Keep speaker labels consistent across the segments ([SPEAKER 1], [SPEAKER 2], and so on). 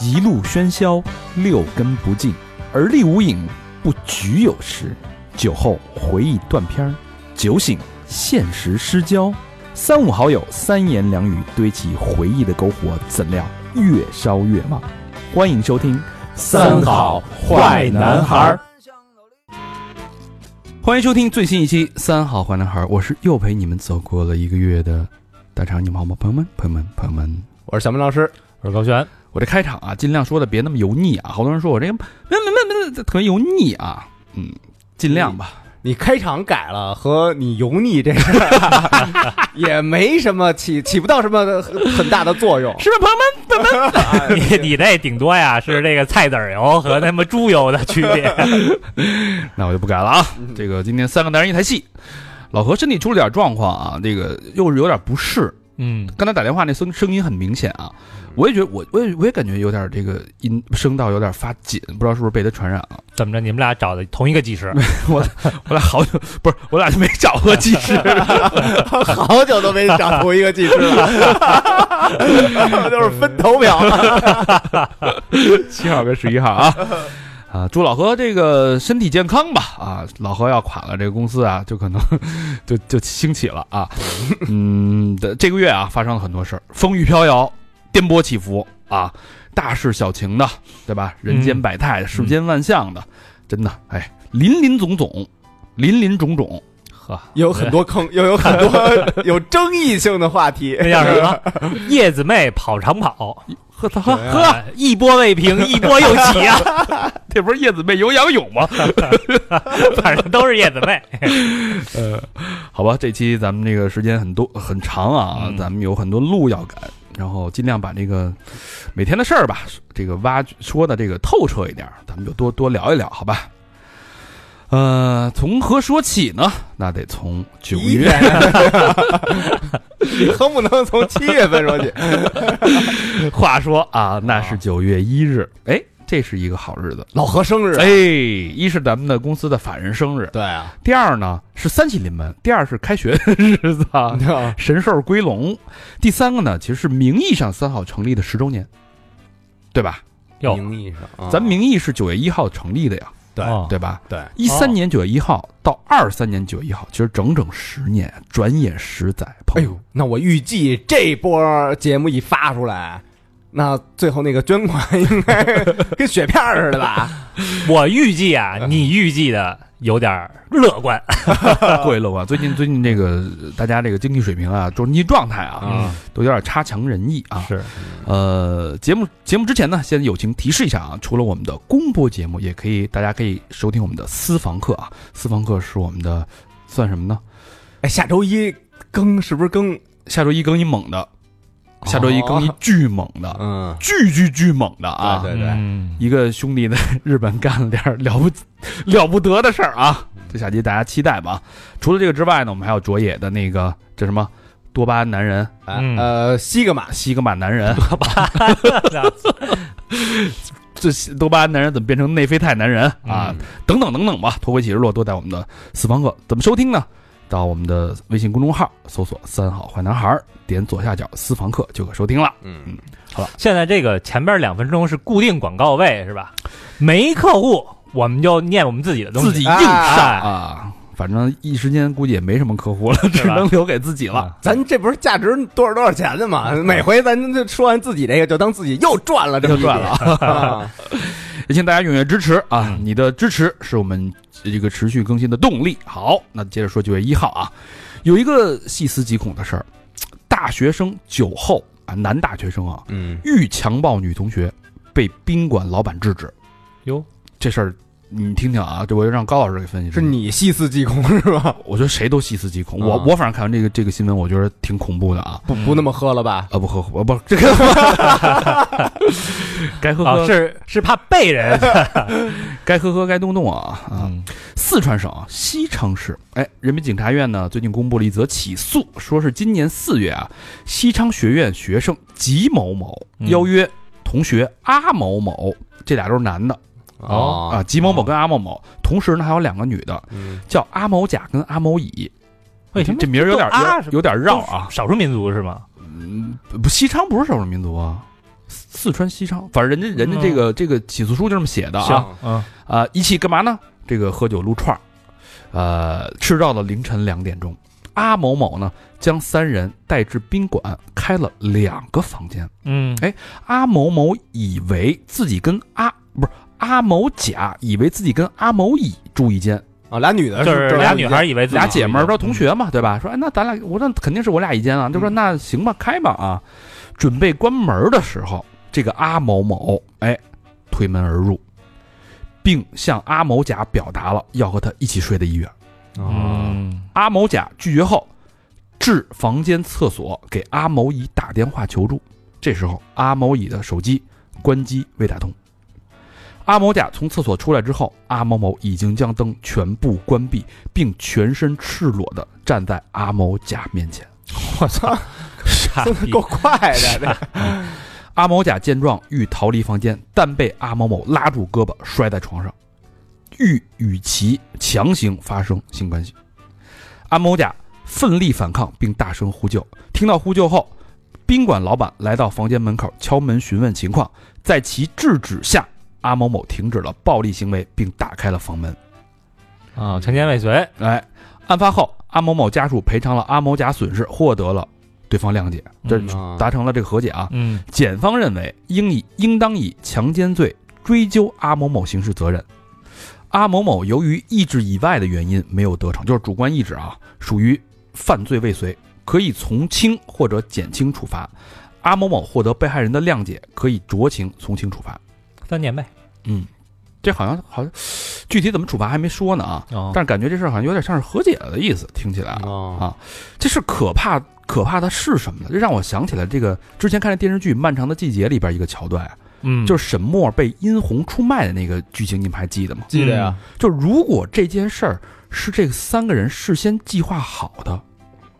[SPEAKER 1] 一路喧嚣，六根不净，而立无影，不局有时。酒后回忆断片儿，酒醒现实失焦。三五好友，三言两语堆起回忆的篝火，怎料越烧越旺。欢迎收听《
[SPEAKER 2] 儿。
[SPEAKER 1] 欢迎收听最新一期《三好坏男孩》，我是又陪你们走过了一个月的大肠，你们好吗？朋友们，朋友们，朋友们，
[SPEAKER 2] 我是小明老师，
[SPEAKER 3] 我是高璇，
[SPEAKER 1] 我这开场啊，尽量说的别那么油腻啊。好多人说我这个没没没没特别油腻啊，嗯，尽量吧。。
[SPEAKER 2] 你开场改了和你油腻 这事儿也没什么起起不到什么很大的作用啊
[SPEAKER 1] 是吧，朋友们？
[SPEAKER 3] 你你这顶多呀是这个菜籽儿油和他妈猪油的区别。
[SPEAKER 1] 那我就不改了啊。这个今天三个男人一台戏，老何身体出了点状况啊，这个又是有点不适。
[SPEAKER 3] 嗯，
[SPEAKER 1] 刚才打电话那声声音很明显啊，我也觉得我我也我也感觉有点这个音声道有点发紧，不知道是不是被他传染了。
[SPEAKER 3] 怎么着？你们俩找的同一个技师？
[SPEAKER 1] 我俩好久不是我俩就没找过技师，
[SPEAKER 2] 好久都没找同一个技师 了，都是分头秒。
[SPEAKER 1] 七号跟十一号 啊。啊，祝老何这个身体健康吧！啊，老何要垮了，这个公司啊，就可能 就就兴起了啊。嗯，的这个月啊，发生了很多事儿，风雨飘摇，颠簸起伏啊，大事小情的，对吧？人间百态，世间万象的，真的，哎，林林总总，林林种种，呵，
[SPEAKER 2] 有很多坑，又有很多有争议性的话题。
[SPEAKER 3] 那叫 什 么？叶子妹跑长跑，
[SPEAKER 1] 呵呵呵，
[SPEAKER 3] 呵，一波 未平，一波又起啊！
[SPEAKER 1] 这不是叶子妹游仰泳吗？
[SPEAKER 3] 反正都是叶子妹。
[SPEAKER 1] 呃，好吧，这期咱们这个时间很多很长啊，
[SPEAKER 3] 嗯
[SPEAKER 1] 咱们有很多路要赶，然后尽量把这个每天的事儿吧，这个挖掘说的这个透彻一点儿，咱们就多多聊一聊，好吧？呃，从何说起呢？那得从九
[SPEAKER 2] 第一
[SPEAKER 1] 月，
[SPEAKER 2] 天， 你恨不能从七月份说起。
[SPEAKER 1] 话说啊，那是九月一日，哎，这是一个好日子。
[SPEAKER 2] 老何生日，
[SPEAKER 1] 哎，一是咱们的公司的法人生日，
[SPEAKER 2] 对啊，
[SPEAKER 1] 第二呢是三喜临门，第二是开学的日子啊，神兽归笼。第三个呢，其实是名义上三好成立的十周年，对吧？
[SPEAKER 3] 哟，
[SPEAKER 2] 名义上啊，
[SPEAKER 1] 咱名义是九月一号成立的呀，
[SPEAKER 2] 对
[SPEAKER 3] 哦
[SPEAKER 1] 对吧？
[SPEAKER 2] 对，
[SPEAKER 1] 一三年九月一号到二三年九月一号，其实整整十年，转眼十载。
[SPEAKER 2] 哎
[SPEAKER 1] 朋友
[SPEAKER 2] 呦，那我预计这波节目一发出来，那最后那个捐款应该跟雪片儿似的吧？
[SPEAKER 3] 我预计啊，你预计的有点乐观。哎
[SPEAKER 1] 各位乐啊观，最近最近这个呃大家这个经济水平啊，经济状态啊，
[SPEAKER 3] 嗯，
[SPEAKER 1] 都有点差强人意啊。
[SPEAKER 3] 是，
[SPEAKER 1] 呃，节目节目之前呢，先友情提示一下啊，除了我们的公播节目，也可以大家可以收听我们的私房课啊。私房课是我们的算什么呢？
[SPEAKER 2] 哎，下周一更是不是更？
[SPEAKER 1] 下周一更一猛的，
[SPEAKER 2] 哦
[SPEAKER 1] 下周一更一巨猛的，
[SPEAKER 2] 嗯，
[SPEAKER 1] 巨巨巨猛的啊！
[SPEAKER 2] 对对
[SPEAKER 3] 嗯
[SPEAKER 1] 一个兄弟在日本干了点儿了不 了不得的事儿啊，这下集大家期待吧。除了这个之外呢，我们还有卓野的那个这什么多巴胺男人、
[SPEAKER 2] 啊
[SPEAKER 3] 嗯
[SPEAKER 2] 呃，西格玛
[SPEAKER 1] 西格玛男人，
[SPEAKER 3] 那
[SPEAKER 1] 这西多巴胺男人怎么变成内啡肽男人啊？等等等等吧，脱轨启示录都在我们的四方课，怎么收听呢？到我们的微信公众号搜索“三好坏男孩儿”，点左下角私房课就可收听了。
[SPEAKER 2] 嗯，
[SPEAKER 3] 现在这个前边两分钟是固定广告位是吧？没客户，我们就念我们自己的东西，
[SPEAKER 1] 自己硬
[SPEAKER 3] 上
[SPEAKER 1] 啊，反正一时间估计也没什么客户了，只能留给自己
[SPEAKER 3] 啊
[SPEAKER 1] 了。
[SPEAKER 2] 咱这不是价值多少多少钱的嘛？每回咱就说完自己这个，就当自己又赚了这么
[SPEAKER 1] 又赚了
[SPEAKER 2] 了。啊
[SPEAKER 1] 也请大家踊跃支持啊！
[SPEAKER 2] 嗯
[SPEAKER 1] 你的支持是我们这个持续更新的动力。好，那接着说九月一号啊，有一个细思极恐的事儿：大学生酒后啊，男大学生啊，
[SPEAKER 2] 嗯，
[SPEAKER 1] 欲强暴女同学，被宾馆老板制止。
[SPEAKER 3] 哟，
[SPEAKER 1] 这事儿你听听啊，这我就让高老师给分析。
[SPEAKER 2] 是，你细思极恐是吧？
[SPEAKER 1] 我觉得谁都细思极恐。我
[SPEAKER 2] 啊
[SPEAKER 1] 我反正看完这个这个新闻，我觉得挺恐怖的啊。
[SPEAKER 2] 不不那么喝了吧？
[SPEAKER 1] 啊，不喝，我不这 个， 该喝
[SPEAKER 3] 啊，
[SPEAKER 1] 喝，
[SPEAKER 3] 是是怕被人
[SPEAKER 1] 该喝喝，该动动啊啊！
[SPEAKER 3] 嗯
[SPEAKER 1] 四川省啊西昌市，哎，人民检察院呢最近公布了一则起诉，说是今年四月啊，西昌学院学生吉某某
[SPEAKER 3] 嗯
[SPEAKER 1] 邀约同学阿某某，这俩都是男的
[SPEAKER 3] 哦
[SPEAKER 1] 啊，，吉某某跟阿某某，同时呢还有两个女的，
[SPEAKER 2] 嗯
[SPEAKER 1] 叫阿某甲跟阿某乙。
[SPEAKER 3] 为什么
[SPEAKER 1] 这名儿有点
[SPEAKER 3] 都啊
[SPEAKER 1] 有有点绕啊？
[SPEAKER 3] 少数民族是吗？
[SPEAKER 1] 不，西昌不是少数民族啊，四川西昌，反正人家人家这个、这个起诉书就这么写的啊。
[SPEAKER 3] 嗯行，嗯，
[SPEAKER 1] 啊，一起干嘛呢？这个喝酒撸串儿，呃，吃到了凌晨两点钟。阿某某呢，将三人带至宾馆，开了两个房间。
[SPEAKER 3] 嗯，
[SPEAKER 1] 哎阿某某以为自己跟阿不是阿某甲，以为自己跟阿某乙住一间，
[SPEAKER 2] 啊，俩女的
[SPEAKER 3] 就是
[SPEAKER 2] 这
[SPEAKER 3] 俩女孩以为自己
[SPEAKER 1] 哎俩姐们儿，都
[SPEAKER 3] 嗯
[SPEAKER 1] 同学嘛，对吧？说，哎，那咱俩，我说那肯定是我俩一间啊，就说那行吧，开吧啊。准备关门的时候，这个阿某某哎推门而入，并向阿某甲表达了要和他一起睡的意愿。
[SPEAKER 3] 嗯，
[SPEAKER 1] 阿某甲拒绝后，至房间厕所给阿某乙打电话求助。这时候，阿某乙的手机关机未打通。阿某甲从厕所出来之后，阿某某已经将灯全部关闭，并全身赤裸的站在阿某甲面前。
[SPEAKER 3] 我操，
[SPEAKER 1] 啊
[SPEAKER 3] 傻 逼
[SPEAKER 2] 够，快 的，
[SPEAKER 1] 阿某甲见状欲逃离房间，但被阿某某拉住胳膊摔在床上，欲与其强行发生性关系。阿某甲奋力反抗并大声呼救，听到呼救后，宾馆老板来到房间门口敲门询问情况，在其制止下，阿某某停止了暴力行为并打开了房门。
[SPEAKER 3] 啊，强奸未遂，
[SPEAKER 1] 哎，案发后，阿某某家属赔偿了阿某甲损失，获得了对方谅解，这
[SPEAKER 3] 嗯
[SPEAKER 2] 这
[SPEAKER 1] 达成了这个和解啊。
[SPEAKER 3] 嗯，
[SPEAKER 1] 检方认为应以应当以强奸罪追究阿某某刑事责任。阿某某由于意志以外的原因没有得逞，就是主观意志啊，属于犯罪未遂，可以从轻或者减轻处罚。阿某某获得被害人的谅解，可以酌情从轻处罚。
[SPEAKER 3] 三年呗，
[SPEAKER 1] 嗯，这好像好像具体怎么处罚还没说呢啊，
[SPEAKER 3] 哦，
[SPEAKER 1] 但是感觉这事儿好像有点像是和解的意思，听起来啊。
[SPEAKER 2] 啊
[SPEAKER 1] 这是可怕可怕的是什么呢？这让我想起来这个之前看的电视剧《漫长的季节》里边一个桥段啊，
[SPEAKER 3] 嗯，
[SPEAKER 1] 就是是沈墨被殷红出卖的那个剧情，你们还记得吗？嗯
[SPEAKER 2] 记得呀，
[SPEAKER 1] 就如果这件事儿是这三个人事先计划好的，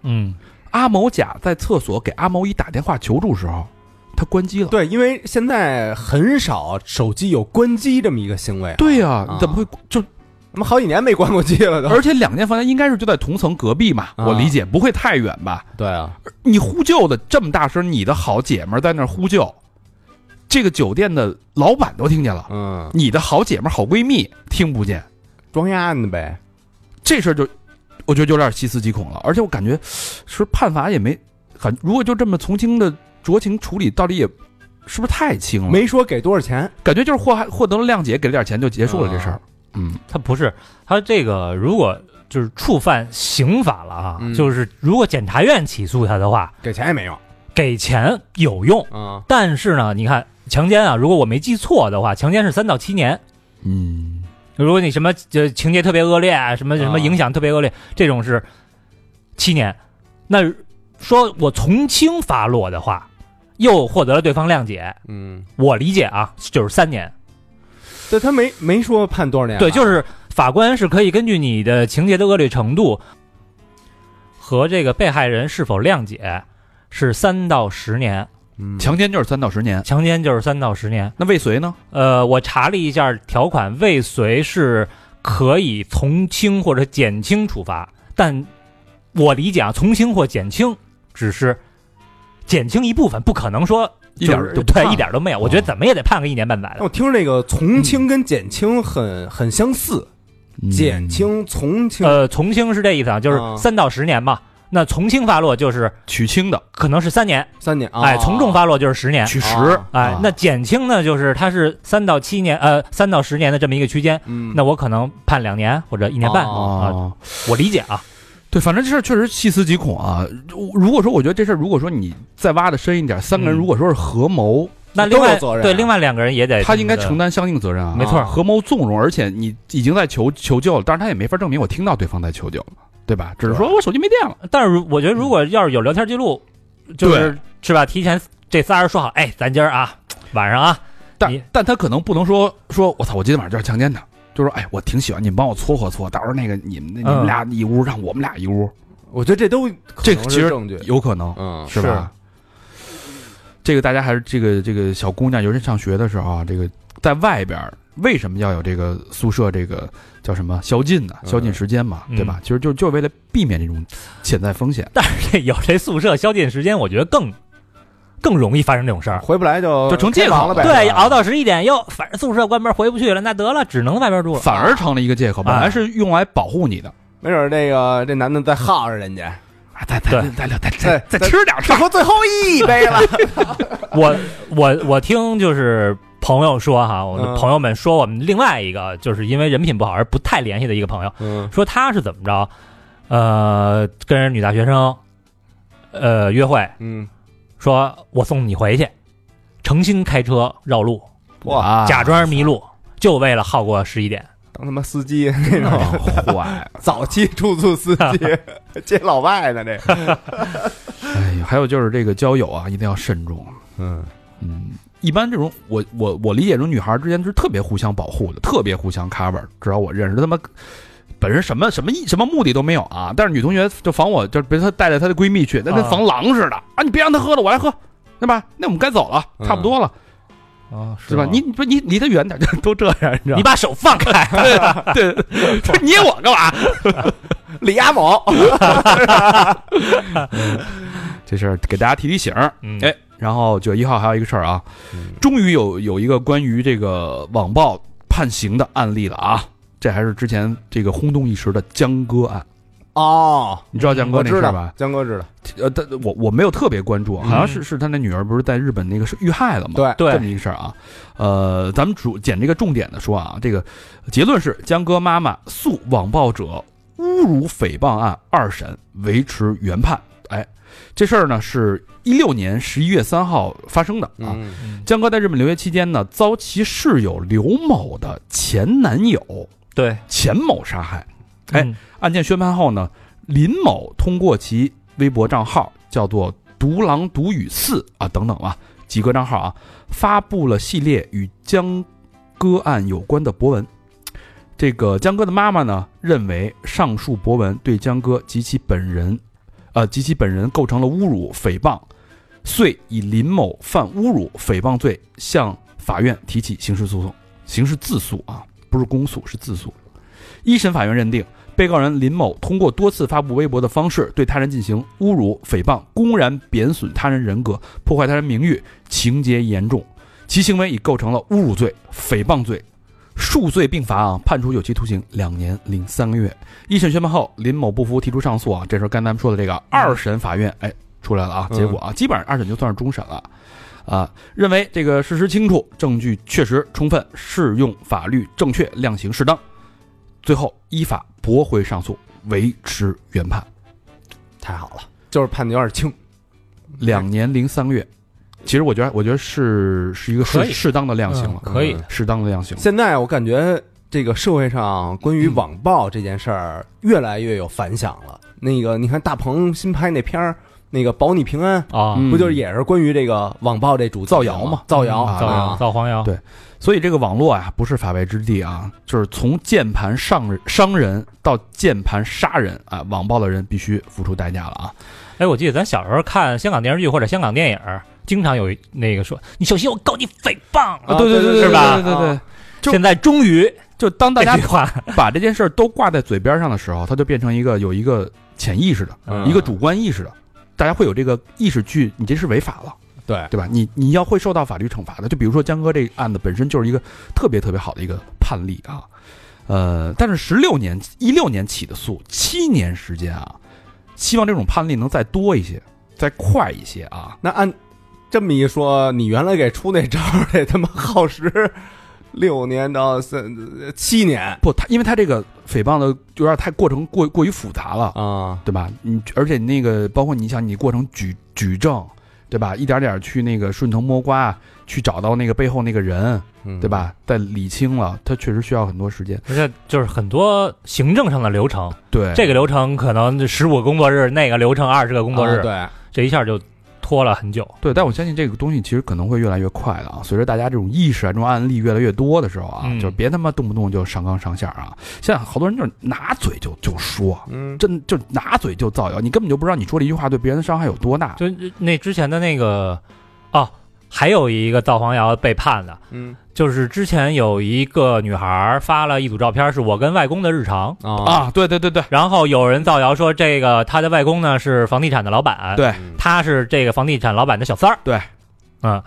[SPEAKER 3] 嗯，
[SPEAKER 1] 阿某甲在厕所给阿某乙打电话求助时候，他关机了。
[SPEAKER 2] 对，啊因为现在很少手机有关机这么一个行为，
[SPEAKER 1] 对呀、
[SPEAKER 2] 啊
[SPEAKER 1] 怎么会就？
[SPEAKER 2] 他妈好几年没关过机了都。
[SPEAKER 1] 而且两间房间应该是就在同层隔壁嘛，
[SPEAKER 2] 啊
[SPEAKER 1] 我理解不会太远吧？
[SPEAKER 2] 对啊，
[SPEAKER 1] 你呼救的这么大声，你的好姐们儿在那儿呼救，这个酒店的老板都听见了，
[SPEAKER 2] 嗯，
[SPEAKER 1] 你的好姐们儿、好闺蜜听不见，
[SPEAKER 2] 装丫呢呗，
[SPEAKER 1] 这事儿就我觉得有点细思极恐了。而且我感觉是不是判罚也没，感如果就这么从轻的酌情处理，到底也是不是太轻
[SPEAKER 3] 嗯
[SPEAKER 1] 了？
[SPEAKER 2] 没说给多少钱，
[SPEAKER 1] 感觉就是获获得了谅解，给了点钱就结束了
[SPEAKER 2] 啊
[SPEAKER 1] 这事儿。嗯，
[SPEAKER 3] 他不是，他这个如果就是触犯刑法了啊，
[SPEAKER 2] 嗯
[SPEAKER 3] 就是如果检察院起诉他的话，
[SPEAKER 2] 给钱也没用
[SPEAKER 3] 给钱有用，
[SPEAKER 2] 啊。
[SPEAKER 3] 但是呢，你看强奸啊，如果我没记错的话，强奸是三到七年。
[SPEAKER 1] 嗯，
[SPEAKER 3] 如果你什么呃情节特别恶劣啊，什么什么影响特别恶劣，这种是七年。那说我从轻发落的话，又获得了对方谅解，
[SPEAKER 2] 嗯，
[SPEAKER 3] 我理解啊，就是三年。
[SPEAKER 2] 对他没没说判多少年吧，
[SPEAKER 3] 对，就是法官是可以根据你的情节的恶劣程度和这个被害人是否谅解，是三到十年，
[SPEAKER 2] 嗯
[SPEAKER 1] 强奸就是三到十年，
[SPEAKER 3] 强奸就是三到十年。
[SPEAKER 1] 那未遂呢？
[SPEAKER 3] 呃，我查了一下条款，未遂是可以从轻或者减轻处罚，但我理解啊，从轻或减轻只是减轻一部分，不可能说
[SPEAKER 1] 一点
[SPEAKER 3] 就
[SPEAKER 1] 儿
[SPEAKER 3] 是
[SPEAKER 1] 就不
[SPEAKER 3] 对
[SPEAKER 1] 判哦
[SPEAKER 3] 一点儿都没有。我觉得怎么也得判个一年半载
[SPEAKER 2] 但
[SPEAKER 3] 的
[SPEAKER 2] 我。听着那个从轻跟减轻很很相似，减
[SPEAKER 1] 嗯
[SPEAKER 2] 轻、从轻，
[SPEAKER 3] 嗯呃，从轻是这意思啊，就是
[SPEAKER 1] 哦
[SPEAKER 2] 啊
[SPEAKER 3] 三到十年嘛。那从轻发落就是
[SPEAKER 1] 取轻的，
[SPEAKER 3] 可能是三年，
[SPEAKER 2] 三年
[SPEAKER 1] 哦
[SPEAKER 2] 啊，
[SPEAKER 3] 哎，从重发落就是十年，
[SPEAKER 1] 取十，
[SPEAKER 2] 啊
[SPEAKER 3] 哎，
[SPEAKER 1] 哦
[SPEAKER 3] 那减轻呢就是它是三到七年，呃，三到十年的这么一个区间。
[SPEAKER 2] 嗯，
[SPEAKER 3] 那我可能判两年或者一年半，
[SPEAKER 2] 哦
[SPEAKER 1] 哦。
[SPEAKER 3] 我理解啊，
[SPEAKER 1] 对，反正这事儿确实细思极恐啊！如如果说，我觉得这事儿，如果说你再挖的深一点，三个人
[SPEAKER 3] 嗯
[SPEAKER 1] 如果说是合谋，
[SPEAKER 3] 那另
[SPEAKER 2] 都
[SPEAKER 3] 外
[SPEAKER 2] 有责任啊
[SPEAKER 3] 对另外两个人也得
[SPEAKER 1] 他应该承
[SPEAKER 3] 担，
[SPEAKER 1] 担相应责任啊。
[SPEAKER 3] 哎没错
[SPEAKER 2] 啊
[SPEAKER 1] 合谋纵容，而且你已经在求求救了，但是他也没法证明我听到对方在求救嘛，对吧？只是说我手机没电了，
[SPEAKER 3] 但是如我觉得如果要是有聊天记录，就是是吧？提前这仨人说好，哎，咱今儿啊晚上啊，
[SPEAKER 1] 但
[SPEAKER 3] 你
[SPEAKER 1] 但他可能不能说说我操，我今天晚上就要强奸他，就说哎，我挺喜欢你，们帮我撮合撮合，到时候那个你们你们
[SPEAKER 3] 嗯
[SPEAKER 1] 俩一屋，让我们俩一屋，
[SPEAKER 2] 我觉得这都可
[SPEAKER 1] 这
[SPEAKER 2] 能
[SPEAKER 1] 其实
[SPEAKER 2] 是证据，
[SPEAKER 1] 有可能
[SPEAKER 2] 嗯，
[SPEAKER 1] 是吧？这个大家还是这个这个小姑娘，尤其上学的时候啊，这个在外边儿为什么要有这个宿舍这个叫什么宵禁呢？
[SPEAKER 2] 嗯
[SPEAKER 1] 宵禁时间嘛，
[SPEAKER 3] 嗯
[SPEAKER 1] 对吧？其实就就为了避免这种潜在风险。
[SPEAKER 3] 但是这有这宿舍宵禁时间，我觉得更更容易发生这种事儿。
[SPEAKER 2] 回不来就
[SPEAKER 1] 就成借口
[SPEAKER 2] 开房了呗，
[SPEAKER 3] 对，
[SPEAKER 2] 是吧
[SPEAKER 3] 熬到十一点，哟，反正宿舍关门回不去了，那得了，只能外边住 了。
[SPEAKER 1] 反而成了一个借口，本
[SPEAKER 3] 啊
[SPEAKER 1] 来是用来保护你的。
[SPEAKER 2] 没准这个这男的再耗着人家，
[SPEAKER 1] 啊，再
[SPEAKER 3] 对
[SPEAKER 1] 再再再
[SPEAKER 2] 再再
[SPEAKER 1] 吃点
[SPEAKER 2] 这，不最后一杯 了，
[SPEAKER 3] 我我我听就是朋友说哈，我的
[SPEAKER 2] 嗯
[SPEAKER 3] 朋友们说我们另外一个就是因为人品不好而不太联系的一个朋友，
[SPEAKER 2] 嗯
[SPEAKER 3] 说他是怎么着，呃，跟人女大学生，呃，约会，
[SPEAKER 2] 嗯，
[SPEAKER 3] 说我送你回去，诚心开车绕路，
[SPEAKER 2] 哇，
[SPEAKER 1] 啊
[SPEAKER 3] 假装迷路，就为了耗过十一点。
[SPEAKER 2] 当他妈司机那种
[SPEAKER 1] 坏。
[SPEAKER 2] 早期出租司 机接老外呢，这个，
[SPEAKER 1] 哎呦，还有就是这个交友啊，一定要慎重。
[SPEAKER 2] 嗯
[SPEAKER 1] 嗯，一般这种我我我理解中女孩之间是特别互相保护的，特别互相 cover。至少我认识他妈本人什么什么意什么目的都没有啊，但是女同学就防我，就比如她带着她的闺蜜去，那跟
[SPEAKER 3] 啊
[SPEAKER 1] 防狼似的啊！你别让她喝了，我来喝，对吧？那我们该走了，差不多了，
[SPEAKER 3] 嗯
[SPEAKER 2] 哦
[SPEAKER 3] 啊，
[SPEAKER 1] 对吧？你不你离她远点，就 都这样，你知道吗？
[SPEAKER 3] 你把手放开，
[SPEAKER 1] 对，对捏我干嘛？
[SPEAKER 2] 李亚某，
[SPEAKER 1] 这事儿给大家提提醒儿。
[SPEAKER 3] 嗯
[SPEAKER 1] 哎，然后九月一号还有一个事儿啊，终于有有一个关于这个网暴判刑的案例了啊，这还是之前这个轰动一时的江歌案，
[SPEAKER 2] 哦，
[SPEAKER 1] 你知道江歌
[SPEAKER 2] 我
[SPEAKER 1] 那事
[SPEAKER 2] 知
[SPEAKER 1] 儿
[SPEAKER 2] 道
[SPEAKER 1] 吧，？
[SPEAKER 2] 江哥知道，
[SPEAKER 1] 呃，但我我没有特别关注，啊好像是是他那女儿不是在日本那个是遇害了吗？
[SPEAKER 2] 嗯对，
[SPEAKER 1] 这
[SPEAKER 3] 对
[SPEAKER 1] 么一个事儿啊，呃，咱们主捡这个重点的说啊，这个结论是江歌妈妈诉网暴者侮辱诽谤案二审维持原判。哎，这事儿呢是一六年十一月三号发生的啊。
[SPEAKER 2] 嗯
[SPEAKER 3] 嗯
[SPEAKER 1] 江歌在日本留学期间呢，遭其室友刘某的前男友
[SPEAKER 3] 对，
[SPEAKER 1] 钱某杀害。哎
[SPEAKER 3] 嗯，
[SPEAKER 1] 案件宣判后呢，林某通过其微博账号叫做“独狼独语四”啊等等啊几个账号啊，发布了系列与江歌案有关的博文。这个江歌的妈妈呢，认为上述博文对江歌及其本人，呃及其本人构成了侮辱、诽谤，遂以林某犯侮辱、诽谤罪向法院提起刑事诉讼，刑事自诉啊，不是公诉，是自诉。一审法院认定，被告人林某通过多次发布微博的方式对他人进行侮辱、诽谤，公然贬损他人人格，破坏他人名誉，情节严重，其行为已构成了侮辱罪、诽谤罪，数罪并罚啊，判处有期徒刑两年零三个月。一审宣判后，林某不服，提出上诉啊，这时候刚才咱们说的这个二审法院，哎，出来了啊，
[SPEAKER 2] 嗯
[SPEAKER 1] 结果啊，基本上二审就算是终审了。啊，认为这个事实清楚，证据确实充分，适用法律正确，量刑适当，最后依法驳回上诉，维持原判，
[SPEAKER 2] 太好了，啊就是判的有点轻，
[SPEAKER 1] 两年零三个月。其实我觉得，我觉得是是一个
[SPEAKER 3] 可
[SPEAKER 1] 适
[SPEAKER 3] 以
[SPEAKER 1] 适当的量刑了，
[SPEAKER 3] 嗯可以
[SPEAKER 2] 嗯
[SPEAKER 1] 适当的量刑了。
[SPEAKER 2] 现在我感觉这个社会上关于网暴这件事儿越来越有反响了。那个你看大鹏新拍那片儿，那个保你平安，
[SPEAKER 3] 啊，
[SPEAKER 1] 嗯
[SPEAKER 2] 不就是也是关于这个网暴这主题
[SPEAKER 1] 造谣嘛
[SPEAKER 2] 造谣，
[SPEAKER 1] 嗯
[SPEAKER 3] 造
[SPEAKER 2] 啊
[SPEAKER 3] 谣，造黄谣，
[SPEAKER 1] 对所以这个网络啊，不是法外之地啊，就是从键盘上人伤人到键盘杀人啊，网暴的人必须付出代价了啊。
[SPEAKER 3] 哎，我记得咱小时候看香港电视剧或者香港电影儿，经常有那个说你小心我告你诽谤。
[SPEAKER 2] 啊
[SPEAKER 1] 对
[SPEAKER 2] 对
[SPEAKER 1] 对
[SPEAKER 2] 对
[SPEAKER 1] 对
[SPEAKER 3] 是吧
[SPEAKER 1] 对对对，对就
[SPEAKER 3] 现在终于
[SPEAKER 1] 就当大
[SPEAKER 3] 这
[SPEAKER 1] 家
[SPEAKER 3] 句 话，
[SPEAKER 1] 把这件事儿都挂在嘴边上的时候，它就变成一个有一个潜意识的、
[SPEAKER 2] 嗯
[SPEAKER 1] 一个主观意识的，大家会有这个意识去，你这是违法了，
[SPEAKER 2] 对
[SPEAKER 1] 对吧？你你要会受到法律惩罚的。就比如说江哥这个案子本身就是一个特别特别好的一个判例啊，呃，但是十六年一六年起的诉，七年时间啊，希望这种判例能再多一些，再快一些啊。
[SPEAKER 2] 那按这么一说，你原来给出那招儿得他妈耗时六年到三呃七年
[SPEAKER 1] 不，他因为他这个诽谤的有点太过程过过于复杂了，
[SPEAKER 2] 啊，
[SPEAKER 1] 对吧？你而且那个包括你想你过程举举证，对吧？一点点去那个顺藤摸瓜，去找到那个背后那个人，
[SPEAKER 2] 嗯
[SPEAKER 1] 对？吧？再理清了，他确实需要很多时间。
[SPEAKER 3] 而且就是很多行政上的流程，
[SPEAKER 1] 对，
[SPEAKER 3] 这个流程可能十五个工作日，那个流程二十个工作日，
[SPEAKER 2] 啊对，
[SPEAKER 3] 这一下就拖了很久。
[SPEAKER 1] 对，但我相信这个东西其实可能会越来越快的啊。随着大家这种意识啊、这种案例越来越多的时候啊，
[SPEAKER 3] 嗯
[SPEAKER 1] 就别他妈动不动就上纲上线啊。现在好多人就是拿嘴就就说，
[SPEAKER 2] 嗯，
[SPEAKER 1] 真就拿嘴就造谣，你根本就不知道你说了一句话对别人的伤害有多大。
[SPEAKER 3] 就那之前的那个，哦，还有一个造黄谣被判的，
[SPEAKER 2] 嗯
[SPEAKER 3] 就是之前有一个女孩发了一组照片，是我跟外公的日常。
[SPEAKER 2] 啊
[SPEAKER 1] 啊，对对对对
[SPEAKER 3] 然后有人造谣说，这个她的外公呢是房地产的老板，
[SPEAKER 1] 对
[SPEAKER 2] 嗯
[SPEAKER 3] 他是这个房地产老板的小三儿。
[SPEAKER 1] 对，
[SPEAKER 3] 嗯，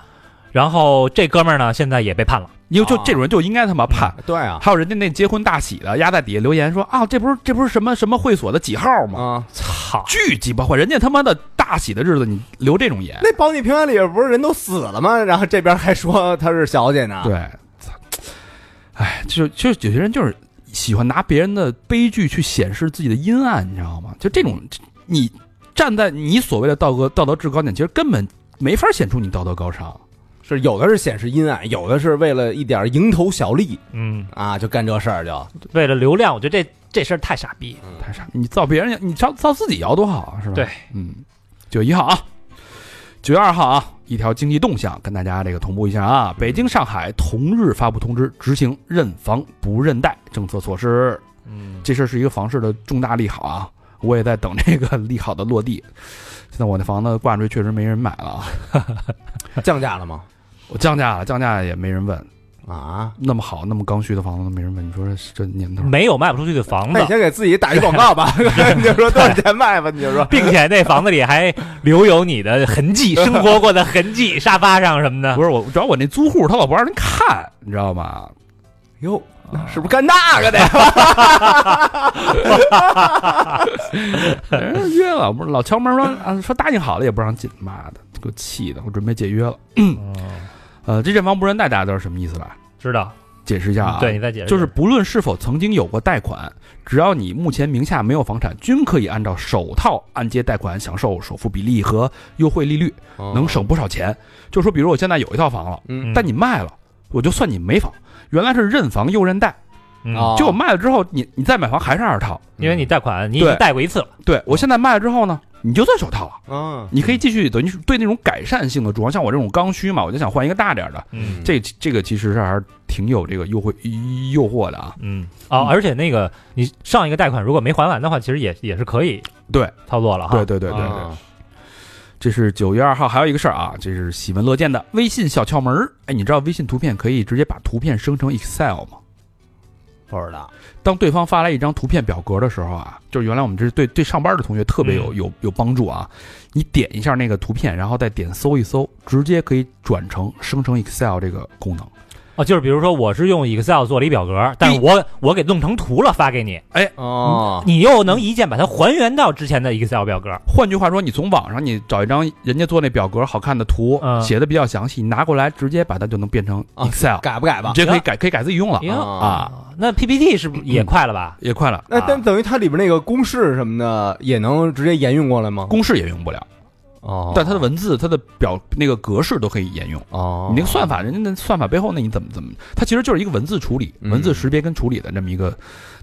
[SPEAKER 3] 然后这哥们儿呢现在也被判了。
[SPEAKER 1] 因为就
[SPEAKER 2] 啊
[SPEAKER 1] 这种人就应该他妈
[SPEAKER 3] 嗯
[SPEAKER 1] 判。
[SPEAKER 2] 对啊
[SPEAKER 1] 还有人家那结婚大喜的，压在底下留言说啊，这不是这不是什么什么会所的几号吗？
[SPEAKER 2] 啊，
[SPEAKER 3] 操！
[SPEAKER 1] 巨鸡巴坏，人家他妈的大喜的日子你留这种言，
[SPEAKER 2] 那保你平安里边不是人都死了吗？ 然后这边还说她是小姐呢，
[SPEAKER 1] 对，操哎，就就有些人就是喜欢拿别人的悲剧去显示自己的阴暗，你知道吗？就这种，你站在你所谓的道德道德制高点，其实根本没法显出你道德高尚。
[SPEAKER 2] 是有的是显示阴暗，有的是为了一点蝇头小利
[SPEAKER 3] 嗯，
[SPEAKER 2] 啊，就干这事儿就
[SPEAKER 3] 为了流量，我觉得这这事儿太傻逼。
[SPEAKER 1] 太傻，你造别人，你造造自己摇多好啊，是吧？
[SPEAKER 3] 对，
[SPEAKER 1] 嗯，九月一号啊，九月二号啊，一条经济动向跟大家这个同步一下啊。北京、上海同日发布通知，执行认房不认贷政策措施。
[SPEAKER 3] 嗯，
[SPEAKER 1] 这事儿是一个房市的重大利好啊，我也在等这个 利好的落地。现在我那房子挂出去确实没人买了啊，
[SPEAKER 2] 降价了吗？
[SPEAKER 1] 我降价了，降价也没人问。
[SPEAKER 2] 啊，
[SPEAKER 1] 那么好，那么刚需的房子都没人问，你说这这年头，
[SPEAKER 3] 没有卖不出去的房
[SPEAKER 2] 那
[SPEAKER 3] 子
[SPEAKER 2] 你，先给自己打一广告吧，你就说多少钱卖吧，你就 说
[SPEAKER 3] 并且那房子里还留有你的痕迹，生活过的痕迹，沙发上什么的
[SPEAKER 1] 不。是我，主要我那租户他老不让人看，你知道吗？
[SPEAKER 2] 哟，是不是干那个的呀？
[SPEAKER 1] 人约了，不是老敲门说啊，说答应好了也不让进，妈的，给我气的，我准备解约了。
[SPEAKER 3] 嗯，
[SPEAKER 1] 呃，这认房不认贷，大家都是什么意思吧？
[SPEAKER 3] 知道。嗯
[SPEAKER 1] 解释一下啊，
[SPEAKER 3] 对，你再解释。
[SPEAKER 1] 就是不论是否曾经有过贷款，只要你目前名下没有房产，均可以按照首套按揭贷款享受首付比例和优惠利率，能省不少钱。就说比如我现在有一套房了，
[SPEAKER 2] 哦嗯
[SPEAKER 1] 但你卖了，我就算你没房。原来是认房又认贷，
[SPEAKER 3] 嗯
[SPEAKER 2] 啊，
[SPEAKER 1] 结果卖了之后，你你再买房还是二套。
[SPEAKER 3] 因为你贷款，你已经
[SPEAKER 1] 对
[SPEAKER 3] 贷过一次了。
[SPEAKER 1] 对我现在卖了之后呢，你就算首套了。
[SPEAKER 2] 嗯，
[SPEAKER 1] 你可以继续等于是对那种改善性的住房，像我这种刚需嘛，我就想换一个大点儿的。
[SPEAKER 3] 嗯
[SPEAKER 1] 这这个其实是还是挺有这个诱惑诱惑的啊。
[SPEAKER 3] 嗯啊，
[SPEAKER 1] 嗯
[SPEAKER 3] 而且那个你上一个贷款如果没还完的话，其实也也是可以
[SPEAKER 1] 对
[SPEAKER 3] 操作了哈。
[SPEAKER 1] 对对对对对，
[SPEAKER 2] 啊
[SPEAKER 1] 这是九月二号，还有一个事儿啊，这是喜闻乐见的微信小窍门儿。哎，你知道微信图片可以直接把图片生成 Excel 吗？
[SPEAKER 2] 不知道，
[SPEAKER 1] 当对方发来一张图片表格的时候啊，就是原来我们这是对对上班的同学特别有
[SPEAKER 3] 嗯
[SPEAKER 1] 有有帮助啊。你点一下那个图片，然后再点搜一搜，直接可以转成生成 Excel 这个功能。
[SPEAKER 3] 哦，就是比如说我是用 Excel 做了一表格，但是我我给弄成图了发给你，
[SPEAKER 1] 啊
[SPEAKER 2] 哦，
[SPEAKER 3] 你又能一键把它还原到之前的 Excel 表格。
[SPEAKER 1] 换句话说，你从网上你找一张人家做那表格好看的图，
[SPEAKER 3] 嗯
[SPEAKER 1] 写的比较详细，你拿过来直接把它就能变成
[SPEAKER 2] 啊
[SPEAKER 1] Excel，、
[SPEAKER 2] 改不改嗯吧
[SPEAKER 1] 你？直接可以改可以改自己用了
[SPEAKER 3] 哟
[SPEAKER 1] 啊，嗯
[SPEAKER 3] 那 PPT 是不是也快了吧？
[SPEAKER 1] 也快了。啊
[SPEAKER 2] 那但等于它里边那个公式什么的也能直接沿用过来吗？
[SPEAKER 1] 公式也用不了，
[SPEAKER 2] 哦，
[SPEAKER 1] 但它的文字、它的表那个格式都可以沿用。
[SPEAKER 2] 哦，
[SPEAKER 1] 你那个算法，人家那算法背后，那你怎么怎么？它其实就是一个文字处理、
[SPEAKER 2] 嗯
[SPEAKER 1] 文字识别跟处理的这么一个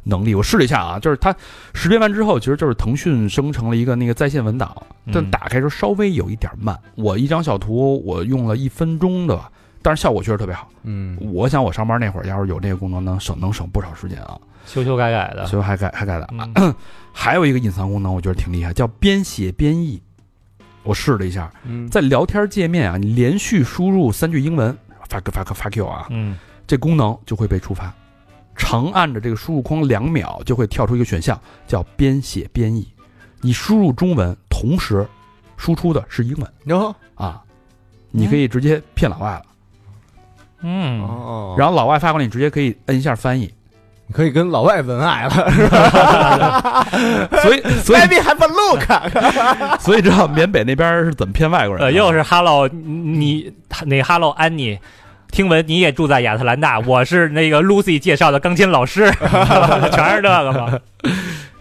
[SPEAKER 1] 能力。我试了一下啊，就是它识别完之后，其实就是腾讯生成了一个那个在线文档，但
[SPEAKER 3] 嗯
[SPEAKER 1] 打开时候稍微有一点慢。我一张小图，我用了一分钟的吧，但是效果确实特别好。
[SPEAKER 2] 嗯
[SPEAKER 1] 我想我上班那会儿要是有这个功能，能省能省不少时间啊。
[SPEAKER 3] 修修改改的。
[SPEAKER 1] 所以还改还改的、
[SPEAKER 3] 嗯
[SPEAKER 1] 还有一个隐藏功能，我觉得挺厉害，叫编写编译。我试了一下，
[SPEAKER 2] 嗯，
[SPEAKER 1] 在聊天界面啊，你连续输入三句英文，fuck fuck fuck you 啊，
[SPEAKER 3] 嗯，
[SPEAKER 1] 这功能就会被触发。长按着这个输入框两秒，就会跳出一个选项叫编写编译。你输入中文，同时输出的是英文
[SPEAKER 2] 哟
[SPEAKER 1] 啊，你可以直接骗老外了。
[SPEAKER 3] 嗯，
[SPEAKER 2] 哦，
[SPEAKER 1] 然后老外发过来，你直接可以摁一下翻译。
[SPEAKER 2] 你可以跟老外文爱了，
[SPEAKER 1] 所以， 所以，
[SPEAKER 2] 还不 look，
[SPEAKER 1] 所以知道缅北那边是怎么骗外国人、
[SPEAKER 3] 呃，又是 Hello，你那 Hello 安妮，听闻你也住在亚特兰大，我是那个 Lucy 介绍的钢琴老师， 全是这个吗？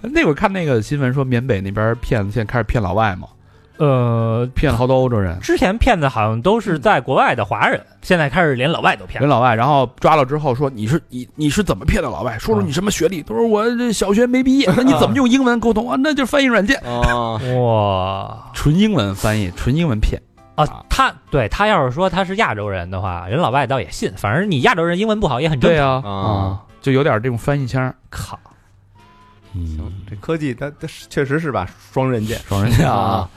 [SPEAKER 1] 那会儿看那个新闻说缅北那边骗，现在开始骗老外嘛，
[SPEAKER 3] 呃，
[SPEAKER 1] 骗了好多欧洲人，
[SPEAKER 3] 之前骗的好像都是在国外的华人，现在开始连老外都骗
[SPEAKER 1] 人
[SPEAKER 3] 了。
[SPEAKER 1] 老外，然后抓了之后说你是你你是怎么骗的老外？说说你什么学历？他说我这小学没毕业，那你怎么用英文沟通啊？那就是翻译软件，
[SPEAKER 2] 哦，
[SPEAKER 3] 哇
[SPEAKER 1] 纯英文翻译，纯英文骗。
[SPEAKER 3] 啊，他对他要是说他是亚洲人的话，人老外倒也信。反正你亚洲人英文不好也很正常。
[SPEAKER 1] 啊
[SPEAKER 2] 啊
[SPEAKER 1] 就有点这种翻译腔。
[SPEAKER 3] 靠，
[SPEAKER 1] 嗯，
[SPEAKER 2] 这科技它它是确实是把双刃剑
[SPEAKER 1] 双人间啊。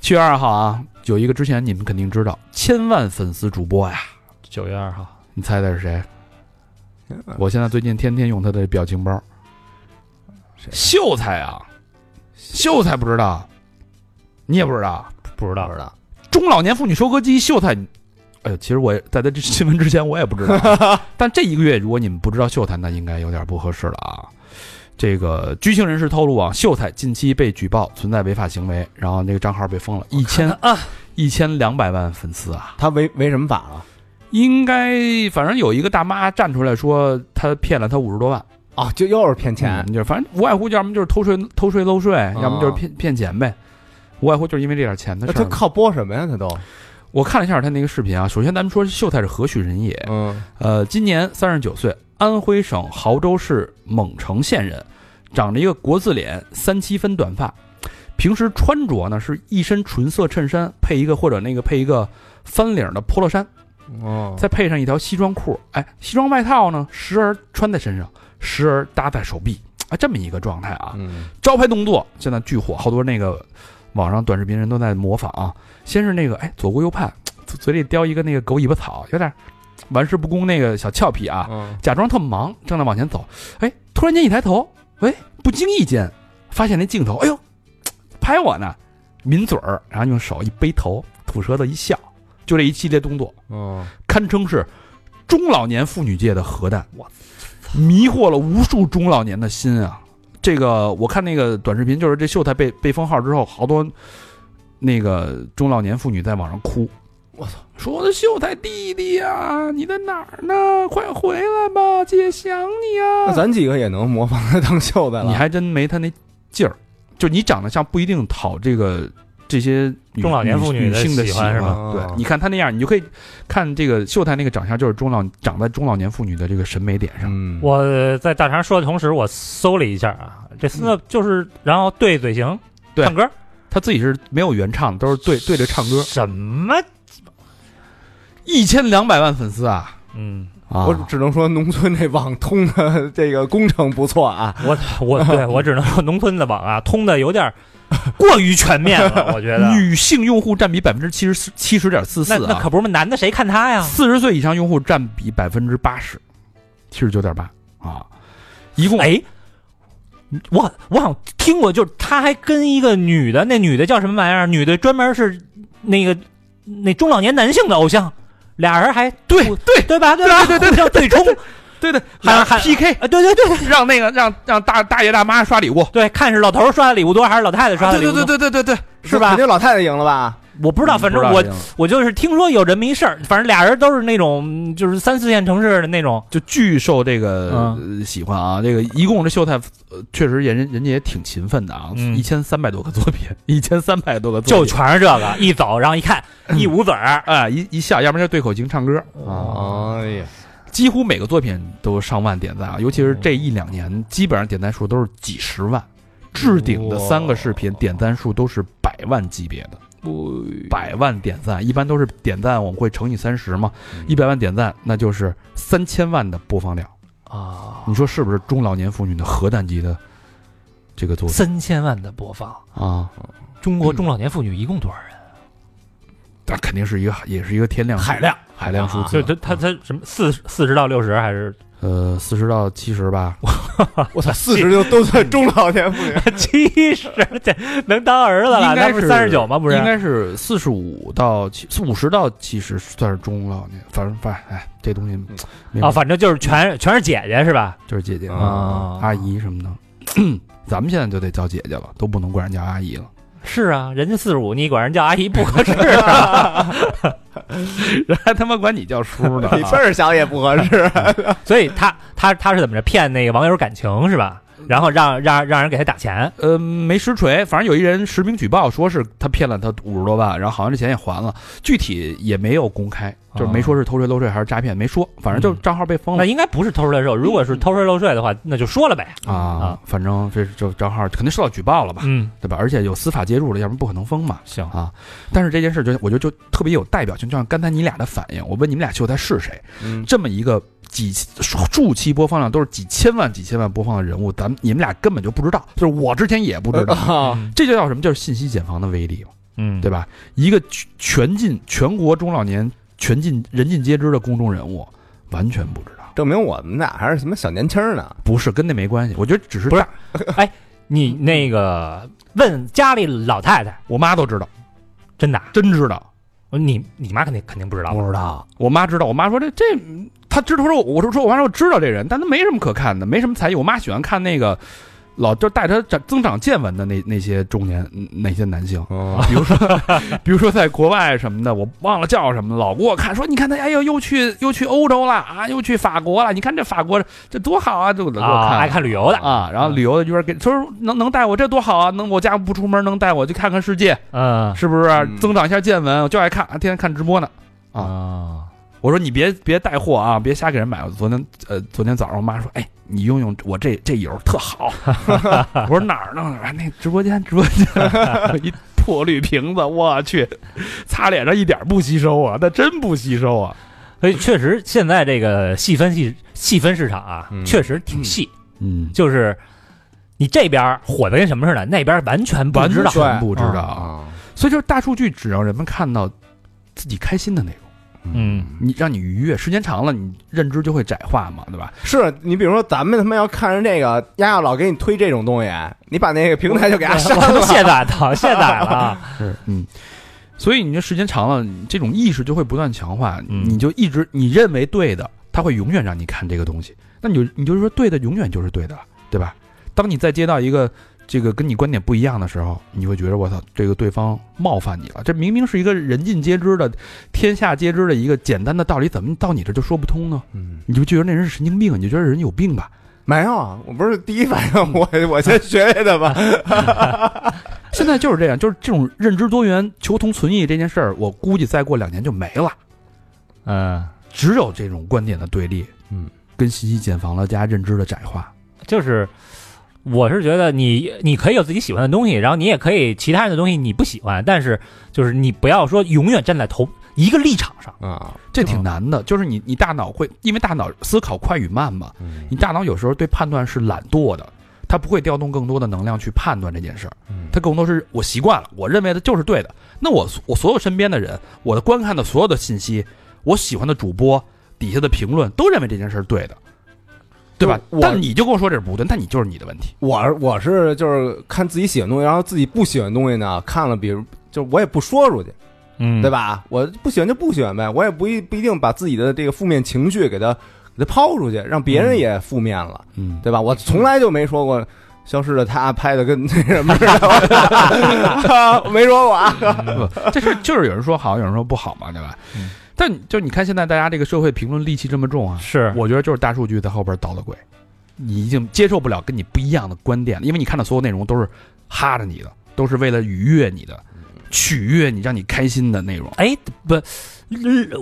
[SPEAKER 1] 七月二号啊，有一个之前你们肯定知道，千万粉丝主播啊呀，
[SPEAKER 3] 九月二号，
[SPEAKER 1] 你猜猜是谁？我现在最近天天用他的表情包。
[SPEAKER 2] 谁
[SPEAKER 1] 秀才啊，秀才不知道，你也不知道。
[SPEAKER 3] 不知
[SPEAKER 2] 不
[SPEAKER 3] 道
[SPEAKER 2] 知道，
[SPEAKER 1] 中老年妇女收割机秀才，哎呦，其实我也在他这新闻之前我也不知道，但这一个月如果你们不知道秀才，那应该有点不合适了啊。这个知情人士透露啊，秀才近期被举报存在违法行为，然后那个账号被封了，一千啊，一千两百万粉丝啊，
[SPEAKER 2] 他违违什么法了？
[SPEAKER 1] 应该反正有一个大妈站出来说他骗了他五十多万。
[SPEAKER 2] 啊，就又是骗钱啊
[SPEAKER 1] 嗯，就是反正无外乎要么就是偷税偷税漏税，要么就是骗骗钱呗，无外乎就是因为这点钱的
[SPEAKER 2] 那
[SPEAKER 1] 事儿
[SPEAKER 2] 他
[SPEAKER 1] 嘛。
[SPEAKER 2] 靠播什么呀？他都，
[SPEAKER 1] 我看了一下他那个视频啊，首先咱们说秀才是何许人也？
[SPEAKER 2] 嗯，
[SPEAKER 1] 呃，今年三十九岁，安徽省亳州市锰城县人，长着一个国字脸，三七分短发。平时穿着呢是一身纯色衬衫，配一个或者那个配一个翻领的 polo 衫，
[SPEAKER 2] 哦，
[SPEAKER 1] 再配上一条西装裤，哎，西装外套呢时而穿在身上，时而搭在手臂，啊，这么一个状态啊。
[SPEAKER 2] 嗯，
[SPEAKER 1] 招牌动作现在巨火，好多那个网上短视频人都在模仿啊。先是那个哎左顾右盼，嘴嘴里叼一个那个狗尾巴草，有点玩世不恭那个小俏皮啊，
[SPEAKER 2] 嗯，
[SPEAKER 1] 假装特忙，正在往前走，哎，突然间一抬头，喂，不经意间发现那镜头，哎呦，拍我呢，抿嘴儿，然后用手一背头，吐舌头一笑，就这一系列动作，
[SPEAKER 2] 哦，
[SPEAKER 1] 堪称是中老年妇女界的核弹，我迷惑了无数中老年的心啊！这个我看那个短视频，就是这秀才被被封号之后，好多那个中老年妇女在网上哭，
[SPEAKER 2] 我操，
[SPEAKER 1] 说我的秀才弟弟呀、你在哪儿呢？快回来吧，姐想你
[SPEAKER 2] 那
[SPEAKER 1] 啊！
[SPEAKER 2] 咱几个也能模仿他当秀才了？
[SPEAKER 1] 你还真没他那劲儿，就你长得像不一定讨这个这些女
[SPEAKER 3] 中老年妇
[SPEAKER 1] 女
[SPEAKER 3] 女的
[SPEAKER 1] 性的
[SPEAKER 3] 喜欢是吧
[SPEAKER 1] 对，你看他那样，你就可以看这个秀才那个长相，就是中老长在中老年妇女的这个审美点上。
[SPEAKER 2] 嗯，
[SPEAKER 3] 我在大肠说的同时，我搜了一下啊，这四个就是，然后对嘴型，
[SPEAKER 1] 对
[SPEAKER 3] 唱歌，
[SPEAKER 1] 他自己是没有原唱，都是对对着唱歌。
[SPEAKER 3] 什么？
[SPEAKER 1] 一千两百万粉丝啊
[SPEAKER 3] 嗯，
[SPEAKER 1] 啊！
[SPEAKER 2] 我只能说农村那网通的这个工程不错 啊，
[SPEAKER 3] 我 我对我只能说，农村的网啊，通的有点过于全面 了，我觉得。
[SPEAKER 1] 女性用户占比百分之七十四七十点四
[SPEAKER 3] 那
[SPEAKER 1] 四
[SPEAKER 3] 那
[SPEAKER 1] 啊
[SPEAKER 3] 可，不是嘛，男的谁看他呀？
[SPEAKER 1] 四十岁以上用户占比百分之八十，七十九点八啊，一共
[SPEAKER 3] 哎，我我好像听过，就是他还跟一个女的，那女的叫什么玩意儿？女的专门是那个那中老年男性的偶像，俩人还
[SPEAKER 1] 对
[SPEAKER 3] 互
[SPEAKER 1] 对
[SPEAKER 3] 对吧？对吧？
[SPEAKER 1] 对对
[SPEAKER 3] 互相对冲
[SPEAKER 1] 对对，
[SPEAKER 3] 还
[SPEAKER 1] 俩
[SPEAKER 3] 还
[SPEAKER 1] PK
[SPEAKER 3] 啊！对对对
[SPEAKER 1] 让那个让让大大爷大妈刷礼物，啊
[SPEAKER 3] 对，看是老头儿刷的礼物多还是老太太刷的
[SPEAKER 1] 对
[SPEAKER 3] 礼物
[SPEAKER 1] 对对
[SPEAKER 3] 多？
[SPEAKER 1] 对对对对，
[SPEAKER 3] 是吧
[SPEAKER 2] 肯定老太太赢了吧？
[SPEAKER 3] 我不知道，反正我
[SPEAKER 1] 不知道
[SPEAKER 3] 我就是听说有这么一事儿，反正俩人都是那种嗯就是三四线城市的那种，
[SPEAKER 1] 就巨受这个、呃喜欢啊！这个一共这秀才、呃确实也人人家也挺勤奋的啊，
[SPEAKER 3] 嗯
[SPEAKER 1] 一千三百多个作品，一千三百多个作
[SPEAKER 3] 就
[SPEAKER 1] 品，
[SPEAKER 3] 全是这个。一走，然后一看，一捂嘴儿，
[SPEAKER 1] 啊一一下，要不然就对口型唱歌啊，
[SPEAKER 2] 哎呀，
[SPEAKER 1] 几乎每个作品都上万点赞啊，尤其是这一两年，基本上点赞数都是几十万，置顶的三个视频点赞数都是百万级别的。百万点赞，一般都是点赞，我们会乘以三十嘛，一百万点赞那就是三千万的播放量。
[SPEAKER 3] 啊，
[SPEAKER 1] 你说是不是中老年妇女的核弹级的这个作品
[SPEAKER 3] 三千万的播放。
[SPEAKER 1] 啊？
[SPEAKER 3] 中国中老年妇女一共多少人？
[SPEAKER 1] 那肯定是一个，也是一个天量
[SPEAKER 2] 海量啊
[SPEAKER 1] 海量数字
[SPEAKER 3] 就。他他他什么四四十到六十还是
[SPEAKER 1] 呃，四十到七十吧，
[SPEAKER 2] 我操，四十就都算中老年妇 女，
[SPEAKER 3] 七十？这能当儿子了？
[SPEAKER 1] 应该
[SPEAKER 3] 那
[SPEAKER 1] 是
[SPEAKER 3] 不是三十九吗？不是，
[SPEAKER 1] 应该是四十五到七五十到七十算是中老年，反正反正哎，这东西没法
[SPEAKER 3] 啊，反正就是全全是姐姐是吧？
[SPEAKER 1] 就是姐姐、
[SPEAKER 3] 啊
[SPEAKER 1] 阿姨什么的。 咱们现在就得叫姐姐了，都不能管人叫阿姨了。
[SPEAKER 3] 是啊，人家四十五，你管人叫阿姨不合适 啊。
[SPEAKER 1] 人 还他妈管你叫叔呢
[SPEAKER 2] 比辈儿小也不合适。
[SPEAKER 3] 所以他他他是怎么着骗那个网友感情是吧？然后让让让人给他打钱，
[SPEAKER 1] 呃，没实锤，反正有一人实名举报，说是他骗了他五十多万，然后好像这钱也还了，具体也没有公开，就是没说是偷税漏税还是诈骗，没说，反正就
[SPEAKER 3] 嗯
[SPEAKER 1] 账号被封
[SPEAKER 3] 那
[SPEAKER 1] 了、
[SPEAKER 3] 应该不是偷税漏税。如果是偷税漏税的话，那就说了呗。
[SPEAKER 1] 啊
[SPEAKER 3] 啊。
[SPEAKER 1] 反正这就账号肯定受到举报了吧，
[SPEAKER 3] 嗯，
[SPEAKER 1] 对吧？而且有司法介入了，要不然不可能封嘛。
[SPEAKER 3] 行，
[SPEAKER 1] 啊，但是这件事就我觉得就特别有代表性，就像刚才你俩的反应，我问你们俩秀才是谁，
[SPEAKER 2] 嗯，
[SPEAKER 1] 这么一个几数期播放量都是几千万、几千万播放的人物，
[SPEAKER 3] 呃
[SPEAKER 1] 咱们你们俩根本就不知道，就是我之前也不知道，
[SPEAKER 2] 啊，
[SPEAKER 1] 这就叫什么？就是信息茧房的威力嘛。
[SPEAKER 3] 嗯，
[SPEAKER 1] 对
[SPEAKER 3] 吧？
[SPEAKER 1] 吧？一个全全尽全国中老年全尽人尽皆知的公众人物，完全不知道，
[SPEAKER 2] 证明我们俩还是什么小年轻儿呢。
[SPEAKER 1] 不是跟那没关系。我觉得只是
[SPEAKER 3] 不是
[SPEAKER 1] 大
[SPEAKER 3] 你那个问家里老太太，
[SPEAKER 1] 我妈都知道，
[SPEAKER 3] 真的啊，
[SPEAKER 1] 真知道。
[SPEAKER 3] 你你妈肯定肯定不知道吧，
[SPEAKER 2] 知道，
[SPEAKER 1] 我妈知道，我妈说这这，她知道说，我说说我妈说我知道这人，但她没什么可看的，没什么才艺。我妈喜欢看那个老就带她长增长见闻的那那些中年嗯那些男性，
[SPEAKER 2] 嗯，
[SPEAKER 1] 比如说
[SPEAKER 3] 哎
[SPEAKER 1] 比如说在国外什么的，我忘了叫什么了，老给我看说你看他哎呦又去又去欧洲了啊，又去法国了，你看这法国这多好啊，就给我
[SPEAKER 3] 啊，爱
[SPEAKER 1] 看。
[SPEAKER 3] 看旅游的，
[SPEAKER 1] 啊，然后旅游的就是给，就是能能带我这多好啊！能我家不出门能带我去看看世界，
[SPEAKER 3] 嗯
[SPEAKER 1] 是不是、
[SPEAKER 2] 嗯
[SPEAKER 1] 增长一下见闻？我就爱看，天天看直播呢。啊
[SPEAKER 3] 啊，
[SPEAKER 1] 我说你别别带货啊，别瞎给人买。我昨天呃，昨天早上我妈说，哎，你用用我这这油特好。 我说哪儿弄的？哎那直播间，直播间 一破绿瓶子，我去，擦脸上一点不吸收啊，那真不吸收啊。
[SPEAKER 3] 所以确实现在这个细分细细分市场啊，
[SPEAKER 2] 嗯
[SPEAKER 3] 确实挺细，
[SPEAKER 1] 嗯，
[SPEAKER 3] 就是你这边火的跟什么似的，那边完全不
[SPEAKER 1] 完
[SPEAKER 3] 知道，嗯
[SPEAKER 1] 全不知道啊。
[SPEAKER 2] 啊，
[SPEAKER 1] 所以就是大数据只让人们看到自己开心的内容，
[SPEAKER 3] 嗯，
[SPEAKER 1] 你让你愉悦，时间长了，你认知就会窄化嘛，对吧？
[SPEAKER 2] 是你比如说咱们他妈要看着这个，丫丫老给你推这种东西，你把那个平台就给他删
[SPEAKER 3] 我都
[SPEAKER 2] 了。
[SPEAKER 3] 卸载的，卸载了啊，
[SPEAKER 1] 是，嗯，所以你这时间长了，你这种意识就会不断强化，
[SPEAKER 3] 嗯
[SPEAKER 1] 你就一直你认为对的，他会永远让你看这个东西，那你就你就是说对的，永远就是对的了，对吧？当你再接到一个这个跟你观点不一样的时候，你会觉得我操，这个对方冒犯你了，这明明是一个人尽皆知的、天下皆知的一个简单的道理，怎么到你这就说不通呢？
[SPEAKER 2] 嗯，
[SPEAKER 1] 你就觉得那人是神经病，你就觉得人有病吧？
[SPEAKER 2] 没有，我不是第一反应，我我先学学的吧。
[SPEAKER 1] 现在就是这样，就是这种认知多元、求同存异这件事儿，我估计再过两年就没了。
[SPEAKER 3] 嗯，
[SPEAKER 1] 只有这种观点的对立，
[SPEAKER 2] 嗯，
[SPEAKER 1] 跟信息茧房了加认知的窄化，
[SPEAKER 3] 就是。我是觉得你你可以有自己喜欢的东西，然后你也可以其他人的东西你不喜欢，但是就是你不要说永远站在同一个立场上。
[SPEAKER 2] 啊，
[SPEAKER 1] 这挺难的。就是你你大脑会，因为大脑思考快与慢嘛，
[SPEAKER 2] 嗯
[SPEAKER 1] 你大脑有时候对判断是懒惰的，它不会调动更多的能量去判断这件事儿，它更多是我习惯了，我认为的就是对的。那我我所有身边的人，我的观看的所有的信息，我喜欢的主播底下的评论都认为这件事儿对的。对吧
[SPEAKER 2] 就？我
[SPEAKER 1] 但你就跟我说这是不对，那你就是你的问题。
[SPEAKER 2] 我我是就是看自己喜欢的东西，然后自己不喜欢的东西呢，看了，比如就是我也不说出去，
[SPEAKER 3] 嗯
[SPEAKER 2] 对？吧？我不喜欢就不喜欢呗，我也不一不一定把自己的这个负面情绪给它给它抛出去，让别人也负面了，
[SPEAKER 1] 嗯，
[SPEAKER 2] 对吧？我从来就没说过《消失的他》拍的跟那 什么似的，我没说过 啊。
[SPEAKER 1] 不，这是就是有人说好，有人说不好嘛，对吧？
[SPEAKER 3] 嗯
[SPEAKER 1] 但就你看现在大家这个社会评论戾气这么重啊，
[SPEAKER 3] 是
[SPEAKER 1] 我觉得就是大数据在后边捣的鬼，你已经接受不了跟你不一样的观点了，因为你看的所有内容都是哈着你的，都是为了愉悦你的、取悦你、让你开心的内容。
[SPEAKER 3] 哎，不，呃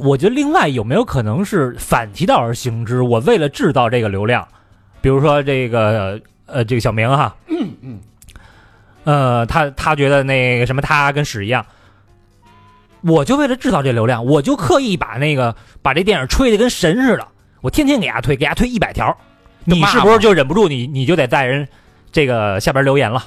[SPEAKER 3] 我觉得另外有没有可能是反其道而行之？我为了制造这个流量，比如说这个呃，这个小明哈，嗯嗯，呃，他他觉得那个什么，他跟屎一样，我就为了制造这流量，我就刻意把那个把这电影吹得跟神似的，我天天给他推，给他推一百条，
[SPEAKER 1] 就
[SPEAKER 3] 你
[SPEAKER 1] 骂
[SPEAKER 3] 是不是
[SPEAKER 1] 嘛
[SPEAKER 3] 就忍不住你你就得在人这个下边留言了？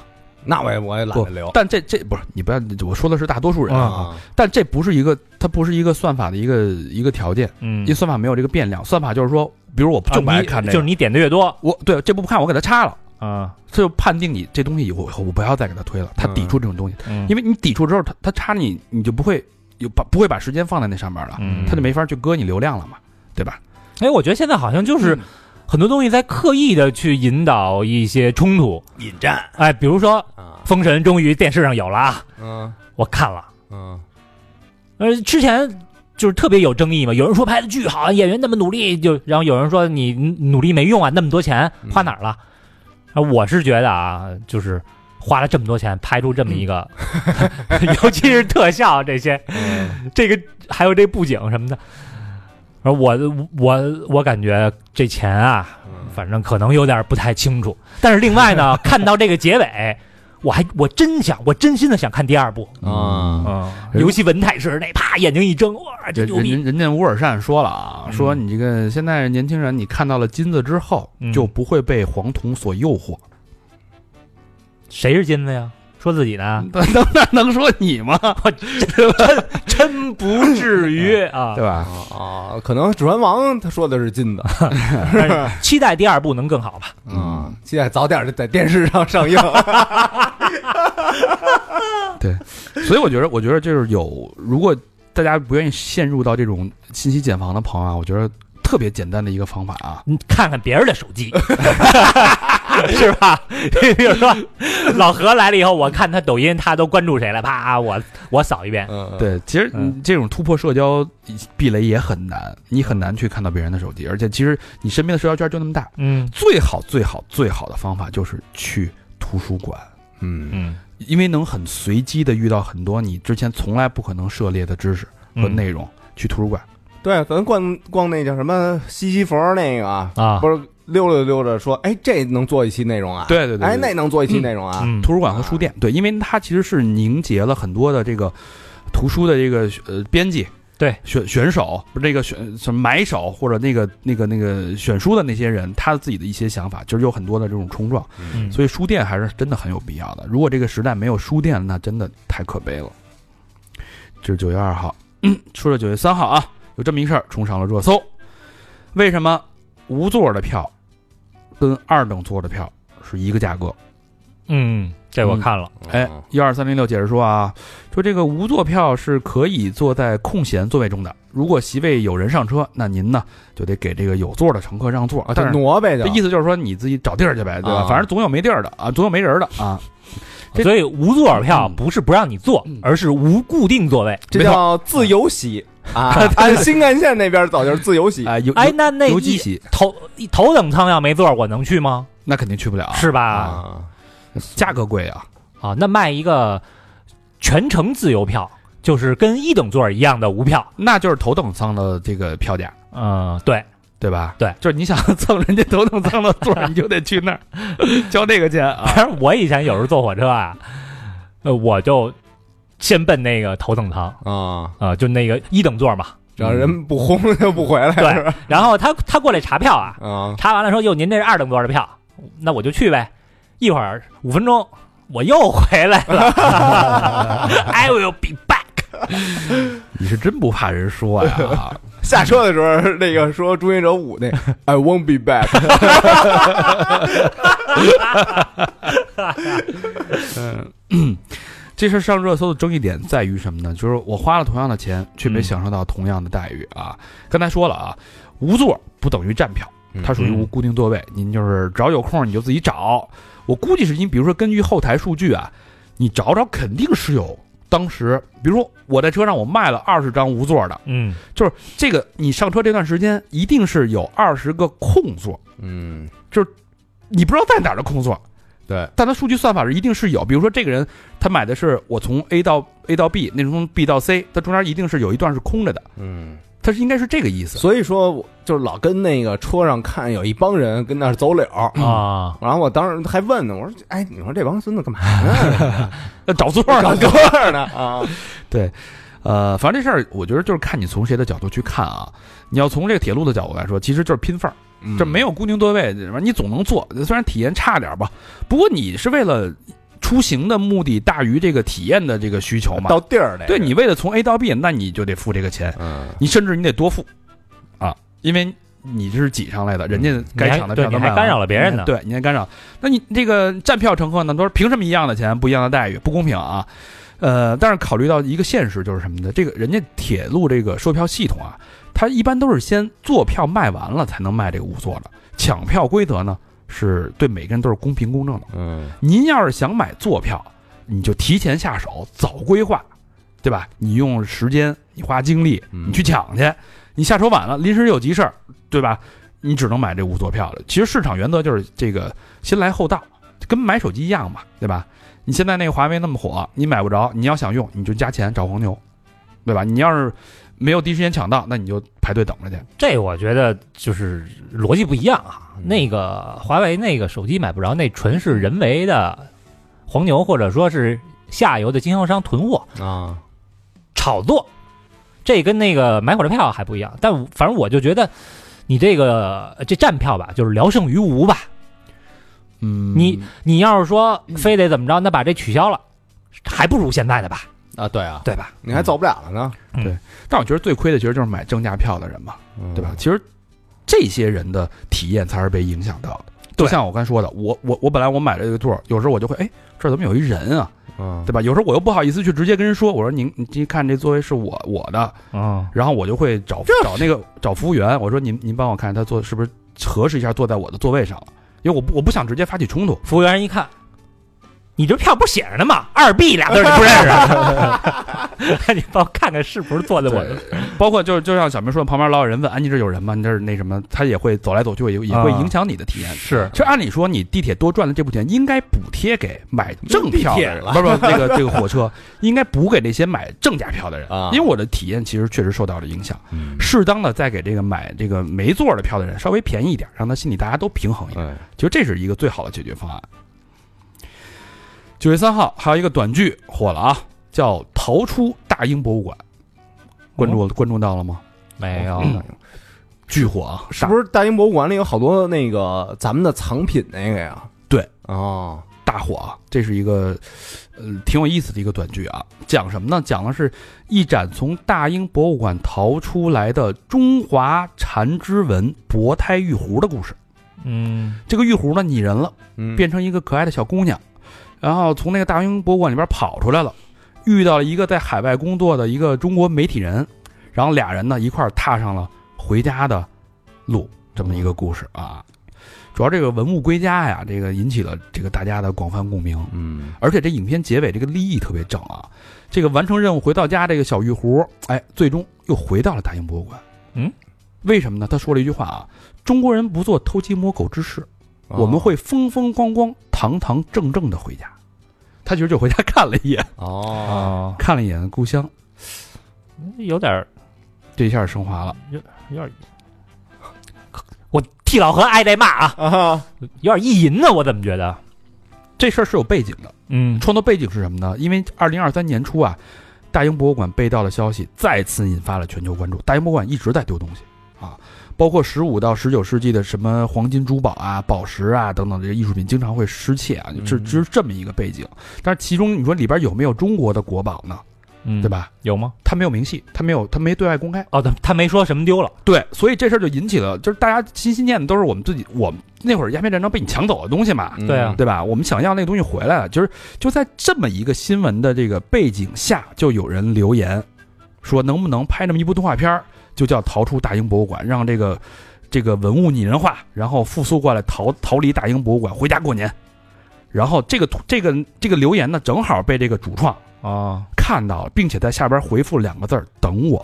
[SPEAKER 2] 那我也我也懒
[SPEAKER 1] 不
[SPEAKER 2] 得留
[SPEAKER 1] 但这这不是你不要，我说的是大多数人啊，
[SPEAKER 2] 啊，
[SPEAKER 1] 但这不是一个，它不是一个算法的一个一个条件，
[SPEAKER 3] 嗯
[SPEAKER 1] 因为，算法没有这个变量，算法就是说，比如我就啊不爱看这
[SPEAKER 3] 就
[SPEAKER 1] 个，
[SPEAKER 3] 是你点的越多
[SPEAKER 1] 我对这部不看，我给它掐了。
[SPEAKER 3] 啊，
[SPEAKER 1] 他就判定你这东西以后我不要再给他推了，他
[SPEAKER 2] 嗯
[SPEAKER 1] 抵触这种东西，
[SPEAKER 3] 嗯
[SPEAKER 1] 因为你抵触之后，他他插你，你就不会有把不会把时间放在那上面了，
[SPEAKER 3] 嗯
[SPEAKER 1] 他就没法去割你流量了嘛，对吧？
[SPEAKER 3] 哎，我觉得现在好像就
[SPEAKER 1] 就是
[SPEAKER 2] 嗯
[SPEAKER 3] 很多东西在刻意的去引导一些冲突。
[SPEAKER 2] 引战
[SPEAKER 3] 哎，比如说《
[SPEAKER 2] 啊，
[SPEAKER 3] 封神》终于电视上有了啊，
[SPEAKER 2] 嗯
[SPEAKER 3] 我看了。
[SPEAKER 2] 嗯
[SPEAKER 3] 呃，之前就是特别有争议嘛，有人说拍的巨好，演员那么努力，就然后有人说你努力没用啊，那么多钱
[SPEAKER 2] 嗯
[SPEAKER 3] 花哪儿了？啊我是觉得啊，就是花了这么多钱拍出这么一 个， 尤其是特效这些，
[SPEAKER 2] 嗯
[SPEAKER 3] 这个还有这布景什么的。而我我我感觉这钱啊，
[SPEAKER 2] 嗯
[SPEAKER 3] 反正可能有点不太清楚。但是另外呢，看到这个结尾，我还我真想，我真心的想看第二部。
[SPEAKER 2] 啊，
[SPEAKER 3] 嗯，尤其文太师那啪眼睛一睁，哇，
[SPEAKER 1] 人
[SPEAKER 3] 真哎牛逼！
[SPEAKER 1] 人人家乌尔善说了啊，
[SPEAKER 3] 嗯
[SPEAKER 1] 说你这个现在年轻人，你看到了金子之后
[SPEAKER 3] 嗯，
[SPEAKER 1] 就不会被黄铜所诱惑。
[SPEAKER 3] 谁是金子呀？说自己呢，
[SPEAKER 1] 那能那能说你吗？
[SPEAKER 3] 嗯真不至于啊
[SPEAKER 1] 对！吧？
[SPEAKER 2] 啊，可能《指环王》他说的是金的，
[SPEAKER 3] 但是期待第二部能更好吧？
[SPEAKER 1] 嗯，
[SPEAKER 2] 期待早点啊在电视 上上映。
[SPEAKER 3] 嗯嗯
[SPEAKER 1] 所以我觉得，我觉得就是有，如果大家不愿意陷入到这种信息茧房的朋友啊，我觉得特别简单的一个方法啊，
[SPEAKER 3] 你看看别人的手机， 是吧？比如说老何来了以后，我看他抖音，他都关注谁了？啪，我我扫一遍。
[SPEAKER 2] 嗯，
[SPEAKER 1] 对，其实
[SPEAKER 3] 嗯
[SPEAKER 1] 你这种突破社交壁垒也很难，你很难去看到别人的手机，而且其实你身边的社交圈就那么大，
[SPEAKER 3] 嗯
[SPEAKER 1] 最好最好最好的方法就是去图书馆，
[SPEAKER 2] 嗯
[SPEAKER 3] 嗯，
[SPEAKER 1] 因为能很随机的遇到很多你之前从来不可能涉猎的知识
[SPEAKER 3] 嗯
[SPEAKER 1] 和内容。去图书馆，
[SPEAKER 2] 对，咱逛逛那叫什么西西弗那个啊，
[SPEAKER 3] 啊，
[SPEAKER 2] 不是溜达溜达说，哎，这能做一期内容啊？
[SPEAKER 1] 对对对对
[SPEAKER 2] 哎，那能做一期内容啊？
[SPEAKER 3] 嗯
[SPEAKER 1] 图书馆和书店，对，因为它其实是凝结了很多的这个图书的这个呃编辑，
[SPEAKER 3] 对
[SPEAKER 1] 选选手不是这个选什么买手或者那个那个那个选书的那些人，他自己的一些想法，就是有很多的这种冲撞，
[SPEAKER 3] 嗯
[SPEAKER 1] 所以书店还是真的很有必要的。如果这个时代没有书店，那真的太可悲了。这是九月二号， 嗯说到九月三号啊，有这么一事儿冲上了热搜，为什么无座的票跟二等座的票是一个价格？
[SPEAKER 3] 嗯，这我看了，
[SPEAKER 1] 哎，
[SPEAKER 2] 哦
[SPEAKER 1] 幺二三零六解释说啊，说这个无座票是可以坐在空闲座位中的，如果席位有人上车，那您呢就得给这个有座的乘客让座。
[SPEAKER 2] 啊，
[SPEAKER 1] 但
[SPEAKER 2] 他
[SPEAKER 1] 是
[SPEAKER 2] 挪呗，
[SPEAKER 1] 这
[SPEAKER 2] 就
[SPEAKER 1] 意思就是说你自己找地儿去呗，对吧？
[SPEAKER 2] 啊
[SPEAKER 1] 反正总有没地儿的啊，总有没人的啊。这
[SPEAKER 3] 所以无座票
[SPEAKER 1] 嗯
[SPEAKER 3] 不是不让你坐
[SPEAKER 1] 嗯，
[SPEAKER 3] 而是无固定座位。
[SPEAKER 2] 这
[SPEAKER 1] 没错
[SPEAKER 2] 叫自由席 啊。按新干线那边走就是自由席
[SPEAKER 1] 啊、，有
[SPEAKER 3] 哎，
[SPEAKER 1] 有
[SPEAKER 3] 那那
[SPEAKER 1] 有几
[SPEAKER 3] 一
[SPEAKER 1] 席，
[SPEAKER 3] 头一头等舱要没座，我能去吗？
[SPEAKER 1] 那肯定去不了，
[SPEAKER 3] 是吧？
[SPEAKER 2] 啊，
[SPEAKER 1] 价格贵啊。
[SPEAKER 3] 啊，那卖一个全程自由票，就是跟一等座一样的无票。
[SPEAKER 1] 那就是头等舱的这个票价，
[SPEAKER 3] 嗯，对，
[SPEAKER 1] 对吧？
[SPEAKER 3] 对，
[SPEAKER 1] 就是你想 蹭人家头等舱的座儿，你就得去那儿交这个钱啊。
[SPEAKER 3] 反正我以前有时候坐火车啊，呃，我就先奔那个头等舱啊、
[SPEAKER 2] 啊，
[SPEAKER 3] 就那个一等 座嘛。
[SPEAKER 2] 只要人不轰就不回来，
[SPEAKER 3] 对
[SPEAKER 2] 是吧？
[SPEAKER 3] 然后他他过来查票啊，
[SPEAKER 2] 啊，
[SPEAKER 3] 查完了说：“哟，您这是二等座的票，那我就去呗。”一会儿五分钟，我又回来了。I will be back。
[SPEAKER 1] 你是真不怕人说 呀？
[SPEAKER 2] 下车的时候那个说《终结者五》那 I won't be back，
[SPEAKER 1] 这事儿上热搜的争议点在于什么呢？就是我花了同样的钱，却没
[SPEAKER 3] 嗯
[SPEAKER 1] 享受到同样的待遇啊。刚才说了啊，无座不等于站票，它属于无固定座位，您就是只要有空你就自己找。我估计是您，比如说根据后台数据啊，你找找肯定是有。当时，比如说我在车上我卖了二十张无座的，
[SPEAKER 3] 嗯
[SPEAKER 1] 就是这个你上车这段时间一定是有二十个空座，
[SPEAKER 2] 嗯，
[SPEAKER 1] 你不知道在哪儿的空座，
[SPEAKER 2] 对，
[SPEAKER 1] 但它数据算法是一定是有，比如说这个人他买的是我从 A 到 A 到 B，那从 B 到 C，它中间一定是有一段是空着的，
[SPEAKER 2] 嗯，
[SPEAKER 1] 它是应该是这个意思。
[SPEAKER 2] 所以说我就是老跟那个车上看有一帮人跟那儿走柳。
[SPEAKER 3] 啊，
[SPEAKER 2] 然后我当时还问呢，我说：“哎，你说这帮孙子干嘛 呢？
[SPEAKER 1] 那找座
[SPEAKER 2] 搞
[SPEAKER 1] 呢？
[SPEAKER 2] 这儿呢啊？
[SPEAKER 1] 呃，反正这事儿我觉得就是看你从谁的角度去看啊。你要从这个铁路的角度来说，其实就是拼缝儿，
[SPEAKER 2] 嗯
[SPEAKER 1] 这没有固定座位，反正你总能坐，虽然体验差点吧，不过你是为了出行的目的大于这个体验的这个需求嘛
[SPEAKER 2] 到。地儿来，
[SPEAKER 1] 对你为了从 A 到 B，那你就得付这个钱。
[SPEAKER 2] 嗯，
[SPEAKER 1] 你甚至你得多付啊，因为你这是挤上来的，人家该抢的票
[SPEAKER 3] 嗯你
[SPEAKER 1] 都卖
[SPEAKER 3] 还对你还干扰了别人呢
[SPEAKER 1] 对，你还干扰。那你这个站票乘客呢，都是凭什么一样的钱不一样的待遇，不公平啊？呃，但是考虑到一个现实就是什么呢？这个人家铁路这个售票系统啊，它一般都是先坐票卖完了才能卖这个五座的。抢票规则呢是对每个人都是公平公正的。
[SPEAKER 2] 嗯
[SPEAKER 1] 您要是想买坐票，你就提前下手，早规划，对吧？你用时间，你花精力，
[SPEAKER 2] 嗯
[SPEAKER 1] 你去抢去。你下手晚了，临时有急事儿，对吧？你只能买这无座票了。其实市场原则就是这个先来后到，跟买手机一样嘛，对吧？你现在那个华为那么火，你买不着，你要想用你就加钱找黄牛，对吧？你要是没有第一时间抢到，那你就排队等着去。
[SPEAKER 3] 这我觉得就是逻辑不一样啊。
[SPEAKER 2] 嗯
[SPEAKER 3] 那个华为那个手机买不着，那纯是人为的黄牛或者说是下游的经销商囤货
[SPEAKER 2] 啊，
[SPEAKER 3] 炒作，这跟那个买火车票还不一样。但我反正我就觉得，你这个呃这站票吧，就是聊胜于无吧。
[SPEAKER 1] 嗯
[SPEAKER 3] 你你要是说非得怎么着，那把这取消了，还不如现在的吧，
[SPEAKER 2] 啊，对啊，
[SPEAKER 3] 对吧？
[SPEAKER 2] 你还走不了了呢，
[SPEAKER 1] 但我觉得最亏的其实就是买正价票的人嘛，
[SPEAKER 2] 嗯
[SPEAKER 1] 对吧？？其实这些人的体验才是被影响到的。就
[SPEAKER 3] 对
[SPEAKER 1] 像我刚才说的，我我我本来我买了这个 tour，有时候我就会，哎，这儿怎么有一人啊，
[SPEAKER 2] 嗯，
[SPEAKER 1] 对吧？有时候我又不好意思去直接跟人说，我说您您看这座位是我我的，
[SPEAKER 3] 嗯，
[SPEAKER 1] 然后我就会找找那个找服务员，我说您您帮我看他坐是不是核实一下坐在我的座位上了，因为我不我不想直接发起冲突。
[SPEAKER 3] 服务员一看，你这票不写着呢吗？二 B 俩字儿你不认 识，啊你帮我看看是不是坐在我这。
[SPEAKER 1] 包括就是就像小明说，旁边老有人问，哎，你这有人吗？你这是那什么？他也会走来走去，也也会
[SPEAKER 3] 啊
[SPEAKER 1] 影响你的体验。
[SPEAKER 3] 是
[SPEAKER 1] 其实按理说，你地铁多赚的这部分钱应该补贴给买正票的人，
[SPEAKER 2] 用地铁了
[SPEAKER 1] 不是不是这个这个火 车，应该补给那些买正价票的人
[SPEAKER 2] 啊
[SPEAKER 1] 因为我的体验其实确实受到了影响，
[SPEAKER 2] 嗯
[SPEAKER 1] 适当的再给这个买这个没座的票的人稍微便宜一点，让他心里大家都平衡一点。
[SPEAKER 2] 哎，
[SPEAKER 1] 其实这是一个最好的解决方案。九月三号还有一个短剧火了啊，叫《逃出大英博物馆》，关
[SPEAKER 2] 哦
[SPEAKER 1] 注、关注到了吗？
[SPEAKER 3] 没有
[SPEAKER 1] 嗯巨火啊！
[SPEAKER 2] 是不是大英博物馆里有好多那个咱们的藏品那个呀？
[SPEAKER 1] 对，
[SPEAKER 2] 哦，
[SPEAKER 1] 大火啊！这是一个呃挺有意思的一个短剧啊，讲什么呢？讲的是一盏从大英博物馆逃出来的中华缠枝纹薄胎玉壶的故事。
[SPEAKER 3] 嗯
[SPEAKER 1] 这个玉壶呢拟人了，
[SPEAKER 2] 嗯，
[SPEAKER 1] 变成一个可爱的小姑娘，然后从那个大英博物馆里边跑出来了，遇到了一个在海外工作的一个中国媒体人，然后俩人呢一块儿踏上了回家的路，这么一个故事啊。主要这个文物归家呀，这个引起了这个大家的广泛共鸣。
[SPEAKER 2] 嗯，
[SPEAKER 1] 而且这影片结尾这个立意特别正啊，这个完成任务回到家这个小玉壶，哎，最终又回到了大英博物馆。
[SPEAKER 3] 嗯，
[SPEAKER 1] 为什么呢？他说了一句话啊：“中国人不做偷鸡摸狗之事，
[SPEAKER 2] 哦
[SPEAKER 1] 我们会风风光光、堂堂正正的回家。”他其实就回家看了一眼，
[SPEAKER 2] 哦，
[SPEAKER 3] 哦，
[SPEAKER 1] 看了一眼故乡，
[SPEAKER 3] 有点儿
[SPEAKER 1] 这一下升华了。
[SPEAKER 3] 有点儿，我替老何挨挨骂啊，
[SPEAKER 2] 啊，
[SPEAKER 3] 有点意淫呢，我怎么觉得？
[SPEAKER 1] 这事儿是有背景的，
[SPEAKER 3] 嗯
[SPEAKER 1] 创作背景是什么呢？因为二零二三年初啊，大英博物馆被盗的消息再次引发了全球关注。大英博物馆一直在丢东西啊，包括十五到十九世纪的什么黄金珠宝啊、宝石啊等等这些艺术品，经常会失窃啊，这只是这么一个背景。但是其中你说里边有没有中国的国宝呢？
[SPEAKER 3] 嗯
[SPEAKER 1] 对？吧？
[SPEAKER 3] 有吗？
[SPEAKER 1] 它没有明细，它没有，它没对外公开。
[SPEAKER 3] 哦，他他没说什么丢了。
[SPEAKER 1] 对，所以这事儿就引起了，就是大家心心念的都是我们自己，我们那会儿鸦片战争被你抢走的东西
[SPEAKER 2] 嗯
[SPEAKER 1] 嘛，
[SPEAKER 3] 对啊
[SPEAKER 1] 对吧？我们想要那个东西回来了，就是就在这么一个新闻的这个背景下，就有人留言说，能不能拍那么一部动画片儿，就叫《逃出大英博物馆》，让这个这个文物拟人化，然后复苏过来逃逃离大英博物馆，回家过年。然后这个图这个这个留言呢，正好被这个主创
[SPEAKER 3] 哦，
[SPEAKER 1] 看到了，并且在下边回复两个字儿“等我”，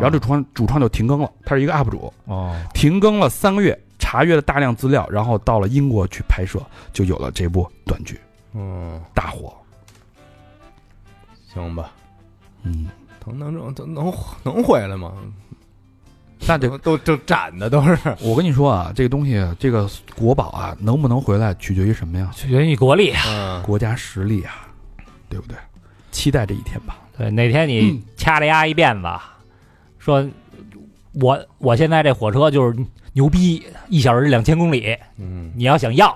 [SPEAKER 1] 然后这主创主创就停更了，他是一个 UP 主，
[SPEAKER 3] 哦，
[SPEAKER 1] 停更了三个月，查阅了大量资料，然后到了英国去拍摄，就有了这部短剧
[SPEAKER 2] 嗯，
[SPEAKER 1] 大火。
[SPEAKER 2] 行吧，
[SPEAKER 1] 嗯，
[SPEAKER 2] 能能能能能回来吗？
[SPEAKER 1] 那这
[SPEAKER 2] 都都展的都是，
[SPEAKER 1] 我跟你说啊，这个东西，这个国宝啊，能不能回来，取决于什么呀？
[SPEAKER 3] 取决于国力。
[SPEAKER 2] 嗯，
[SPEAKER 1] 国家实力啊，对不对？期待这一天吧。
[SPEAKER 3] 对，哪天你掐了丫一辫子，说我我现在这火车就是牛逼，一小时两千公里，
[SPEAKER 2] 嗯，
[SPEAKER 3] 你要想要，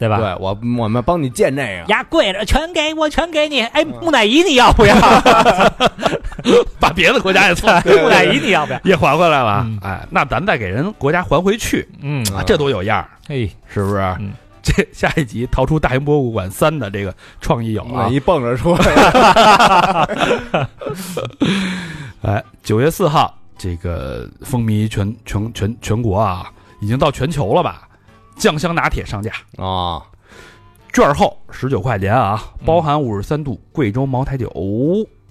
[SPEAKER 3] 对吧？
[SPEAKER 2] 对我我们帮你建这个，
[SPEAKER 3] 牙跪着，全给我，全给你。哎，木乃伊你要不要？
[SPEAKER 1] 把别的国家也 送
[SPEAKER 3] 木乃伊你要不要？
[SPEAKER 1] 也还回来了啊
[SPEAKER 3] 嗯，
[SPEAKER 1] 哎，那咱再给人国家还回去
[SPEAKER 3] 嗯，哎
[SPEAKER 1] 啊，这多有样儿，
[SPEAKER 3] 嘿，
[SPEAKER 1] 是不是
[SPEAKER 3] 嗯？
[SPEAKER 1] 这下一集《逃出大英博物馆三》的这个创意有了啊
[SPEAKER 2] 那，一蹦着出来，
[SPEAKER 1] 哎，九月四号，这个风靡全全全全国啊，已经到全球了吧？酱香拿铁上架，
[SPEAKER 2] 啊，
[SPEAKER 1] 券后十九块钱啊，
[SPEAKER 3] 嗯
[SPEAKER 1] 包含五十三度贵州茅台酒。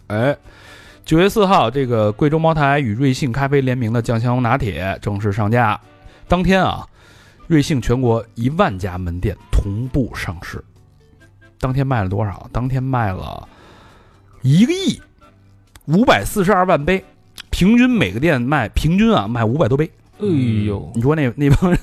[SPEAKER 1] 哎，九月四号，这个贵州茅台与瑞幸咖啡联名的酱香拿铁正式上架。当天啊，瑞幸全国一万家门店同步上市。当天卖了多少？当天卖了一个亿五百四十二万杯，平均每个店卖平均啊卖五百多杯。
[SPEAKER 3] 哎呦，
[SPEAKER 1] 你说那那帮人，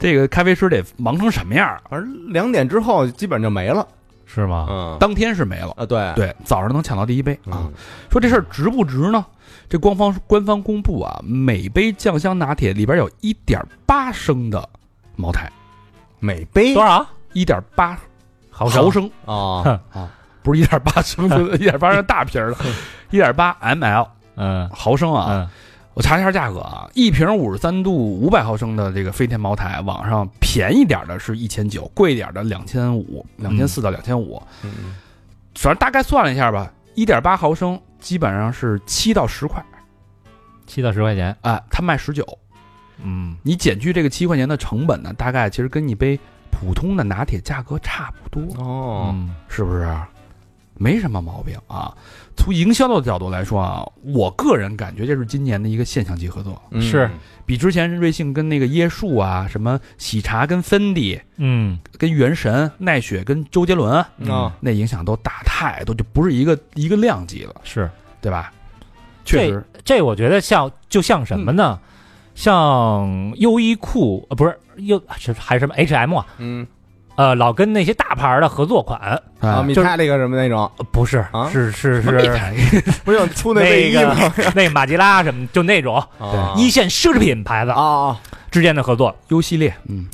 [SPEAKER 1] 这个咖啡师得忙成什么样啊？
[SPEAKER 2] 反正两点之后基本就没了，
[SPEAKER 3] 是吗？
[SPEAKER 2] 嗯，
[SPEAKER 1] 当天是没了。
[SPEAKER 2] 啊对，
[SPEAKER 1] 啊对，早上能抢到第一杯啊
[SPEAKER 2] 嗯。
[SPEAKER 1] 说这事儿值不值呢？这官方官方公布啊，每杯酱香拿铁里边有一点八升的茅台，
[SPEAKER 2] 每杯
[SPEAKER 3] 嗯多少
[SPEAKER 1] 一点八
[SPEAKER 3] 毫
[SPEAKER 1] 毫升
[SPEAKER 2] 啊
[SPEAKER 3] 哼，
[SPEAKER 1] 啊，不是一点八升的，一点八升大瓶儿的，一点八 ml
[SPEAKER 3] 嗯
[SPEAKER 1] 毫升啊。
[SPEAKER 3] 嗯，
[SPEAKER 1] 我查了一下价格啊，一瓶五十三度五百毫升的这个飞天茅台，网上便宜点儿的是一千九，贵一点儿的两千五、两千四到两千五，
[SPEAKER 2] 嗯
[SPEAKER 1] 反正大概算了一下吧，一点八毫升基本上是七到十块，
[SPEAKER 3] 七到十块钱，
[SPEAKER 1] 哎，它卖十九，
[SPEAKER 3] 嗯
[SPEAKER 1] 你减去这个七块钱的成本呢，大概其实跟一杯普通的拿铁价格差不多，
[SPEAKER 2] 哦，
[SPEAKER 3] 嗯
[SPEAKER 1] 是不是？没什么毛病啊。从营销的角度来说啊，我个人感觉这是今年的一个现象级合作，
[SPEAKER 2] 嗯
[SPEAKER 3] 是
[SPEAKER 1] 比之前瑞幸跟那个椰树啊，什么喜茶跟芬迪、
[SPEAKER 3] 嗯
[SPEAKER 1] 跟原神、奈雪跟周杰伦，啊
[SPEAKER 2] 哦
[SPEAKER 1] 那影响都大太多，就不是一个一个量级了，
[SPEAKER 3] 是
[SPEAKER 1] 对吧？确实，
[SPEAKER 3] 这我觉得像就像什么呢？像优衣库呃不是优是还是什么 H&M 啊，
[SPEAKER 2] 嗯
[SPEAKER 3] 呃老跟那些大牌儿的合作款，
[SPEAKER 2] 啊，
[SPEAKER 1] 哎
[SPEAKER 2] 米泰那个什么那种，
[SPEAKER 3] 呃不是
[SPEAKER 2] 啊
[SPEAKER 3] 是是
[SPEAKER 1] 什么没
[SPEAKER 3] 是
[SPEAKER 1] 谈
[SPEAKER 2] 不是有出那卫
[SPEAKER 3] 那
[SPEAKER 2] 衣吗？
[SPEAKER 3] 个那马吉拉什么就那种
[SPEAKER 2] 啊
[SPEAKER 3] 一线奢侈品牌子
[SPEAKER 2] 啊啊，
[SPEAKER 3] 之间的合作，
[SPEAKER 1] U 系列，嗯，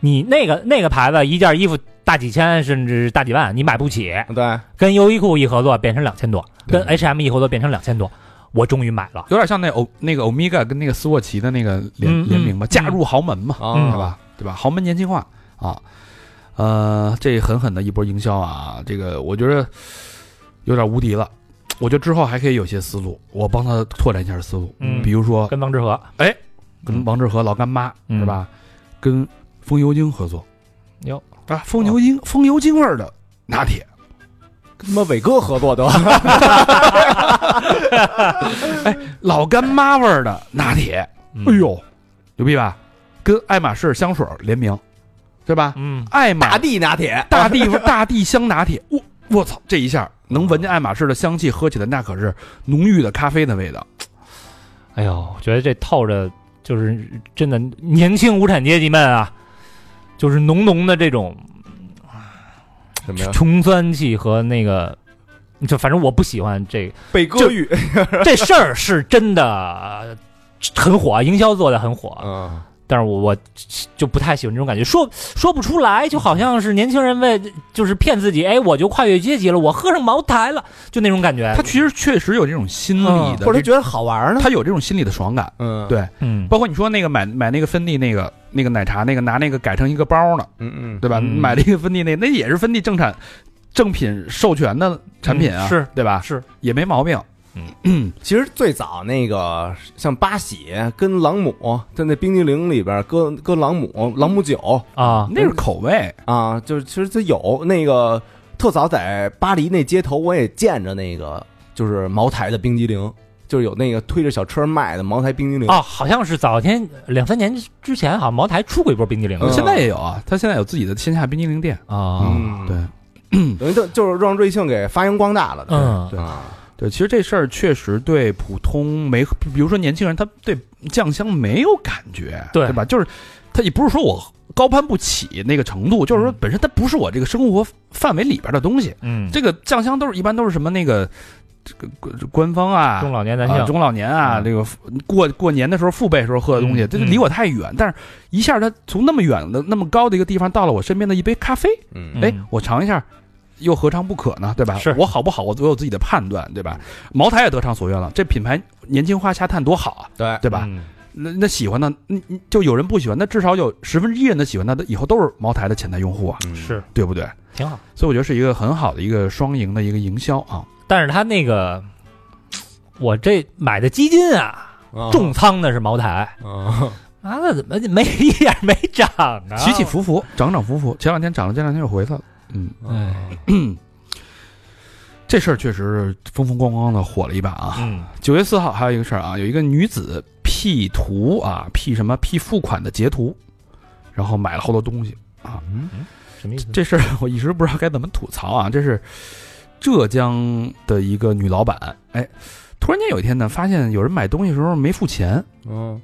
[SPEAKER 3] 你那个那个牌子一件衣服大几千甚至大几万，你买不起。
[SPEAKER 2] 对，
[SPEAKER 3] 跟优衣库一合作变成两千多，
[SPEAKER 1] 对
[SPEAKER 3] 跟 H&M 一合作变成两千多，我终于买了。
[SPEAKER 1] 有点像那欧那个欧米伽跟那个斯沃琪的那个联
[SPEAKER 3] 嗯
[SPEAKER 1] 联名吧，
[SPEAKER 3] 嗯
[SPEAKER 1] 嫁入豪门嘛，
[SPEAKER 2] 嗯
[SPEAKER 1] 对吧？对吧？豪门年轻化啊，呃，这狠狠的一波营销啊，这个我觉得有点无敌了。我觉得之后还可以有些思路，我帮他拓展一下思路，
[SPEAKER 3] 嗯
[SPEAKER 1] 比如说
[SPEAKER 3] 跟王致和，
[SPEAKER 1] 哎，跟王致和老干妈
[SPEAKER 3] 嗯
[SPEAKER 1] 是吧？跟风油精合作
[SPEAKER 3] 哟
[SPEAKER 1] 啊，风油
[SPEAKER 3] 哦
[SPEAKER 1] 精风油精味儿的拿铁，
[SPEAKER 2] 跟他妈伟哥合作都，
[SPEAKER 1] 老干妈味儿的拿铁，
[SPEAKER 3] 嗯
[SPEAKER 1] 哎，呦，牛逼吧？跟爱马仕香水联名，对吧？
[SPEAKER 3] 嗯，
[SPEAKER 1] 爱马
[SPEAKER 2] 大地拿铁，
[SPEAKER 1] 大地大地香拿铁，我我操，这一下能闻见爱马仕的香气，喝起来那可是浓郁的咖啡的味道。
[SPEAKER 3] 哎呦，我觉得这透着就是真的年轻无产阶级们啊，就是浓浓的这种
[SPEAKER 2] 什么呀？
[SPEAKER 3] 穷酸气和那个。就反正我不喜欢这
[SPEAKER 2] 北哥浴，
[SPEAKER 3] 这事儿是真的很火，啊营销做的很火，啊
[SPEAKER 2] 嗯，
[SPEAKER 3] 但是我我就不太喜欢这种感觉，说说不出来，就好像是年轻人为就是骗自己，哎，我就跨越阶级了，我喝上茅台了，就那种感觉
[SPEAKER 1] 他。其实确实有这种心理
[SPEAKER 3] 嗯
[SPEAKER 1] 的，
[SPEAKER 2] 或者他
[SPEAKER 1] 这
[SPEAKER 2] 觉得好玩呢？
[SPEAKER 1] 他有这种心理的爽感。
[SPEAKER 2] 嗯，
[SPEAKER 1] 对
[SPEAKER 3] 嗯，
[SPEAKER 1] 包括你说那个买买那个芬蒂那个那个奶茶那个拿那个改成一个包呢，
[SPEAKER 2] 嗯嗯，
[SPEAKER 1] 对吧？
[SPEAKER 3] 嗯
[SPEAKER 1] 买了一个芬蒂那那也是芬蒂正产正品授权的产品啊，
[SPEAKER 3] 嗯是
[SPEAKER 1] 对吧？
[SPEAKER 3] 是
[SPEAKER 1] 也没毛病。
[SPEAKER 2] 其实最早那个像八喜跟朗姆，在那冰激凌里边搁搁朗姆朗姆酒
[SPEAKER 3] 啊，
[SPEAKER 1] 那是口味，
[SPEAKER 2] 啊，就是其实它有那个特早在巴黎那街头，我也见着那个就是茅台的冰激凌，就是有那个推着小车卖的茅台冰激凌。
[SPEAKER 3] 啊，好像是早前两三年之前，好像茅台出过一波冰激凌
[SPEAKER 2] 嗯
[SPEAKER 1] 现在也有啊，他现在有自己的线下冰激凌店。
[SPEAKER 3] 啊，
[SPEAKER 2] 嗯，
[SPEAKER 1] 对，
[SPEAKER 2] 等于就就是让瑞幸给发扬光大了。
[SPEAKER 3] 嗯
[SPEAKER 2] 对啊，
[SPEAKER 1] 对，其实这事儿确实对普通没，比如说年轻人，他对酱香没有感觉，
[SPEAKER 3] 对
[SPEAKER 1] 吧？就是他也不是说我高攀不起那个程度，就是说
[SPEAKER 3] 嗯
[SPEAKER 1] 本身它不是我这个生活范围里边的东西。
[SPEAKER 3] 嗯，
[SPEAKER 1] 这个酱香都是一般都是什么那个这个这官方啊。
[SPEAKER 3] 中老年男
[SPEAKER 1] 啊，
[SPEAKER 3] 性
[SPEAKER 1] 中老年啊，
[SPEAKER 3] 嗯
[SPEAKER 1] 这个过过年的时候父辈时候喝的东西，
[SPEAKER 3] 嗯
[SPEAKER 1] 这离我太远。但是，一下他从那么远的、那么高的一个地方到了我身边的一杯咖啡，
[SPEAKER 2] 嗯
[SPEAKER 3] 嗯
[SPEAKER 1] 哎，我尝一下，又何尝不可呢？对吧？
[SPEAKER 3] 是
[SPEAKER 1] 我好不好，我我有自己的判断，对吧？茅台也得偿所愿了，这品牌年轻化下探多好啊，
[SPEAKER 2] 对
[SPEAKER 1] 对吧？
[SPEAKER 3] 嗯
[SPEAKER 1] 那那喜欢的，嗯嗯就有人不喜欢，那至少有十分之一人的喜欢，那以后都是茅台的潜在用户啊，
[SPEAKER 2] 嗯
[SPEAKER 3] 是
[SPEAKER 1] 对不对？
[SPEAKER 3] 挺好，
[SPEAKER 1] 所以我觉得是一个很好的一个双赢的一个营销啊。
[SPEAKER 3] 但是他那个我这买的基金啊，
[SPEAKER 2] 啊
[SPEAKER 3] 重仓的是茅台，
[SPEAKER 2] 啊
[SPEAKER 3] 妈的怎么没一点没涨啊？
[SPEAKER 1] 起起伏伏，涨涨伏伏，前两天涨了，这两天又回去了。嗯，
[SPEAKER 3] 哎
[SPEAKER 1] 这事儿确实是风风光光的火了一把啊。
[SPEAKER 3] 嗯
[SPEAKER 1] 九月四号还有一个事儿啊，有一个女子 P 图啊，P 什么 P 付款的截图，然后买了好多东西。
[SPEAKER 3] 什么意思？
[SPEAKER 1] 这事儿我一直不知道该怎么吐槽啊。这是浙江的一个女老板，哎，突然间有一天呢，发现有人买东西的时候没付钱，
[SPEAKER 2] 嗯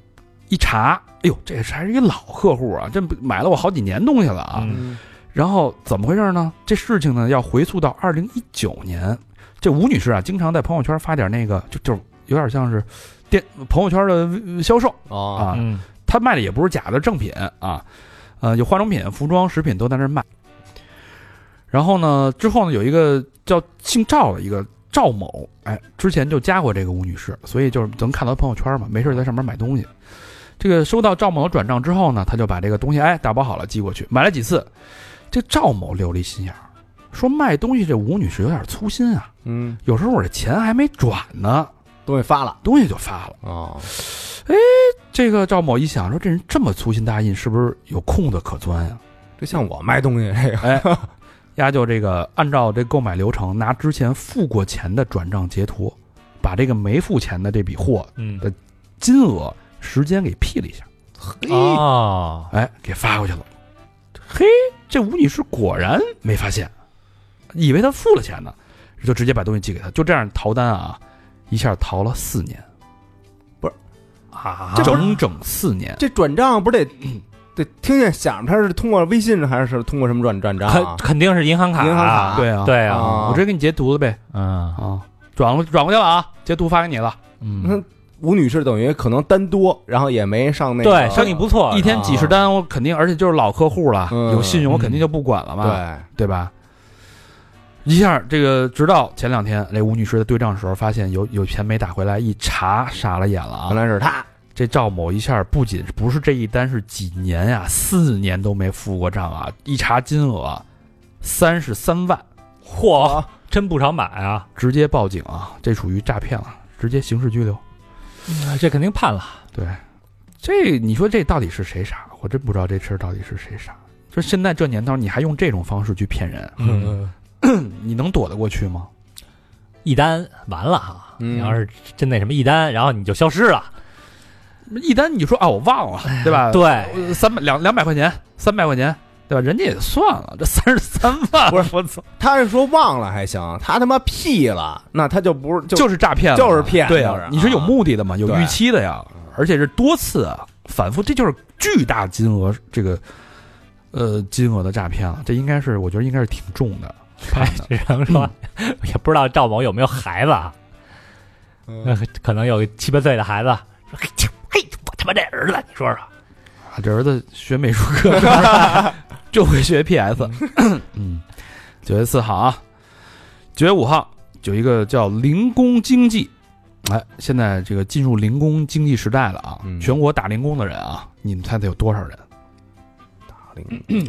[SPEAKER 1] 一查，哎呦，这还是一个老客户啊，这买了我好几年东西了啊。
[SPEAKER 3] 嗯
[SPEAKER 1] 然后怎么回事呢？这事情呢要回溯到二零一九年，这吴女士啊，经常在朋友圈发点那个，就就有点像是电朋友圈的呃销售
[SPEAKER 2] 啊
[SPEAKER 1] 啊，
[SPEAKER 3] 嗯
[SPEAKER 1] 她卖的也不是假的正品啊，呃，有化妆品、服装、食品都在那儿卖。然后呢，之后呢，有一个叫姓赵的一个赵某，哎，之前就加过这个吴女士，所以就是能看到她朋友圈嘛，没事在上面买东西。这个收到赵某的转账之后呢，他就把这个东西哎打包好了寄过去，买了几次，这赵某留了一心眼儿，说卖东西这吴女士有点粗心啊，
[SPEAKER 2] 嗯，
[SPEAKER 1] 有时候我这钱还没转呢，
[SPEAKER 2] 东西发了
[SPEAKER 1] 东西就发了。
[SPEAKER 2] 啊，
[SPEAKER 1] 这个赵某一想说，这人这么粗心大意，是不是有空子可钻呀、
[SPEAKER 2] 这像我卖东西这个，
[SPEAKER 1] 丫就这个按照这购买流程，拿之前付过钱的转账截图，把这个没付钱的这笔货
[SPEAKER 3] 嗯
[SPEAKER 1] 对金额、时间给 P 了一下，
[SPEAKER 3] 哦，
[SPEAKER 1] 哎，给发过去了。嘿，这吴女士果然没发现，以为他付了钱呢，就直接把东西寄给他，就这样逃单啊，一下逃了四年，
[SPEAKER 3] 啊，
[SPEAKER 1] 整整四年。
[SPEAKER 2] 这转账不是得得听见响，他是通过微信还是通过什么转转账啊
[SPEAKER 3] 肯？肯定是银行卡，
[SPEAKER 2] 银行卡
[SPEAKER 1] 对啊，
[SPEAKER 3] 哎对啊，
[SPEAKER 2] 啊
[SPEAKER 1] 我直接给你截图了呗，
[SPEAKER 3] 嗯，
[SPEAKER 1] 啊，转过转过去了啊，截图发给你了，
[SPEAKER 2] 那
[SPEAKER 1] 嗯。
[SPEAKER 2] 吴女士等于可能单多，然后也没上那个
[SPEAKER 3] 对，生意不错，
[SPEAKER 1] 哎一天几十单，我肯定，而且就是老客户了，
[SPEAKER 2] 嗯
[SPEAKER 1] 有信用我肯定就不管了嘛，
[SPEAKER 2] 对，
[SPEAKER 1] 对吧？一下，这个直到前两天，这吴女士在对账的时候，发现有有钱没打回来，一查傻了眼了
[SPEAKER 2] 原
[SPEAKER 1] 啊！
[SPEAKER 2] 来是他，
[SPEAKER 1] 这赵某一下不仅不是这一单，是几年呀、四年都没付过账啊！一查金额，三十三万，
[SPEAKER 3] 嚯，真不少买啊，
[SPEAKER 1] 直接报警啊！这属于诈骗了，直接刑事拘留。嗯
[SPEAKER 3] 这肯定判了，
[SPEAKER 1] 对，这你说这到底是谁傻？我真不知道这事儿到底是谁傻。就现在这年头，你还用这种方式去骗人，
[SPEAKER 3] 嗯，
[SPEAKER 1] 你能躲得过去吗？
[SPEAKER 3] 一单完了哈，
[SPEAKER 2] 嗯
[SPEAKER 3] 你要是真那什么一单，然后你就消失了，
[SPEAKER 1] 一单你说啊，我忘
[SPEAKER 2] 哎
[SPEAKER 1] 了，对吧？
[SPEAKER 3] 对，
[SPEAKER 1] 呃，三百两两百块钱，三百块钱，对吧？人家也算了，这三十三万，
[SPEAKER 2] 不
[SPEAKER 1] 是我操，
[SPEAKER 2] 他是说忘了还行，他他妈屁了，那他就不是就
[SPEAKER 1] 就是诈骗了嘛，
[SPEAKER 2] 就是骗
[SPEAKER 1] 对
[SPEAKER 2] 就是
[SPEAKER 1] 呀
[SPEAKER 2] 啊，
[SPEAKER 1] 你是有目的的嘛，有
[SPEAKER 2] 对
[SPEAKER 1] 预期的呀，而且是多次啊，反复，这就是巨大金额这个呃金额的诈骗了，这应该是我觉得应该是挺重的判的。
[SPEAKER 3] 只能说
[SPEAKER 1] 嗯
[SPEAKER 3] 也不知道赵某有没有孩子啊，
[SPEAKER 2] 嗯
[SPEAKER 3] 可能有个七八岁的孩子，说嘿切嘿，我他妈这儿子，你说说，
[SPEAKER 1] 啊，这儿子学美术 课就会学 PS。嗯， 九月四号啊，九月五号有一个叫零工经济，哎，现在这个进入零工经济时代了啊，
[SPEAKER 2] 嗯
[SPEAKER 1] 全国打零工的人啊，你们猜猜有多少人啊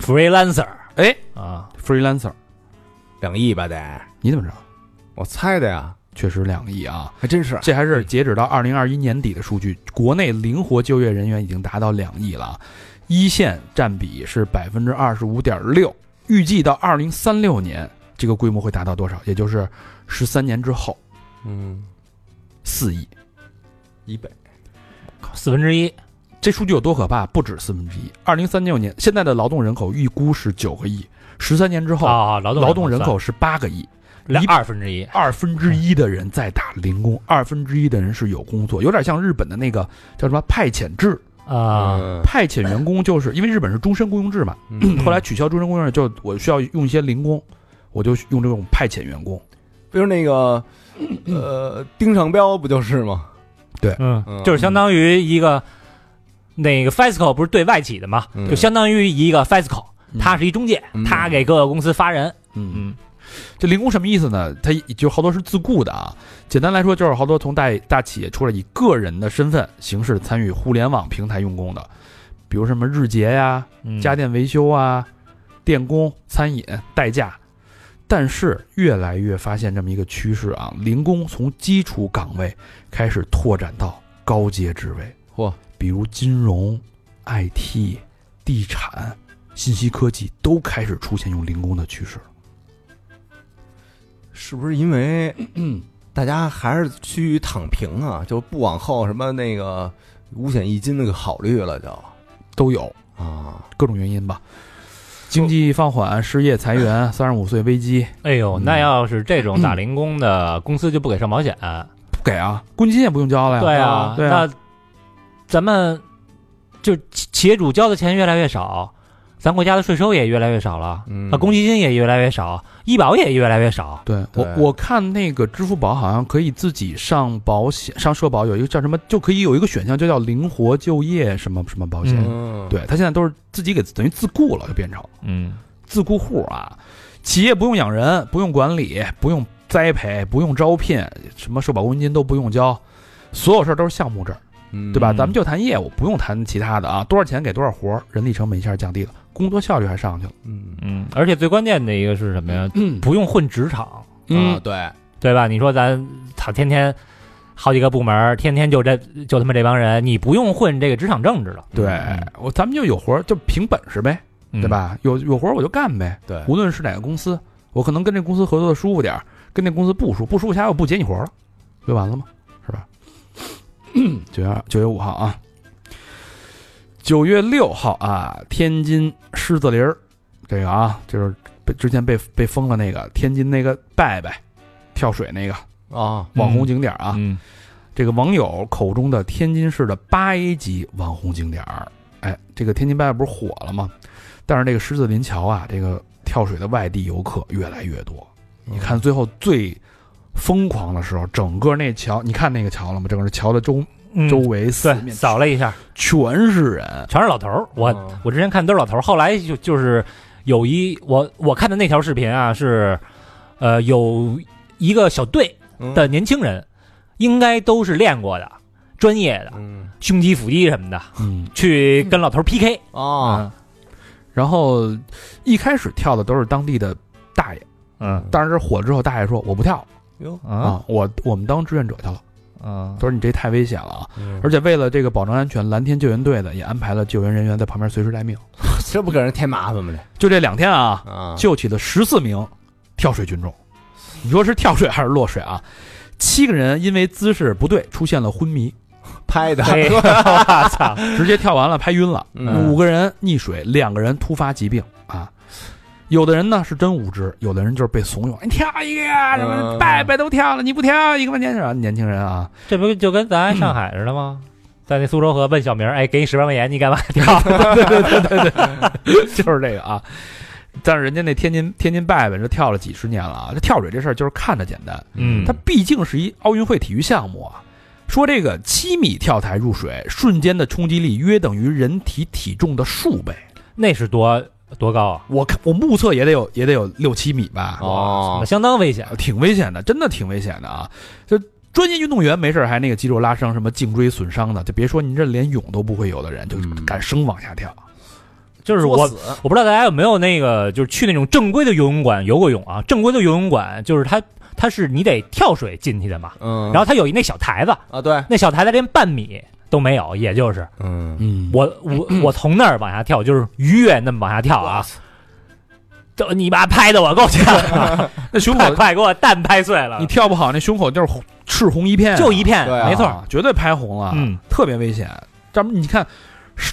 [SPEAKER 3] ，freelancer，
[SPEAKER 1] 嗯哎
[SPEAKER 3] 啊，
[SPEAKER 1] ？freelancer，
[SPEAKER 2] 两亿吧得，
[SPEAKER 1] 你怎么知道？
[SPEAKER 2] 我猜的呀，
[SPEAKER 1] 确实两亿啊，
[SPEAKER 2] 还真是
[SPEAKER 1] 这还是截止到二零二一年底的数据，国内灵活就业人员已经达到两亿了啊，一线占比是百分之二十五点六，预计到二零三六年这个规模会达到多少？也就是十三年之后，
[SPEAKER 2] 嗯
[SPEAKER 1] 四亿。
[SPEAKER 2] 一倍，
[SPEAKER 3] 四分之一，
[SPEAKER 1] 这数据有多可怕？不止四分之一。二零三六年现在的劳动人口预估是九个亿，十三年之后、
[SPEAKER 3] 啊，劳动
[SPEAKER 1] 劳动人口是八个亿，
[SPEAKER 3] 两
[SPEAKER 1] 一
[SPEAKER 3] 二分之一，
[SPEAKER 1] 二分之一的人在打零工，二分之一的人是有工作，有点像日本的那个叫什么派遣制。
[SPEAKER 3] 啊，
[SPEAKER 2] 嗯
[SPEAKER 1] 派遣员工就是因为日本是终身雇佣制嘛，
[SPEAKER 2] 嗯
[SPEAKER 1] 后来取消终身雇佣制，就我需要用一些零工，我就用这种派遣员工，
[SPEAKER 2] 比如那个呃丁尚彪不就是吗？
[SPEAKER 3] 嗯
[SPEAKER 2] 嗯
[SPEAKER 3] 就是相当于一个那个 E FESCO 不是对外企的嘛，
[SPEAKER 2] 嗯
[SPEAKER 3] 就相当于一个 E FESCO，
[SPEAKER 1] 嗯
[SPEAKER 3] 他是一中介
[SPEAKER 2] 嗯，
[SPEAKER 3] 他给各个公司发人，
[SPEAKER 1] 嗯，这零工什么意思呢？他就好多是自雇的啊，简单来说就是好多从大大企业出来以个人的身份形式参与互联网平台用工的，比如什么日结呀、
[SPEAKER 3] 嗯
[SPEAKER 1] 家电维修啊、电工、餐饮、代驾。但是越来越发现这么一个趋势啊，零工从基础岗位开始拓展到高阶职位，
[SPEAKER 2] 嚯，
[SPEAKER 1] 比如金融、IT、地产、信息科技都开始出现用零工的趋势。
[SPEAKER 2] 是不是因 为大家还是趋于躺平啊，就不往后什么那个五险一金那个考虑了就
[SPEAKER 1] 都有
[SPEAKER 2] 啊，
[SPEAKER 1] 各种原因吧，经济放缓、失业、裁员、三十五岁危机，
[SPEAKER 3] 哎呦，
[SPEAKER 1] 嗯
[SPEAKER 3] 那要是这种打零工的，公司就不给上保险。
[SPEAKER 1] 不给啊，公积金也不用交了呀。
[SPEAKER 3] 对
[SPEAKER 1] 啊
[SPEAKER 3] 啊，，
[SPEAKER 1] 对
[SPEAKER 3] 那咱们就企企业主交的钱越来越少，咱国家的税收也越来越少了，
[SPEAKER 2] 嗯
[SPEAKER 3] 那公积金也越来越少，医保也越来越少。
[SPEAKER 1] 对
[SPEAKER 2] 对
[SPEAKER 1] 我我看那个支付宝好像可以自己上保险，上社保有一个叫什么，就可以有一个选项就叫灵活就业什么什么保险。
[SPEAKER 3] 嗯
[SPEAKER 2] 嗯，
[SPEAKER 1] 对他现在都是自己给等于自雇了，就变成
[SPEAKER 3] 嗯
[SPEAKER 1] 自雇户啊。企业不用养人，不用管理，不用栽培，不用招聘，什么社保公积金都不用交，所有事儿都是项目制，
[SPEAKER 2] 嗯
[SPEAKER 1] 对吧？
[SPEAKER 3] 嗯
[SPEAKER 1] 咱们就谈业务，不用谈其他的啊。多少钱给多少活儿，人力成本一下降低了，工作效率还上去了。
[SPEAKER 2] 嗯
[SPEAKER 3] 嗯，而且最关键的一个是什么呀？不用混职场，
[SPEAKER 1] 嗯
[SPEAKER 2] 啊，对，
[SPEAKER 3] 对吧？你说咱操，天天好几个部门，天天就这就他妈这帮人，你不用混这个职场政治了，
[SPEAKER 1] 对
[SPEAKER 2] 嗯
[SPEAKER 1] 我咱们就有活儿就凭本事呗，
[SPEAKER 3] 嗯
[SPEAKER 1] 对？吧？有有活儿我就干呗，
[SPEAKER 2] 对
[SPEAKER 1] 无论是哪个公司，我可能跟这公司合作的舒服点儿，跟那公司不舒服不舒服，下来我不接你活儿了，不就完了吗？是吧？ 九月二九月五号啊，九月六号啊，天津狮子林儿，这个啊，就是被之前被被封了那个天津那个拜拜跳水那个
[SPEAKER 2] 啊，
[SPEAKER 1] 网红景点儿啊，
[SPEAKER 3] 嗯，
[SPEAKER 1] 这个网友口中的天津市的八 A 级网红景点儿。哎，这个天津八月不是火了吗？但是这个狮子林桥啊，这个跳水的外地游客越来越多。你
[SPEAKER 2] 嗯
[SPEAKER 1] 看最后最疯狂的时候，整个那桥，你看那个桥了吗？整个桥的周
[SPEAKER 3] 嗯
[SPEAKER 1] 周围四
[SPEAKER 3] 对
[SPEAKER 1] 面呃
[SPEAKER 3] 扫了一下，
[SPEAKER 1] 全是人，
[SPEAKER 3] 全是老头儿。我、
[SPEAKER 2] 嗯
[SPEAKER 3] 我之前看都是老头儿，后来就就是有一我我看的那条视频啊，是呃有一个小队
[SPEAKER 2] 嗯
[SPEAKER 3] 的年轻人，应该都是练过的、专业的
[SPEAKER 2] 嗯
[SPEAKER 3] 胸肌、腹肌什么的，
[SPEAKER 1] 嗯，
[SPEAKER 3] 去跟老头儿 PK
[SPEAKER 2] 啊，
[SPEAKER 1] 然后一开始跳的都是当地的大爷，
[SPEAKER 3] 嗯
[SPEAKER 1] 但是火之后，大爷说我不跳
[SPEAKER 2] 哟，
[SPEAKER 3] 啊
[SPEAKER 1] 啊，我我们当志愿者去了。
[SPEAKER 3] 嗯
[SPEAKER 1] 他说你这太危险了啊，
[SPEAKER 2] 而
[SPEAKER 1] 而且为了这个保障安全，蓝天救援队呢也安排了救援人员在旁边随时待命。
[SPEAKER 2] 这不给人添麻烦吗？
[SPEAKER 1] 就这两天啊
[SPEAKER 2] 这，啊，
[SPEAKER 1] 救起了十四名跳水群众。你说是跳水还是落水啊？七个人因为姿势不对出现了昏迷，
[SPEAKER 2] 拍的，
[SPEAKER 3] 嘿我操！
[SPEAKER 1] 直接跳完了拍晕了。
[SPEAKER 2] 嗯
[SPEAKER 1] 五个人溺水，两个人突发疾病啊。有的人呢是真无知，有的人就是被怂恿，你跳一个呀，什么
[SPEAKER 2] 嗯
[SPEAKER 1] 拜拜都跳了，你不跳一个半天是吧？年轻人啊，
[SPEAKER 3] 这不就跟咱上海似的吗？在那苏州河问小明儿，哎，给你十万块钱，你干嘛 跳？
[SPEAKER 1] 就是这个啊。但是人家那天津天津拜拜这跳了几十年了啊，这跳水这事儿就是看着简单，
[SPEAKER 3] 嗯
[SPEAKER 1] 它毕竟是一奥运会体育项目啊。说这个七米跳台入水，瞬间的冲击力约等于人体体重的数倍。
[SPEAKER 3] 那是多多高啊？
[SPEAKER 1] 我看我目测也得有也得有六七米吧，
[SPEAKER 2] 哦，
[SPEAKER 3] 相当危险。
[SPEAKER 1] 挺危险的，真的挺危险的啊！这专业运动员没事儿还那个肌肉拉伤、什么颈椎损伤的，就别说您这连泳都不会有的人，就
[SPEAKER 2] 嗯
[SPEAKER 1] 敢生往下跳。
[SPEAKER 3] 就是
[SPEAKER 2] 作
[SPEAKER 3] 我
[SPEAKER 2] 死
[SPEAKER 3] 我不知道大家有没有那个，就是去那种正规的游泳馆游过泳啊？正规的游泳馆就是它它是你得跳水进去的嘛，
[SPEAKER 2] 嗯，
[SPEAKER 3] 然后它有一那小台子，
[SPEAKER 2] 啊，对，
[SPEAKER 3] 那小台子连半米都没有，也就是
[SPEAKER 2] 嗯，
[SPEAKER 1] 嗯
[SPEAKER 3] 我我我从那儿往下跳，就是鱼跃那么往下跳
[SPEAKER 2] 哇
[SPEAKER 3] 啊。都你妈拍的我够呛 啊，
[SPEAKER 1] 那胸
[SPEAKER 3] 快
[SPEAKER 1] 口
[SPEAKER 3] 快给我蛋拍碎了
[SPEAKER 1] 你，跳不好，那胸口就是红赤红啊一片啊、
[SPEAKER 3] 就一片，
[SPEAKER 2] 对啊
[SPEAKER 3] 没错儿，
[SPEAKER 1] 啊，绝对拍红了，
[SPEAKER 3] 嗯
[SPEAKER 1] 特别危险。咱们你看，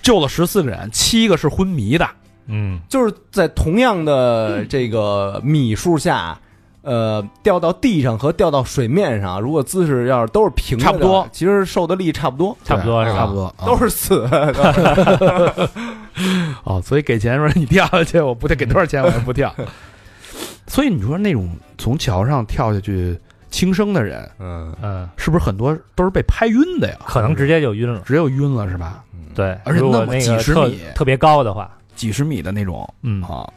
[SPEAKER 1] 救了十四个人，七个是昏迷的，
[SPEAKER 3] 嗯，
[SPEAKER 2] 就是在同样的这个米数下。呃，掉到地上和掉到水面上，如果姿势要是都是平着的
[SPEAKER 1] 差不多
[SPEAKER 2] 其实受的力差不多，
[SPEAKER 3] 差不多
[SPEAKER 1] 对啊
[SPEAKER 3] 是吧
[SPEAKER 1] 差不多嗯
[SPEAKER 2] 都
[SPEAKER 1] 是
[SPEAKER 2] 是死。
[SPEAKER 1] 哦，所以给钱说你跳下去，我不得给多少钱，我也不 跳。所以你说那种从桥上跳下去轻生的人，
[SPEAKER 2] 嗯，
[SPEAKER 3] 嗯，
[SPEAKER 1] 是不是很多都是被拍晕的呀？
[SPEAKER 3] 可能直接就晕了。
[SPEAKER 1] 只有晕了是吧？
[SPEAKER 2] 嗯
[SPEAKER 3] 对，
[SPEAKER 1] 而且
[SPEAKER 3] 如果
[SPEAKER 1] 那么
[SPEAKER 3] 那
[SPEAKER 1] 几
[SPEAKER 3] 个
[SPEAKER 1] 十
[SPEAKER 3] 特
[SPEAKER 1] 米
[SPEAKER 3] 特别高的话，
[SPEAKER 1] 几十米的那种
[SPEAKER 3] 嗯
[SPEAKER 1] 啊。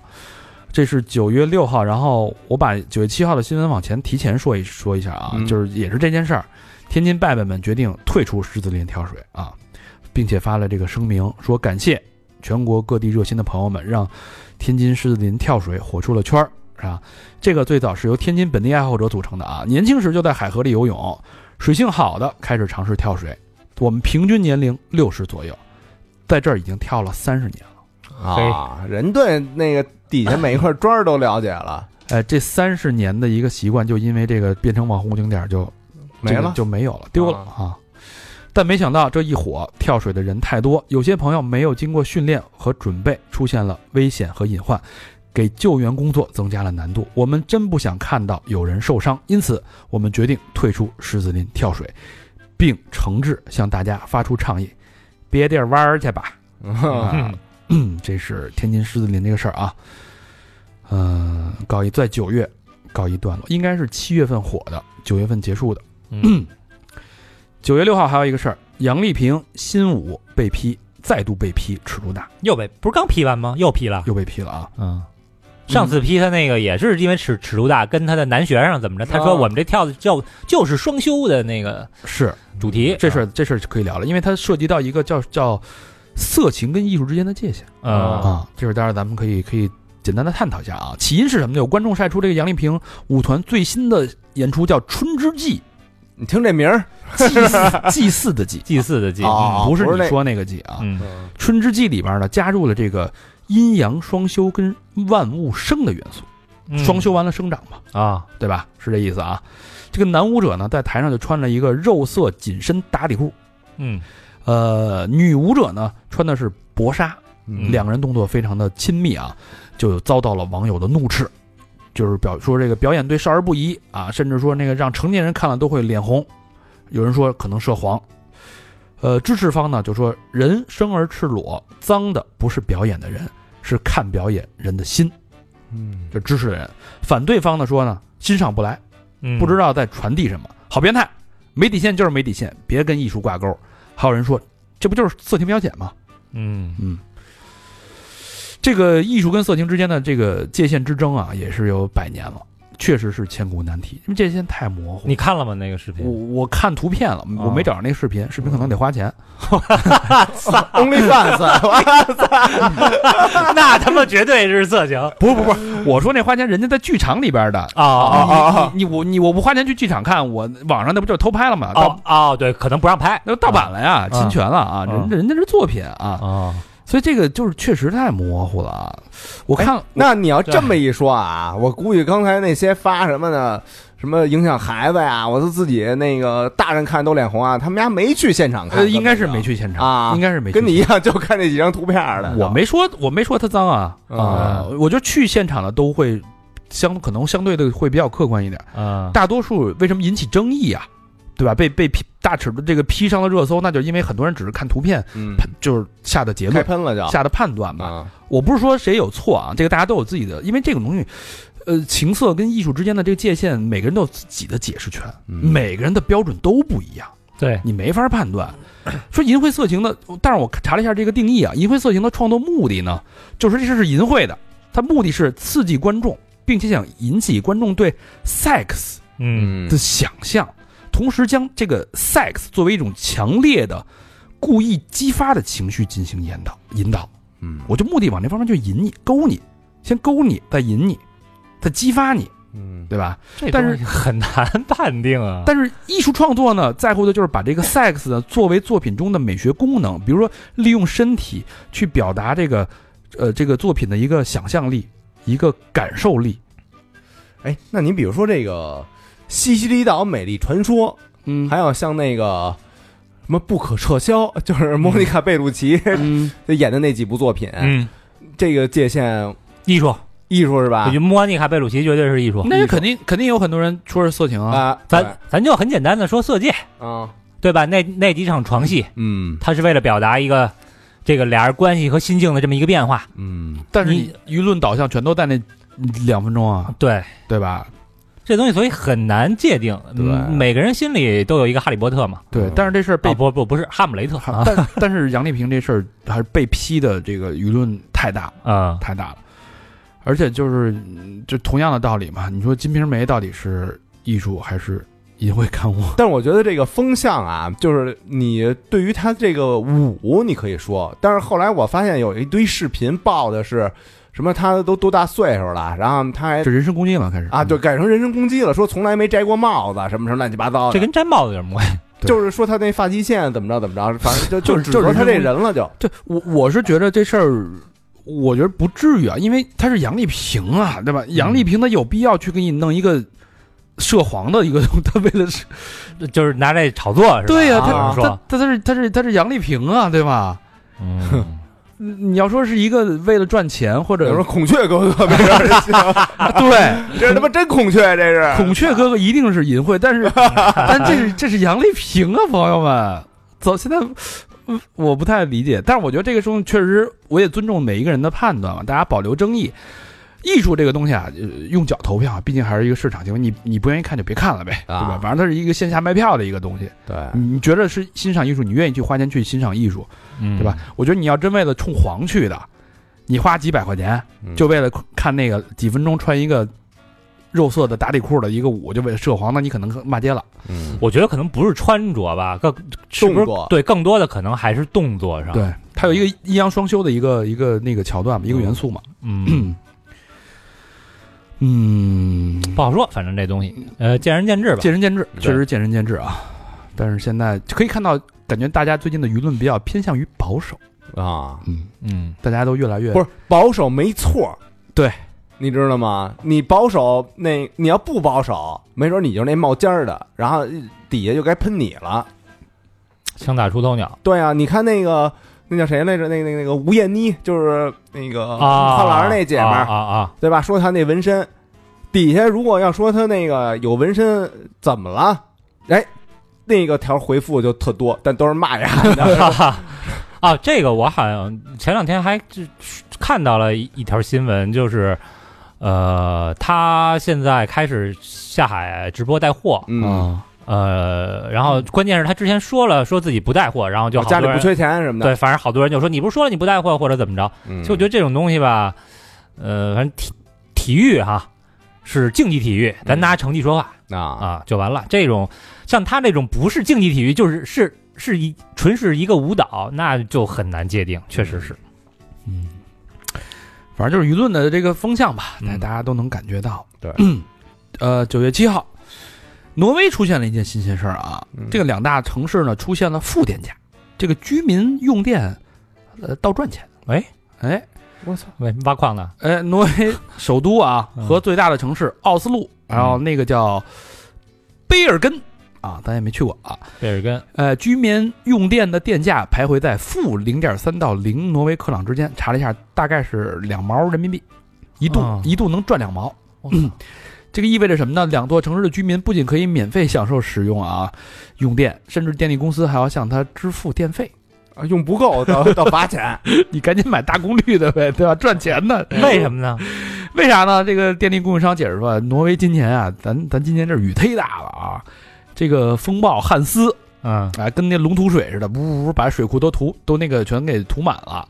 [SPEAKER 1] 这是九月六号，然后我把九月七号的新闻往前提前说一说一下啊，
[SPEAKER 2] 嗯
[SPEAKER 1] 就是也是这件事儿，天津拜拜们决定退出狮子林跳水啊，并且发了这个声明，说感谢全国各地热心的朋友们，让天津狮子林跳水火出了圈儿，是吧？这个最早是由天津本地爱好者组成的啊，年轻时就在海河里游泳，水性好的开始尝试跳水，我们平均年龄六十左右，在这儿已经跳了三十年了。
[SPEAKER 2] 啊，人对那个底下每一块砖儿都了解了，
[SPEAKER 1] 哎，这三十年的一个习惯，就因为这个变成网红景点儿就
[SPEAKER 2] 没
[SPEAKER 1] 这个
[SPEAKER 2] 了，
[SPEAKER 1] 就没有了，丢了啊。但没想到这一火，跳水的人太多，有些朋友没有经过训练和准备，出现了危险和隐患，给救援工作增加了难度。我们真不想看到有人受伤，因此我们决定退出狮子林跳水，并诚挚向大家发出倡议：别地儿玩儿去吧。
[SPEAKER 3] 嗯
[SPEAKER 1] 啊， 这是天津狮子林这个事儿啊，嗯、告一在九月告一段落，应该是七月份火的，九月份结束的。
[SPEAKER 3] 嗯，
[SPEAKER 1] 九月六号还有一个事儿，杨丽萍新舞被批，再度被批尺度大，
[SPEAKER 3] 又被不是刚批完吗？又批了，
[SPEAKER 1] 又被批了啊。
[SPEAKER 3] 嗯上次批他那个也是因为尺尺度大，跟他的男学生怎么着？他
[SPEAKER 1] 哦
[SPEAKER 3] 说
[SPEAKER 2] 啊
[SPEAKER 3] 我们这跳的叫就是双休的那个
[SPEAKER 1] 是
[SPEAKER 3] 主题，
[SPEAKER 1] 嗯这事儿，这事儿可以聊了，因为它涉及到一个叫叫色情跟艺术之间的界限
[SPEAKER 3] 嗯
[SPEAKER 1] 啊。这会儿待会儿咱们可以可以简单的探讨一下啊。起因是什么呢？有观众晒出这个杨丽萍舞团最新的演出叫《春之祭
[SPEAKER 2] 你听这名儿》，
[SPEAKER 1] 祭祀祭祀的祭，
[SPEAKER 3] 祭祀的祭，
[SPEAKER 2] 哦
[SPEAKER 1] 嗯不是
[SPEAKER 2] 不是
[SPEAKER 1] 你
[SPEAKER 2] 那
[SPEAKER 1] 说那个祭啊。
[SPEAKER 3] 嗯，
[SPEAKER 1] 春之祭》里边呢，加入了这个阴阳双修跟万物生的元素，
[SPEAKER 3] 嗯
[SPEAKER 1] 双修完了生长嘛，
[SPEAKER 3] 啊，
[SPEAKER 1] 对吧？是这意思啊。这个男舞者呢，在台上就穿了一个肉色紧身打底裤，
[SPEAKER 3] 嗯
[SPEAKER 1] 呃，女舞者呢穿的是薄纱，
[SPEAKER 3] 嗯
[SPEAKER 1] 两个人动作非常的亲密啊，就遭到了网友的怒斥，就是表说这个表演对少儿不宜啊，甚至说那个让成年人看了都会脸红，有人说可能涉黄。呃，支持方呢就说人生而赤裸，脏的不是表演的人，是看表演人的心，
[SPEAKER 2] 嗯
[SPEAKER 1] 就支持的人。反对方呢说呢欣赏不来，
[SPEAKER 3] 嗯，
[SPEAKER 1] 不知道在传递什么，好变态，没底线就是没底线，别跟艺术挂钩。还有人说这不就是色情描写吗？
[SPEAKER 3] 嗯，
[SPEAKER 1] 嗯，这个艺术跟色情之间的这个界限之争啊，也是有百年了，确实是千古难题，因为界限太模糊了。
[SPEAKER 3] 你看了吗？那个视
[SPEAKER 1] 我
[SPEAKER 3] 频？
[SPEAKER 1] 我看图片了，我没找着那个视频，视频可能得花钱。
[SPEAKER 2] ，Only Fans， 啊
[SPEAKER 3] 那他妈绝对是 色情啊
[SPEAKER 1] 不是不是不是，我说那花钱人家在剧场里边的。
[SPEAKER 3] 啊
[SPEAKER 1] 你你我你我不花钱去剧场看，我网上那不就是偷拍了吗？盗
[SPEAKER 3] 哦哦，对，可能不让拍
[SPEAKER 1] 那盗版了呀，侵权了啊！
[SPEAKER 3] 啊
[SPEAKER 1] 人人家是作品啊，
[SPEAKER 3] 啊，
[SPEAKER 1] 所以这个就是确实太模糊了啊。我看 了
[SPEAKER 2] 那你要这么一说啊，我估计刚才那些发什么的，什么影响孩子呀，我是自己那个大人看都脸红啊，他们家没去现场
[SPEAKER 1] 呃，
[SPEAKER 2] 看，
[SPEAKER 1] 应该是没去现场
[SPEAKER 2] 啊
[SPEAKER 1] 应该是没去
[SPEAKER 2] 跟你一样，就看那几张图片儿的。
[SPEAKER 1] 我没说，我没说他脏啊啊！我觉得去现场的都会相可能相对的会比较客观一点。
[SPEAKER 3] 嗯，
[SPEAKER 1] 大多数为什么引起争议啊？对吧？被被批大尺度这个批上了热搜，那就是因为很多人只是看图片，
[SPEAKER 2] 嗯，
[SPEAKER 1] 就是下的结
[SPEAKER 2] 开
[SPEAKER 1] 论、
[SPEAKER 2] 喷了就
[SPEAKER 1] 下的判断吧。
[SPEAKER 2] 啊，
[SPEAKER 1] 我不是说谁有错啊，这个大家都有自己的，因为这种东西，呃，情色跟艺术之间的这个界限，每个人都有自己的解释权，
[SPEAKER 2] 嗯
[SPEAKER 1] 每个人的标准都不一样。
[SPEAKER 3] 对，
[SPEAKER 1] 你没法判断。说淫秽色情的，但是我查了一下这个定义啊，淫秽色情的创作目的呢，就是这是淫秽的，它目的是刺激观众，并且想引起观众对 sex
[SPEAKER 3] 嗯
[SPEAKER 1] 的想象，同时将这个 sex 作为一种强烈的、故意激发的情绪进行引导引导。
[SPEAKER 2] 嗯
[SPEAKER 1] 我就目的往这方面去引你、勾你，先勾你，再引你，再激发你，
[SPEAKER 2] 嗯
[SPEAKER 1] 对吧？
[SPEAKER 3] 这
[SPEAKER 1] 但是
[SPEAKER 3] 东西很难判定啊，
[SPEAKER 1] 但是艺术创作呢，在乎的就是把这 个 sex 呢作为作品中的美学功能，比如说利用身体去表达这个，呃，这个作品的一个想象力、一个感受力。
[SPEAKER 2] 哎，那你比如说这个西西里岛美丽传说，
[SPEAKER 1] 嗯
[SPEAKER 2] 还有像那个什么不可撤销，就是莫妮卡贝鲁奇
[SPEAKER 1] 嗯，
[SPEAKER 2] 演的那几部作品，
[SPEAKER 3] 嗯，
[SPEAKER 2] 这个界限
[SPEAKER 3] 艺术，
[SPEAKER 2] 艺术是
[SPEAKER 3] 我
[SPEAKER 2] 吧
[SPEAKER 3] 觉得？莫妮卡贝鲁奇绝对是艺术。
[SPEAKER 1] 啊那肯定肯定有很多人说是色情啊，
[SPEAKER 2] 啊，
[SPEAKER 3] 咱咱就很简单的说色戒，
[SPEAKER 2] 对啊，
[SPEAKER 3] 对吧？那那几场床戏，
[SPEAKER 2] 嗯
[SPEAKER 3] 它是为了表达一个这个俩人关系和心境的这么一个变化。
[SPEAKER 2] 嗯，
[SPEAKER 1] 但是
[SPEAKER 3] 你
[SPEAKER 1] 舆论导向全都在那两分钟啊，
[SPEAKER 3] 对，
[SPEAKER 1] 对吧？
[SPEAKER 3] 这东西所以很难界定。
[SPEAKER 2] 对
[SPEAKER 3] 嗯每个人心里都有一个哈利波特嘛。
[SPEAKER 1] 对，但是这事儿被、
[SPEAKER 3] 啊，不不不是哈姆雷特啊，
[SPEAKER 1] 但但是杨丽萍这事儿还是被批的，这个舆论太大了
[SPEAKER 3] 嗯
[SPEAKER 2] 哦
[SPEAKER 1] 太大了。而且就是，嗯就同样的道理嘛，你说《金瓶梅》到底是艺术还是淫秽刊物？
[SPEAKER 2] 但是我觉得这个风向啊，就是你对于他这个舞，你可以说，但是后来我发现有一堆视频爆的是什么，他都多大岁数了，然后他还
[SPEAKER 1] 这人身攻击了，开始
[SPEAKER 2] 哎
[SPEAKER 1] 嗯
[SPEAKER 2] 啊，对，，改成人身攻击了，说从来没摘过帽子，什么什么乱七八糟的，
[SPEAKER 3] 这跟摘帽子有什么关系？
[SPEAKER 1] 对
[SPEAKER 2] 就是说他那发际线怎么着怎么着，反 正就
[SPEAKER 1] 就是
[SPEAKER 2] 只
[SPEAKER 1] 就是
[SPEAKER 2] 说他这人了就，
[SPEAKER 1] 对我我是觉得这事儿，我觉得不至于啊，因为他是杨丽萍啊，对
[SPEAKER 2] 嗯
[SPEAKER 1] 吧？杨丽萍她有必要去给你弄一个涉黄的一个， 她为了是
[SPEAKER 3] 就是拿这炒作是吧？
[SPEAKER 1] 对呀、
[SPEAKER 2] 啊
[SPEAKER 1] 她
[SPEAKER 3] 有人
[SPEAKER 1] 她
[SPEAKER 3] 说，
[SPEAKER 1] 她她是她是她是杨丽萍啊，对吧？
[SPEAKER 3] 嗯，
[SPEAKER 1] 你要说是一个为了赚钱或
[SPEAKER 2] 有人
[SPEAKER 1] 者啊
[SPEAKER 2] 说孔雀哥哥没事儿就行，
[SPEAKER 1] 对。
[SPEAKER 2] 这是他妈真孔雀，这是
[SPEAKER 1] 孔雀哥哥一定是淫秽，但是但这是这是杨丽萍啊，朋友们，走，现在。嗯我不太理解，但是我觉得这个东西确实，我也尊重每一个人的判断嘛，大家保留争议。艺术这个东西啊，呃用脚投票，毕竟还是一个市场行为，你你不愿意看就别看了呗，
[SPEAKER 2] 啊
[SPEAKER 1] 对吧？反正它是一个线下卖票的一个东西，
[SPEAKER 2] 对，
[SPEAKER 1] 你觉得是欣赏艺术，你愿意去花钱去欣赏艺术，
[SPEAKER 3] 嗯
[SPEAKER 1] 对吧？？我觉得你要真为了冲黄去的，你花几百块钱
[SPEAKER 2] 嗯
[SPEAKER 1] 就为了看那个几分钟穿一个肉色的打底裤的一个舞，就为了涉黄，那你可能骂街了。
[SPEAKER 2] 嗯，
[SPEAKER 3] 我觉得可能不是穿着吧，更是不
[SPEAKER 2] 动
[SPEAKER 3] 是
[SPEAKER 2] 作
[SPEAKER 3] 对更多的可能还是动作上。，
[SPEAKER 1] 对，它有一个阴阳双修的一个一个那个桥段嘛，一个元素嘛。
[SPEAKER 3] 嗯，
[SPEAKER 1] 嗯，
[SPEAKER 3] 不好说，反正这东西，呃，见仁见智吧。
[SPEAKER 1] 见仁见智，
[SPEAKER 2] 对
[SPEAKER 1] 确实见仁见智啊。但是现在可以看到，感觉大家最近的舆论比较偏向于保守，
[SPEAKER 2] 啊，
[SPEAKER 1] 嗯，
[SPEAKER 3] 嗯，
[SPEAKER 1] 大家都越来越
[SPEAKER 2] 不是保守没错，
[SPEAKER 1] 对，
[SPEAKER 2] 你知道吗？你保守那你要不保守，没准你就是那冒尖儿的，然后呃底下就该喷你了。
[SPEAKER 3] 枪打出头鸟，
[SPEAKER 2] 对啊，你看那个那叫谁来着？那个那个那个吴艳妮，就是那
[SPEAKER 3] 啊，
[SPEAKER 2] 个呃跨栏那姐们
[SPEAKER 3] 啊
[SPEAKER 2] 儿，
[SPEAKER 3] 啊啊，
[SPEAKER 2] 对吧？说她那纹身，底下如果要说她那个有纹身怎么了？哎，那个条回复就特多，但都 是骂人的。
[SPEAKER 3] 哈哈， 啊，这个我好像前两天还就看到了一一条新闻，就是呃，他现在开始下海直播带货，
[SPEAKER 2] 嗯，
[SPEAKER 1] 啊，
[SPEAKER 3] 呃，然后关键是他之前说了说自己不带货，然后就
[SPEAKER 2] 我
[SPEAKER 3] 好
[SPEAKER 2] 家里
[SPEAKER 3] 多人
[SPEAKER 2] 不缺钱什么的。
[SPEAKER 3] 对，反正好多人就说你不是说了你不带货或者怎么着，
[SPEAKER 2] 嗯
[SPEAKER 3] 其实我觉得这种东西吧，呃，反正体体育哈。是竞技体育，
[SPEAKER 2] 嗯
[SPEAKER 3] 咱拿成绩说话、
[SPEAKER 2] 啊，
[SPEAKER 3] 啊，就完了。这种像他这种不是竞技体育，就是是是一纯是一个舞蹈，那就很难界定，确实是。
[SPEAKER 1] 嗯，反正就是舆论的这个风向吧，
[SPEAKER 3] 嗯
[SPEAKER 1] 大大家都能感觉到。
[SPEAKER 2] 对，
[SPEAKER 1] 呃，九月七号，挪威出现了一件新鲜事儿啊，
[SPEAKER 2] 嗯
[SPEAKER 1] 这个两大城市呢出现了负电价，这个居民用电呃倒赚钱。
[SPEAKER 3] 哎
[SPEAKER 1] 哎
[SPEAKER 2] 我操，
[SPEAKER 3] 为挖矿呢？
[SPEAKER 1] 哎，挪 威首都啊
[SPEAKER 3] 嗯
[SPEAKER 1] 和最大的城市奥斯陆，然后那个叫卑尔根啊，咱也没去过啊。
[SPEAKER 3] 贝尔根
[SPEAKER 1] 呃，居民用电的电价徘徊在负零点三到零挪威克朗之间，查了一下，大概是两毛人民币，一度、
[SPEAKER 3] 啊
[SPEAKER 1] 一度能赚两毛。这个意味着什么呢？两座城市的居民不仅可以免费享受使用啊用电，甚至电力公司还要向他支付电费。
[SPEAKER 2] 啊用不够到 到罚钱。
[SPEAKER 1] 你赶紧买大功率的呗，对吧？赚钱呢？
[SPEAKER 3] 为什么呢？
[SPEAKER 1] 为啥呢？这个电力供应商解释说，挪威今年啊，咱咱今年这雨忒大了啊，这个风暴汉斯
[SPEAKER 3] 嗯，
[SPEAKER 1] 啊，跟那龙吐水似的，呜呜，把水库都涂都那个全给涂满了。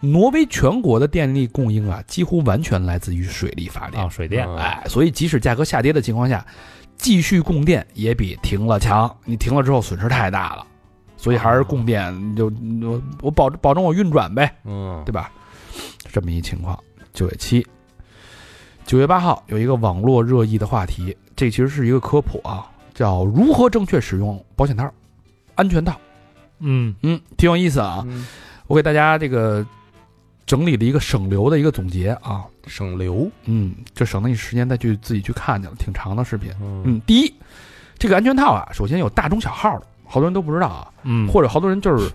[SPEAKER 1] 挪威全国的电力供应啊，几乎完全来自于水力发电
[SPEAKER 3] 哦，。水电，
[SPEAKER 2] 嗯
[SPEAKER 1] 哎，所以即使价格下跌的情况下，继续供电也比停了强。你停了之后损失太大了，所以还是供电，你就我我保保证我运转呗，
[SPEAKER 2] 嗯
[SPEAKER 1] 对吧？这么一情况，九月七，九月八号有一个网络热议的话题，这其实是一个科普啊，叫如何正确使用保险套、安全套。
[SPEAKER 3] 嗯
[SPEAKER 1] 嗯，挺有意思啊。
[SPEAKER 2] 嗯
[SPEAKER 1] 我给大家这个整理了一个省流的一个总结啊，
[SPEAKER 2] 省流，
[SPEAKER 1] 嗯，就省得你时间再去自己去看去了，挺长的视频。
[SPEAKER 2] 嗯
[SPEAKER 1] 嗯，第一，这个安全套啊，首先有大中小号的，好多人都不知道啊，
[SPEAKER 3] 嗯，
[SPEAKER 1] 或者好多人就是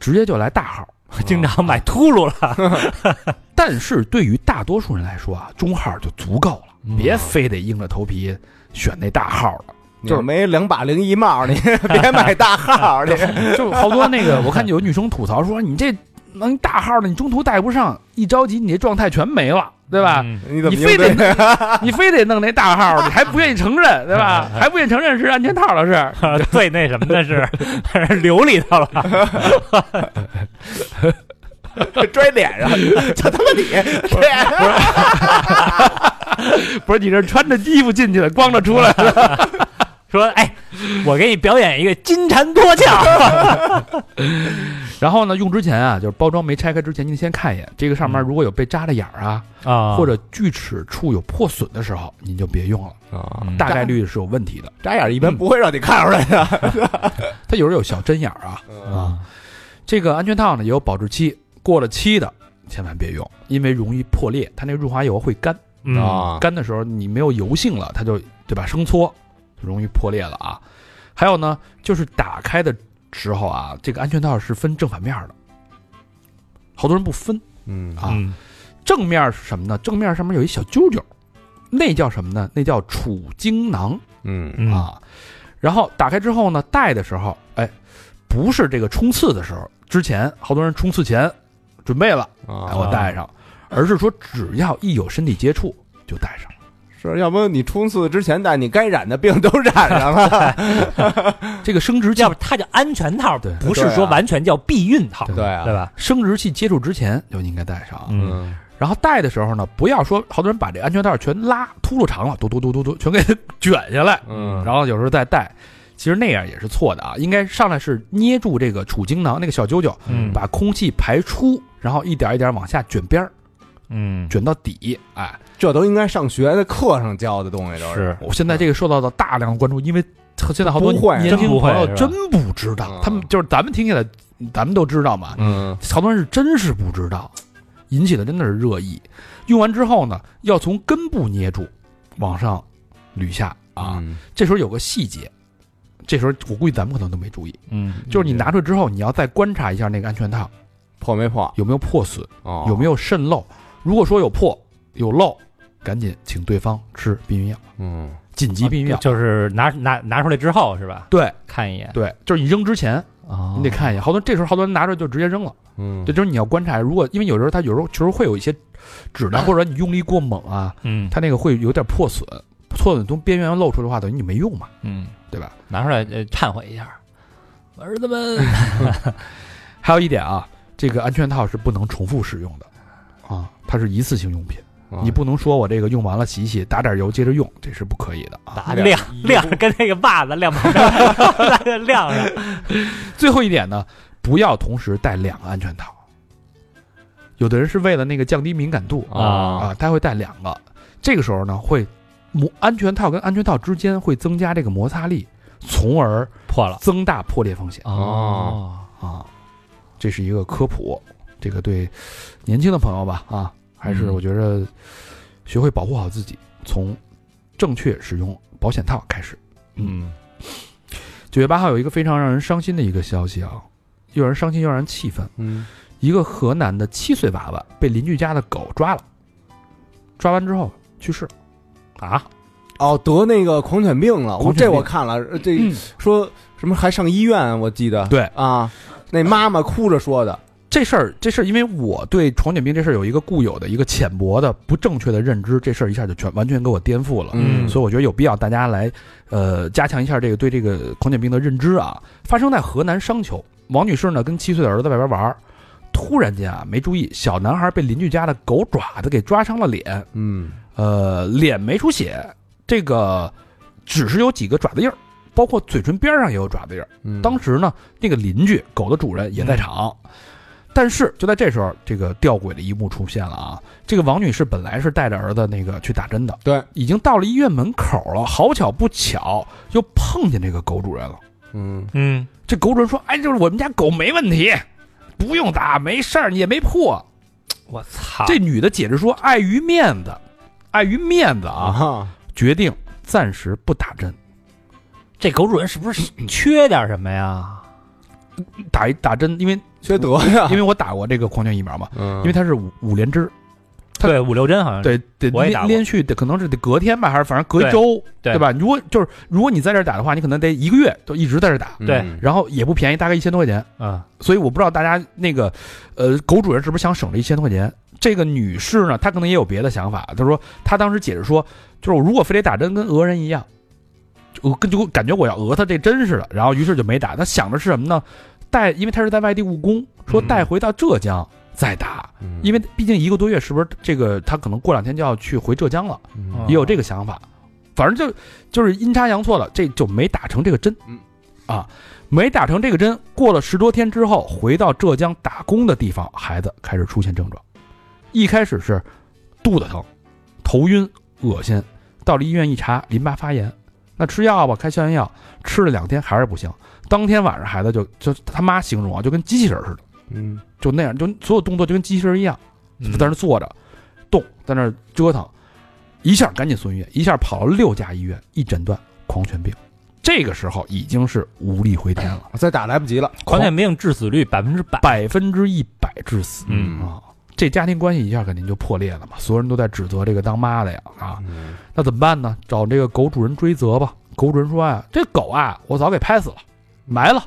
[SPEAKER 1] 直接就来大号。
[SPEAKER 3] 经常买秃噜了，
[SPEAKER 1] 但是对于大多数人来说啊，中号就足够了，
[SPEAKER 2] 嗯
[SPEAKER 1] 别非得硬着头皮选那大号了。
[SPEAKER 2] 就是没两把零一帽，你 别买大号，你
[SPEAKER 1] 就好多那个，我看有女生吐槽说，你这能大号的，你中途带不上，一着急你这状态全没了，对 吧？
[SPEAKER 3] 嗯？
[SPEAKER 2] 你怎么
[SPEAKER 1] 你
[SPEAKER 2] 应
[SPEAKER 1] 非得
[SPEAKER 2] 对？
[SPEAKER 1] 弄你非得弄那大号儿，你还不愿意承认，对吧？还不愿意承认是安全套的事。
[SPEAKER 3] 最那什么的是 流里头了，
[SPEAKER 2] 拽脸上，就他妈 你，
[SPEAKER 1] 不是你这穿着衣服进去的，光着出来 的。
[SPEAKER 3] 说哎，我给你表演一个金蝉脱壳，
[SPEAKER 1] 然后呢，用之前啊，就是包装没拆开之前，你先看一眼，这个上面如果有被扎的眼儿啊，
[SPEAKER 3] 啊
[SPEAKER 1] 或者锯齿处有破损的时候，你就别用了，
[SPEAKER 2] 啊，嗯
[SPEAKER 1] 大概率是有问题的。
[SPEAKER 2] 眨眼一般不会让你看出来 的。
[SPEAKER 1] 它有时候有小针眼儿啊，
[SPEAKER 3] 啊，
[SPEAKER 1] 这个安全套呢也有保质期，过了期的千万别用，因为容易破裂，它那润滑油会干。
[SPEAKER 3] 嗯
[SPEAKER 2] 啊，
[SPEAKER 1] 干的时候你没有油性了，它就对吧生搓，就容易破裂了啊。还有呢，就是打开的时候啊，这个安全套是分正反面的，好多人不分
[SPEAKER 2] 嗯
[SPEAKER 1] 啊。
[SPEAKER 3] 嗯
[SPEAKER 1] 正面是什么呢？正面上面有一小揪揪，那叫什么呢？那叫储精囊
[SPEAKER 2] 嗯
[SPEAKER 3] 嗯，
[SPEAKER 1] 啊。然后打开之后呢，戴的时候，哎，不是这个冲刺的时候，之前好多人冲刺前准备了，哎，
[SPEAKER 2] 啊，
[SPEAKER 1] 我戴上，而是说只要一有身体接触就戴上。
[SPEAKER 2] 是要不你冲刺之前带你该染的病都染上了，
[SPEAKER 1] 这个生殖器
[SPEAKER 3] 要不它叫安全套，
[SPEAKER 1] 对
[SPEAKER 3] 不是
[SPEAKER 2] 对啊
[SPEAKER 3] 说完全叫避孕套，
[SPEAKER 1] 对
[SPEAKER 2] 对啊，
[SPEAKER 3] 对吧？
[SPEAKER 1] 生殖器接触之前就应该戴上啊，
[SPEAKER 3] 嗯，
[SPEAKER 2] 嗯，
[SPEAKER 1] 然后戴的时候呢，不要说好多人把这安全带全拉秃噜长了，嘟嘟嘟嘟嘟，全给它卷下来，
[SPEAKER 2] 嗯
[SPEAKER 1] 然后有时候再戴，其实那样也是错的啊，应该上来是捏住这个储精囊那个小揪揪，
[SPEAKER 3] 嗯
[SPEAKER 1] 把空气排出，然后一点一点往下卷边儿，
[SPEAKER 3] 嗯，
[SPEAKER 1] 卷到底，哎，
[SPEAKER 2] 这都应该上学的课上教的东西都
[SPEAKER 3] 是
[SPEAKER 1] 我现在这个受到了大量的关注，因为现在好多
[SPEAKER 2] 不会
[SPEAKER 1] 年轻
[SPEAKER 3] 嗯真不会
[SPEAKER 1] 朋友
[SPEAKER 3] 是吧
[SPEAKER 1] 真不知道
[SPEAKER 2] 嗯，
[SPEAKER 1] 他们就是咱们听起来，咱们都知道嘛，
[SPEAKER 2] 嗯
[SPEAKER 1] 好多人是真是不知道，引起的真的是热议。用完之后呢，要从根部捏住，往上捋下啊。，
[SPEAKER 3] 嗯
[SPEAKER 2] 嗯
[SPEAKER 1] 这时候有个细节，这时候我估计咱们可能都没注意，
[SPEAKER 3] 嗯
[SPEAKER 1] 就是你拿出来之后，你要再观察一下那个安全套
[SPEAKER 2] 破没破？
[SPEAKER 1] 有没有破损，
[SPEAKER 2] 哦，
[SPEAKER 1] 有没有渗漏。如果说有破有漏，赶紧请对方吃避孕药，
[SPEAKER 2] 嗯
[SPEAKER 1] 紧急避孕药。
[SPEAKER 3] 啊就是拿拿拿出来之后是吧？
[SPEAKER 1] 对
[SPEAKER 3] 看一眼，
[SPEAKER 1] 对，就是你扔之前
[SPEAKER 3] 哦
[SPEAKER 1] 你得看一眼，好多这时候好多人拿着就直接扔了。
[SPEAKER 2] 嗯，
[SPEAKER 1] 这就是你要观察，如果因为有时候它有时候确实会有一些质量，或者你用力过猛啊，
[SPEAKER 3] 嗯
[SPEAKER 1] 它那个会有点破损，破损从边缘露出的话，等于你没用嘛，
[SPEAKER 3] 嗯，
[SPEAKER 1] 对吧？
[SPEAKER 3] 拿出来呃忏悔一下，儿子们，
[SPEAKER 1] 还有一点啊，这个安全套是不能重复使用的啊，它是一次性用品，
[SPEAKER 2] 啊
[SPEAKER 1] 你不能说我这个用完了洗一洗，打点油接着用，这是不可以的啊。
[SPEAKER 2] 打点
[SPEAKER 3] 晾晾着跟那个袜子晾旁 边晾着，
[SPEAKER 1] 最后一点呢，不要同时戴两个安全套，有的人是为了那个降低敏感度
[SPEAKER 2] 啊
[SPEAKER 1] 啊，他会戴两个。这个时候呢，会摩安全套跟安全套之间会增加这个摩擦力，从而
[SPEAKER 3] 破了
[SPEAKER 1] 增大破裂风险
[SPEAKER 2] 哦
[SPEAKER 1] 啊。这是一个科普，这个对年轻的朋友吧啊，还是
[SPEAKER 3] 嗯
[SPEAKER 1] 我觉得学会保护好自己，从正确使用保险套开始。
[SPEAKER 3] 嗯
[SPEAKER 1] 九月八号有一个非常让人伤心的一个消息啊，又让人伤心又让人气愤。
[SPEAKER 2] 嗯
[SPEAKER 1] 一个河南的七岁娃娃被邻居家的狗抓了，抓完之后去世了。
[SPEAKER 3] 啊，
[SPEAKER 2] 哦得那个狂犬病了，我
[SPEAKER 1] 狂犬
[SPEAKER 2] 这
[SPEAKER 1] 病嗯
[SPEAKER 2] 我看了，呃这说什么还上医院，我记得
[SPEAKER 1] 对
[SPEAKER 2] 啊，那妈妈哭着说的，
[SPEAKER 1] 这事儿，这事儿，因为我对狂犬病这事儿有一个固有的一个浅薄的不正确的认知，这事儿一下就全完全给我颠覆了。
[SPEAKER 3] 嗯
[SPEAKER 1] 所以我觉得有必要大家来，呃，加强一下这个对这个狂犬病的认知啊。发生在河南商丘，王女士呢跟七岁的儿子外边玩儿，突然间啊没注意，小男孩被邻居家的狗爪子给抓伤了脸，
[SPEAKER 2] 嗯
[SPEAKER 1] 呃，脸没出血，这个只是有几个爪子印儿，包括嘴唇边上也有爪子印儿。
[SPEAKER 2] 嗯，
[SPEAKER 1] 当时呢，那个邻居狗的主人也在场，但是就在这时候，这个吊诡的一幕出现了啊！这个王女士本来是带着儿子那个去打针的，
[SPEAKER 2] 对，
[SPEAKER 1] 已经到了医院门口了，好巧不巧又碰见这个狗主人了。
[SPEAKER 2] 嗯
[SPEAKER 3] 嗯
[SPEAKER 1] 这狗主人说：“哎，就是我们家狗没问题，不用打，没事儿，你也没破。
[SPEAKER 3] 我操，
[SPEAKER 1] 这女的解释说：“碍于面子，碍于面子啊，
[SPEAKER 2] 啊，
[SPEAKER 1] 决定暂时不打针，
[SPEAKER 3] 这狗主人是不是缺点什么呀？
[SPEAKER 1] 打一打针，因为
[SPEAKER 2] 缺德
[SPEAKER 3] 啊
[SPEAKER 2] 呀
[SPEAKER 1] 因，为我打过这个狂犬疫苗嘛，
[SPEAKER 2] 嗯，
[SPEAKER 1] 因为它是五五连针。”他
[SPEAKER 3] 对，五六针好像是，
[SPEAKER 1] 对，得
[SPEAKER 3] 嗯我也打
[SPEAKER 1] 连
[SPEAKER 3] 过
[SPEAKER 1] 连续得可能是得隔天吧，还是反正隔
[SPEAKER 3] 对
[SPEAKER 1] 一周，
[SPEAKER 3] 对
[SPEAKER 1] 吧？如果就是如果你在这儿打的话，你可能得一个月都一直在这儿打，
[SPEAKER 2] 嗯
[SPEAKER 3] 对
[SPEAKER 1] 然后也不便宜，大概一千多块钱。
[SPEAKER 3] 嗯
[SPEAKER 1] 所以我不知道大家那个，呃，狗主人是不是想省这一千多块钱？这个女士呢，她可能也有别的想法。她说，她当时解释说，就是我如果非得打针，跟讹人一样，就我跟就感觉我要讹她这针似的。然后于是就没打。她想的是什么呢？带，因为她是在外地务工，说
[SPEAKER 3] 嗯
[SPEAKER 1] 带回到浙江再打。
[SPEAKER 2] 嗯
[SPEAKER 1] 因为毕竟一个多月，是不是这个他可能过两天就要去回浙江了，
[SPEAKER 2] 嗯
[SPEAKER 1] 也有这个想法。反正就就是阴差阳错的，这就没打成这个针
[SPEAKER 2] 嗯，
[SPEAKER 1] 啊，没打成这个针。过了十多天之后，回到浙江打工的地方，孩子开始出现症状，一开始是肚子疼、头晕、恶心，到了医院一查，淋巴发炎。那吃药吧，开消炎药，吃了两天还是不行。当天晚上孩子就就他妈形容啊，就跟机器人似的，
[SPEAKER 2] 嗯
[SPEAKER 1] 就那样，就所有动作就跟机器人一样。
[SPEAKER 3] 嗯
[SPEAKER 1] 就在那坐着，动，在那折腾，一下赶紧送医院，一下跑了六家医院，一诊断狂犬病，这个时候已经是无力回天了，
[SPEAKER 2] 再打来不及了，
[SPEAKER 3] 狂犬病致死率百分之百，
[SPEAKER 1] 百分之一百致死
[SPEAKER 3] 嗯
[SPEAKER 1] 啊！这家庭关系一下肯定就破裂了嘛，所有人都在指责这个当妈的呀啊，
[SPEAKER 2] 嗯
[SPEAKER 1] 那怎么办呢？找这个狗主人追责吧。狗主人说啊，这狗啊，我早给拍死了，埋了，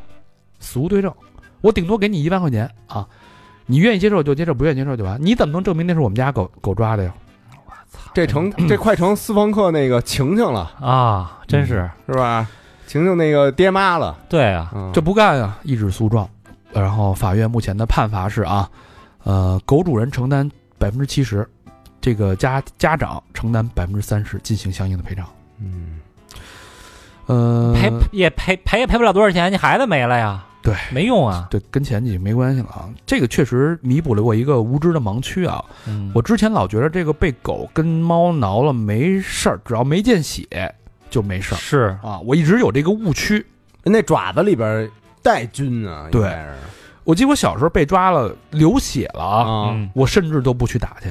[SPEAKER 1] 死无对证，我顶多给你一万块钱啊，你愿意接受就接受，不愿意接受就完。你怎么能证明那是我们家狗狗抓的呀？
[SPEAKER 3] 操
[SPEAKER 2] 这成这快成斯朋克那个晴晴了，
[SPEAKER 3] 啊，真是
[SPEAKER 2] 是吧？晴晴那个爹妈了，
[SPEAKER 3] 对啊，
[SPEAKER 2] 嗯
[SPEAKER 1] 这不干啊，一纸诉状。然后法院目前的判罚是啊，呃，狗主人承担百分之七十，这个家家长承担百分之三十，进行相应的赔偿。
[SPEAKER 2] 嗯
[SPEAKER 1] 呃，
[SPEAKER 3] 赔也赔赔也赔不了多少钱，你孩子没了呀，
[SPEAKER 1] 对，
[SPEAKER 3] 没用啊，
[SPEAKER 1] 对，跟前几没关系了啊。这个确实弥补了我一个无知的盲区啊。
[SPEAKER 3] 嗯
[SPEAKER 1] 我之前老觉得这个被狗跟猫挠了没事儿，只要没见血就没事儿
[SPEAKER 3] 是
[SPEAKER 1] 啊。我一直有这个误区，
[SPEAKER 2] 嗯那爪子里边带菌啊，
[SPEAKER 1] 对
[SPEAKER 2] 应该是
[SPEAKER 1] 我记得我小时候被抓了，流血了啊，
[SPEAKER 2] 啊，
[SPEAKER 3] 嗯
[SPEAKER 1] 我甚至都不去打去。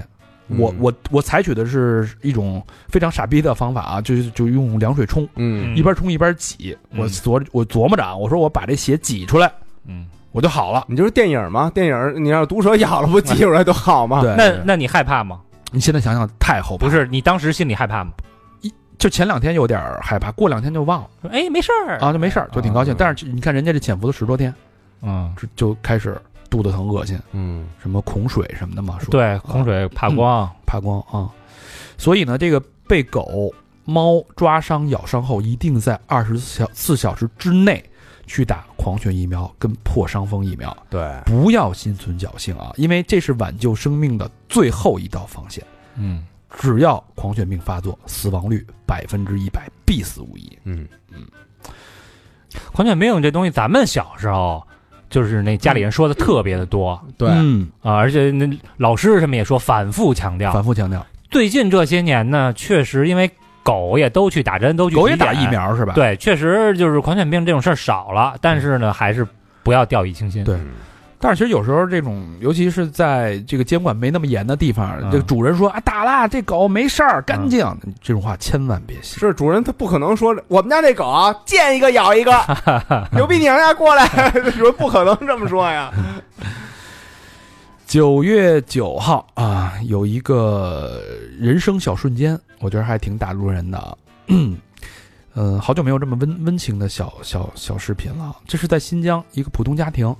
[SPEAKER 2] 嗯
[SPEAKER 1] 我我我采取的是一种非常傻逼的方法啊，就是就用凉水冲，
[SPEAKER 2] 嗯
[SPEAKER 1] 一边冲一边挤。
[SPEAKER 3] 嗯
[SPEAKER 1] 我琢我琢磨着啊，我说我把这血挤出来，
[SPEAKER 3] 嗯，
[SPEAKER 1] 我就好了。
[SPEAKER 2] 你就是电影嘛，电影你让毒蛇咬了不挤出来多好嘛？
[SPEAKER 1] 对，
[SPEAKER 3] 啊那那你害怕吗？
[SPEAKER 1] 你现在想想太后怕
[SPEAKER 3] 不，是，你当时心里害怕吗？
[SPEAKER 1] 就前两天有点儿害怕，过两天就忘了
[SPEAKER 3] 说哎，没事儿
[SPEAKER 1] 啊，就没事儿，就挺高兴
[SPEAKER 2] 啊。
[SPEAKER 1] 但是你看人家这潜伏了十多天，
[SPEAKER 3] 嗯，
[SPEAKER 1] 就就开始肚子疼、恶心，
[SPEAKER 2] 嗯，
[SPEAKER 1] 什么恐水什么的嘛，说
[SPEAKER 3] 对，恐水怕
[SPEAKER 1] 嗯
[SPEAKER 3] 光，
[SPEAKER 1] 怕光啊。所以呢，这个被狗、猫抓伤、咬伤后，一定在二十四小四小时之内去打狂犬疫苗跟破伤风疫苗，
[SPEAKER 2] 对，
[SPEAKER 1] 不要心存侥幸啊，因为这是挽救生命的最后一道防线。
[SPEAKER 3] 嗯，
[SPEAKER 1] 只要狂犬病发作，死亡率百分之一百，必死无疑。
[SPEAKER 2] 嗯，
[SPEAKER 3] 狂犬病这东西，咱们小时候就是那家里人说的特别的多
[SPEAKER 2] 对，
[SPEAKER 1] 嗯，
[SPEAKER 3] 啊，而且那老师什么也说反复强调。
[SPEAKER 1] 反复强调，
[SPEAKER 3] 最近这些年呢，确实因为狗也都去打针，都去
[SPEAKER 1] 狗也
[SPEAKER 3] 体检
[SPEAKER 1] 打疫，苗是吧？嗯
[SPEAKER 3] 对，确实就是狂犬病这种事儿少了，但是呢，还是不要掉以轻心。
[SPEAKER 1] 对但是其实有时候这种，尤其是在这个监管没那么严的地方，
[SPEAKER 3] 嗯
[SPEAKER 1] 这个主人说啊打啦，这狗没事儿，干净，嗯这种话千万别信。
[SPEAKER 2] 是主人他不可能说我们家这狗啊，见一个咬一 个，牛逼你让它过 来，主人不可能这么说呀。
[SPEAKER 1] 九月九号啊，有一个人生小瞬间，我觉得还挺打动人的啊。 嗯，好久没有这么温温情的小小小视频了啊。这是在新疆一个普通家庭，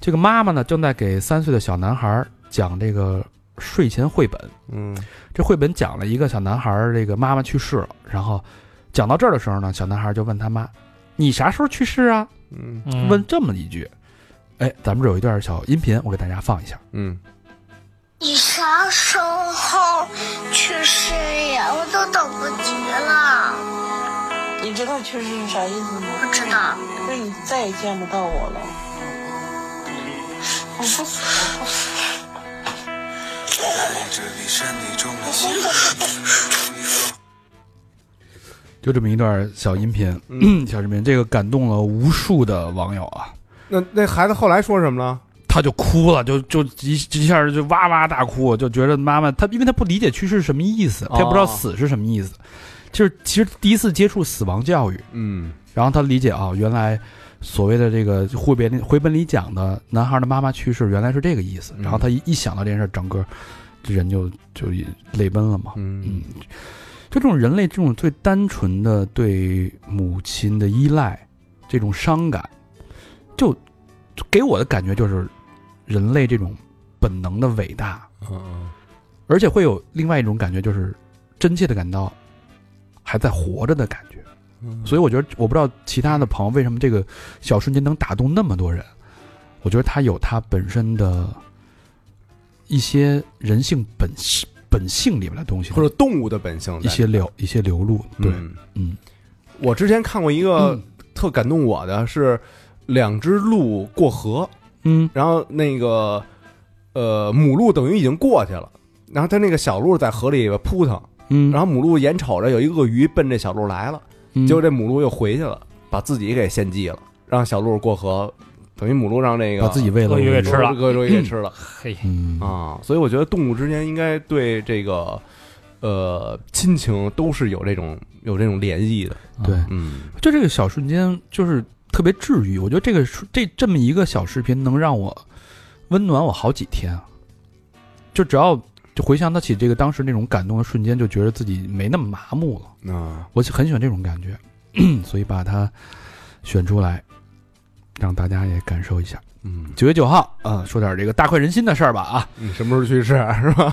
[SPEAKER 1] 这个妈妈呢正在给三岁的小男孩讲这个睡前绘本。
[SPEAKER 2] 嗯
[SPEAKER 1] 这绘本讲了一个小男孩儿，这个妈妈去世了，然后讲到这儿的时候呢，小男孩就问他妈：“你啥时候去世啊
[SPEAKER 2] 嗯？”
[SPEAKER 3] 嗯，
[SPEAKER 1] 问这么一句。哎，咱们这有一段小音频，我给大家放一下。
[SPEAKER 2] 嗯，
[SPEAKER 4] 你啥时候去世呀？我都等不及了，
[SPEAKER 5] 你知道去世是啥意思吗？
[SPEAKER 4] 不知道。
[SPEAKER 5] 就是你再也见不到我了。我不死，我不死。
[SPEAKER 6] 这里身体中的幸福。
[SPEAKER 1] 就这么一段小音频， 小视频，这个感动了无数的网友啊，
[SPEAKER 2] 那那孩子后来说什么了？
[SPEAKER 1] 他就哭了，就就一一下就哇哇大哭，就觉得妈妈他，因为他不理解去世是什么意思，他也不知道死是什么意思，就是其实第一次接触死亡教育，
[SPEAKER 2] 嗯
[SPEAKER 1] 然后他理解啊，原来所谓的这个绘本里绘本里讲的男孩的妈妈去世，原来是这个意思。
[SPEAKER 2] 嗯
[SPEAKER 1] 然后他一一想到这件事，整个人就就也泪奔了嘛。嗯
[SPEAKER 2] 嗯，
[SPEAKER 1] 就这种人类这种最单纯的对母亲的依赖，这种伤感，就就给我的感觉就是人类这种本能的伟大，
[SPEAKER 2] 嗯
[SPEAKER 1] 而且会有另外一种感觉，就是真切的感到还在活着的感觉。
[SPEAKER 2] 嗯
[SPEAKER 1] 所以我觉得，我不知道其他的朋友为什么这个小瞬间能打动那么多人。我觉得他有他本身的一些人性本性本性里面的东西，
[SPEAKER 2] 或者动物的本性在
[SPEAKER 1] 一些流一些流露。对，
[SPEAKER 2] 嗯
[SPEAKER 1] 嗯
[SPEAKER 2] 我之前看过一个
[SPEAKER 1] 嗯
[SPEAKER 2] 特感动我的是两只鹿过河，
[SPEAKER 1] 嗯
[SPEAKER 2] 然后那个呃母鹿等于已经过去了，然后它那个小鹿在河里扑腾，
[SPEAKER 1] 嗯，
[SPEAKER 2] 然后母鹿眼瞅着有一鳄鱼奔这小鹿来了，
[SPEAKER 1] 后
[SPEAKER 2] 结果这母鹿又回去了，把自己给献祭了，让小鹿过河，等于母鹿让这个
[SPEAKER 1] 把自己喂了
[SPEAKER 3] 鳄鱼给吃了
[SPEAKER 2] 鳄鳄鱼给吃了
[SPEAKER 3] 嘿，
[SPEAKER 1] 嗯
[SPEAKER 2] 啊。所以我觉得动物之间应该对这个呃亲情都是有这种有这种涟漪的，
[SPEAKER 1] 对，
[SPEAKER 2] 嗯
[SPEAKER 1] 就这个小瞬间就是特别治愈。我觉得这个这这么一个小视频能让我温暖我好几天啊，就只要就回想到起这个当时那种感动的瞬间，就觉得自己没那么麻木了。
[SPEAKER 2] 啊，
[SPEAKER 1] 我很喜欢这种感觉， 所以把它选出来，让大家也感受一下。
[SPEAKER 2] 嗯，
[SPEAKER 1] 九月九号啊、说点这个大快人心的事儿吧啊！
[SPEAKER 2] 你什么时候去世是吧？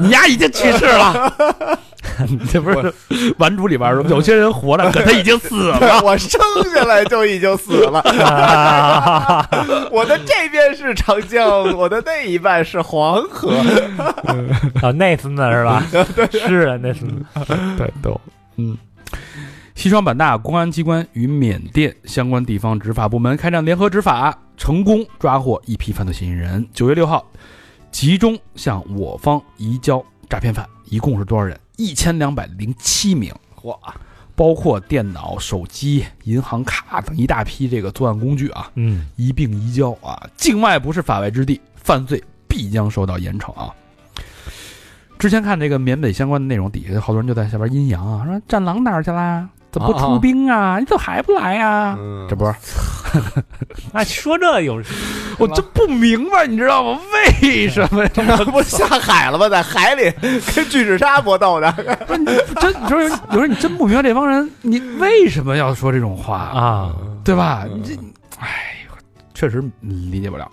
[SPEAKER 1] 你丫已经去世了， 这不是顽主里边儿有些人活着，可他已经死 了。
[SPEAKER 2] 我生下来就已经死了，我的这边是长江，我的那一半是黄河。
[SPEAKER 3] 啊，那次呢是吧？ 是啊，那次呢
[SPEAKER 1] 太逗。嗯，西双版纳公安机关与缅甸相关地方执法部门开展联合执法，成功抓获一批犯罪嫌疑人。九月六号，集中向我方移交诈骗犯，一共是多少人？一千两百零七名，
[SPEAKER 2] 嚯，
[SPEAKER 1] 包括电脑、手机、银行卡等一大批这个作案工具啊，
[SPEAKER 3] 嗯，
[SPEAKER 1] 一并移交啊。境外不是法外之地，犯罪必将受到严惩啊。之前看这个缅北相关的内容，底下好多人就在下边阴阳啊，说战狼哪儿去啦？怎么不出兵啊？你怎么还不来啊？
[SPEAKER 2] 嗯
[SPEAKER 1] 这不是，
[SPEAKER 3] 那说这有
[SPEAKER 1] 我真不明白，你知道吗？为什么呀？
[SPEAKER 2] 这不是下海了吗？在海里跟巨齿鲨搏斗呢。
[SPEAKER 1] 不是你真，你说有有时候你真不明白这帮人，你为什么要说这种话啊？
[SPEAKER 3] 啊，
[SPEAKER 1] 对吧？你这，哎，我确实理解不了。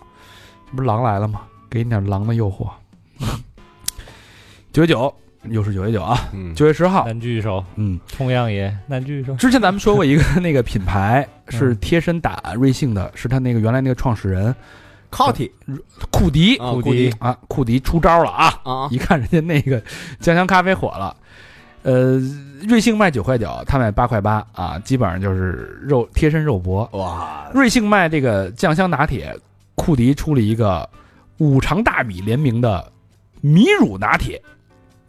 [SPEAKER 1] 这不是狼来了吗？给你点狼的诱惑。 九月九，又是九月九啊！
[SPEAKER 2] 嗯
[SPEAKER 1] 九月十号，
[SPEAKER 3] 难聚首，
[SPEAKER 1] 嗯，
[SPEAKER 3] 同样也难聚首。
[SPEAKER 1] 之前咱们说过一个那个品牌是贴身打瑞幸的，是他那个原来那个创始人
[SPEAKER 2] c o t y
[SPEAKER 1] 库迪，
[SPEAKER 2] 啊库迪
[SPEAKER 1] 啊，库迪出招了啊！
[SPEAKER 2] 啊，
[SPEAKER 1] 一看人家那个酱香咖啡火了，呃，瑞幸卖九块九，他卖八块八啊，基本上就是肉贴身肉搏。
[SPEAKER 2] 哇，
[SPEAKER 1] 瑞幸卖这个酱香拿铁，库迪出了一个五常大米联名的米乳拿铁，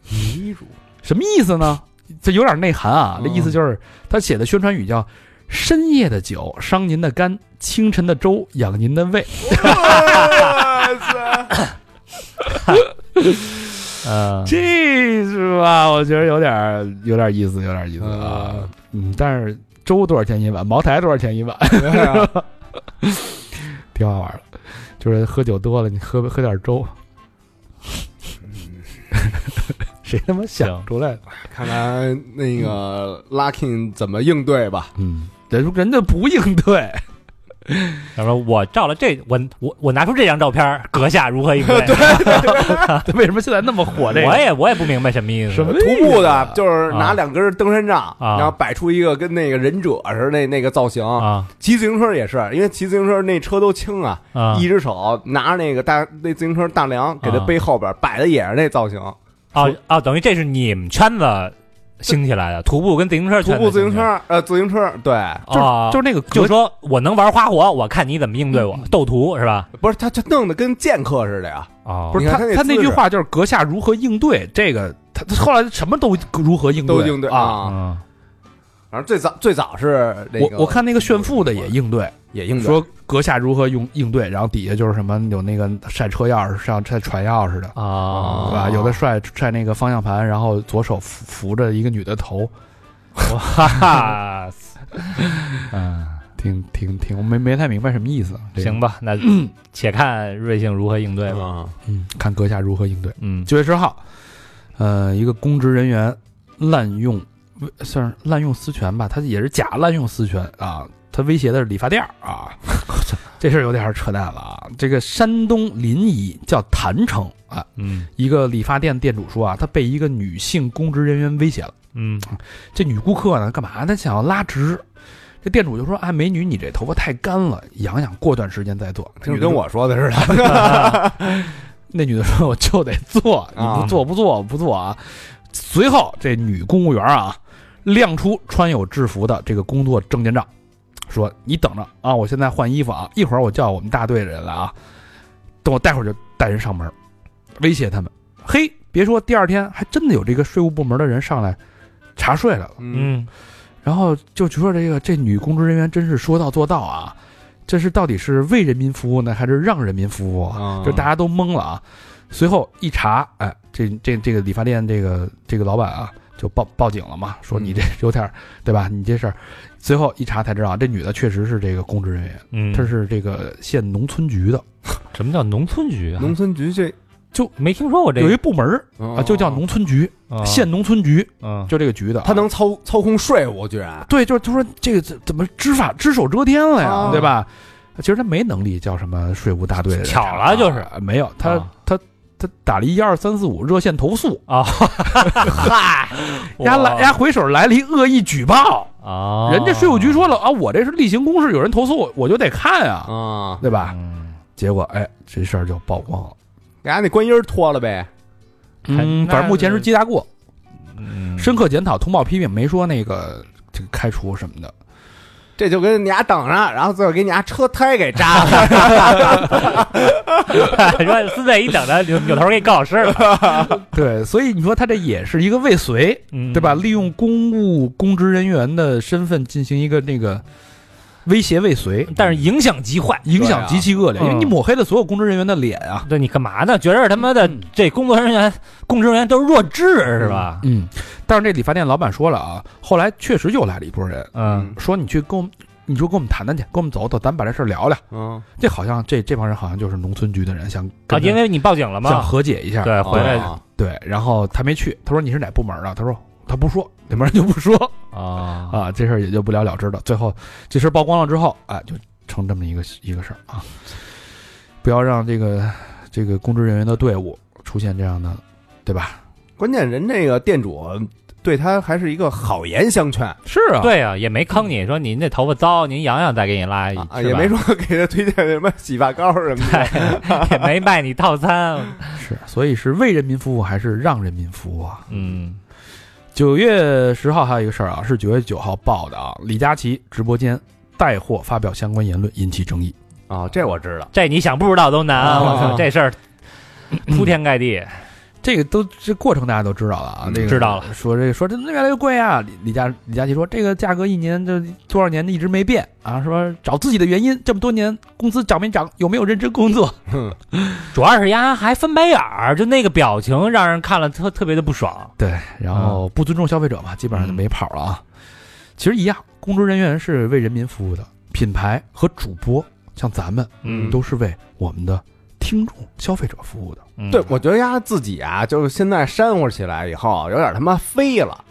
[SPEAKER 2] 米乳
[SPEAKER 1] 什么意思呢？这有点内涵啊，这
[SPEAKER 2] 嗯
[SPEAKER 1] 意思就是他写的宣传语叫“深夜的酒伤您的肝，清晨的粥养您的胃
[SPEAKER 2] 哇塞
[SPEAKER 3] 嗯”，，
[SPEAKER 1] 这是吧？我觉得有点有点意思，有点意思 啊。嗯，但是粥多少钱一碗？茅台多少钱一碗？
[SPEAKER 2] 对啊
[SPEAKER 1] 挺好玩的，就是喝酒多了，你喝喝点粥。 谁他妈想出来的？
[SPEAKER 2] 看来那个 Lucky 怎么应对吧？
[SPEAKER 1] 嗯，人人家不应对，
[SPEAKER 3] 他说我照了这，我我我拿出这张照片儿，阁下如何应对？
[SPEAKER 1] 为什么现在那么火？这
[SPEAKER 3] 我
[SPEAKER 1] 个
[SPEAKER 3] 也我也不明白什么意思。
[SPEAKER 1] 什么
[SPEAKER 2] 哎徒步的，
[SPEAKER 1] 就
[SPEAKER 2] 就是拿两根登山杖，
[SPEAKER 3] 啊
[SPEAKER 2] 然后摆出一个跟那个忍者似的那那个造型。
[SPEAKER 3] 啊
[SPEAKER 2] 骑自行车也是，因为骑自行车那车都轻啊，
[SPEAKER 3] 啊
[SPEAKER 2] 一只手拿着那个大那自行车大梁给他
[SPEAKER 3] 啊
[SPEAKER 2] 背后边，摆的也是那造型。
[SPEAKER 3] 哦哦，等于这是你们圈子兴起来的，徒步跟自行车
[SPEAKER 2] 徒
[SPEAKER 3] 圈子
[SPEAKER 2] 步自
[SPEAKER 3] 兴
[SPEAKER 2] 行
[SPEAKER 3] 起
[SPEAKER 2] 车
[SPEAKER 3] 来的，，
[SPEAKER 2] 呃，自行车，对，
[SPEAKER 3] 啊，
[SPEAKER 1] 就是那个
[SPEAKER 3] 就
[SPEAKER 1] 格
[SPEAKER 3] 说我能玩花火，我看你怎么应对我，斗图是吧？
[SPEAKER 2] 不是他他弄得跟剑客似的呀，
[SPEAKER 3] 哦
[SPEAKER 1] 不是
[SPEAKER 2] 你
[SPEAKER 1] 他
[SPEAKER 2] 看他那
[SPEAKER 1] 他那
[SPEAKER 2] 姿
[SPEAKER 1] 句
[SPEAKER 2] 势
[SPEAKER 1] 话就是阁下如何应对这个，他他后来什么都如何应对，
[SPEAKER 2] 都应对
[SPEAKER 1] 啊。
[SPEAKER 2] 啊。
[SPEAKER 3] 嗯
[SPEAKER 2] 反正最早最早是那个，
[SPEAKER 1] 我我看那个炫富的也应对，
[SPEAKER 2] 也应对，啊
[SPEAKER 1] 说阁下如何用应对，然后底下就是什么有那个晒车钥匙上晒船钥匙的，
[SPEAKER 3] 啊
[SPEAKER 1] 对吧？有的晒晒那个方向盘，然后左手扶扶着一个女的头，
[SPEAKER 3] 哈哈，嗯，
[SPEAKER 1] 挺挺挺，我没没太明白什么意思。啊这个
[SPEAKER 3] 行，吧，那且看瑞幸如何应对吧。
[SPEAKER 2] 啊，
[SPEAKER 1] 嗯，看阁下如何应对。
[SPEAKER 3] 嗯，
[SPEAKER 1] 九月十号，呃，一个公职人员滥用，威算是滥用私权吧，他也是假滥用私权啊，他威胁的是理发店儿 啊，这事儿有点儿扯淡了啊。这个山东临沂叫谭城啊，
[SPEAKER 3] 嗯
[SPEAKER 1] 一个理发店店主说啊，他被一个女性公职人员威胁了，
[SPEAKER 3] 嗯
[SPEAKER 1] 这女顾客呢干嘛呢？想要拉直。这店主就说：“哎，美女，你这头发太干了，养养，过段时间再做。”
[SPEAKER 2] 就是跟我说的似的，
[SPEAKER 1] 那女的说：“我就得做，你
[SPEAKER 2] 啊
[SPEAKER 1] 不做不做不做啊！”随后，这女公务员啊，亮出穿有制服的这个工作证件照，说：“你等着啊，我现在换衣服啊，一会儿我叫我们大队的人来啊，等我待会儿就带人上门，威胁他们。嘿，别说，第二天还真的有这个税务部门的人上来查税来了。”
[SPEAKER 2] 嗯，
[SPEAKER 3] 嗯，
[SPEAKER 1] 然后就觉得这个这女公职人员真是说到做到啊，这是到底是为人民服务呢，还是让人民服务啊？
[SPEAKER 2] 啊
[SPEAKER 1] 就大家都懵了啊。随后一查，哎，这这这个理发店这个这个老板啊，就报报警了嘛，说
[SPEAKER 3] 嗯
[SPEAKER 1] 你这 有点儿对吧？你这事儿，随后一查才知道，啊这女的确实是这个公职人员，
[SPEAKER 3] 嗯，
[SPEAKER 1] 她是这个县农村局的，
[SPEAKER 3] 什么叫农村局啊？
[SPEAKER 2] 农村局这嗯
[SPEAKER 3] 没听说过这
[SPEAKER 1] 有一
[SPEAKER 3] 个哦
[SPEAKER 1] 部门儿啊，就叫农村局，
[SPEAKER 3] 啊
[SPEAKER 1] 县农村局，
[SPEAKER 3] 啊
[SPEAKER 1] 就这个局的啊。
[SPEAKER 2] 他能操操控税务，居然
[SPEAKER 1] 对，就是他说这个怎怎么知法只手遮天了呀，
[SPEAKER 2] 啊
[SPEAKER 1] 对吧？其实他没能力叫什么税务大队的人
[SPEAKER 3] 巧了就是
[SPEAKER 1] 啊没有他、
[SPEAKER 3] 啊
[SPEAKER 1] 他他打了一二三四五热线投诉，
[SPEAKER 3] 啊， 嗨，
[SPEAKER 1] 丫来丫回手来了一恶意举报，
[SPEAKER 3] 啊，
[SPEAKER 1] 人家税务局说了啊，我这是例行公事，有人投诉我我就得看啊，
[SPEAKER 3] 哦
[SPEAKER 2] 啊，
[SPEAKER 1] 对吧？
[SPEAKER 3] 嗯，
[SPEAKER 1] 结果哎，这事儿就曝光了。
[SPEAKER 2] 给俺那官音儿脱了呗。
[SPEAKER 1] 嗯，反正目前是记大过，
[SPEAKER 3] 嗯
[SPEAKER 1] 深刻检讨、通报批评，没说那个这个开除什么的。
[SPEAKER 2] 这就跟你俩等上，然后最后给你俩车胎给扎了。
[SPEAKER 3] 说现在一等着扭扭头给你告示 了，
[SPEAKER 1] 对，所以你说他这也是一个未遂，
[SPEAKER 3] 嗯
[SPEAKER 1] 对吧？？利用公务公职人员的身份进行一个那个威胁未遂，
[SPEAKER 3] 但是影响极坏。
[SPEAKER 1] 影响极其恶劣，
[SPEAKER 3] 对啊
[SPEAKER 1] 因为你抹黑了所有公职人员的脸啊。
[SPEAKER 3] 对你干嘛呢？觉着他妈的这工作人员、公职人员都是弱智是吧？
[SPEAKER 1] 嗯，但是这理发店老板说了啊，后来确实又来了一波人，
[SPEAKER 3] 嗯，
[SPEAKER 1] 说你去跟我们，你说跟我们谈谈去，跟我们走走，咱把这事儿聊聊。
[SPEAKER 2] 嗯，
[SPEAKER 1] 这好像这这帮人好像就是农村局的人，想
[SPEAKER 3] 啊，
[SPEAKER 1] 跟他
[SPEAKER 3] 因为你报警了
[SPEAKER 1] 想
[SPEAKER 3] 嘛，
[SPEAKER 1] 和解一下，
[SPEAKER 3] 对，回来
[SPEAKER 2] 啊
[SPEAKER 1] 对，然后他没去，他说你是哪部门的？他说他不说，那边人就不说
[SPEAKER 3] 啊
[SPEAKER 1] 啊，这事儿也就不了了之了。最后这事儿曝光了之后，啊，就成这么一个一个事儿啊，不要让这个这个公职人员的队伍出现这样的，对吧？
[SPEAKER 2] 关键人这个店主对他还是一个好言相劝
[SPEAKER 1] 是啊，
[SPEAKER 3] 对啊，也没坑你说您这头发糟，您养养再给你拉一，
[SPEAKER 2] 啊，
[SPEAKER 3] 哎是
[SPEAKER 2] 也
[SPEAKER 3] 吧
[SPEAKER 2] 没说给他推荐什么洗发膏什么的。
[SPEAKER 3] 对， 也没卖你套 餐，
[SPEAKER 1] 是，所以是为人民服务还是让人民服务啊？
[SPEAKER 3] 嗯
[SPEAKER 1] 九月十号还有一个事儿啊，是九月九号报的啊，李佳琦直播间带货发表相关言论引起争议。
[SPEAKER 2] 啊，这我知道。
[SPEAKER 3] 这你想不知道都难啊！我操，这事儿铺天盖地，
[SPEAKER 1] 这个都这过程大家都知道了啊，
[SPEAKER 2] 嗯
[SPEAKER 1] 这个
[SPEAKER 3] 知道了
[SPEAKER 1] 说这个说这越来越贵啊。李李佳李佳琦说这个价格一年就多少年一直没变啊，说找自己的原因，这么多年工资涨没涨，有没有认真工作？
[SPEAKER 2] 哼，
[SPEAKER 3] 主要是丫还翻白眼儿，就那个表情让人看了特特别的不爽。
[SPEAKER 1] 对，然后不尊重消费者嘛，基本上就没跑了啊。其实一样，公职人员是为人民服务的，品牌和主播像咱们
[SPEAKER 2] 嗯
[SPEAKER 1] 都是为我们的听众消费者服务的。
[SPEAKER 3] 嗯
[SPEAKER 2] 对，我觉得丫自己啊，就是现在煽乎起来以后，有点他妈飞了，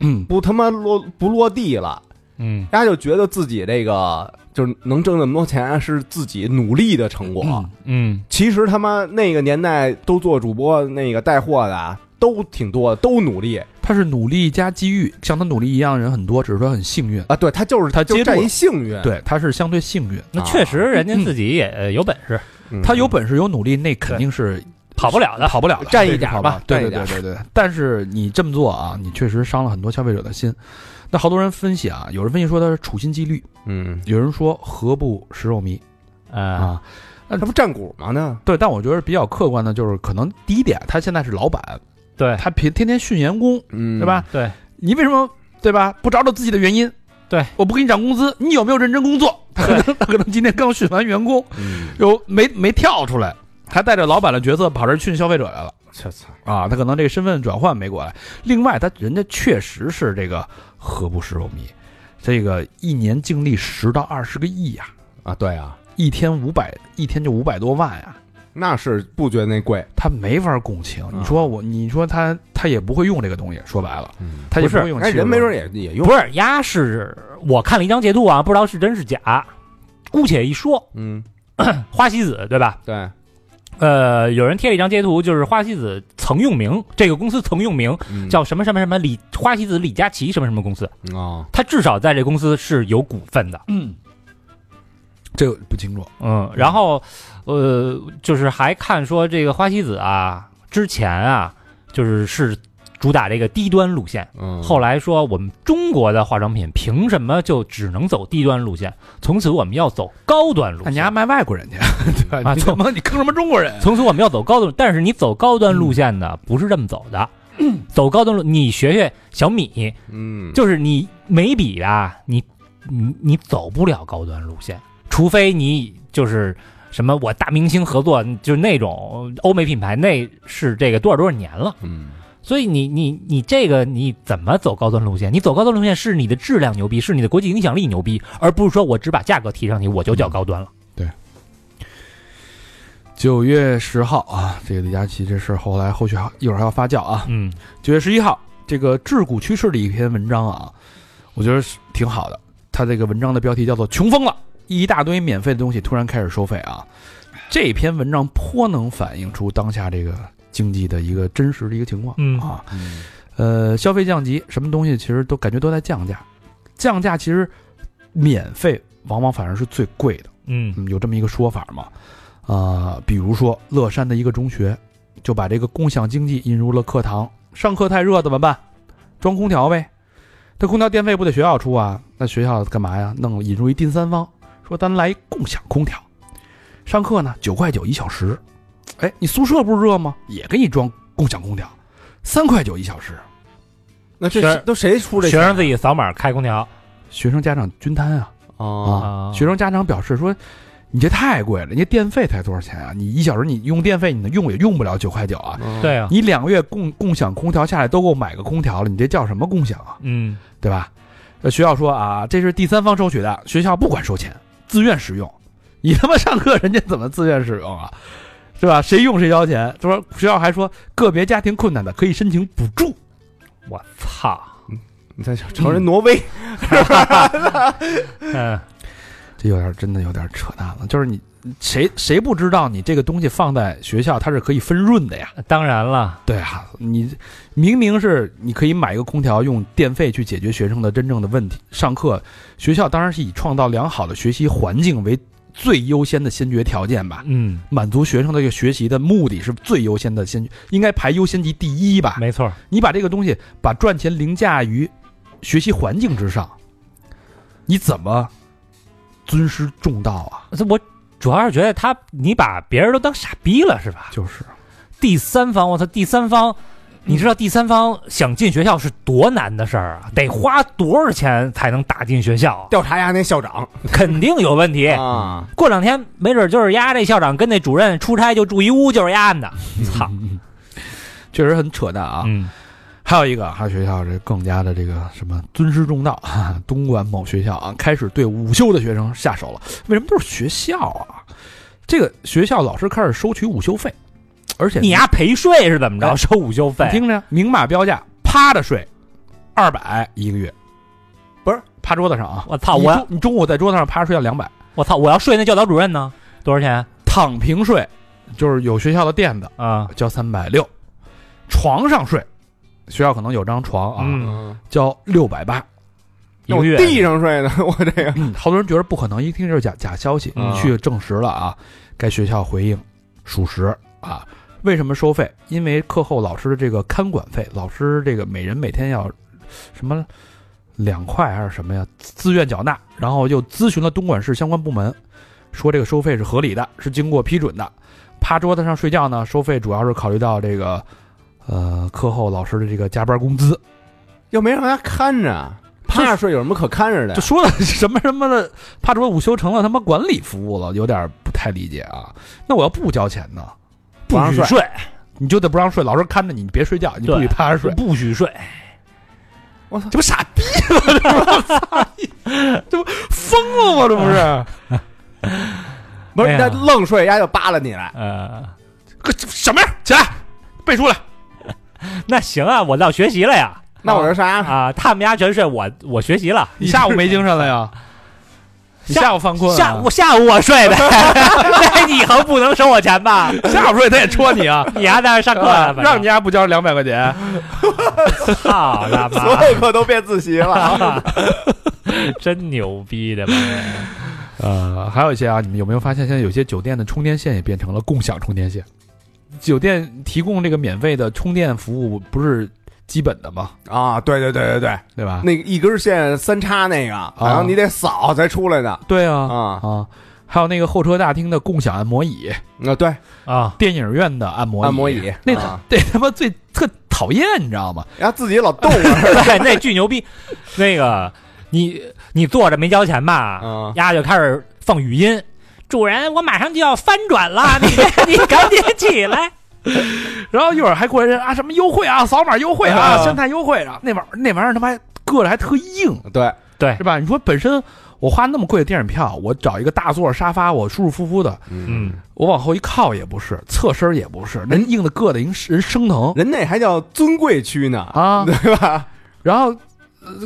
[SPEAKER 1] 嗯，
[SPEAKER 2] 不他妈落不落地了，
[SPEAKER 3] 嗯
[SPEAKER 2] 丫就觉得自己这个就是能挣那么多钱是自己努力的成果。
[SPEAKER 1] 嗯
[SPEAKER 3] 嗯，
[SPEAKER 2] 其实他妈那个年代都做主播，那个带货的啊都挺多的，都努力
[SPEAKER 1] 他是努力加机遇，像他努力一样的人很多，只是说很幸运。
[SPEAKER 2] 啊。对他就是
[SPEAKER 1] 他接
[SPEAKER 2] 就
[SPEAKER 1] 住了
[SPEAKER 2] 占一幸运，
[SPEAKER 1] 对，他是相对幸运。
[SPEAKER 2] 啊
[SPEAKER 3] 那确实人家自己也呃有本事，
[SPEAKER 2] 嗯
[SPEAKER 1] 他有本事有努力，那肯定是
[SPEAKER 3] 跑不了的。
[SPEAKER 1] 跑不了的，
[SPEAKER 2] 占一
[SPEAKER 1] 这是
[SPEAKER 2] 点
[SPEAKER 1] 跑不
[SPEAKER 2] 吧
[SPEAKER 1] 了对对
[SPEAKER 2] 占一
[SPEAKER 1] 对
[SPEAKER 2] 点
[SPEAKER 1] 对对。但是你这么做啊，你确实伤了很多消费者的心。那好多人分析啊，有人分析说他是处心积虑，
[SPEAKER 2] 嗯，
[SPEAKER 1] 有人说何不食肉糜
[SPEAKER 3] 啊，
[SPEAKER 1] 啊？
[SPEAKER 2] 他不占股吗？呢，
[SPEAKER 1] 对，但我觉得比较客观的就是，可能第一点，他现在是老板，
[SPEAKER 3] 对
[SPEAKER 1] 他天天天训员工，
[SPEAKER 2] 嗯，
[SPEAKER 1] 对吧？？
[SPEAKER 3] 对，
[SPEAKER 1] 你为什么对吧？不找找自己的原因？
[SPEAKER 3] 对，
[SPEAKER 1] 我不给你涨工资，你有没有认真工 作？他可能他可能今天刚训完员工，
[SPEAKER 2] 嗯，
[SPEAKER 1] 有没没跳出来，还带着老板的角色跑这儿训消费者来了。
[SPEAKER 2] 操操，
[SPEAKER 1] 啊，他可能这个身份转换没过来。另外，他人家确实是这个何不食肉糜，这个一年净利十到二十个亿呀、
[SPEAKER 2] 啊，对啊，
[SPEAKER 1] 一天五百，一天就五百多万呀、
[SPEAKER 2] 那是不觉得那贵，
[SPEAKER 1] 他没法共情。你说我，你说他，他也不会用这个东西。说白了，
[SPEAKER 2] 嗯，
[SPEAKER 1] 他也
[SPEAKER 3] 不是
[SPEAKER 1] 会用。
[SPEAKER 2] 哎，人没准。也也用
[SPEAKER 3] 不，是丫是我看了一张截图啊，不知道是真是假，姑且一说，
[SPEAKER 2] 嗯，
[SPEAKER 3] 花西子对吧？
[SPEAKER 2] 对，
[SPEAKER 3] 呃，有人贴了一张截图，就是花西子曾用名，这个公司曾用名
[SPEAKER 2] 嗯
[SPEAKER 3] 叫什么什么什么李花西子李佳琦什么什么公司，
[SPEAKER 2] 哦，
[SPEAKER 3] 他至少在这公司是有股份的。
[SPEAKER 1] 嗯，这个不清楚。
[SPEAKER 3] 嗯，然后呃，就是还看说这个花西子啊，之前啊，就是是主打这个低端路线。
[SPEAKER 2] 嗯，
[SPEAKER 3] 后来说，我们中国的化妆品凭什么就只能走低端路线？从此我们要走高端路
[SPEAKER 1] 啊那你还
[SPEAKER 3] 线。
[SPEAKER 1] 卖外国人去？ 对吧
[SPEAKER 3] 啊
[SPEAKER 1] 你
[SPEAKER 3] 就
[SPEAKER 1] 怎么你坑什么中国人？
[SPEAKER 3] 从此我们要走高端，但是你走高端路线呢，不是这么走的。走高端路，你学学小米，
[SPEAKER 2] 嗯，
[SPEAKER 3] 就是你眉笔啊，你你你走不了高端路线，除非你就是什么我大明星合作，就是那种欧美品牌，那是这个多少多少年了。
[SPEAKER 2] 嗯，
[SPEAKER 3] 所以你你你这个你怎么走高端路线？你走高端路线是你的质量牛逼，是你的国际影响力
[SPEAKER 2] 嗯
[SPEAKER 3] 牛逼，而不是说我只把价格提上去我就叫高端了。
[SPEAKER 1] 九月十号啊，这个李佳琦这事儿后来后续还一会儿还要发酵啊。
[SPEAKER 3] 嗯
[SPEAKER 1] 九月十一号，这个治股趋势的一篇文章啊，我觉得是挺好的。他这个文章的标题叫做《穷疯了》，一大堆免费的东西突然开始收费啊。这篇文章颇能反映出当下这个经济的一个真实的一个情况
[SPEAKER 3] 嗯
[SPEAKER 1] 啊。呃，消费降级，什么东西其实都感觉都在降价，降价其实免费往往反而是最贵的。
[SPEAKER 3] 嗯
[SPEAKER 1] 嗯，有这么一个说法嘛，啊、比如说乐山的一个中学就把这个共享经济引入了课堂，上课太热怎么办？装空调呗，这空调电费不得学校出啊？那学校干嘛呀？弄引入一第三方，说咱来一共享空调，上课呢九块九一小时，哎，你宿舍不是热吗？也给你装共享空调，三块九一小时，
[SPEAKER 2] 那这
[SPEAKER 3] 学
[SPEAKER 2] 是都谁出这
[SPEAKER 3] 学生自己扫码开空调
[SPEAKER 1] 学生家长均摊啊。
[SPEAKER 2] 啊？
[SPEAKER 1] 啊学生家长表示说：“你这太贵了，人家电费才多少钱啊？你一小时你用电费，你能用也用不了九块九啊！
[SPEAKER 2] 嗯
[SPEAKER 3] 对啊，
[SPEAKER 1] 你两个月共共享空调下来都够买个空调了，你这叫什么共享啊？
[SPEAKER 3] 嗯
[SPEAKER 1] 对吧？”呃，学校说啊，这是第三方收取的，学校不管收钱，自愿使用。你他妈上课，人家怎么自愿使用啊？是吧？谁用谁交钱。他说学校还说，个别家庭困难的可以申请补助。
[SPEAKER 3] 我操，
[SPEAKER 2] 你再成人挪威，
[SPEAKER 3] 嗯
[SPEAKER 1] 这有点真的有点扯淡了。就是你谁谁不知道你这个东西放在学校它是可以分润的呀？
[SPEAKER 3] 当然了，
[SPEAKER 1] 对啊，你明明是你可以买一个空调，用电费去解决学生的真正的问题。上课，学校当然是以创造良好的学习环境为最优先的先决条件吧，
[SPEAKER 3] 嗯，
[SPEAKER 1] 满足学生的这个学习的目的是最优先的先，应该排优先级第一吧。
[SPEAKER 3] 没错，
[SPEAKER 1] 你把这个东西把赚钱凌驾于学习环境之上，你怎么尊师重道啊？
[SPEAKER 3] 这我主要是觉得他你把别人都当傻逼了是吧？
[SPEAKER 1] 就是
[SPEAKER 3] 第三方，我操，第三方。你知道第三方想进学校是多难的事儿啊？得花多少钱才能打进学校 啊？
[SPEAKER 2] 调查一下那校长
[SPEAKER 3] 肯定有问题。
[SPEAKER 2] 啊，
[SPEAKER 3] 过两天没准就是丫这校长跟那主任出差就住一屋，就是丫的。操，
[SPEAKER 1] 确实很扯淡啊。
[SPEAKER 3] 嗯
[SPEAKER 1] 还有一个，还有学校这更加的这个什么尊师重道，哈哈东莞某学校啊，开始对午休的学生下手了。为什么都是学校啊？这个学校老师开始收取午休费，而且
[SPEAKER 3] 你啊丫陪睡是怎么
[SPEAKER 1] 哎
[SPEAKER 3] 着？收午休费？
[SPEAKER 1] 你听着，明码标价，趴着睡，二百一个月，
[SPEAKER 2] 不是
[SPEAKER 1] 趴桌子上啊！
[SPEAKER 3] 我操，
[SPEAKER 1] 你
[SPEAKER 3] 我要
[SPEAKER 1] 中你中午在桌子上趴着睡要两百，
[SPEAKER 3] 我操，我要睡那教导主任呢？多少钱
[SPEAKER 1] 躺平睡就是有学校的垫子
[SPEAKER 3] 啊？
[SPEAKER 1] 交三百六，床上睡，学校可能有张床啊，
[SPEAKER 3] 嗯
[SPEAKER 1] 交六百八。
[SPEAKER 3] 一
[SPEAKER 2] 那我
[SPEAKER 3] 个月
[SPEAKER 2] 地上睡呢， 我这个
[SPEAKER 1] 嗯，好多人觉得不可能，一听就是假假消息，
[SPEAKER 2] 嗯
[SPEAKER 1] 去证实了啊。该学校回应属实啊。为什么收费？因为课后老师的这个看管费，老师这个每人每天要什么两块还是什么呀，自愿缴纳。然后又咨询了东莞市相关部门，说这个收费是合理的，是经过批准的。趴桌子上睡觉呢，收费主要是考虑到这个呃课后老师的这个加班工资。
[SPEAKER 2] 又没让他看着，趴着睡有什么可看着的
[SPEAKER 1] 就？说的是什么什么的，怕桌午休成了他妈管理服务了，有点不太理解啊。那我要不交钱呢？
[SPEAKER 2] 不让
[SPEAKER 3] 许
[SPEAKER 2] 睡，
[SPEAKER 3] 睡，
[SPEAKER 1] 你就得不让睡，老师看着你，你别睡觉，你不许
[SPEAKER 3] 对
[SPEAKER 1] 趴着睡，
[SPEAKER 3] 不许睡。
[SPEAKER 1] 这不傻逼吗？这不，这不疯了吗？这不是
[SPEAKER 2] 不
[SPEAKER 3] 哎
[SPEAKER 2] 是
[SPEAKER 3] 呀
[SPEAKER 2] 他愣睡，丫就扒拉你来。
[SPEAKER 3] 呃，
[SPEAKER 1] 个什么呀？起来，背出来。
[SPEAKER 3] 那行啊，我到学习了呀。
[SPEAKER 2] 那我这啥？
[SPEAKER 3] 啊，他们家全睡，我我学习了。
[SPEAKER 1] 你下午没精神了呀？你下午犯困、啊？
[SPEAKER 3] 下午下午我 睡呗，那你以后不能收我钱吧？
[SPEAKER 1] 下午睡他也戳 你啊！
[SPEAKER 3] 你还在那上课呢，反正
[SPEAKER 1] 让你家不交两百块钱，
[SPEAKER 3] 操他妈！
[SPEAKER 2] 所有课都变自习了。
[SPEAKER 3] 真牛逼的吧？
[SPEAKER 1] 呃，还有一些啊，你们有没有发现，现在有些酒店的充电线也变成了共享充电线？酒店提供这个免费的充电服务不是基本的吗？
[SPEAKER 2] 啊，对对对对对，
[SPEAKER 1] 对吧？
[SPEAKER 2] 那个一根线三叉那个，然后你得扫才出来的
[SPEAKER 1] 对啊
[SPEAKER 2] 啊。
[SPEAKER 1] 啊，还有那个候车大厅的共享按摩椅，
[SPEAKER 2] 那对，
[SPEAKER 3] 啊，
[SPEAKER 1] 电影院的按摩
[SPEAKER 2] 按摩椅
[SPEAKER 1] 那
[SPEAKER 2] 啊
[SPEAKER 1] 这他妈最特讨厌，你知道吗？
[SPEAKER 2] 然后自己老动 啊。
[SPEAKER 3] 对， 那巨牛逼。那个，你你坐着没交钱吧
[SPEAKER 1] 啊
[SPEAKER 2] 嗯？
[SPEAKER 3] 丫就开始放语音，主人，我马上就要翻转了，你 你赶紧起来。
[SPEAKER 1] 然后一会儿还过来人啊，什么优惠啊，扫码优惠啊，
[SPEAKER 3] 啊
[SPEAKER 1] 现在优惠啊，那玩那玩意儿他妈还硌着还特硬，
[SPEAKER 2] 对，
[SPEAKER 3] 对
[SPEAKER 1] 是吧？你说本身我花那么贵的电影票，我找一个大座沙发，我舒舒服服的，
[SPEAKER 3] 嗯，
[SPEAKER 1] 我往后一靠也不是，侧身也不是，人硬的硌的人人生疼
[SPEAKER 2] 人那还叫尊贵区呢，
[SPEAKER 1] 啊，
[SPEAKER 2] 对吧？
[SPEAKER 1] 然后、呃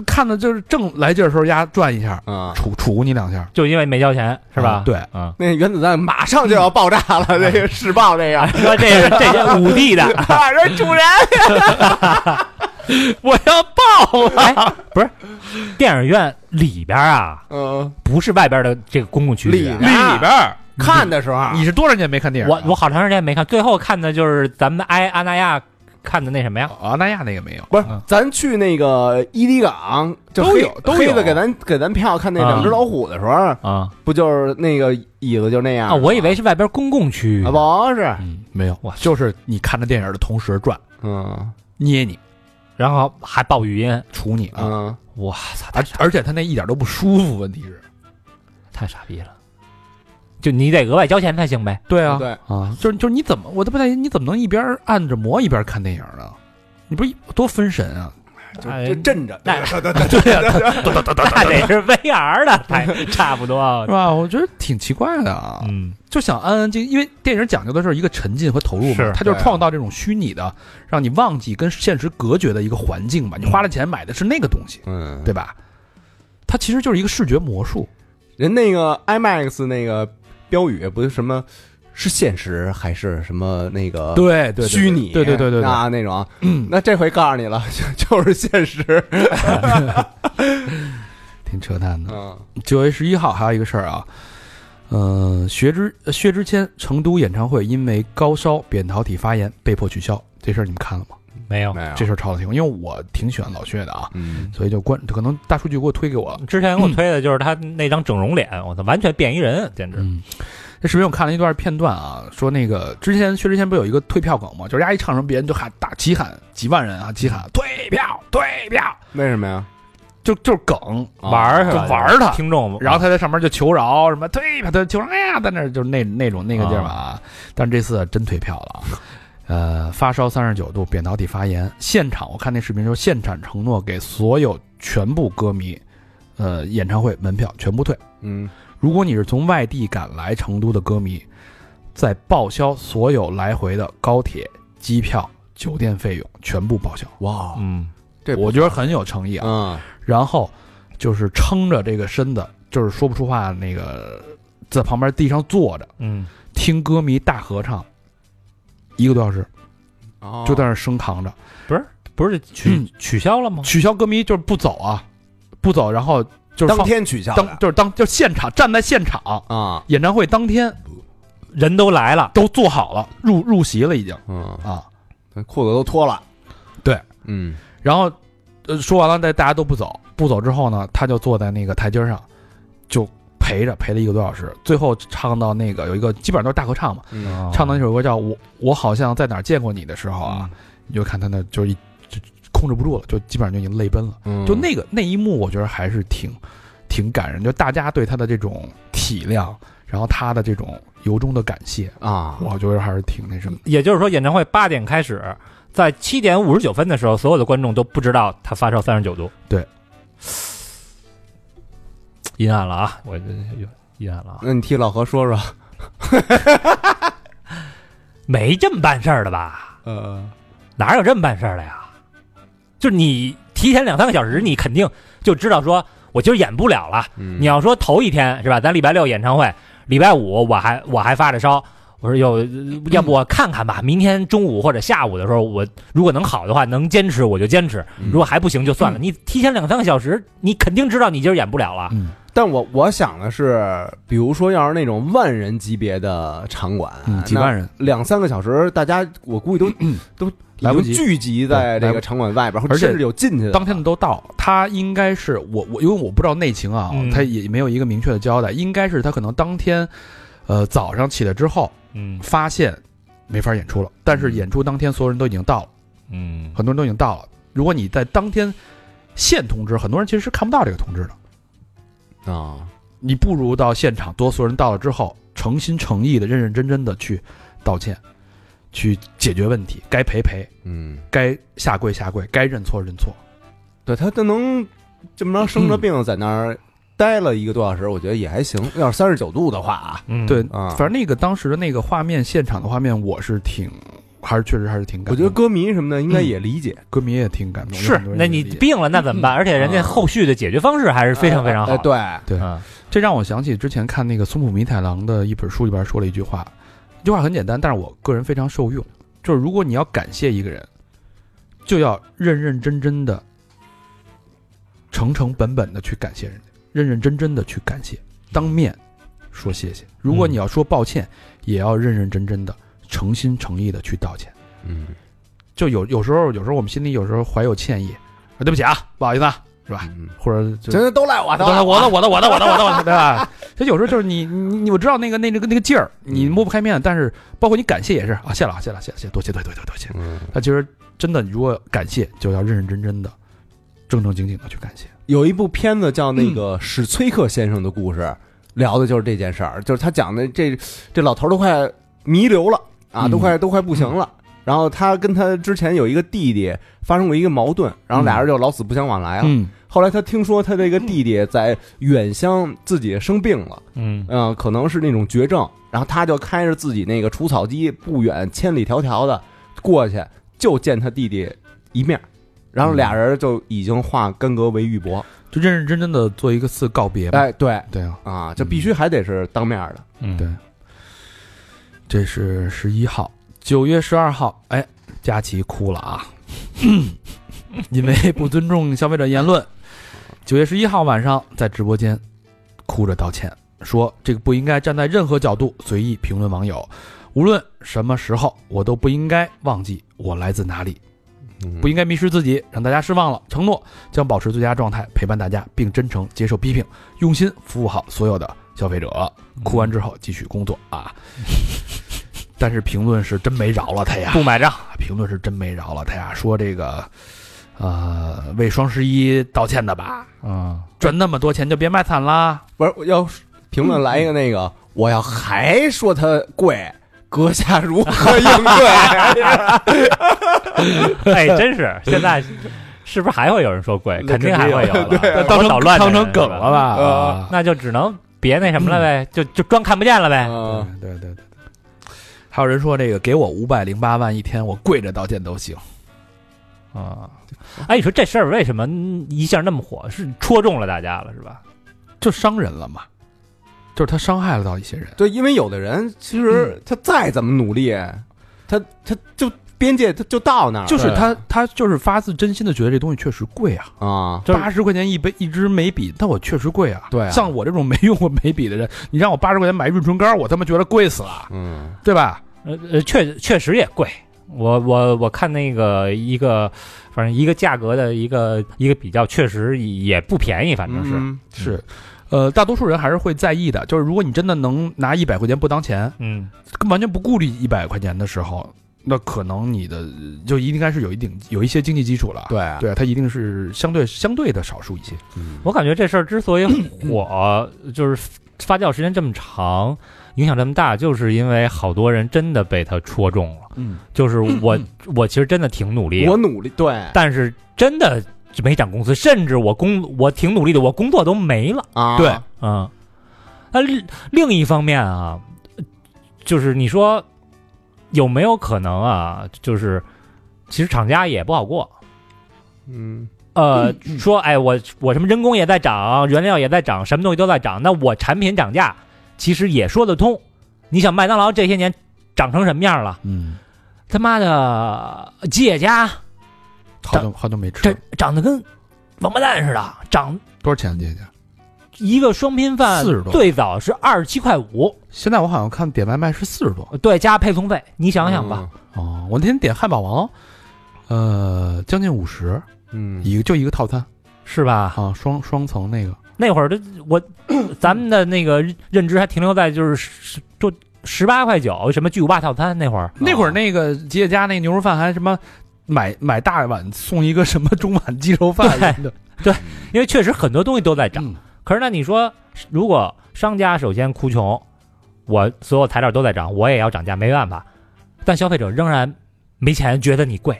[SPEAKER 1] 看的就是正来劲儿的时候，丫转一下，
[SPEAKER 2] 啊，
[SPEAKER 1] 杵杵咕你两下，
[SPEAKER 3] 就因为没交钱是吧？
[SPEAKER 1] 对
[SPEAKER 3] 啊，
[SPEAKER 2] 那原子弹马上就要爆炸了，这个试爆这个，
[SPEAKER 3] 啊说这是这些五 D 的，
[SPEAKER 2] 啊，人主人，
[SPEAKER 1] 我要爆了。
[SPEAKER 3] 哎，不是，电影院里边啊，
[SPEAKER 2] 嗯，
[SPEAKER 3] 不是外边的这个公共区域啊。
[SPEAKER 2] 里
[SPEAKER 1] 里边儿，
[SPEAKER 2] 看的时候啊
[SPEAKER 1] 你是多长时间没看电影
[SPEAKER 3] 我
[SPEAKER 1] 了？
[SPEAKER 3] 我好长时间没看，最后看的就是咱们的埃阿那亚看的那什么呀？
[SPEAKER 1] 啊，那亚那个没有，
[SPEAKER 2] 不是
[SPEAKER 1] 嗯，
[SPEAKER 2] 咱去那个伊犁港就
[SPEAKER 1] 都
[SPEAKER 2] 黑
[SPEAKER 1] 有都有
[SPEAKER 2] 黑子给咱给咱票看那两只
[SPEAKER 3] 啊
[SPEAKER 2] 老虎的时候，
[SPEAKER 3] 啊
[SPEAKER 2] 不就是那个椅子就那样
[SPEAKER 3] 啊！我以为是外边公共区域
[SPEAKER 2] 啊，。不是，
[SPEAKER 1] 嗯，没有，
[SPEAKER 3] 哇
[SPEAKER 1] 就是你看着电影的同时转
[SPEAKER 2] 嗯
[SPEAKER 1] 捏你、
[SPEAKER 3] 然后还报语音，
[SPEAKER 1] 杵你啊，
[SPEAKER 2] 嗯，
[SPEAKER 3] 哇操，太
[SPEAKER 1] 而而且他那一点都不舒服，问题是，
[SPEAKER 3] 太傻逼了！就你得额外交钱才行呗。
[SPEAKER 1] 对啊，
[SPEAKER 2] 对，
[SPEAKER 1] 啊，就是就是你怎么，我都不太，你怎么能一边按着摩一边看电影呢？你不是多分神啊？
[SPEAKER 2] 就
[SPEAKER 3] 哎
[SPEAKER 2] 就震着，
[SPEAKER 3] 那
[SPEAKER 1] 对啊，
[SPEAKER 3] 那得是 VR 的才差不多啊
[SPEAKER 1] 是。吧？我觉得挺奇怪的啊，
[SPEAKER 3] 嗯，
[SPEAKER 1] 就想安安静，因为电影讲究的是一个沉浸和投入嘛
[SPEAKER 3] 是，
[SPEAKER 1] 它就是
[SPEAKER 2] 对
[SPEAKER 1] 创造这种虚拟的，让你忘记跟现实隔绝的一个环境嘛。你花了钱买的是那个东西，
[SPEAKER 2] 嗯，
[SPEAKER 1] 对吧？它其实就是一个视觉魔术，
[SPEAKER 2] 人那个 IMAX 那个标语不是什么是现实还是什么那个
[SPEAKER 1] 对对，对
[SPEAKER 2] 虚拟，
[SPEAKER 1] 对对对对对，嗯
[SPEAKER 2] 啊那种，那这回告诉你了， 就就是现实，
[SPEAKER 1] 挺扯淡的。
[SPEAKER 2] 嗯
[SPEAKER 1] 九月十一号还有一个事儿啊，呃，薛之呃薛之谦成都演唱会因为高烧扁桃体发炎被迫取消，这事儿你们看了吗？
[SPEAKER 3] 没有。
[SPEAKER 2] 没有
[SPEAKER 1] 哦这事儿超好听，因为我挺喜欢老薛的啊，
[SPEAKER 2] 嗯
[SPEAKER 1] 所以就关，可能大数据给我推给我了。
[SPEAKER 3] 之前给我推的就是他那张整容脸，我操，完全变一人，简直。
[SPEAKER 1] 嗯，这视频我看了一段片段啊，说那个之前薛之谦不有一个退票梗吗？就是人家一唱什么，别人就喊大齐喊几万人啊，齐喊退票退票，
[SPEAKER 2] 为什么呀？
[SPEAKER 1] 就就是梗，
[SPEAKER 2] 啊
[SPEAKER 3] 玩儿是吧
[SPEAKER 1] 就玩儿他
[SPEAKER 3] 听众，
[SPEAKER 1] 然后他在上面就求饶什么退票，他求饶哎呀，在那儿就是那那种那个地儿嘛啊。但这次真退票了啊，呃，发烧三十九度，扁桃体发炎，现场我看那视频说现场承诺给所有全部歌迷，呃，演唱会门票全部退。
[SPEAKER 2] 嗯
[SPEAKER 1] 如果你是从外地赶来成都的歌迷，在报销所有来回的高铁、机票、酒店费用，全部报销。
[SPEAKER 2] 哇
[SPEAKER 3] 嗯，
[SPEAKER 2] 这不
[SPEAKER 1] 我觉得很有诚意啊。
[SPEAKER 2] 嗯
[SPEAKER 1] 然后就是撑着这个身子，就是说不出话，那个在旁边地上坐着
[SPEAKER 3] 嗯，
[SPEAKER 1] 听歌迷大合唱，一个多小时
[SPEAKER 2] 哦
[SPEAKER 1] 就在那儿生扛着。
[SPEAKER 3] 不是取
[SPEAKER 1] 嗯
[SPEAKER 3] 取消了吗？
[SPEAKER 1] 取消歌迷就是不走啊，不走，然后就是
[SPEAKER 2] 当
[SPEAKER 1] 放
[SPEAKER 2] 天取消
[SPEAKER 1] 当就是当就现场站在现场
[SPEAKER 2] 啊
[SPEAKER 1] 演唱会当天
[SPEAKER 3] 人都来了，
[SPEAKER 1] 都做好了，入入席了已经
[SPEAKER 2] 嗯，
[SPEAKER 1] 啊。
[SPEAKER 2] 裤子都脱了，
[SPEAKER 1] 对，
[SPEAKER 2] 嗯
[SPEAKER 1] 然后呃说完了，大大家都不走，不走之后呢，他就坐在那个台阶上，就陪着陪了一个多小时，最后唱到那个有一个基本上都是大合唱嘛。
[SPEAKER 3] 哦
[SPEAKER 2] 嗯
[SPEAKER 1] 唱到那首歌叫《我我好像在哪儿见过你》的时候啊，你就看他那就是一就控制不住了，就基本上就已经泪奔了。
[SPEAKER 2] 嗯
[SPEAKER 1] 就那个那一幕，我觉得还是挺挺感人，就大家对他的这种体谅，然后他的这种由衷的感谢，
[SPEAKER 2] 啊
[SPEAKER 1] 我觉得还是挺那什么。
[SPEAKER 3] 也就是说，演唱会八点开始，在七点五十九分的时候，所有的观众都不知道他发烧三十九度。
[SPEAKER 1] 对，
[SPEAKER 3] 阴暗了啊！我这有阴暗了啊！
[SPEAKER 2] 那你替老何说说，
[SPEAKER 3] 没这么办事儿的吧？
[SPEAKER 2] 呃，
[SPEAKER 3] 哪有这么办事儿的呀？就是你提前两三个小时，你肯定就知道说，我今儿演不了了。你
[SPEAKER 2] 你
[SPEAKER 3] 要说头一天是吧？咱礼拜六演唱会，礼拜五我还我还发着烧。我说哟，要不我看看吧，明天中午或者下午的时候，我如果能好的话，能坚持我就坚持；
[SPEAKER 2] 嗯
[SPEAKER 3] 如果还不行就算了。你提前两三个小时，你肯定知道你今儿演不了了。
[SPEAKER 1] 嗯
[SPEAKER 2] 但我我想的是，比如说要是那种万人级别的场馆，
[SPEAKER 1] 嗯，几万人，
[SPEAKER 2] 那两三个小时，大家我估计 都都
[SPEAKER 1] 来不及
[SPEAKER 2] 已经聚集在这个场馆外边，或者
[SPEAKER 1] 而且
[SPEAKER 2] 甚至有进去的。
[SPEAKER 1] 当天的都到，他应该是我我因为我不知道内情啊，
[SPEAKER 3] 嗯
[SPEAKER 1] 他也没有一个明确的交代，应该是他可能当天，呃早上起来之后
[SPEAKER 3] 嗯
[SPEAKER 1] 发现没法演出了，但是演出当天所有人都已经到了。
[SPEAKER 3] 嗯，
[SPEAKER 1] 很多人都已经到了。如果你在当天现通知，很多人其实是看不到这个通知的。
[SPEAKER 2] 啊，
[SPEAKER 1] 你不如到现场，多所有人到了之后，诚心诚意的、认认真真的去道歉，去解决问题，该赔赔，
[SPEAKER 2] 嗯，
[SPEAKER 1] 该下跪下跪，该认错认错。
[SPEAKER 2] 对他都能这么着生着病在那儿待了一个多小时，我觉得也还行。 要是三十九度的话啊，
[SPEAKER 3] 嗯，
[SPEAKER 1] 对，
[SPEAKER 2] 啊
[SPEAKER 1] 反正那个当时的那个画面，现场的画面，我是挺，还是确实还是挺感动。
[SPEAKER 2] 我觉得歌迷什么的应该也理解，
[SPEAKER 1] 歌迷也挺感动，有
[SPEAKER 3] 是
[SPEAKER 1] 很多，人
[SPEAKER 3] 那
[SPEAKER 1] 也
[SPEAKER 3] 你
[SPEAKER 1] 理解
[SPEAKER 3] 病了那怎么办？而且人家后续的解决方式还是非常非常好
[SPEAKER 2] 哎
[SPEAKER 3] 的。
[SPEAKER 2] 对，
[SPEAKER 1] 对
[SPEAKER 3] 嗯
[SPEAKER 1] 这让我想起之前看那个松浦弥太郎的一本书里边说了一句话，这句话很简单，但是我个人非常受用，就是如果你要感谢一个人，就要认认真真的、诚诚本本的去感谢人家，认认真真的去感谢，当面说谢谢。如果你要说抱歉，也要认认真真的、诚心诚意的去道歉。
[SPEAKER 2] 嗯，
[SPEAKER 1] 就有有时候，有时候我们心里有时候怀有歉意，啊，对不起啊，不好意思啊，是吧？
[SPEAKER 2] 嗯
[SPEAKER 1] 或者就
[SPEAKER 2] 真的都赖我，都
[SPEAKER 1] 我
[SPEAKER 2] 赖
[SPEAKER 1] 的
[SPEAKER 2] 我
[SPEAKER 1] 我的我的我的我的我的我的，对吧？这有时候就是你你你我知道那个那那个那个劲儿，你摸不开面，但是包括你感谢也是啊，谢了啊谢了谢了谢了，多谢多谢多谢多谢。
[SPEAKER 2] 嗯，
[SPEAKER 1] 那其实真的，你如果感谢，就要认认真真的、正正经经的去感谢。
[SPEAKER 2] 有一部片子叫那
[SPEAKER 1] 嗯
[SPEAKER 2] 个史崔克先生的故事，聊的就是这件事儿，就是他讲的这这老头儿都快弥留了啊，
[SPEAKER 1] 嗯
[SPEAKER 2] 都快都快不行了。然后他跟他之前有一个弟弟发生过一个矛盾，然后俩人就老死不相往来了。
[SPEAKER 1] 嗯
[SPEAKER 2] 后来他听说他这个弟弟在远乡自己生病了，
[SPEAKER 3] 嗯
[SPEAKER 2] 嗯、可能是那种绝症，然后他就开着自己那个除草机，不远千里迢迢的过去，就见他弟弟一面，然后俩人就已经化干戈为玉帛。
[SPEAKER 1] 就认认真真的做一个次告别吧。
[SPEAKER 2] 哎，对
[SPEAKER 1] 对啊，
[SPEAKER 2] 啊，这必须还得是当面的。
[SPEAKER 3] 嗯
[SPEAKER 1] 对这是十一号，九月十二号，哎，佳琪哭了啊， 因为不尊重消费者言论。九月十一号晚上，在直播间哭着道歉，说这个不应该站在任何角度随意评论网友，无论什么时候，我都不应该忘记我来自哪里，不应该迷失自己，让大家失望了。承诺将保持最佳状态，陪伴大家，并真诚接受批评，用心服务好所有的消费者。
[SPEAKER 3] 嗯
[SPEAKER 1] 哭完之后继续工作啊。 但是评论是真没饶了他呀，
[SPEAKER 3] 不买账，
[SPEAKER 1] 评论是真没饶了他呀，说这个，呃，为双十一道歉的吧，
[SPEAKER 3] 嗯，
[SPEAKER 1] 赚那么多钱就别卖惨啦。
[SPEAKER 2] 不是我要是评论来一个那个，我要还说他贵，阁下如何应对？
[SPEAKER 3] 哎，真是现在是不是还会有人说贵？肯定还会有了，
[SPEAKER 2] 对
[SPEAKER 3] 多
[SPEAKER 1] 当成
[SPEAKER 3] 呃捣乱的
[SPEAKER 1] 当
[SPEAKER 3] 人
[SPEAKER 1] 成梗了吧？
[SPEAKER 3] 是
[SPEAKER 1] 啊
[SPEAKER 3] 那就只能别那什么了呗，就就装看不见了呗。
[SPEAKER 2] 嗯，
[SPEAKER 1] 对对对对。还有人说这个给我五百零八万一天，我跪着道歉都行。
[SPEAKER 3] 啊，哎，你说这事儿为什么一下那么火？是戳中了大家了是吧？
[SPEAKER 1] 就伤人了嘛，就是他伤害了到一些人。
[SPEAKER 2] 对，因为有的人其实他再怎么努力，他他就边界他就到那儿了，
[SPEAKER 1] 就是他，他就是发自真心的觉得这东西确实贵啊，
[SPEAKER 2] 啊，
[SPEAKER 3] 就是
[SPEAKER 1] 八十块钱一杯一支眉笔，但我确实贵啊。
[SPEAKER 2] 对啊
[SPEAKER 1] 像我这种没用过眉笔的人，你让我八十块钱买润唇膏，我他妈觉得贵死了，
[SPEAKER 2] 嗯
[SPEAKER 1] 对吧？
[SPEAKER 3] 呃呃，确确实也贵。我我我看那个一个，反正一个价格的一个一个比较，确实也不便宜，反正是，
[SPEAKER 2] 嗯
[SPEAKER 1] 是，呃，大多数人还是会在意的。就是如果你真的能拿一百块钱不当钱，
[SPEAKER 3] 嗯
[SPEAKER 1] 根本完全不顾虑一百块钱的时候，那可能你的就一定该是有一定有一些经济基础了。
[SPEAKER 2] 对啊
[SPEAKER 1] 对，啊它一定是相对相对的少数一些。
[SPEAKER 3] 我感觉这事儿之所以火，
[SPEAKER 1] 嗯
[SPEAKER 3] 就是发酵时间这么长，影响这么大，就是因为好多人真的被它戳中了。
[SPEAKER 1] 嗯，
[SPEAKER 3] 就是我我其实真的挺努力的，
[SPEAKER 2] 我努力，对
[SPEAKER 3] 但是真的就没涨工资，甚至我工我挺努力的，我工作都没了。
[SPEAKER 2] 啊，
[SPEAKER 1] 对
[SPEAKER 3] 嗯，那另另一方面啊，就是你说有没有可能啊？就是其实厂家也不好过。
[SPEAKER 2] 嗯，
[SPEAKER 3] 呃，说哎，我我什么人工也在涨，原料也在涨，什么东西都在涨，那我产品涨价其实也说得通。你想麦当劳这些年涨成什么样了？
[SPEAKER 1] 嗯，
[SPEAKER 3] 他妈的吉野家
[SPEAKER 1] 好久好久没吃
[SPEAKER 3] 这
[SPEAKER 1] 了，
[SPEAKER 3] 长得跟王八蛋似的，涨
[SPEAKER 1] 多少钱姐姐？
[SPEAKER 3] 一个双拼饭
[SPEAKER 1] 40多
[SPEAKER 3] 最早是二十七块五，
[SPEAKER 1] 现在我好像看点外卖是四十多。
[SPEAKER 3] 对，加配送费，你想想
[SPEAKER 2] 嗯
[SPEAKER 3] 吧，
[SPEAKER 1] 哦，我那天点汉堡王，呃，将近五十，
[SPEAKER 2] 嗯，嗯，
[SPEAKER 1] 一个就一个套餐
[SPEAKER 3] 是吧？
[SPEAKER 1] 啊，双双层那个。
[SPEAKER 3] 那会儿的我，咱们的那个认知还停留在就是十就十八块九，什么巨无霸套餐那会儿，
[SPEAKER 1] 那会儿那个吉野家那牛肉饭还什么。买买大碗送一个什么中碗鸡肉 饭什么的，
[SPEAKER 3] 因为确实很多东西都在涨。
[SPEAKER 1] 嗯
[SPEAKER 3] 可是那你说，如果商家首先哭穷，我所有材料都在涨，我也要涨价，没办法，但消费者仍然没钱，觉得你贵，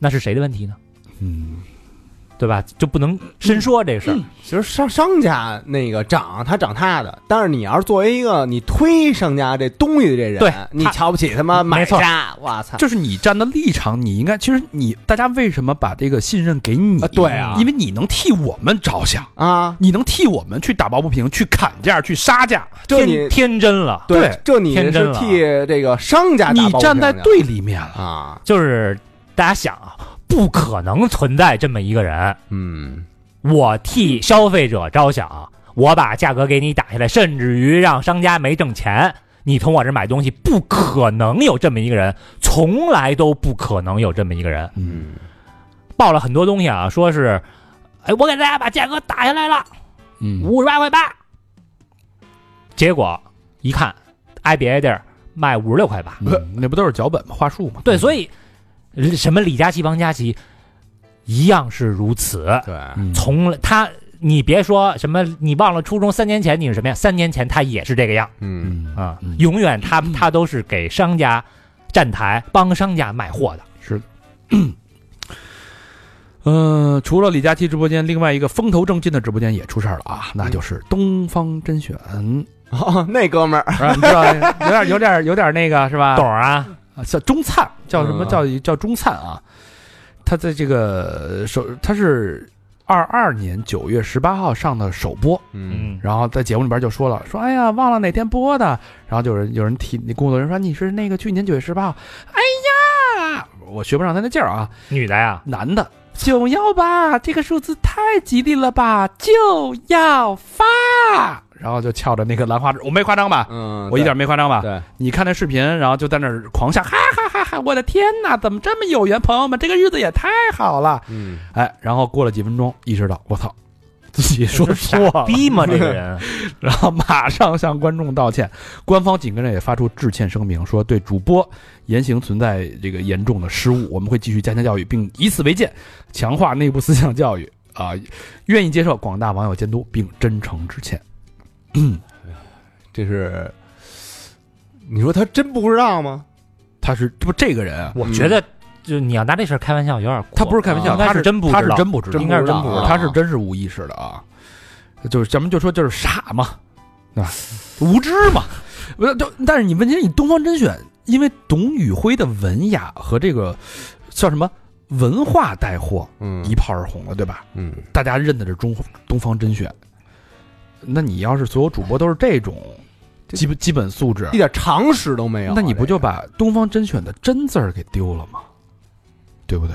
[SPEAKER 3] 那是谁的问题呢？
[SPEAKER 1] 嗯，
[SPEAKER 3] 对吧？就不能深说这事儿。
[SPEAKER 2] 其实商商家那个涨，他涨他的，但是你要是作为一个你推商家这东西的这人，
[SPEAKER 3] 对
[SPEAKER 2] 你
[SPEAKER 3] 他
[SPEAKER 2] 瞧不起他妈买
[SPEAKER 3] 没错
[SPEAKER 2] 家，我操！
[SPEAKER 1] 就是你站的立场，你应该其实你大家为什么把这个信任给你？
[SPEAKER 2] 啊对啊
[SPEAKER 1] 因为你能替我们着想，
[SPEAKER 2] 啊，
[SPEAKER 1] 你能替我们去打抱不平、去砍价、去杀价。
[SPEAKER 2] 这
[SPEAKER 3] 天
[SPEAKER 2] 你
[SPEAKER 3] 天真了，
[SPEAKER 1] 对
[SPEAKER 2] 这你
[SPEAKER 3] 天真
[SPEAKER 2] 是
[SPEAKER 3] 了
[SPEAKER 2] 替这个商家打
[SPEAKER 1] 你
[SPEAKER 2] 抱不
[SPEAKER 1] 站
[SPEAKER 2] 平
[SPEAKER 1] 在
[SPEAKER 2] 的
[SPEAKER 1] 对立面了，
[SPEAKER 2] 啊，
[SPEAKER 3] 就是大家想啊，不可能存在这么一个人，
[SPEAKER 2] 嗯，
[SPEAKER 3] 我替消费者着想，我把价格给你打下来，甚至于让商家没挣钱，你从我这买东西，不可能有这么一个人，从来都不可能有这么一个人。
[SPEAKER 1] 嗯，
[SPEAKER 3] 报了很多东西啊，说是，哎，我给大家把价格打下来了，
[SPEAKER 1] 嗯，
[SPEAKER 3] 五十八块八。结果一看，挨别的地儿卖五十六块八。
[SPEAKER 1] 嗯那不都是脚本吗？话术吗？
[SPEAKER 3] 对，所以什么李佳琦、王佳琦一样是如此。
[SPEAKER 2] 对，
[SPEAKER 1] 嗯
[SPEAKER 3] 从来他，你别说什么，你忘了初中三年前你是什么样？三年前他也是这个样
[SPEAKER 2] 嗯，
[SPEAKER 1] 嗯
[SPEAKER 3] 啊、
[SPEAKER 1] 嗯
[SPEAKER 3] 永远他他都是给商家站台，帮商家卖货的。
[SPEAKER 1] 呃，除了李佳琦直播间，另外一个风头正劲的直播间也出事儿了啊，那就是东方甄 选，
[SPEAKER 2] 哦，那哥们儿，
[SPEAKER 1] 啊你知道有点有点有点那个是吧？
[SPEAKER 3] 懂啊？
[SPEAKER 1] 啊，叫中灿，叫什么
[SPEAKER 2] 嗯
[SPEAKER 1] 叫叫中灿啊？他在这个首，他是二二年九月十八号上的首播，
[SPEAKER 3] 嗯，
[SPEAKER 1] 然后在节目里边就说了，说哎呀忘了哪天播的，然后就有人有人提那工作人员说你是那个去年九月十八号，哎呀，我学不上他那劲儿啊，
[SPEAKER 3] 女的呀，
[SPEAKER 1] 男的九幺八这个数字太吉利了吧，就要发，然后就翘着那个兰花指，我没夸张吧？
[SPEAKER 2] 嗯，
[SPEAKER 1] 我一点没夸张吧？
[SPEAKER 2] 对，
[SPEAKER 1] 你看那视频，然后就在那儿狂笑，哈哈哈哈！我的天哪，怎么这么有缘？朋友们，这个日子也太好了。
[SPEAKER 2] 嗯，
[SPEAKER 1] 哎，然后过了几分钟，意识到我操，自己说
[SPEAKER 3] 这
[SPEAKER 1] 错了
[SPEAKER 3] 傻，逼吗？这 个人
[SPEAKER 1] 然后马上向观众道歉。官方紧跟着也发出致歉声明，说对主播言行存在这个严重的失误，我们会继续加强教育，并以此为鉴，强化内部思想教育啊、愿意接受广大网友监督，并真诚致歉。
[SPEAKER 2] 这是，你说他真不知道吗？
[SPEAKER 1] 他是这不这个人啊，
[SPEAKER 3] 我觉得就你要拿这事儿开玩笑，有点过
[SPEAKER 1] 他不是开玩笑，
[SPEAKER 3] 应该
[SPEAKER 1] 啊他
[SPEAKER 3] 是真不知
[SPEAKER 1] 他
[SPEAKER 3] 道
[SPEAKER 1] 是真不知道，
[SPEAKER 2] 应该是真不知道啊
[SPEAKER 1] 他是真是无意识的啊，就是咱们就说就是傻嘛，啊，无知嘛， 不是就但是你问题是你东方甄选，因为董宇辉的文雅和这个叫什么文化带货
[SPEAKER 2] 嗯
[SPEAKER 1] 一炮而红了，对吧？
[SPEAKER 2] 嗯，
[SPEAKER 1] 大家认的是中东方甄选，那你要是所有主播都是这种基本基本素质
[SPEAKER 2] 一，点常识都没有啊，
[SPEAKER 1] 那你不
[SPEAKER 2] 这
[SPEAKER 1] 就
[SPEAKER 2] 个
[SPEAKER 1] 把东方甄选的“甄”字儿给丢了吗？对不对？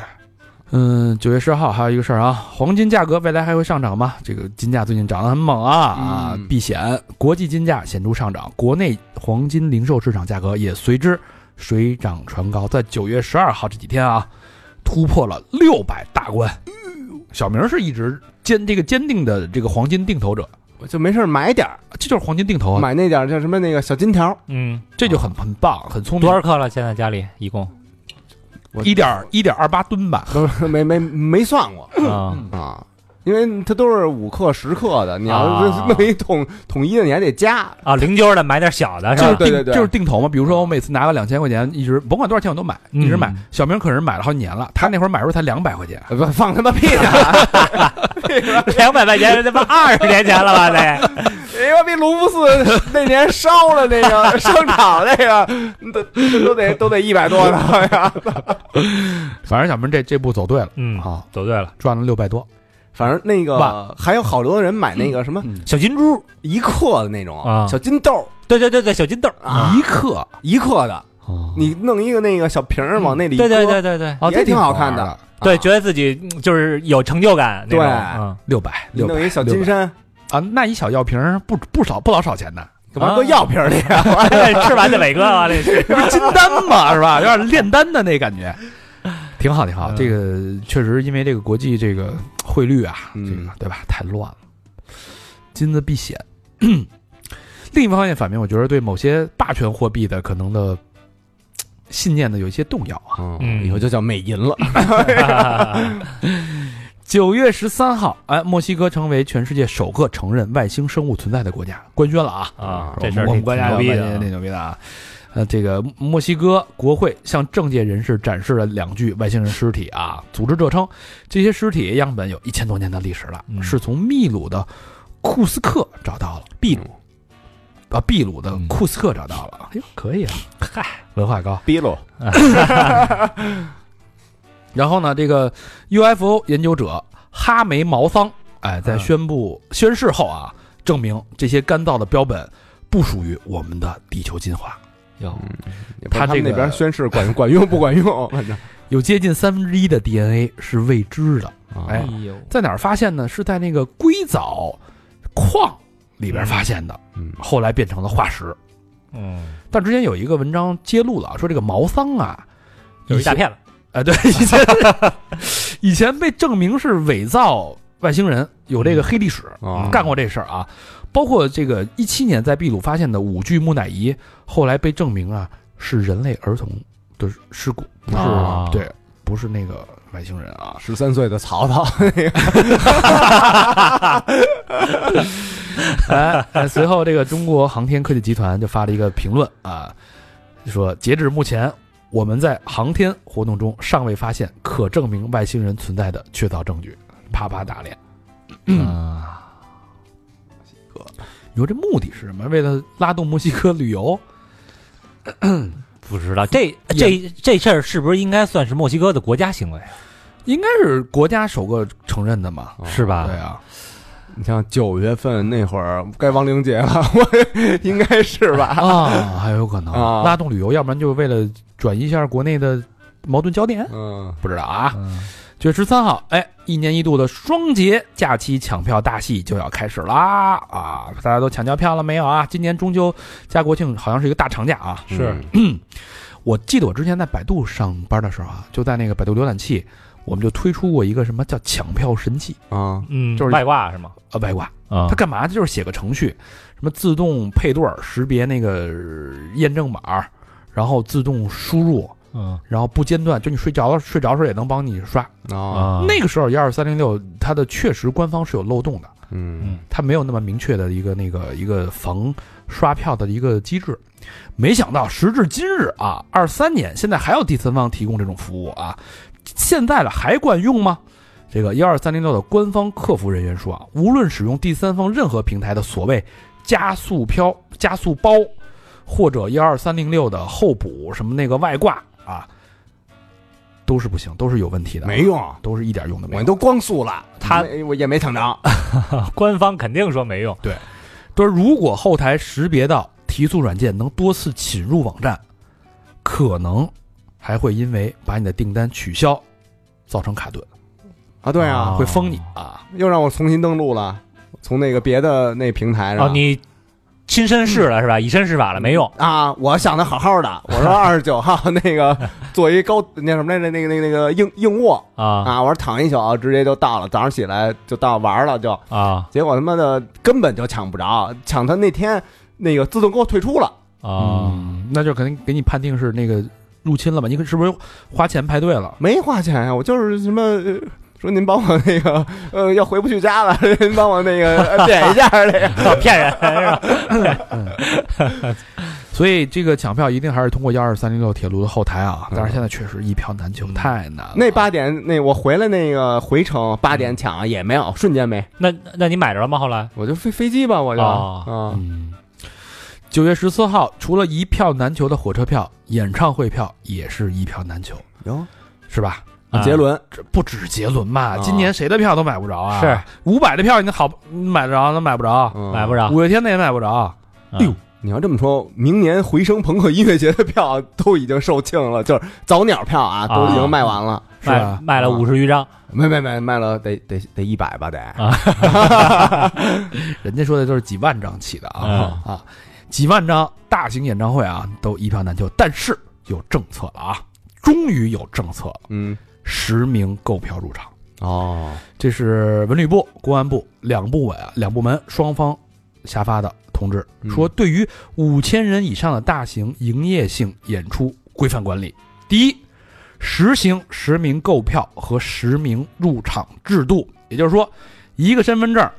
[SPEAKER 1] 嗯，九月十号还有一个事儿啊，黄金价格未来还会上涨吗？这个金价最近涨得很猛啊、啊
[SPEAKER 2] 嗯，
[SPEAKER 1] 避险，国际金价显著上涨，国内黄金零售市场价格也随之水涨船高，在九月十二号这几天啊，突破了六百大关。小明是一直坚这个坚定的这个黄金定投者，
[SPEAKER 2] 我就没事儿买点儿，
[SPEAKER 1] 这就是黄金定投啊，
[SPEAKER 2] 买那点儿叫什么那个小金条，
[SPEAKER 3] 嗯，
[SPEAKER 1] 这就很很棒，很聪明
[SPEAKER 3] 多，少克了？现在家里一共
[SPEAKER 2] 我
[SPEAKER 1] 一点一点二八吨 吧。
[SPEAKER 2] 不是没没没算过
[SPEAKER 3] 啊，
[SPEAKER 1] 嗯
[SPEAKER 2] 啊，因为它都是五克十克的，你要是
[SPEAKER 3] 啊
[SPEAKER 2] 弄一统统一的，你还得加，
[SPEAKER 3] 啊，零揪的买点小的是
[SPEAKER 1] 就是
[SPEAKER 3] 吧
[SPEAKER 2] 啊？对
[SPEAKER 1] 定
[SPEAKER 2] 对对
[SPEAKER 1] 就是定投嘛。比如说我每次拿个两千块钱，一直甭管多少钱我都买，
[SPEAKER 3] 嗯
[SPEAKER 1] 一直买。小明可是买了好几年了，他那会儿买的时候才两百块钱。
[SPEAKER 2] 呃不放他妈屁啊！
[SPEAKER 3] 两百块钱，他妈二十年前了吧？得，
[SPEAKER 2] 因为比卢布寺那年烧了那 个商场那个，都都得都得一百多呢，好像
[SPEAKER 1] 反正小明这这 步走对了
[SPEAKER 3] 嗯，
[SPEAKER 1] 啊，
[SPEAKER 3] 走对了。
[SPEAKER 1] 赚了六百多。
[SPEAKER 2] 反正那
[SPEAKER 1] 哇
[SPEAKER 2] 个还有好多人买那个什么
[SPEAKER 1] 嗯
[SPEAKER 3] 小金珠，
[SPEAKER 2] 一克的那种
[SPEAKER 3] 啊
[SPEAKER 2] 小金豆
[SPEAKER 3] 对对对对，小金豆，
[SPEAKER 2] 啊，哦
[SPEAKER 1] 一克，
[SPEAKER 2] 一克的，
[SPEAKER 1] 你
[SPEAKER 2] 你弄一个那个小瓶儿往那里一搁
[SPEAKER 3] 对对对对对
[SPEAKER 1] 啊，
[SPEAKER 2] 也
[SPEAKER 1] 这
[SPEAKER 2] 哦挺好
[SPEAKER 1] 玩
[SPEAKER 2] 看的
[SPEAKER 1] 的，
[SPEAKER 3] 对，
[SPEAKER 2] 啊
[SPEAKER 3] 觉得自己嗯就是有成就感那种。
[SPEAKER 2] 对
[SPEAKER 3] 嗯
[SPEAKER 1] 六百
[SPEAKER 2] 你
[SPEAKER 1] 六
[SPEAKER 2] 弄
[SPEAKER 1] 百
[SPEAKER 2] 一小金山，
[SPEAKER 1] 啊，那一小药瓶儿不不少不老少钱呢，
[SPEAKER 2] 干嘛搁药瓶儿里啊？
[SPEAKER 3] 吃完的伟哥啊，这 是
[SPEAKER 1] 这不是金丹嘛，是吧？有点炼丹的那感觉。挺好，挺好。
[SPEAKER 3] 嗯
[SPEAKER 1] 这个确实因为这个国际这个汇率啊，
[SPEAKER 2] 嗯
[SPEAKER 1] 这个对吧？太乱了，金子避险。 另一方面，反面我觉得对某些霸权货币的可能的嘖信念的有一些动摇啊。
[SPEAKER 3] 嗯
[SPEAKER 2] 以后就叫美银了。
[SPEAKER 1] 九月十三号，哎，墨西哥成为全世界首个承认外星生物存在的国家，官宣了啊！
[SPEAKER 3] 啊，
[SPEAKER 1] 我
[SPEAKER 3] 这
[SPEAKER 1] 们
[SPEAKER 3] 事
[SPEAKER 1] 我
[SPEAKER 3] 儿挺
[SPEAKER 1] 们国家
[SPEAKER 3] 牛
[SPEAKER 1] 有
[SPEAKER 3] 逼
[SPEAKER 1] 外
[SPEAKER 3] 的
[SPEAKER 1] 星
[SPEAKER 3] 啊
[SPEAKER 1] 挺。牛逼的啊！呃，这个墨西哥国会向政界人士展示了两具外星人尸体啊。组织者称，这些尸体样本有一千多年的历史了，
[SPEAKER 3] 嗯
[SPEAKER 1] 是从秘鲁的库斯克找到了，
[SPEAKER 3] 秘
[SPEAKER 2] 鲁
[SPEAKER 3] 嗯
[SPEAKER 1] 啊，秘鲁的库斯克找到了。哎呦，可以啊，
[SPEAKER 3] 嗨，
[SPEAKER 1] 文化高。
[SPEAKER 2] 逼喽，
[SPEAKER 1] 然后呢，这个 UFO 研究者哈梅毛桑，哎，在
[SPEAKER 3] 嗯
[SPEAKER 1] 宣布宣誓后啊，证明这些干燥的标本不属于我们的地球进化，
[SPEAKER 3] 哟，
[SPEAKER 2] 也不知
[SPEAKER 1] 他
[SPEAKER 2] 道他
[SPEAKER 1] 这
[SPEAKER 2] 们那
[SPEAKER 1] 个
[SPEAKER 2] 边宣誓管 管用不管用，反正
[SPEAKER 1] 有接近三分之一的 DNA 是未知的。
[SPEAKER 2] 啊
[SPEAKER 1] 哎
[SPEAKER 3] 哎呦，
[SPEAKER 1] 在哪儿发现呢？是在那个硅藻矿里边发现的，
[SPEAKER 2] 嗯
[SPEAKER 1] 后来变成了化石。
[SPEAKER 3] 嗯，
[SPEAKER 1] 但之前有一个文章揭露了，说这个毛桑啊，
[SPEAKER 3] 有一大
[SPEAKER 1] 片。
[SPEAKER 3] 片了，
[SPEAKER 1] 啊，对， 以前以前被证明是伪造外星人，有这个黑历史，
[SPEAKER 3] 嗯
[SPEAKER 2] 哦
[SPEAKER 1] 干过这事儿啊。包括这个一七年在秘鲁发现的五具木乃伊，后来被证明啊是人类儿童的尸骨，不是、
[SPEAKER 3] 啊
[SPEAKER 1] 对，不是那个外星人啊。
[SPEAKER 2] 十三岁的曹操，
[SPEAKER 1] 哎，哎随后这个中国航天科技集团就发了一个评论啊，就说截至目前，我们在航天活动中尚未发现可证明外星人存在的确凿证据，啪啪打脸。
[SPEAKER 3] 嗯，
[SPEAKER 1] 你说这目的是什么？为了拉动墨西哥旅游？
[SPEAKER 3] 不知道这这这事儿是不是应该算是墨西哥的国家行为啊，
[SPEAKER 1] 应该是国家首个承认的嘛？
[SPEAKER 3] 是吧？
[SPEAKER 1] 对啊，
[SPEAKER 2] 你像九月份那会儿该亡灵节了， 我应该是 吧？
[SPEAKER 1] 啊，还有可能
[SPEAKER 2] 啊
[SPEAKER 1] 拉动旅游，要不然就是为了转移一下国内的矛盾焦点。
[SPEAKER 2] 嗯，
[SPEAKER 1] 不知道啊，
[SPEAKER 3] 嗯
[SPEAKER 1] 九月十三号，哎，一年一度的双节假期抢票大戏就要开始啦啊！大家都抢到票了没有啊？今年中秋加国庆好像是一个大长假啊。
[SPEAKER 2] 是
[SPEAKER 1] 我记得我之前在百度上班的时候啊，就在那个百度浏览器，我们就推出过一个什么叫抢票神器
[SPEAKER 2] 啊，
[SPEAKER 3] 嗯，
[SPEAKER 1] 就是
[SPEAKER 3] 外挂是吗？
[SPEAKER 1] 啊，外挂。
[SPEAKER 3] 啊
[SPEAKER 1] 它干嘛？就是写个程序，什么自动配对儿、识别那个呃验证码儿，然后自动输入，
[SPEAKER 3] 嗯
[SPEAKER 1] 然后不间断，就你睡着了，睡着的时候也能帮你刷。
[SPEAKER 3] 啊，
[SPEAKER 2] 啊，
[SPEAKER 1] 哦那个时候幺二三零六它的确实官方是有漏洞的，
[SPEAKER 2] 嗯
[SPEAKER 1] 它没有那么明确的一个那个一个防刷票的一个机制。没想到时至今日啊，二三年现在还有第三方提供这种服务啊，现在了还管用吗？这个幺二三零六的官方客服人员说啊，无论使用第三方任何平台的所谓加速飘、加速包，或者幺二三零六的后补什么那个外挂啊，都是不行，都是有问题的，啊
[SPEAKER 2] 没，用，
[SPEAKER 1] 都是一点用都没
[SPEAKER 2] 我
[SPEAKER 1] 有。
[SPEAKER 2] 都光速了，
[SPEAKER 3] 他
[SPEAKER 2] 没我也没抢着，
[SPEAKER 3] 官方肯定说没用，
[SPEAKER 1] 他说，如果后台识别到提速软件能多次侵入网站，可能还会因为把你的订单取消，造成卡顿，
[SPEAKER 2] 啊，对啊，
[SPEAKER 1] 会封你啊。
[SPEAKER 2] 又让我重新登录了，从那个别的那平
[SPEAKER 1] 哎
[SPEAKER 2] 台上。
[SPEAKER 3] 哦，你亲身试
[SPEAKER 1] 嗯
[SPEAKER 3] 了是吧？以身试法了没用，
[SPEAKER 2] 啊！我想的好好的，我说二十九号那个做一高那什么来着，那个那个那个硬硬卧
[SPEAKER 3] 啊
[SPEAKER 2] 啊，我说躺一宿直接就到了，早上起来就到玩了就，
[SPEAKER 3] 啊
[SPEAKER 2] 结果他妈的根本就抢不着，抢他那天那个自动给我退出了，
[SPEAKER 1] 嗯
[SPEAKER 3] 啊！
[SPEAKER 1] 那就肯定给你判定是那个入侵了吧？你可是不是花钱排队了？
[SPEAKER 2] 没花钱呀，我就是什么。呃说您帮我那个，呃，要回不去家了，您帮我那个呃点一下这 个。
[SPEAKER 3] 骗人是吧？
[SPEAKER 1] 所以这个抢票一定还是通过幺二三零六铁路的后台啊。
[SPEAKER 2] 嗯
[SPEAKER 1] 但是现在确实一票难求，
[SPEAKER 3] 嗯
[SPEAKER 1] 太难了。
[SPEAKER 2] 那八点那我回来那个回程八点抢也没有，瞬间没，
[SPEAKER 3] 那那你买着了吗？后来
[SPEAKER 2] 我就飞飞机吧，我就
[SPEAKER 3] 哦
[SPEAKER 2] 啊
[SPEAKER 1] 嗯，九月十四号，除了一票难求的火车票，演唱会票也是一票难求，
[SPEAKER 2] 哟，
[SPEAKER 3] 嗯
[SPEAKER 1] 是吧？
[SPEAKER 3] 啊
[SPEAKER 2] 杰伦
[SPEAKER 1] 这不止杰伦嘛，
[SPEAKER 2] 啊
[SPEAKER 1] 今年谁的票都买不着啊！
[SPEAKER 3] 是
[SPEAKER 1] 五百的票你好买得着，能买不着；
[SPEAKER 3] 买不
[SPEAKER 2] 着。
[SPEAKER 1] 嗯
[SPEAKER 3] 着，
[SPEAKER 1] 五月天的也买不着。
[SPEAKER 3] 嗯
[SPEAKER 1] 哎呦
[SPEAKER 2] 嗯你要这么说，明年回声朋克音乐节的票都已经售罄了，就是早鸟票啊，都已经卖完了。
[SPEAKER 1] 是吧嗯
[SPEAKER 3] 卖卖了
[SPEAKER 2] 啊
[SPEAKER 3] 五十余张，
[SPEAKER 2] 没没没，卖了得得得一百吧，得
[SPEAKER 1] 人家说的都是几万张起的啊、
[SPEAKER 3] 嗯
[SPEAKER 1] 啊，几万张大型演唱会啊都一票难求，但是有政策了啊，终于有政策了，
[SPEAKER 2] 嗯
[SPEAKER 1] 实名购票入场。
[SPEAKER 2] 哦，
[SPEAKER 1] 这是文旅部、公安部两部委啊两部门双方下发的通知，
[SPEAKER 2] 嗯
[SPEAKER 1] 说对于五千人以上的大型营业性演出规范管理。第一，实行实名购票和实名入场制度，也就是说，一个身份证、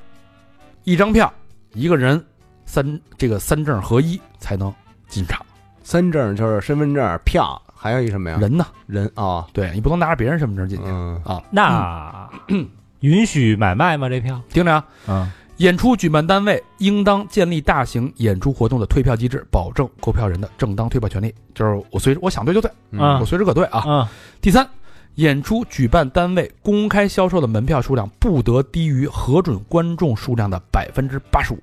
[SPEAKER 1] 一张票、一个人三这个三证合一才能进场。
[SPEAKER 2] 三证就是身份证、票，还有一什么呀？
[SPEAKER 1] 人呢？
[SPEAKER 2] 人啊、哦
[SPEAKER 1] 对你不能拿着别人身份证进去、
[SPEAKER 2] 嗯，
[SPEAKER 1] 啊！
[SPEAKER 3] 那
[SPEAKER 1] 嗯
[SPEAKER 3] 允许买卖吗？这票？
[SPEAKER 1] 听着啊，
[SPEAKER 3] 嗯，
[SPEAKER 1] 演出举办单位应当建立大型演出活动的退票机制，保证购票人的正当退票权利。就是我随我想退就退，
[SPEAKER 3] 啊
[SPEAKER 1] 我随时可退啊。
[SPEAKER 3] 嗯，
[SPEAKER 1] 第三，演出举办单位公开销售的门票数量不得低于核准观众数量的百分之八十五，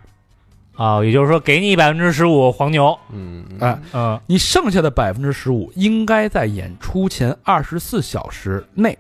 [SPEAKER 3] 啊，也就是说，给你百分之十五黄牛，
[SPEAKER 2] 嗯
[SPEAKER 1] 哎，
[SPEAKER 3] 嗯
[SPEAKER 1] 你剩下的百分之十五应该在演出前二十四小时内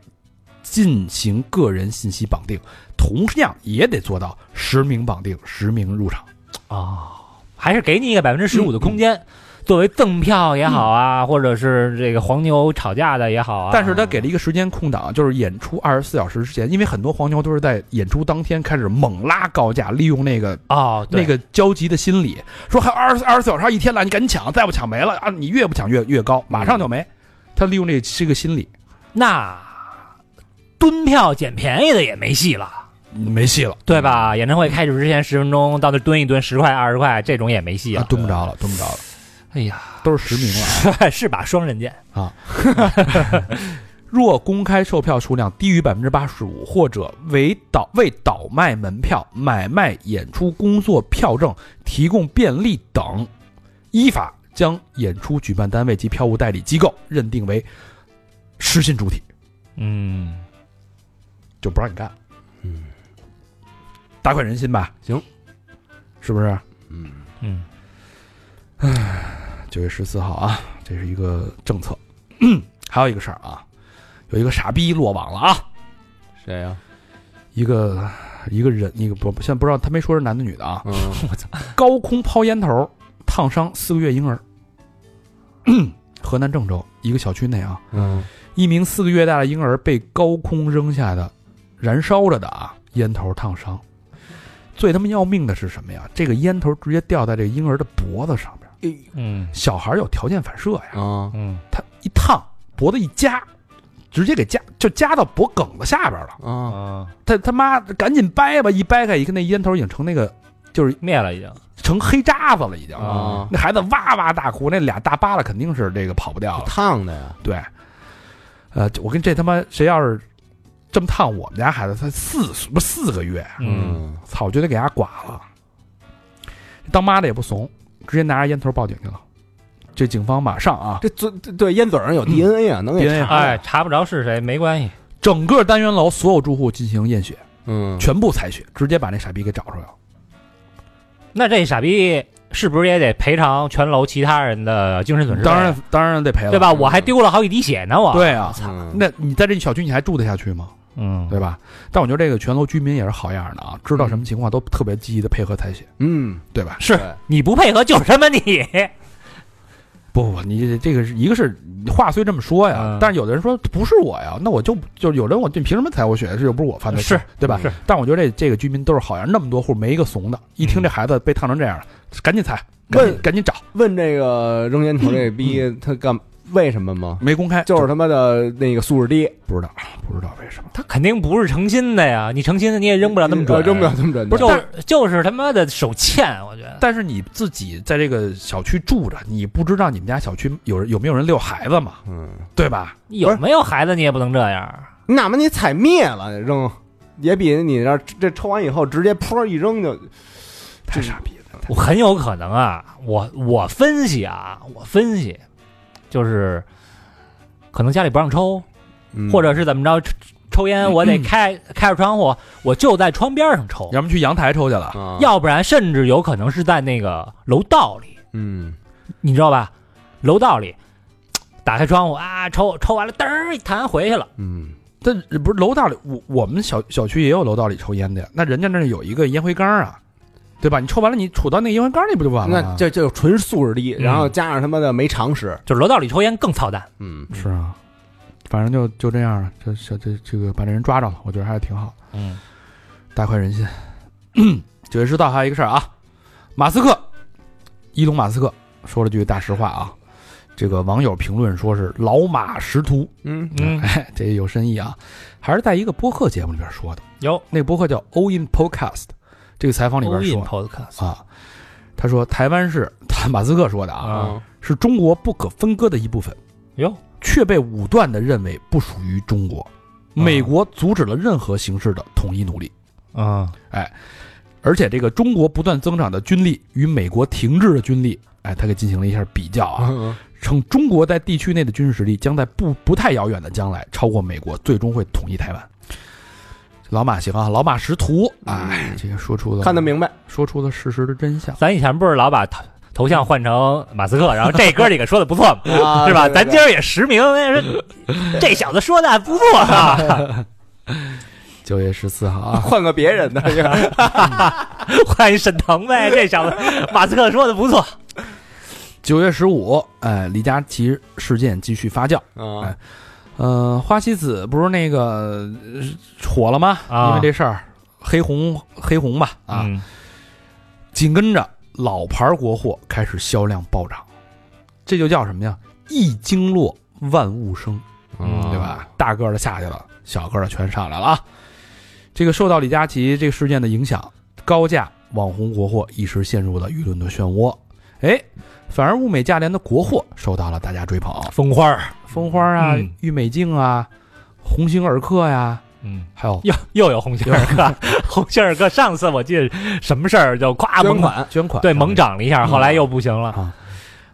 [SPEAKER 1] 进行个人信息绑定，同样也得做到实名绑定、实名入场。
[SPEAKER 3] 啊，还是给你一个百分之十五的
[SPEAKER 1] 嗯
[SPEAKER 3] 空间，作为赠票也好啊，或者是这个黄牛吵架的也好啊。
[SPEAKER 1] 但是他给了一个时间空档，就是演出二十四小时之前，因为很多黄牛都是在演出当天开始猛拉高价，利用那个
[SPEAKER 3] 哦，对
[SPEAKER 1] 那个焦急的心理，说还有二十二十四小时，还有一天了，你赶紧抢，再不抢没了啊！你越不抢越越高，马上就没。
[SPEAKER 3] 嗯
[SPEAKER 1] 他利用这这个心理，
[SPEAKER 3] 那蹲票捡便宜的也没戏了，
[SPEAKER 1] 没戏了，
[SPEAKER 3] 对吧？
[SPEAKER 1] 嗯
[SPEAKER 3] 演唱会开始之前十分钟到那儿蹲一蹲，十块二十块这种也没戏
[SPEAKER 1] 啊
[SPEAKER 3] 了。，
[SPEAKER 1] 蹲不着了，蹲不着了，
[SPEAKER 3] 哎呀，
[SPEAKER 1] 都是实名了啊。
[SPEAKER 3] 是把双刃剑
[SPEAKER 1] 若公开售票数量低于百分之八十五，或者为倒为倒卖门票、买卖演出工作票证提供便利等，依法将演出举办单位及票务代理机构认定为失信主体，
[SPEAKER 3] 嗯，
[SPEAKER 1] 就不让你干。
[SPEAKER 2] 嗯，
[SPEAKER 1] 打款人心吧，
[SPEAKER 2] 行，
[SPEAKER 1] 是不是？
[SPEAKER 2] 嗯
[SPEAKER 3] 嗯，
[SPEAKER 1] 九月十四号啊，这是一个政策。 还有一个事儿啊，有一个傻逼落网了啊。
[SPEAKER 2] 谁呀、
[SPEAKER 1] 一个一个人，一个不现在不知道他没说是男的女的啊，
[SPEAKER 2] 嗯，
[SPEAKER 1] 高空抛烟头烫伤四个月婴儿。 河南郑州一个小区内啊，
[SPEAKER 2] 嗯
[SPEAKER 1] 一名四个月大的婴儿被高空扔下的燃烧着的啊烟头烫伤。最他妈要命的是什么呀？这个烟头直接掉在这个婴儿的脖子上边，
[SPEAKER 2] 哎
[SPEAKER 3] 嗯
[SPEAKER 1] 小孩有条件反射呀，
[SPEAKER 2] 啊，
[SPEAKER 3] 嗯
[SPEAKER 1] 他一烫脖子一夹，直接给夹就夹到脖梗子下边了。
[SPEAKER 2] 啊
[SPEAKER 3] 啊，
[SPEAKER 1] 他他妈的赶紧掰吧，一掰开一看，那烟头已经成那个就是
[SPEAKER 3] 灭了已经。
[SPEAKER 1] 成黑渣子了，已经。
[SPEAKER 2] 啊，
[SPEAKER 1] 那孩子哇哇大哭，那俩大疤了肯定是这个跑不掉了。
[SPEAKER 2] 烫的呀，
[SPEAKER 1] 对，呃，我跟这他妈谁要是这么烫我们家孩子，才四岁不是四个月，
[SPEAKER 3] 嗯，
[SPEAKER 1] 操，我就得给他剐了。当妈的也不怂，直接拿着烟头报警去了。这警方马上啊，
[SPEAKER 2] 这嘴这对烟嘴上有 DNA 啊，能给
[SPEAKER 1] DNA
[SPEAKER 2] 查呀
[SPEAKER 3] 哎，，查不着是谁没关系。
[SPEAKER 1] 整个单元楼所有住户进行验血，
[SPEAKER 2] 嗯，
[SPEAKER 1] 全部采血，直接把那傻逼给找出来了。
[SPEAKER 3] 那这傻逼是不是也得赔偿全楼其他人的精神损失费？啊
[SPEAKER 1] 当然，当然得赔了，
[SPEAKER 3] 对？吧？我还丢了好几滴血呢，我。，
[SPEAKER 1] 对啊，
[SPEAKER 2] 嗯
[SPEAKER 1] 那你在这小区你还住得下去吗？
[SPEAKER 3] 嗯，
[SPEAKER 1] 对吧？但我觉得这个全楼居民也是好样儿的啊，知道什么情况都特别积极的配合采血，
[SPEAKER 2] 嗯，
[SPEAKER 1] 对吧？
[SPEAKER 3] 是
[SPEAKER 2] 对
[SPEAKER 3] 你不配合就是 他妈你。
[SPEAKER 1] 不不，不你这个是一个是话虽这么说呀，
[SPEAKER 3] 嗯
[SPEAKER 1] 但是有的人说不是我呀，那我就就有人我你凭什么踩我血？这又不是我犯的错
[SPEAKER 3] 是，
[SPEAKER 1] 对吧？
[SPEAKER 2] 是。
[SPEAKER 1] 但我觉得这这个居民都是好样儿，那么多户没一个怂的，一听这孩子被烫成这样了，赶紧踩，赶紧
[SPEAKER 2] 嗯问
[SPEAKER 1] 赶紧找，
[SPEAKER 2] 问这个扔烟头这逼他干为什么吗？
[SPEAKER 1] 没公开
[SPEAKER 2] 就是他妈的那个素质低，
[SPEAKER 1] 不知道不知道为什么。
[SPEAKER 3] 他肯定不是诚心的呀，你诚心的你也扔不了那么准，
[SPEAKER 2] 呃扔不了。这么准，
[SPEAKER 1] 不是
[SPEAKER 3] 就
[SPEAKER 1] 但
[SPEAKER 3] 是就是他妈的手欠，我觉得。
[SPEAKER 1] 但是你自己在这个小区住着，你不知道你们家小区有人有没有人遛孩子嘛，
[SPEAKER 2] 嗯，
[SPEAKER 1] 对吧？
[SPEAKER 3] 有没有孩子你也不能这样。
[SPEAKER 2] 那么你踩灭了扔，也比你那这抽完以后直接泼一扔就
[SPEAKER 1] 太傻逼了。
[SPEAKER 3] 我很有可能啊，我我分析啊，我分析，就是可能家里不让抽，
[SPEAKER 2] 嗯
[SPEAKER 3] 或者是怎么着，抽抽烟我得开、开着窗户，我就在窗边上抽，
[SPEAKER 1] 要么去阳台抽去了，
[SPEAKER 2] 啊
[SPEAKER 3] 要不然甚至有可能是在那个楼道里，
[SPEAKER 2] 嗯
[SPEAKER 3] 你知道吧？楼道里打开窗户啊，抽抽完了，噔儿一弹回去了，
[SPEAKER 2] 嗯
[SPEAKER 1] 但不是楼道里，我我们小小区也有楼道里抽烟的呀。那人家那儿有一个烟灰缸啊，对吧？你抽完了，你杵到那个烟灰缸里不就完了
[SPEAKER 2] 那
[SPEAKER 1] 吗？
[SPEAKER 2] 这就纯素质低，
[SPEAKER 3] 嗯
[SPEAKER 2] 然后加上他妈的没常识，
[SPEAKER 3] 就是楼道里抽烟更操蛋。
[SPEAKER 2] 嗯
[SPEAKER 1] 是啊，反正就就这样了。这这这这个把这人抓着了，我觉得还是挺好，
[SPEAKER 3] 嗯
[SPEAKER 1] 大快人心。 九月十号还有一个事儿啊，马斯克，伊隆马斯克说了句大实话啊。这个网友评论说是老马识途，
[SPEAKER 2] 嗯
[SPEAKER 3] 嗯，
[SPEAKER 1] 哎，这有深意啊，还是在一个播客节目里边说的。
[SPEAKER 3] 有
[SPEAKER 1] 那播客叫 All In Podcast，这个采访里边
[SPEAKER 3] All
[SPEAKER 1] 说
[SPEAKER 3] in
[SPEAKER 2] 啊
[SPEAKER 3] podcast
[SPEAKER 2] 嗯
[SPEAKER 1] 啊，他说台湾是他马斯克说的啊，
[SPEAKER 3] 啊
[SPEAKER 1] 是中国不可分割的一部分，
[SPEAKER 3] 哟，
[SPEAKER 1] 却被武断地认为不属于中国。美国阻止了任何形式的统一努力，
[SPEAKER 3] 啊，
[SPEAKER 1] 而且这个中国不断增长的军力与美国停滞的军力，哎，他给进行了一下比较啊，
[SPEAKER 2] 嗯
[SPEAKER 1] 称中国在地区内的军事实力将在不不太遥远的将来超过美国，最终会统一台湾。老马行啊，老马识途，哎，这个说出了
[SPEAKER 2] 看得，明白，
[SPEAKER 1] 说出了事实的真相。
[SPEAKER 3] 咱以前不是老把头头像换成马 斯克，然后这哥几个说的不错嘛，
[SPEAKER 2] 啊
[SPEAKER 3] 是吧？
[SPEAKER 2] 对对
[SPEAKER 3] 咱
[SPEAKER 2] 对
[SPEAKER 3] 今儿也实名，哎说这小子说的还不错啊，
[SPEAKER 1] 九月十四号啊，
[SPEAKER 2] 换个别人的， 啊
[SPEAKER 3] 换一沈腾 呗，这小子马斯克说的不错，
[SPEAKER 1] 九月十五，哎，李佳琦事件继续发酵。
[SPEAKER 2] 啊
[SPEAKER 1] 哎呃，花西子不是那个呃火了吗？
[SPEAKER 3] 啊
[SPEAKER 1] 因为这事儿，黑红黑红吧啊，
[SPEAKER 3] 嗯
[SPEAKER 1] 紧跟着老牌国货开始销量暴涨，这就叫什么呀？一经落万物生，
[SPEAKER 3] 嗯
[SPEAKER 1] 对吧？大个儿的下去了，小个儿的全上来了啊。这个受到李佳琦这个事件的影响，高价网红国货一时陷入了舆论的漩涡。哎，反而物美价廉的国货受到了大家追捧，
[SPEAKER 3] 风花儿，
[SPEAKER 1] 蜂花啊、
[SPEAKER 3] 嗯
[SPEAKER 1] 郁美净啊、鸿星尔克呀、
[SPEAKER 3] 嗯。
[SPEAKER 1] 还有
[SPEAKER 3] 又又有鸿星尔 克，鸿星尔克上次我记得什么事儿就咵
[SPEAKER 2] 捐
[SPEAKER 3] 猛
[SPEAKER 2] 款
[SPEAKER 1] 捐款，
[SPEAKER 3] 对猛涨了一下，
[SPEAKER 1] 嗯
[SPEAKER 3] 后来又不行了
[SPEAKER 1] 啊，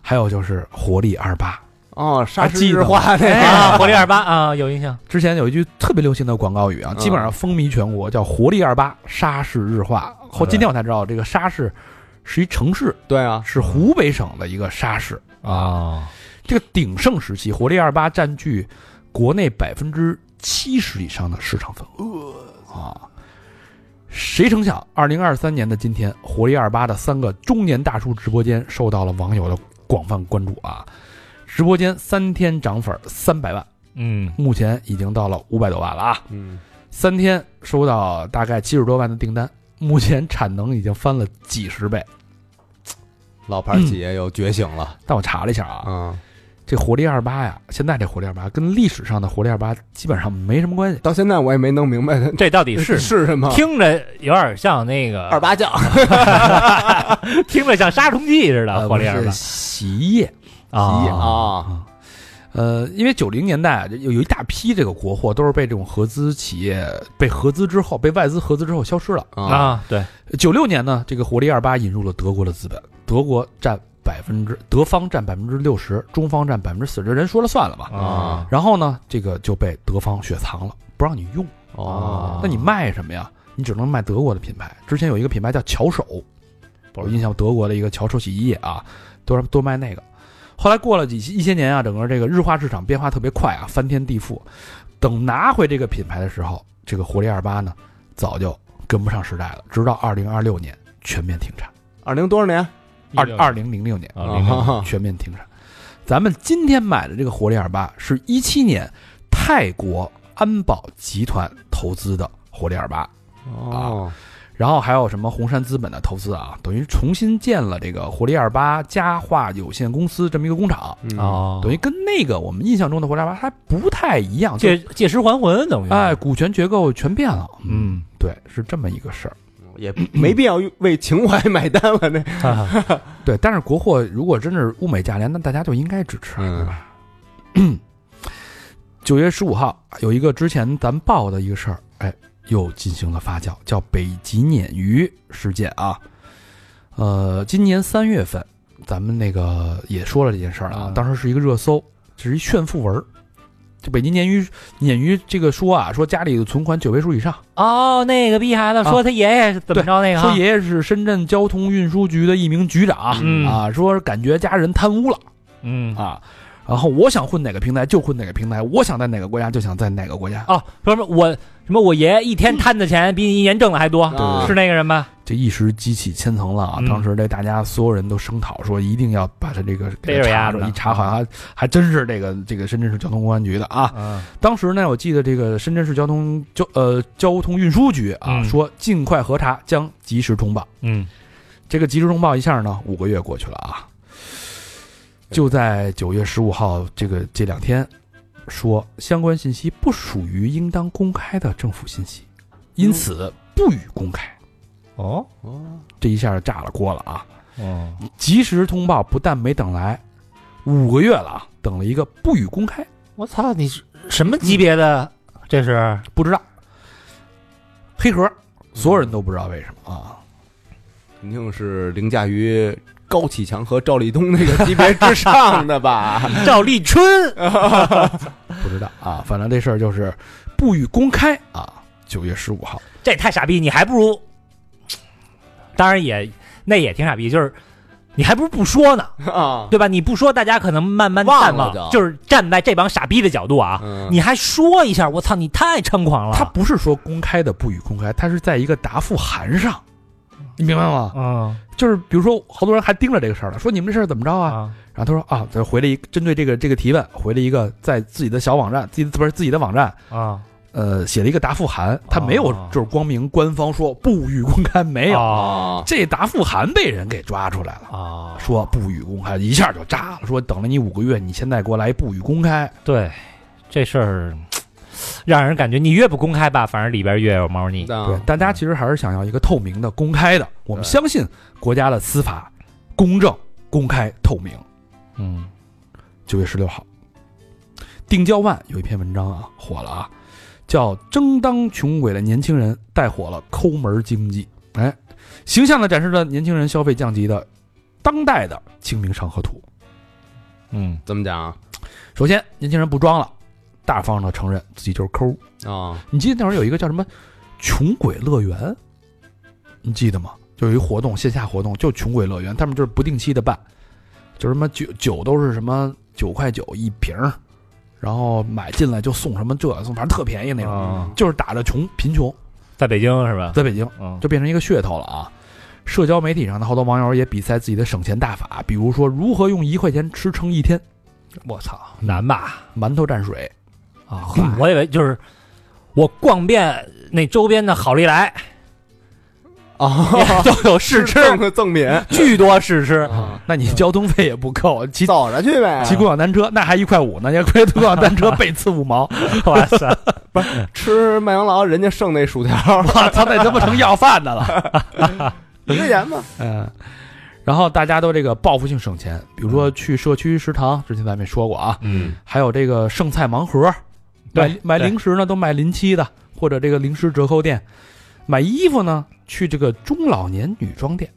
[SPEAKER 1] 还有就是活力二八。
[SPEAKER 2] 哦，
[SPEAKER 1] 啊
[SPEAKER 2] 沙
[SPEAKER 1] 记
[SPEAKER 2] 之
[SPEAKER 1] 得
[SPEAKER 2] 日化那个，
[SPEAKER 3] 啊！活力二八啊，有印象
[SPEAKER 1] 之前有一句特别流行的广告语啊，
[SPEAKER 2] 嗯
[SPEAKER 1] 基本上风靡全国，叫“活力二八，沙市日化”。后
[SPEAKER 3] 对
[SPEAKER 1] 今天我才知道，这个沙市是一城市，
[SPEAKER 2] 对啊，
[SPEAKER 1] 是湖北省的一个沙市。
[SPEAKER 3] 啊，
[SPEAKER 1] 这个鼎盛时期，活力二八占据国内百分之七十以上的市场份额啊！谁成想，二零二三年的今天，活力二八的三个中年大叔直播间受到了网友的广泛关注啊！直播间三天涨粉三百万，
[SPEAKER 3] 嗯
[SPEAKER 1] 目前已经到了五百多万了啊！
[SPEAKER 2] 嗯，
[SPEAKER 1] 三天收到大概七十多万的订单，目前产能已经翻了几十倍。
[SPEAKER 2] 老牌企业又觉醒了
[SPEAKER 1] 但我查了一下啊，
[SPEAKER 2] 啊，
[SPEAKER 1] 这活力二八呀，现在这活力二八跟历史上的活力二八基本上没什么关系。
[SPEAKER 2] 到现在我也没弄明白它
[SPEAKER 3] 这到底是
[SPEAKER 2] 是什么
[SPEAKER 3] 听着有点像那个
[SPEAKER 2] 二，八酱，
[SPEAKER 3] 听着像杀虫剂似的，
[SPEAKER 1] 呃
[SPEAKER 3] 活力二
[SPEAKER 1] 不
[SPEAKER 3] 八
[SPEAKER 1] 是洗衣液
[SPEAKER 2] 洗衣
[SPEAKER 3] 啊
[SPEAKER 2] 啊，
[SPEAKER 1] 呃，因为九零年代啊有有一大批这个国货都是被这种合资企业被合资之后，被外资合资之后消失了。
[SPEAKER 2] 啊，
[SPEAKER 3] 啊，对，
[SPEAKER 1] 九六年呢，这个活力二八引入了德国的资本，德国占百分之，德方占百分之六十，中方占百分之四十，人说了算了嘛。
[SPEAKER 3] 嗯
[SPEAKER 2] 啊
[SPEAKER 1] 然后呢，这个就被德方雪藏了，不让你用。
[SPEAKER 2] 哦
[SPEAKER 1] 那你卖什么呀？你只能卖德国的品牌。之前有一个品牌叫巧手，我印象德国的一个巧手洗衣液啊，都是都卖那个。后来过了几一些年啊，整个这个日化市场变化特别快啊，翻天地覆。等拿回这个品牌的时候，这个活力二八呢，早就跟不上时代了。直到二零二六年全面停产，
[SPEAKER 2] 二零多少年？
[SPEAKER 1] 二二零零六年
[SPEAKER 3] 啊零六
[SPEAKER 2] 啊
[SPEAKER 1] 全面停产。咱们今天买的这个活力二八是一七年泰国安保集团投资的活力二八，
[SPEAKER 2] 哦，
[SPEAKER 1] 然后还有什么红杉资本的投资啊，等于重新建了这个活力二八家化有限公司这么一个工厂，
[SPEAKER 2] 嗯
[SPEAKER 3] 哦，
[SPEAKER 1] 等于跟那个我们印象中的活力二八还不太一样，就
[SPEAKER 3] 借借尸还魂等于
[SPEAKER 1] 哎，股权结构全变了，
[SPEAKER 3] 嗯，
[SPEAKER 1] 对，是这么一个事儿。
[SPEAKER 2] 也没必要为情怀买单了，那
[SPEAKER 1] 对，但是国货如果真是物美价廉，那大家就应该支持，
[SPEAKER 2] 嗯
[SPEAKER 1] 对吧？九月十五号有一个之前咱报的一个事儿，哎，又进行了发酵，叫北极鲶鱼事件啊。呃，今年三月份，咱们那个也说了这件事儿啊，
[SPEAKER 2] 嗯
[SPEAKER 1] 当时是一个热搜，这是一炫富文儿。这北极鲶鱼，鲶鱼这个说啊，说家里的存款九位数以上，
[SPEAKER 3] 哦，那个逼孩子说他爷爷是怎么着那个
[SPEAKER 1] 说
[SPEAKER 3] 哈，
[SPEAKER 1] 爷爷是深圳交通运输局的一名局长、
[SPEAKER 3] 嗯
[SPEAKER 1] 啊，说感觉家人贪污了。
[SPEAKER 3] 嗯
[SPEAKER 1] 啊，然后我想混哪个平台就混哪个平台，我想在哪个国家就想在哪个国家。
[SPEAKER 3] 哦，说什么我什么我爷爷一天摊的钱比你一年挣的还多，
[SPEAKER 2] 啊
[SPEAKER 3] 是那个人吧？
[SPEAKER 1] 这一时激起千层浪啊！
[SPEAKER 3] 嗯
[SPEAKER 1] 当时这大家所有人都声讨说，一定要把他这个
[SPEAKER 3] 逮着嗯
[SPEAKER 1] 查
[SPEAKER 3] 丫
[SPEAKER 1] 住，
[SPEAKER 3] 的
[SPEAKER 1] 一查好像还还真是这个这个深圳市交通公安局的啊。
[SPEAKER 3] 嗯
[SPEAKER 1] 当时呢，我记得这个深圳市交通交呃交通运输局啊、
[SPEAKER 3] 嗯
[SPEAKER 1] 说尽快核查，将及时通报。
[SPEAKER 3] 嗯，
[SPEAKER 1] 这个及时通报一下呢，五个月过去了啊，就在九月十五号这个这两天，说相关信息不属于应当公开的政府信息，因
[SPEAKER 3] 嗯
[SPEAKER 1] 此不予公开。
[SPEAKER 3] 哦，
[SPEAKER 1] 这一下炸了锅了啊！
[SPEAKER 3] 哦，
[SPEAKER 1] 及时通报不但没等来，五个月了啊，等了一个不予公开，
[SPEAKER 3] 我操，你是什么级别的？嗯这是
[SPEAKER 1] 不知道黑盒，所有人都不知道为什么啊。
[SPEAKER 2] 肯定是凌驾于高启强和赵立东那个级别之上的吧？
[SPEAKER 3] 赵立春，
[SPEAKER 1] 不知道啊，反正这事儿就是不予公开啊。九月十五号，
[SPEAKER 3] 这也太傻逼，你还不如，当然也那也挺傻逼，就是你还不如不说呢，
[SPEAKER 2] 啊，
[SPEAKER 3] 对吧？你不说，大家可能慢慢淡
[SPEAKER 2] 忘
[SPEAKER 3] 忘，
[SPEAKER 2] 了就
[SPEAKER 3] 就是站在这帮傻逼的角度啊，
[SPEAKER 2] 嗯
[SPEAKER 3] 你还说一下，我操，你太猖狂了。
[SPEAKER 1] 他不是说公开的不予公开，他是在一个答复函上，你明白吗？
[SPEAKER 3] 嗯
[SPEAKER 1] 就是比如说，好多人还盯着这个事儿呢，说你们这事儿怎么着啊？
[SPEAKER 3] 啊，
[SPEAKER 1] 然后他说啊，他回了一针对这个这个提问，回了一个在自己的小网站，自己不是自己的网站，
[SPEAKER 3] 啊，
[SPEAKER 1] 呃，写了一个答复函，他没有
[SPEAKER 3] 哦
[SPEAKER 1] 就是光明官方说不予公开，
[SPEAKER 3] 哎
[SPEAKER 1] 没有，
[SPEAKER 3] 有
[SPEAKER 2] 啊，
[SPEAKER 1] 这答复函被人给抓出来了。
[SPEAKER 3] 啊，
[SPEAKER 1] 说不予公开，一下就炸了。说等了你五个月，你现在给我来一不予公开，
[SPEAKER 3] 对，这事儿让人感觉你越不公开吧，反正里边越有猫腻。
[SPEAKER 1] 对
[SPEAKER 2] 对，，
[SPEAKER 1] 大家其实还是想要一个透明的、公开的。我们
[SPEAKER 2] 啊对
[SPEAKER 1] 相信国家的司法公正、公开、透明。
[SPEAKER 3] 嗯
[SPEAKER 1] 九月十六号，定焦万有一篇文章啊，火了啊，叫“争当穷鬼的年轻人带火了抠门经济”。哎，形象的展示了年轻人消费降级的当代的《清明上河图
[SPEAKER 3] 嗯，
[SPEAKER 2] 怎么讲啊》。
[SPEAKER 1] 首先，年轻人不装了，大方的承认自己就是抠。
[SPEAKER 2] 啊？
[SPEAKER 1] 你记得那会儿有一个叫什么“穷鬼乐园”，你记得吗？就有一活动，线下活动，就“穷鬼乐园”，他们就是不定期的办，就什么酒酒都是什么九块九一瓶儿，然后买进来就送什么这送，反正特便宜那种，
[SPEAKER 3] 啊
[SPEAKER 1] 就是打着穷贫穷，
[SPEAKER 3] 在北京是吧？
[SPEAKER 1] 在北京
[SPEAKER 3] 嗯，
[SPEAKER 1] 就变成一个噱头了啊。社交媒体上的好多网友也比赛自己的省钱大法，比如说如何用一块钱吃撑一天，
[SPEAKER 3] 我操，难吧？
[SPEAKER 1] 馒头蘸水，
[SPEAKER 3] 啊，我以为就是我逛遍那周边的好利来
[SPEAKER 1] 哦
[SPEAKER 2] 啊，
[SPEAKER 3] 都有试吃，
[SPEAKER 2] 赠赠品，
[SPEAKER 3] 巨多试吃。
[SPEAKER 1] 那你交通费也不够，骑
[SPEAKER 2] 走着去呗。
[SPEAKER 1] 骑共享单车那还一块五呢，人家亏共享单车背刺五 毛，
[SPEAKER 3] 哇塞，
[SPEAKER 2] 吃麦当劳，人家剩那薯条，
[SPEAKER 1] 我操，那他妈成要饭的了。
[SPEAKER 2] 一块钱吧。
[SPEAKER 1] 嗯，然后大家都这个报复性省钱，比如说去社区食堂，之前咱们也说过啊，
[SPEAKER 2] 嗯，
[SPEAKER 1] 还有这个剩菜盲盒，
[SPEAKER 3] 对
[SPEAKER 1] 买买
[SPEAKER 3] 对
[SPEAKER 1] 零食呢都买临期的，或者这个零食折扣店，买衣服呢去这个中老年女装 店。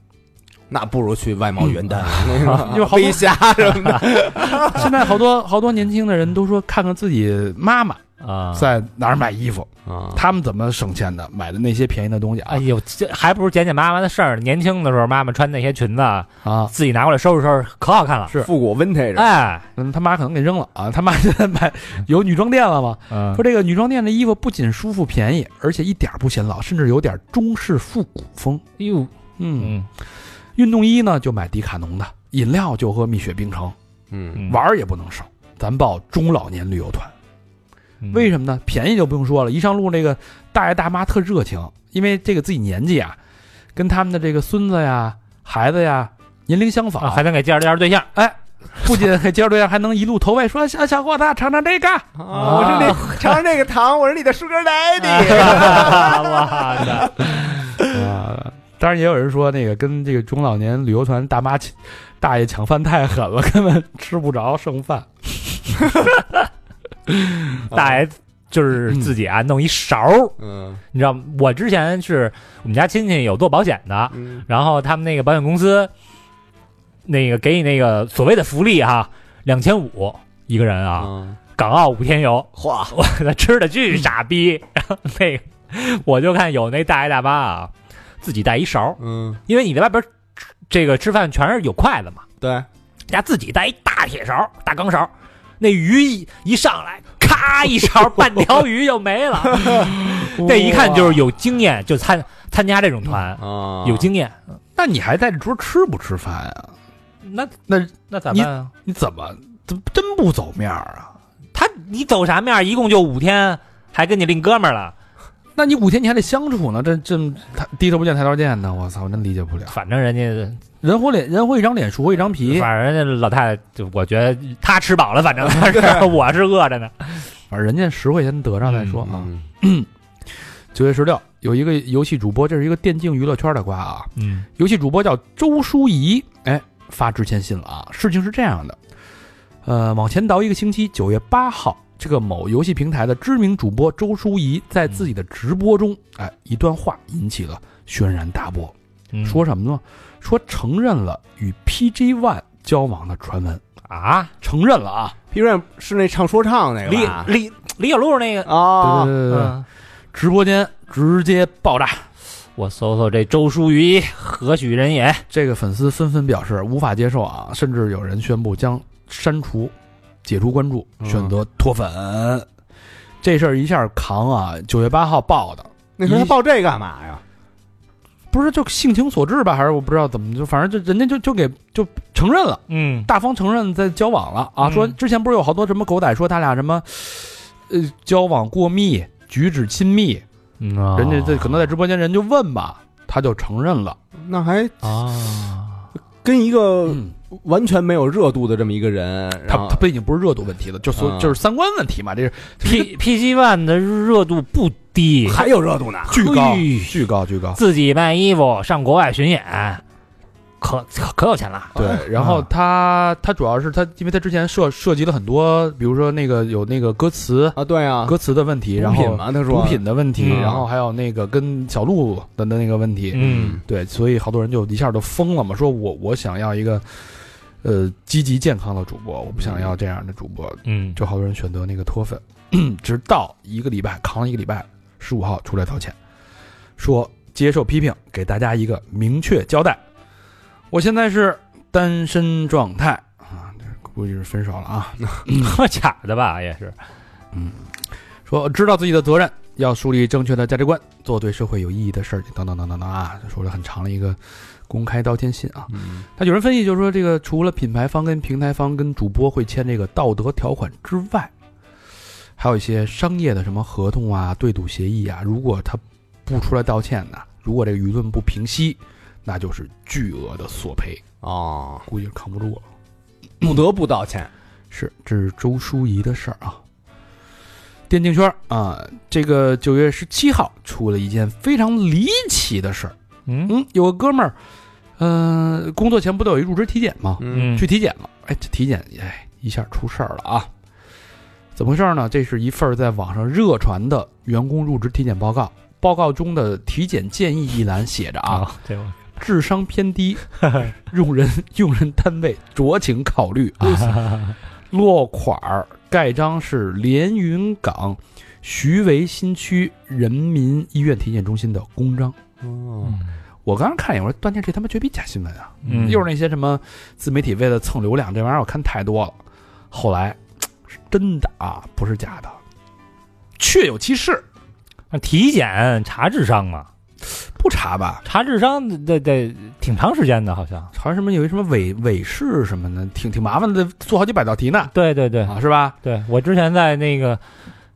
[SPEAKER 2] 那不如去外贸元旦，
[SPEAKER 1] 因为好多
[SPEAKER 2] 微虾什么的。
[SPEAKER 1] 现在好多好多年轻的人都说看看自己妈妈
[SPEAKER 3] 啊，
[SPEAKER 1] 在哪儿买衣服，
[SPEAKER 2] 啊
[SPEAKER 1] 他们怎么省钱的，买的那些便宜的东西
[SPEAKER 3] 哎
[SPEAKER 1] 啊
[SPEAKER 3] 呦，这还不如捡捡妈妈的事儿。年轻的时候，妈妈穿那些裙子，
[SPEAKER 1] 啊！
[SPEAKER 3] 自己拿过来收拾收拾，可好看了。
[SPEAKER 1] 是
[SPEAKER 2] 复古 vintage，
[SPEAKER 3] 哎，
[SPEAKER 1] 嗯，他妈可能给扔了啊！他妈现在买有女装店了吗？
[SPEAKER 3] 嗯
[SPEAKER 1] 说这个女装店的衣服不仅舒服便宜，而且一点儿不显老，甚至有点中式复古风。
[SPEAKER 3] 哎呦，
[SPEAKER 1] 嗯，
[SPEAKER 3] 嗯
[SPEAKER 1] 运动衣呢就买迪卡侬的，饮料就喝蜜雪冰城，
[SPEAKER 2] 嗯，
[SPEAKER 3] 嗯
[SPEAKER 1] 玩儿也不能少。咱报中老年旅游团，
[SPEAKER 3] 嗯
[SPEAKER 1] 为什么呢？便宜就不用说了，一上路这个大爷大妈特热情，因为这个自己年纪啊，跟他们的这个孙子呀、孩子呀年龄相仿，
[SPEAKER 3] 啊还能给介绍介 绍对象？
[SPEAKER 1] 不仅 给介绍对象，还能一路投喂，说小小伙子尝尝这个。
[SPEAKER 2] 啊我哎是那尝尝这个糖，我是你的 sugar daddy。
[SPEAKER 3] 哇
[SPEAKER 1] 哦
[SPEAKER 3] 塞！
[SPEAKER 1] 啊，当然也有人说那个跟这个中老年旅游团大妈抢大爷抢饭太狠了，根本吃不着剩饭。
[SPEAKER 3] 大爷就是
[SPEAKER 1] 嗯
[SPEAKER 3] 自己啊弄一勺儿，
[SPEAKER 2] 嗯
[SPEAKER 3] 你知道吗，我之前是我们家亲戚有做保险的，
[SPEAKER 2] 嗯
[SPEAKER 3] 然后他们那个保险公司那个给你那个所谓的福利哈，两千五一个人啊，
[SPEAKER 2] 啊，
[SPEAKER 3] 港澳五天游，
[SPEAKER 2] 嚯，
[SPEAKER 3] 我操，吃的巨傻逼，然后那个我就看有那大爷大妈啊，自己带一勺儿，
[SPEAKER 2] 嗯，
[SPEAKER 3] 因为你在外边儿吃这个吃饭全是有筷子嘛。
[SPEAKER 2] 对，
[SPEAKER 3] 人家自己带一大铁勺、大钢勺，那鱼一一上来，咔一勺，半条鱼就没了。那一看就是有经验，就参参加这种团
[SPEAKER 2] 啊，
[SPEAKER 3] 有经验。
[SPEAKER 1] 那你还在这桌吃不吃饭啊？
[SPEAKER 3] 那
[SPEAKER 1] 那
[SPEAKER 3] 那咋办啊？
[SPEAKER 1] 你怎么怎么真不走面儿啊？
[SPEAKER 3] 他你走啥面儿？一共就五天，还跟你另哥们儿了。
[SPEAKER 1] 那你五天你还得相处呢，这这他低头不见抬头见的，我操，我真理解不了。
[SPEAKER 3] 反正人家，
[SPEAKER 1] 人活脸，人活一张脸，鼠活一张皮，
[SPEAKER 3] 反正人家老太太，就我觉得她吃饱了，反 正她是我是饿着呢。
[SPEAKER 1] 反正人家实惠先得上再说啊。
[SPEAKER 2] 嗯
[SPEAKER 1] 九、月十六有一个游戏主播，这是一个电竞娱乐圈的瓜啊，
[SPEAKER 3] 嗯
[SPEAKER 1] 游戏主播叫周淑怡，哎，发致歉信了啊。事情是这样的，呃，往前倒一个星期，九月八号，这个某游戏平台的知名主播周淑怡在自己的直播中，哎，一段话引起了轩然大波。
[SPEAKER 3] 嗯
[SPEAKER 1] 说什么呢？说承认了与 PG One 交往的传闻，
[SPEAKER 3] 啊，
[SPEAKER 1] 承认了啊！
[SPEAKER 2] p r a 是那唱说唱那
[SPEAKER 3] 李
[SPEAKER 2] 个吧？
[SPEAKER 3] 李李小璐那个，
[SPEAKER 2] 啊，
[SPEAKER 1] 对对对对
[SPEAKER 3] 嗯，
[SPEAKER 1] 直播间直接爆炸，
[SPEAKER 3] 我搜搜这周淑怡何许人也？
[SPEAKER 1] 这个粉丝纷纷表示无法接受啊，甚至有人宣布将删除、解除关注，
[SPEAKER 2] 嗯
[SPEAKER 1] 选择脱粉。这事儿一下扛啊！九月八号爆的，
[SPEAKER 2] 那时候他报这干嘛呀？
[SPEAKER 1] 不是就性情所致吧？还是我不知道怎么就，反正就人家就就给就承认了，
[SPEAKER 3] 嗯，
[SPEAKER 1] 大方承认在交往了啊。
[SPEAKER 3] 嗯
[SPEAKER 1] 说之前不是有好多什么狗仔说他俩什么，呃，交往过密，举止亲密，人
[SPEAKER 3] 人
[SPEAKER 1] 家这可能在直播间人就问吧，他就承认了。
[SPEAKER 2] 那还
[SPEAKER 3] 啊，
[SPEAKER 2] 跟一个
[SPEAKER 1] 嗯，
[SPEAKER 2] 完全没有热度的这么一个人，然
[SPEAKER 1] 他
[SPEAKER 2] 后
[SPEAKER 1] 他不已经不是热度问题了，就所
[SPEAKER 2] 啊
[SPEAKER 1] 就是三观问题嘛，这是
[SPEAKER 3] P P G One 的热度不低，
[SPEAKER 2] 还有热度呢。
[SPEAKER 1] 巨高
[SPEAKER 3] 嘿
[SPEAKER 1] 巨高巨高。
[SPEAKER 3] 自己卖衣服上国外巡演，可可可有钱了。
[SPEAKER 1] 对，然后
[SPEAKER 2] 嗯
[SPEAKER 3] 啊
[SPEAKER 1] 他他主要是他，因为他之前涉涉及了很多，比如说那个有那个歌词
[SPEAKER 2] 啊，对啊，
[SPEAKER 1] 歌词的问题，
[SPEAKER 2] 毒
[SPEAKER 1] 然
[SPEAKER 2] 品
[SPEAKER 1] 后
[SPEAKER 2] 嘛，他说
[SPEAKER 1] 毒品的问题，
[SPEAKER 3] 嗯
[SPEAKER 1] 然后还有那个跟小鹿的那个问题，
[SPEAKER 3] 嗯，
[SPEAKER 1] 对，所以好多人就一下都疯了嘛，说我我想要一个呃积极健康的主播，我不想要这样的主播，
[SPEAKER 3] 嗯，
[SPEAKER 1] 就好多人选择那个脱粉，直到一个礼拜扛了一个礼拜，十五号出来道歉，说接受批评，给大家一个明确交代。我现在是单身状态啊，这估计是分手了啊。
[SPEAKER 3] 呵假的吧，也是。
[SPEAKER 1] 说知道自己的责任，要树立正确的价值观，做对社会有意义的事儿，等等等等等啊，说了很长的一个公开道歉信啊。
[SPEAKER 2] 嗯
[SPEAKER 1] 他有人分析就是说，这个除了品牌方跟平台方跟主播会签这个道德条款之外，还有一些商业的什么合同啊、对赌协议啊，如果他不出来道歉呢、如果这个舆论不平息，那就是巨额的索赔，
[SPEAKER 2] 哦，
[SPEAKER 1] 估计是扛不住了。
[SPEAKER 2] 不得不道歉。
[SPEAKER 1] 是，这是周淑怡的事儿啊。电竞圈儿啊，这个九月十七号出了一件非常离奇的事儿。
[SPEAKER 3] 嗯
[SPEAKER 1] 嗯，有个哥们儿，嗯、工作前不都有一入职体检吗？
[SPEAKER 2] 嗯
[SPEAKER 3] 嗯，
[SPEAKER 1] 去体检了，哎，这体检哎一下出事儿了啊！怎么回事儿呢？这是一份儿在网上热传的员工入职体检报告，报告中的体检建议一栏写着啊，
[SPEAKER 3] 啊，对，我
[SPEAKER 1] 智商偏低，用人用人单位酌情考虑啊。落款儿盖章是连云港徐渭新区人民医院体检中心的公章。
[SPEAKER 2] 哦，
[SPEAKER 1] 我刚刚看一眼，我说断定这他妈绝逼假新闻啊！
[SPEAKER 3] 嗯
[SPEAKER 1] 又是那些什么自媒体为了蹭流量这玩意儿，我看太多了。后来是真的啊，不是假的，确有其事。
[SPEAKER 3] 那体检查智商啊嘛，
[SPEAKER 1] 不查吧？
[SPEAKER 3] 查智商得得挺长时间的，好像。
[SPEAKER 1] 好像什么有一什么伪伪试什么的，挺挺麻烦的，做好几百道题呢，
[SPEAKER 3] 对对对
[SPEAKER 1] 啊，是吧？
[SPEAKER 3] 对，我之前在那个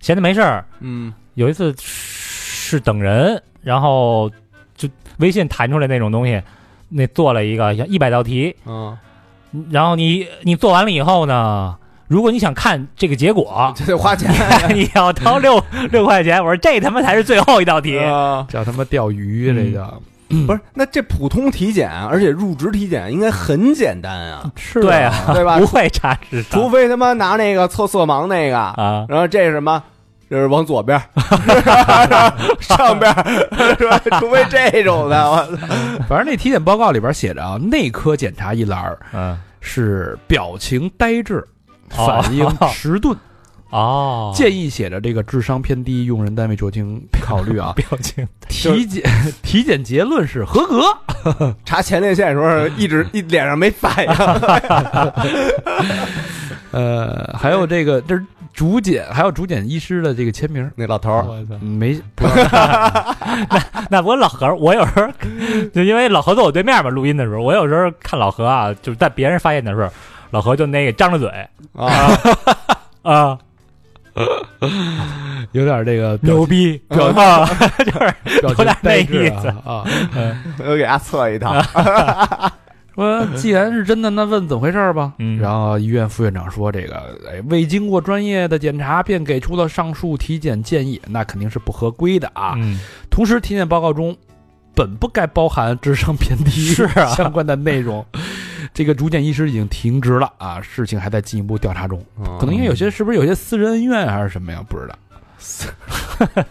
[SPEAKER 3] 闲着没事儿，
[SPEAKER 2] 嗯，
[SPEAKER 3] 有一次是等人，然后就微信弹出来那种东西，那做了一个一百道题，
[SPEAKER 2] 嗯，
[SPEAKER 3] 然后你你做完了以后呢，如果你想看这个结 果，
[SPEAKER 2] 这得花钱
[SPEAKER 3] 你要掏六六块钱。我说这他妈才是最后一道题，
[SPEAKER 2] 啊。
[SPEAKER 1] 叫他妈钓鱼，啊这叫、
[SPEAKER 2] 不是，那这普通体检，而且入职体检应该很简单 啊，
[SPEAKER 1] 是
[SPEAKER 3] 对啊，
[SPEAKER 2] 对吧
[SPEAKER 3] 不会查智商
[SPEAKER 2] 除非他妈拿那个测色盲那个，
[SPEAKER 3] 啊，
[SPEAKER 2] 然后这是什么？这是往左边儿，然后上边儿是吧？除非这种的， 我操
[SPEAKER 1] 反正那体检报告里边写着啊，内科检查一栏儿
[SPEAKER 3] 嗯，
[SPEAKER 1] 是表情呆滞、
[SPEAKER 3] 哦
[SPEAKER 1] 反应迟 钝，
[SPEAKER 3] 哦，。
[SPEAKER 1] 建议写着这个智商偏低，用人单位酌情考虑啊
[SPEAKER 3] 表 情
[SPEAKER 1] 体检 体检结论是合格，
[SPEAKER 2] 查前列腺的时候一直一脸上没反应，
[SPEAKER 1] 呃，还有这个这是主检，还有主检医师的这个签名儿。
[SPEAKER 2] 那老头儿
[SPEAKER 1] 没不
[SPEAKER 3] 那我老何，我有时候 就因为老何坐我对面嘛，录音的时候，我有时候看老何啊，就是在别人发现的时候，老何就那个张着嘴哦
[SPEAKER 2] 啊，
[SPEAKER 3] 啊，
[SPEAKER 1] 有点这 个表
[SPEAKER 3] 牛逼，
[SPEAKER 1] 表
[SPEAKER 3] 啊，就是
[SPEAKER 1] 表
[SPEAKER 3] 有
[SPEAKER 1] 情
[SPEAKER 3] 点那
[SPEAKER 1] 呆滞
[SPEAKER 3] 意思
[SPEAKER 1] 啊啊！
[SPEAKER 2] 我给他测一套，
[SPEAKER 1] 说既然是真的，那问怎么回事儿吧。
[SPEAKER 3] 嗯
[SPEAKER 1] 然后医院副院长说，这个哎，未经过专业的检查便给出了上述体检建议，那肯定是不合规的啊。
[SPEAKER 3] 嗯
[SPEAKER 1] 同时， 体检报告中本不该包含智商偏低
[SPEAKER 3] 是啊
[SPEAKER 1] 相关的内容，这个主检医师已经停职了啊，事情还在进一步调查中。
[SPEAKER 2] 嗯
[SPEAKER 1] 可能因为有些是不是有些私人恩怨啊还是什么呀？不 知道，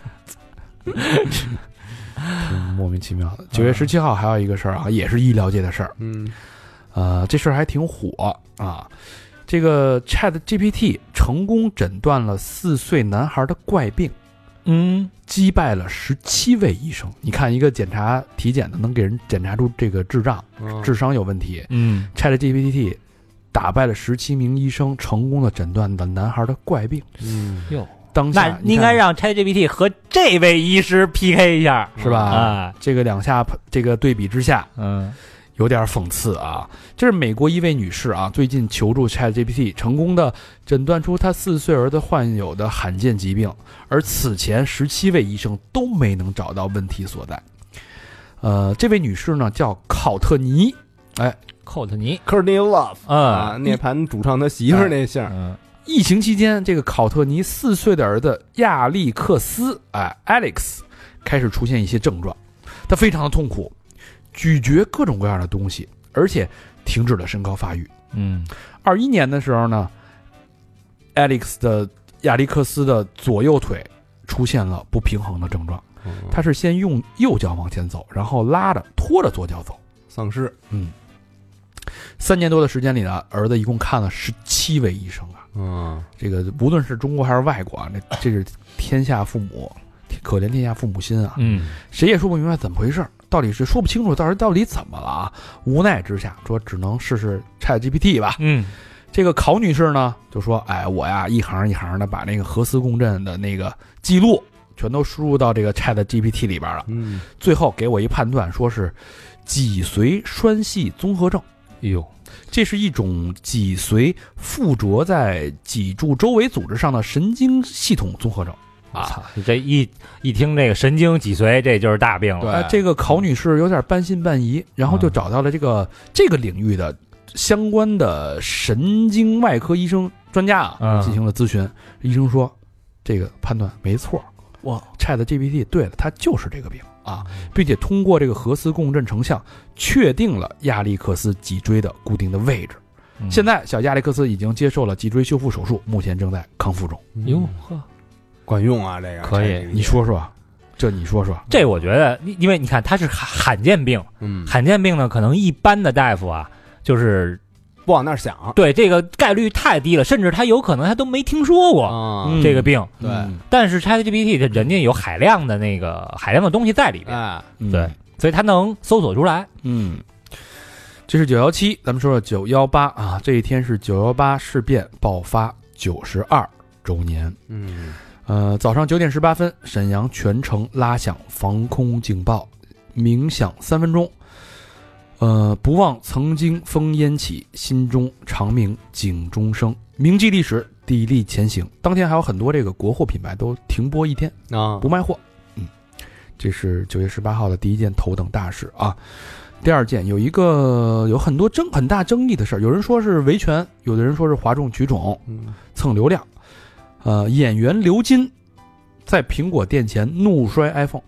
[SPEAKER 1] 挺莫名其妙的。嗯九月十七号还有一个事儿啊，也是医疗界的事儿，
[SPEAKER 2] 嗯
[SPEAKER 1] 呃，这事儿还挺火啊。这个 Chat GPT 成功诊断了四岁男孩的怪病，
[SPEAKER 3] 嗯，
[SPEAKER 1] 击败了十七位医生。你看，一个检查体检的能给人检查出这个智障、
[SPEAKER 2] 嗯
[SPEAKER 1] 智商有问题
[SPEAKER 3] 嗯，
[SPEAKER 1] ，Chat GPT 打败了十七名医生，成功的诊断了男孩的怪病。
[SPEAKER 2] 嗯
[SPEAKER 3] 哟，
[SPEAKER 1] 当下
[SPEAKER 3] 那
[SPEAKER 1] 你看
[SPEAKER 3] 应该让 ChatGPT 和这位医师 PK 一下
[SPEAKER 1] 是吧？
[SPEAKER 3] 啊，
[SPEAKER 1] 这个两下这个对比之下，
[SPEAKER 3] 嗯
[SPEAKER 1] 有点讽刺啊。这是美国一位女士啊，最近求助 ChatGPT，成功的诊断出她四岁儿子患有的罕见疾病，而此前十七位医生都没能找到问题所在。呃，这位女士呢叫考特尼，
[SPEAKER 3] 寇特尼，
[SPEAKER 2] ，Courtney Love
[SPEAKER 3] 嗯
[SPEAKER 2] 啊，涅槃主唱他媳妇儿那姓儿，
[SPEAKER 3] 嗯
[SPEAKER 1] 疫情期间，这个考特尼四岁的儿子亚历克斯，哎、a l e x 开始出现一些症状，他非常的痛苦，咀嚼各种各样的东西，而且停止了身高发育。
[SPEAKER 3] 嗯
[SPEAKER 1] 二一年的时候呢，Alex 的亚历克斯的左右腿出现了不平衡的症状，他是先用右脚往前走，然后拉着拖着左脚走。
[SPEAKER 2] 丧尸，
[SPEAKER 1] 三年多的时间里呢，儿子一共看了十七位医生啊，
[SPEAKER 2] 嗯
[SPEAKER 1] 这个无论是中国还是外国啊，这这是天下父母，可怜天下父母心啊，
[SPEAKER 3] 嗯，
[SPEAKER 1] 谁也说不明白怎么回事儿，到底是说不清楚，到底到底怎么了啊？无奈之下，说只能试试 ChatGPT 吧。
[SPEAKER 3] 嗯
[SPEAKER 1] 这个考女士呢，就说：“哎，我呀，一行一行的把那个核磁共振的那个记录全都输入到这个 Chat GPT 里边了。
[SPEAKER 2] 嗯，
[SPEAKER 1] 最后给我一判断，说是脊髓栓系综合症，
[SPEAKER 3] 哎呦，
[SPEAKER 1] 这是一种脊髓附着在脊柱周围组织上的神经系统综合症
[SPEAKER 3] 我
[SPEAKER 1] 啊。
[SPEAKER 3] 操，这一一听这个神经脊髓，这就是大病了。
[SPEAKER 1] 哎，这个考女士有点半信半疑，然后就找到了这个、这个领域的相关的神经外科医生专家啊，
[SPEAKER 3] 嗯
[SPEAKER 1] 进行了咨询。医生说，这个判断没错，
[SPEAKER 3] 哇
[SPEAKER 1] ，Chat GPT 对了，它就是这个病啊，并且通过这个核磁共振成像确定了亚历克斯脊椎的固定的位置。
[SPEAKER 3] 嗯
[SPEAKER 1] 现在，小亚历克斯已经接受了脊椎修复手术，目前正在康复中。
[SPEAKER 3] 哟呵，
[SPEAKER 2] 管用啊，这个
[SPEAKER 3] 可以
[SPEAKER 2] ChatGPT
[SPEAKER 1] 你说说，这你说说，
[SPEAKER 3] 嗯
[SPEAKER 1] 啊
[SPEAKER 3] 这我觉得，因因为你看它是罕罕见病，
[SPEAKER 2] 嗯，
[SPEAKER 3] 罕见病呢，可能一般的大夫啊，就是
[SPEAKER 2] 不往那儿想
[SPEAKER 3] 对这个概率太低了，甚至他有可能他都没听说过
[SPEAKER 2] 啊
[SPEAKER 1] 嗯
[SPEAKER 3] 这个病。
[SPEAKER 2] 对
[SPEAKER 1] 嗯
[SPEAKER 3] 但是 ChatGPT 这人家有海量的那个海量的东西在里边，
[SPEAKER 2] 哎，
[SPEAKER 1] 嗯
[SPEAKER 3] 对，所以他能搜索出来。
[SPEAKER 1] 嗯，这是九幺七，咱们说说九幺八啊，这一天是九幺八事变爆发九十二周年。
[SPEAKER 2] 嗯
[SPEAKER 1] 呃，早上九点十八分，沈阳全城拉响防空警报，鸣响三分钟。呃，不忘曾经烽烟起，心中长鸣警钟声，铭记历史，砥砺前行。当天还有很多这个国货品牌都停播一天。
[SPEAKER 2] 啊
[SPEAKER 1] 不，卖货。嗯，这是九月十八号的第一件头等大事啊。第二件有一个有很多争很大争议的事儿，有人说是维权，有的人说是哗众取宠
[SPEAKER 2] 嗯
[SPEAKER 1] 蹭流量。呃，演员刘金在苹果店前怒摔 iPhone。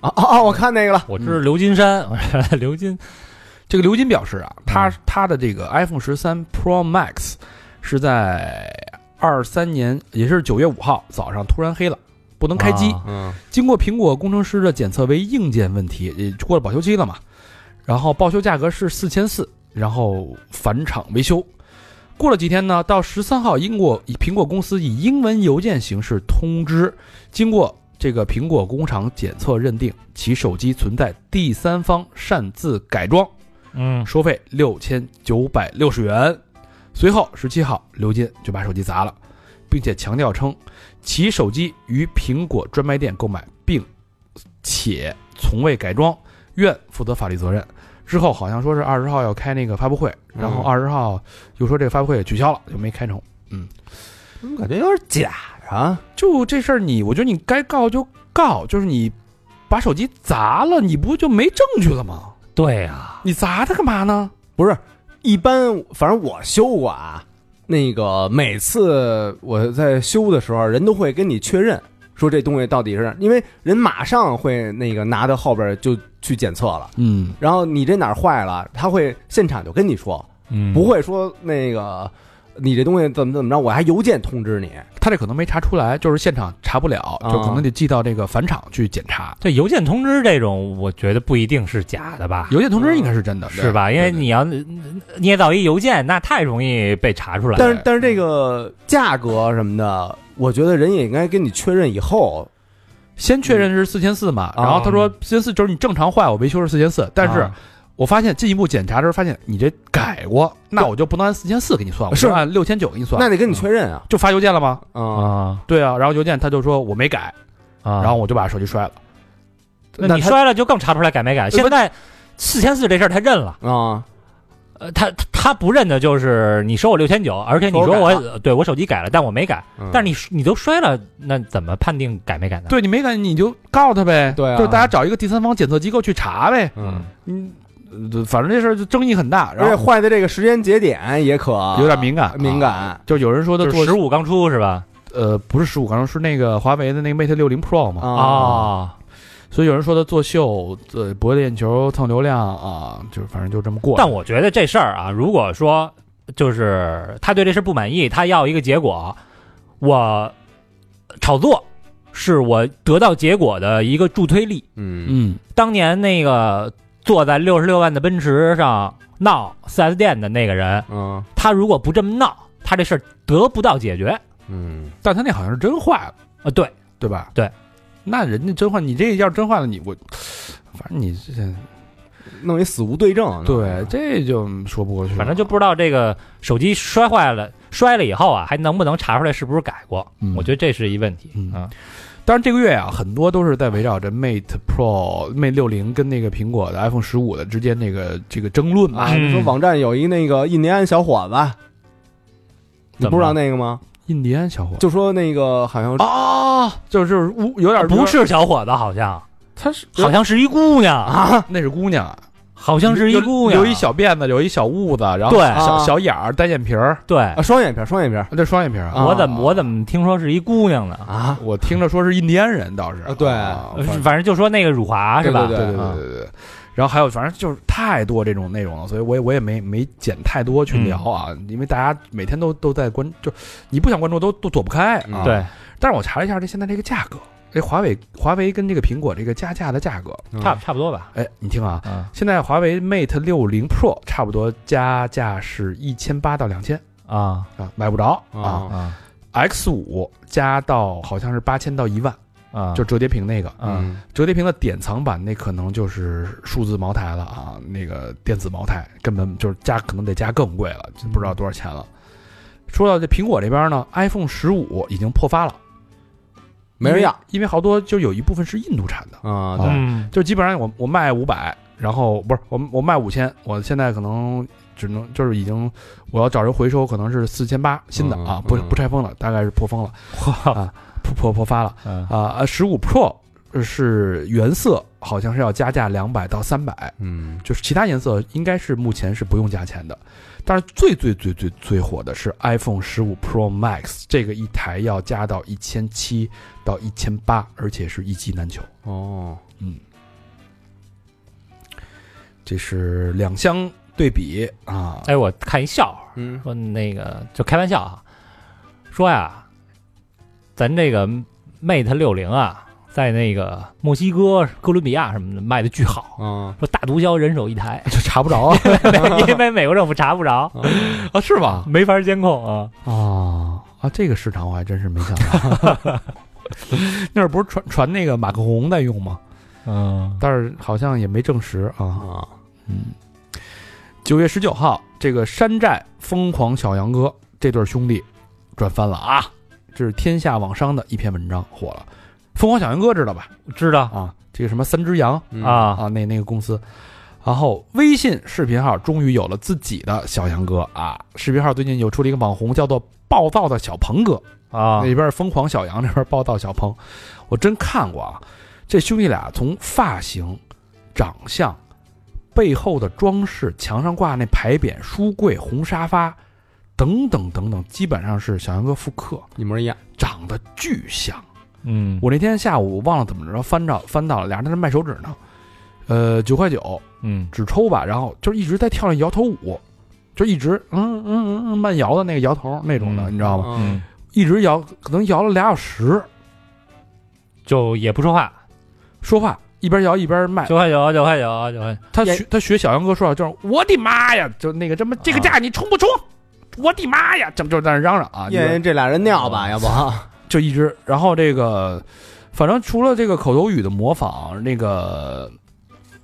[SPEAKER 2] 啊啊啊！我看那个了，
[SPEAKER 3] 我知道刘金山， 刘金，
[SPEAKER 1] 这个刘金表示啊，他
[SPEAKER 3] 嗯
[SPEAKER 1] 他的这个 iPhone 十三 Pro Max 是在二三年，也是九月五号早上突然黑了，不能开机。
[SPEAKER 3] 啊
[SPEAKER 2] 嗯
[SPEAKER 1] 经过苹果工程师的检测为硬件问题，也过了保修期了嘛，然后报修价格是四千四，然后返厂维修。过了几天呢，到十三号，英国以苹果公司以英文邮件形式通知，经过这个苹果工厂检测认定，其手机存在第三方擅自改装，
[SPEAKER 3] 嗯
[SPEAKER 1] 收费六千九百六十元。随后十七号，刘金就把手机砸了，并且强调称其手机于苹果专卖店购买，并且从未改装，愿负责法律责任。之后好像说是二十号要开那个发布会，然后
[SPEAKER 2] 嗯
[SPEAKER 1] 二十号又说这个发布会取消了，就没开成。
[SPEAKER 2] 怎嗯么感觉有点假
[SPEAKER 1] 嗯
[SPEAKER 2] 啊？
[SPEAKER 1] 就这事儿，你我觉得你该告就告，就是你把手机砸了，你不就没证据了吗？
[SPEAKER 3] 对啊，
[SPEAKER 1] 你砸它干嘛呢？
[SPEAKER 2] 不是，一般反正我修过啊，那个每次我在修的时候，人都会跟你确认，说这东西到底是，因为人马上会那个拿到后边就去检测了，
[SPEAKER 1] 嗯
[SPEAKER 2] 然后你这哪儿坏了，他会现场就跟你说，
[SPEAKER 1] 嗯
[SPEAKER 2] 不，会说那个你这东西怎么怎么着，我还邮件通知你。
[SPEAKER 1] 他这可能没查出来，就是现场查不了，
[SPEAKER 2] 啊
[SPEAKER 1] 就可能得寄到这个返厂去检查。
[SPEAKER 3] 这邮件通知这种，我觉得不一定是假的吧，
[SPEAKER 1] 邮件通知应该是真的，对
[SPEAKER 3] 是吧？因为你要捏造一邮件，那太容易被查出来嗯了。
[SPEAKER 2] 但是但是这个价格什么的，我觉得人也应该跟你确认以后。
[SPEAKER 1] 先确认是四千四嘛，
[SPEAKER 2] 嗯
[SPEAKER 1] 然后他说四千四就是你正常坏，我维修是四千四，但是
[SPEAKER 2] 啊
[SPEAKER 1] 我发现进一步检查的时候发现你这改过，那我就不能按四千四给你算，我
[SPEAKER 2] 是
[SPEAKER 1] 就按六千九给你
[SPEAKER 3] 嗯
[SPEAKER 1] 算，
[SPEAKER 2] 那得跟你确认啊
[SPEAKER 1] 就发邮件了吗？
[SPEAKER 2] 啊！
[SPEAKER 3] 啊
[SPEAKER 1] 对啊，然后邮件他就说我没改，
[SPEAKER 3] 啊，
[SPEAKER 1] 然后我就把手机摔了。
[SPEAKER 3] 那你
[SPEAKER 1] 他
[SPEAKER 3] 摔了就更查不出来改没改。现在四千四这事儿他认了，
[SPEAKER 2] 啊，
[SPEAKER 3] 呃，他他他不认的就是你收我六千九，而且你说
[SPEAKER 2] 说我
[SPEAKER 3] 我
[SPEAKER 2] 改
[SPEAKER 3] 呃对我手机改了，但我没改，
[SPEAKER 2] 嗯
[SPEAKER 3] 但是你你都摔了，那怎么判定改没改呢？
[SPEAKER 1] 对你没改你就告他呗，
[SPEAKER 2] 对啊
[SPEAKER 1] 就是大家找一个第三方检测机构去查呗，
[SPEAKER 2] 嗯，
[SPEAKER 1] 嗯，呃反正这事儿就争议很大，然
[SPEAKER 2] 而且
[SPEAKER 1] 后
[SPEAKER 2] 坏的这个时间节点也可
[SPEAKER 1] 有点敏感，
[SPEAKER 2] 敏
[SPEAKER 1] 啊
[SPEAKER 2] 感
[SPEAKER 1] 就有人说他
[SPEAKER 3] 就是
[SPEAKER 1] 做
[SPEAKER 3] 十五刚出是吧？
[SPEAKER 1] 呃不是十五，刚刚是那个华为的那个 Mate 六零 Pro 嘛，
[SPEAKER 2] 啊。
[SPEAKER 3] 哦，
[SPEAKER 1] 所以有人说他作秀，呃，博眼球蹭流量啊，就是反正就这么过。
[SPEAKER 3] 但我觉得这事儿啊，如果说就是他对这事不满意，他要一个结果，我炒作是我得到结果的一个助推力。
[SPEAKER 2] 嗯
[SPEAKER 1] 嗯，
[SPEAKER 3] 当年那个坐在六十六万的奔驰上闹 4S 店的那个人，
[SPEAKER 2] 嗯
[SPEAKER 3] 他如果不这么闹，他这事儿得不到解决。
[SPEAKER 2] 嗯，
[SPEAKER 1] 但他那好像是真坏了，
[SPEAKER 3] 啊，对，
[SPEAKER 1] 对吧？
[SPEAKER 3] 对，
[SPEAKER 1] 那人家真坏，你这要是真坏了，你我，反正你这
[SPEAKER 3] 嗯
[SPEAKER 2] 弄一死无对证。
[SPEAKER 1] 对这就说不过去了。
[SPEAKER 3] 反正就不知道这个手机摔坏了，摔了以后啊，还能不能查出来是不是改过？
[SPEAKER 1] 嗯
[SPEAKER 3] 我觉得这是一问题。
[SPEAKER 1] 嗯
[SPEAKER 3] 啊，
[SPEAKER 1] 当然这个月啊，很多都是在围绕着 Mate Pro、Mate 六零跟那个苹果的 iPhone 十五的之间那个这个争论吧。
[SPEAKER 2] 啊，你说
[SPEAKER 3] 嗯
[SPEAKER 2] 网站有一那个印第安小伙子，你
[SPEAKER 3] 怎么
[SPEAKER 2] 不知道
[SPEAKER 3] 了哦
[SPEAKER 2] 那个吗？
[SPEAKER 1] 印第安小伙
[SPEAKER 2] 就说那个好像
[SPEAKER 1] 啊，就是就是污有点
[SPEAKER 3] 啊不，是小伙子，好像
[SPEAKER 1] 他是
[SPEAKER 3] 好像是一姑娘啊，
[SPEAKER 1] 那是姑娘啊，
[SPEAKER 3] 好像是一姑娘，
[SPEAKER 1] 留一小辫子，留一小痦子，然后
[SPEAKER 3] 对
[SPEAKER 1] 小
[SPEAKER 2] 啊
[SPEAKER 1] 小眼儿，单眼皮儿。
[SPEAKER 3] 对
[SPEAKER 2] 啊，，双眼皮儿，双眼皮儿
[SPEAKER 1] 啊这双眼皮儿啊
[SPEAKER 2] 啊
[SPEAKER 3] 我怎么我怎么听说是一姑娘呢？
[SPEAKER 2] 啊，
[SPEAKER 1] 我听着说是印第安人，倒是
[SPEAKER 2] 啊对
[SPEAKER 3] 呃
[SPEAKER 1] 反
[SPEAKER 3] 反正就说那个辱华是吧？
[SPEAKER 1] 对
[SPEAKER 2] 对
[SPEAKER 1] 对
[SPEAKER 3] 啊
[SPEAKER 1] 对对对。然后还有，反正就是太多这种内容了，所以我也我也没没剪太多
[SPEAKER 3] 嗯
[SPEAKER 1] 去聊啊，因为大家每天都都在关，就你不想关注都都躲不开啊。
[SPEAKER 2] 嗯
[SPEAKER 3] 对，
[SPEAKER 1] 但是我查了一下这现在这个价格，这华为华为跟这个苹果这个加价的价格，
[SPEAKER 3] 差差不多吧。
[SPEAKER 1] 哎，你听啊，
[SPEAKER 3] 啊
[SPEAKER 1] 现在华为 Mate 六零 Pro 差不多加价是一千八到两千
[SPEAKER 3] 啊
[SPEAKER 1] 啊，买不着啊。
[SPEAKER 2] 啊
[SPEAKER 3] 啊
[SPEAKER 1] X 五加到好像是八千到一万，
[SPEAKER 3] 啊！
[SPEAKER 1] 就折叠屏那个，
[SPEAKER 3] 嗯
[SPEAKER 1] 折叠屏的典藏版那可能就是数字茅台了啊，那个电子茅台根本就是加可能得加更贵了，就
[SPEAKER 2] 嗯
[SPEAKER 1] 不知道多少钱了。说到这苹果这边呢，iPhone 十五已经破发了，
[SPEAKER 2] 没人要
[SPEAKER 1] 因为，因为好多就有一部分是印度产的，
[SPEAKER 2] 啊，
[SPEAKER 1] 对
[SPEAKER 3] 嗯
[SPEAKER 1] 就基本上我我卖五百，然后不是我我卖五千，我现在可能只能就是已经我要找人回收，可能是四千八新的啊
[SPEAKER 2] 嗯，
[SPEAKER 1] 不
[SPEAKER 2] 嗯
[SPEAKER 1] 不拆封了，大概是破封了，啊，破破破发了。
[SPEAKER 3] 嗯
[SPEAKER 1] 啊，呃，十五 Pro 是原色，好像是要加价两百到三百，
[SPEAKER 2] 嗯
[SPEAKER 1] 就是其他颜色应该是目前是不用加钱的。但是最最最最最火的是 iPhone 十五 Pro Max，这个一台要加到一千七到一千八，而且是一机难求。
[SPEAKER 2] 哦，
[SPEAKER 1] 这是两相对比啊，，
[SPEAKER 3] 哎，我看一笑话，
[SPEAKER 2] 嗯
[SPEAKER 3] 说那个就开玩笑啊，说呀，咱这个 Mate 六零啊，在那个墨西哥、哥伦比亚什么的卖的巨好，
[SPEAKER 2] 啊
[SPEAKER 3] 说大毒枭人手一台
[SPEAKER 1] 就查不着啊，
[SPEAKER 3] 因为美国政府查不着，
[SPEAKER 1] 啊是吗？
[SPEAKER 3] 没法监控啊。
[SPEAKER 1] 啊啊，这个市场我还真是没想到。 那会儿不是传传那个马克宏在用吗？
[SPEAKER 3] 嗯，
[SPEAKER 1] 但是好像也没证实啊。
[SPEAKER 2] 啊，
[SPEAKER 1] 嗯，九月十九号，这个山寨疯狂小杨哥这对兄弟赚翻了啊！这是天下网商的一篇文章火了。疯狂小杨哥知道吧？
[SPEAKER 3] 知道
[SPEAKER 1] 啊，这个什么三只羊
[SPEAKER 3] 啊
[SPEAKER 1] 啊，那那个公司。然后微信视频号终于有了自己的小杨哥啊！视频号最近有出了一个网红，叫做暴躁的小鹏哥。
[SPEAKER 3] 啊
[SPEAKER 1] 那边是疯狂小杨，那边暴躁小鹏，我真看过啊。这兄弟俩从发型、长相、背后的装饰、墙上挂那牌匾、书柜、红沙发等等等等，基本上是小杨哥复刻，
[SPEAKER 2] 一模一样，
[SPEAKER 1] 长得巨像。
[SPEAKER 3] 嗯
[SPEAKER 1] 我那天下午忘了怎么着，翻着翻到了，俩人在那卖手指呢，呃，九块九
[SPEAKER 3] 嗯
[SPEAKER 1] 只抽吧，然后就是一直在跳那摇头舞，就一直嗯嗯嗯嗯慢摇的那个摇头那种的，
[SPEAKER 3] 嗯
[SPEAKER 1] 你知道吗？
[SPEAKER 2] 嗯，
[SPEAKER 1] 一直摇，可能摇了俩小时，
[SPEAKER 3] 就也不说话，
[SPEAKER 1] 说话一边摇一边卖。
[SPEAKER 3] 九块九，九块九，九块九，
[SPEAKER 1] 他
[SPEAKER 2] 也
[SPEAKER 1] 学他学小杨哥说话，就是我的妈呀，就那个这么这个
[SPEAKER 3] 啊
[SPEAKER 1] 价你冲不冲？我的妈呀，这么就在那嚷嚷啊，
[SPEAKER 2] 验验这俩人尿吧，
[SPEAKER 3] 哦
[SPEAKER 2] 要不啊
[SPEAKER 1] 就一直。然后这个，反正除了这个口头语的模仿，那个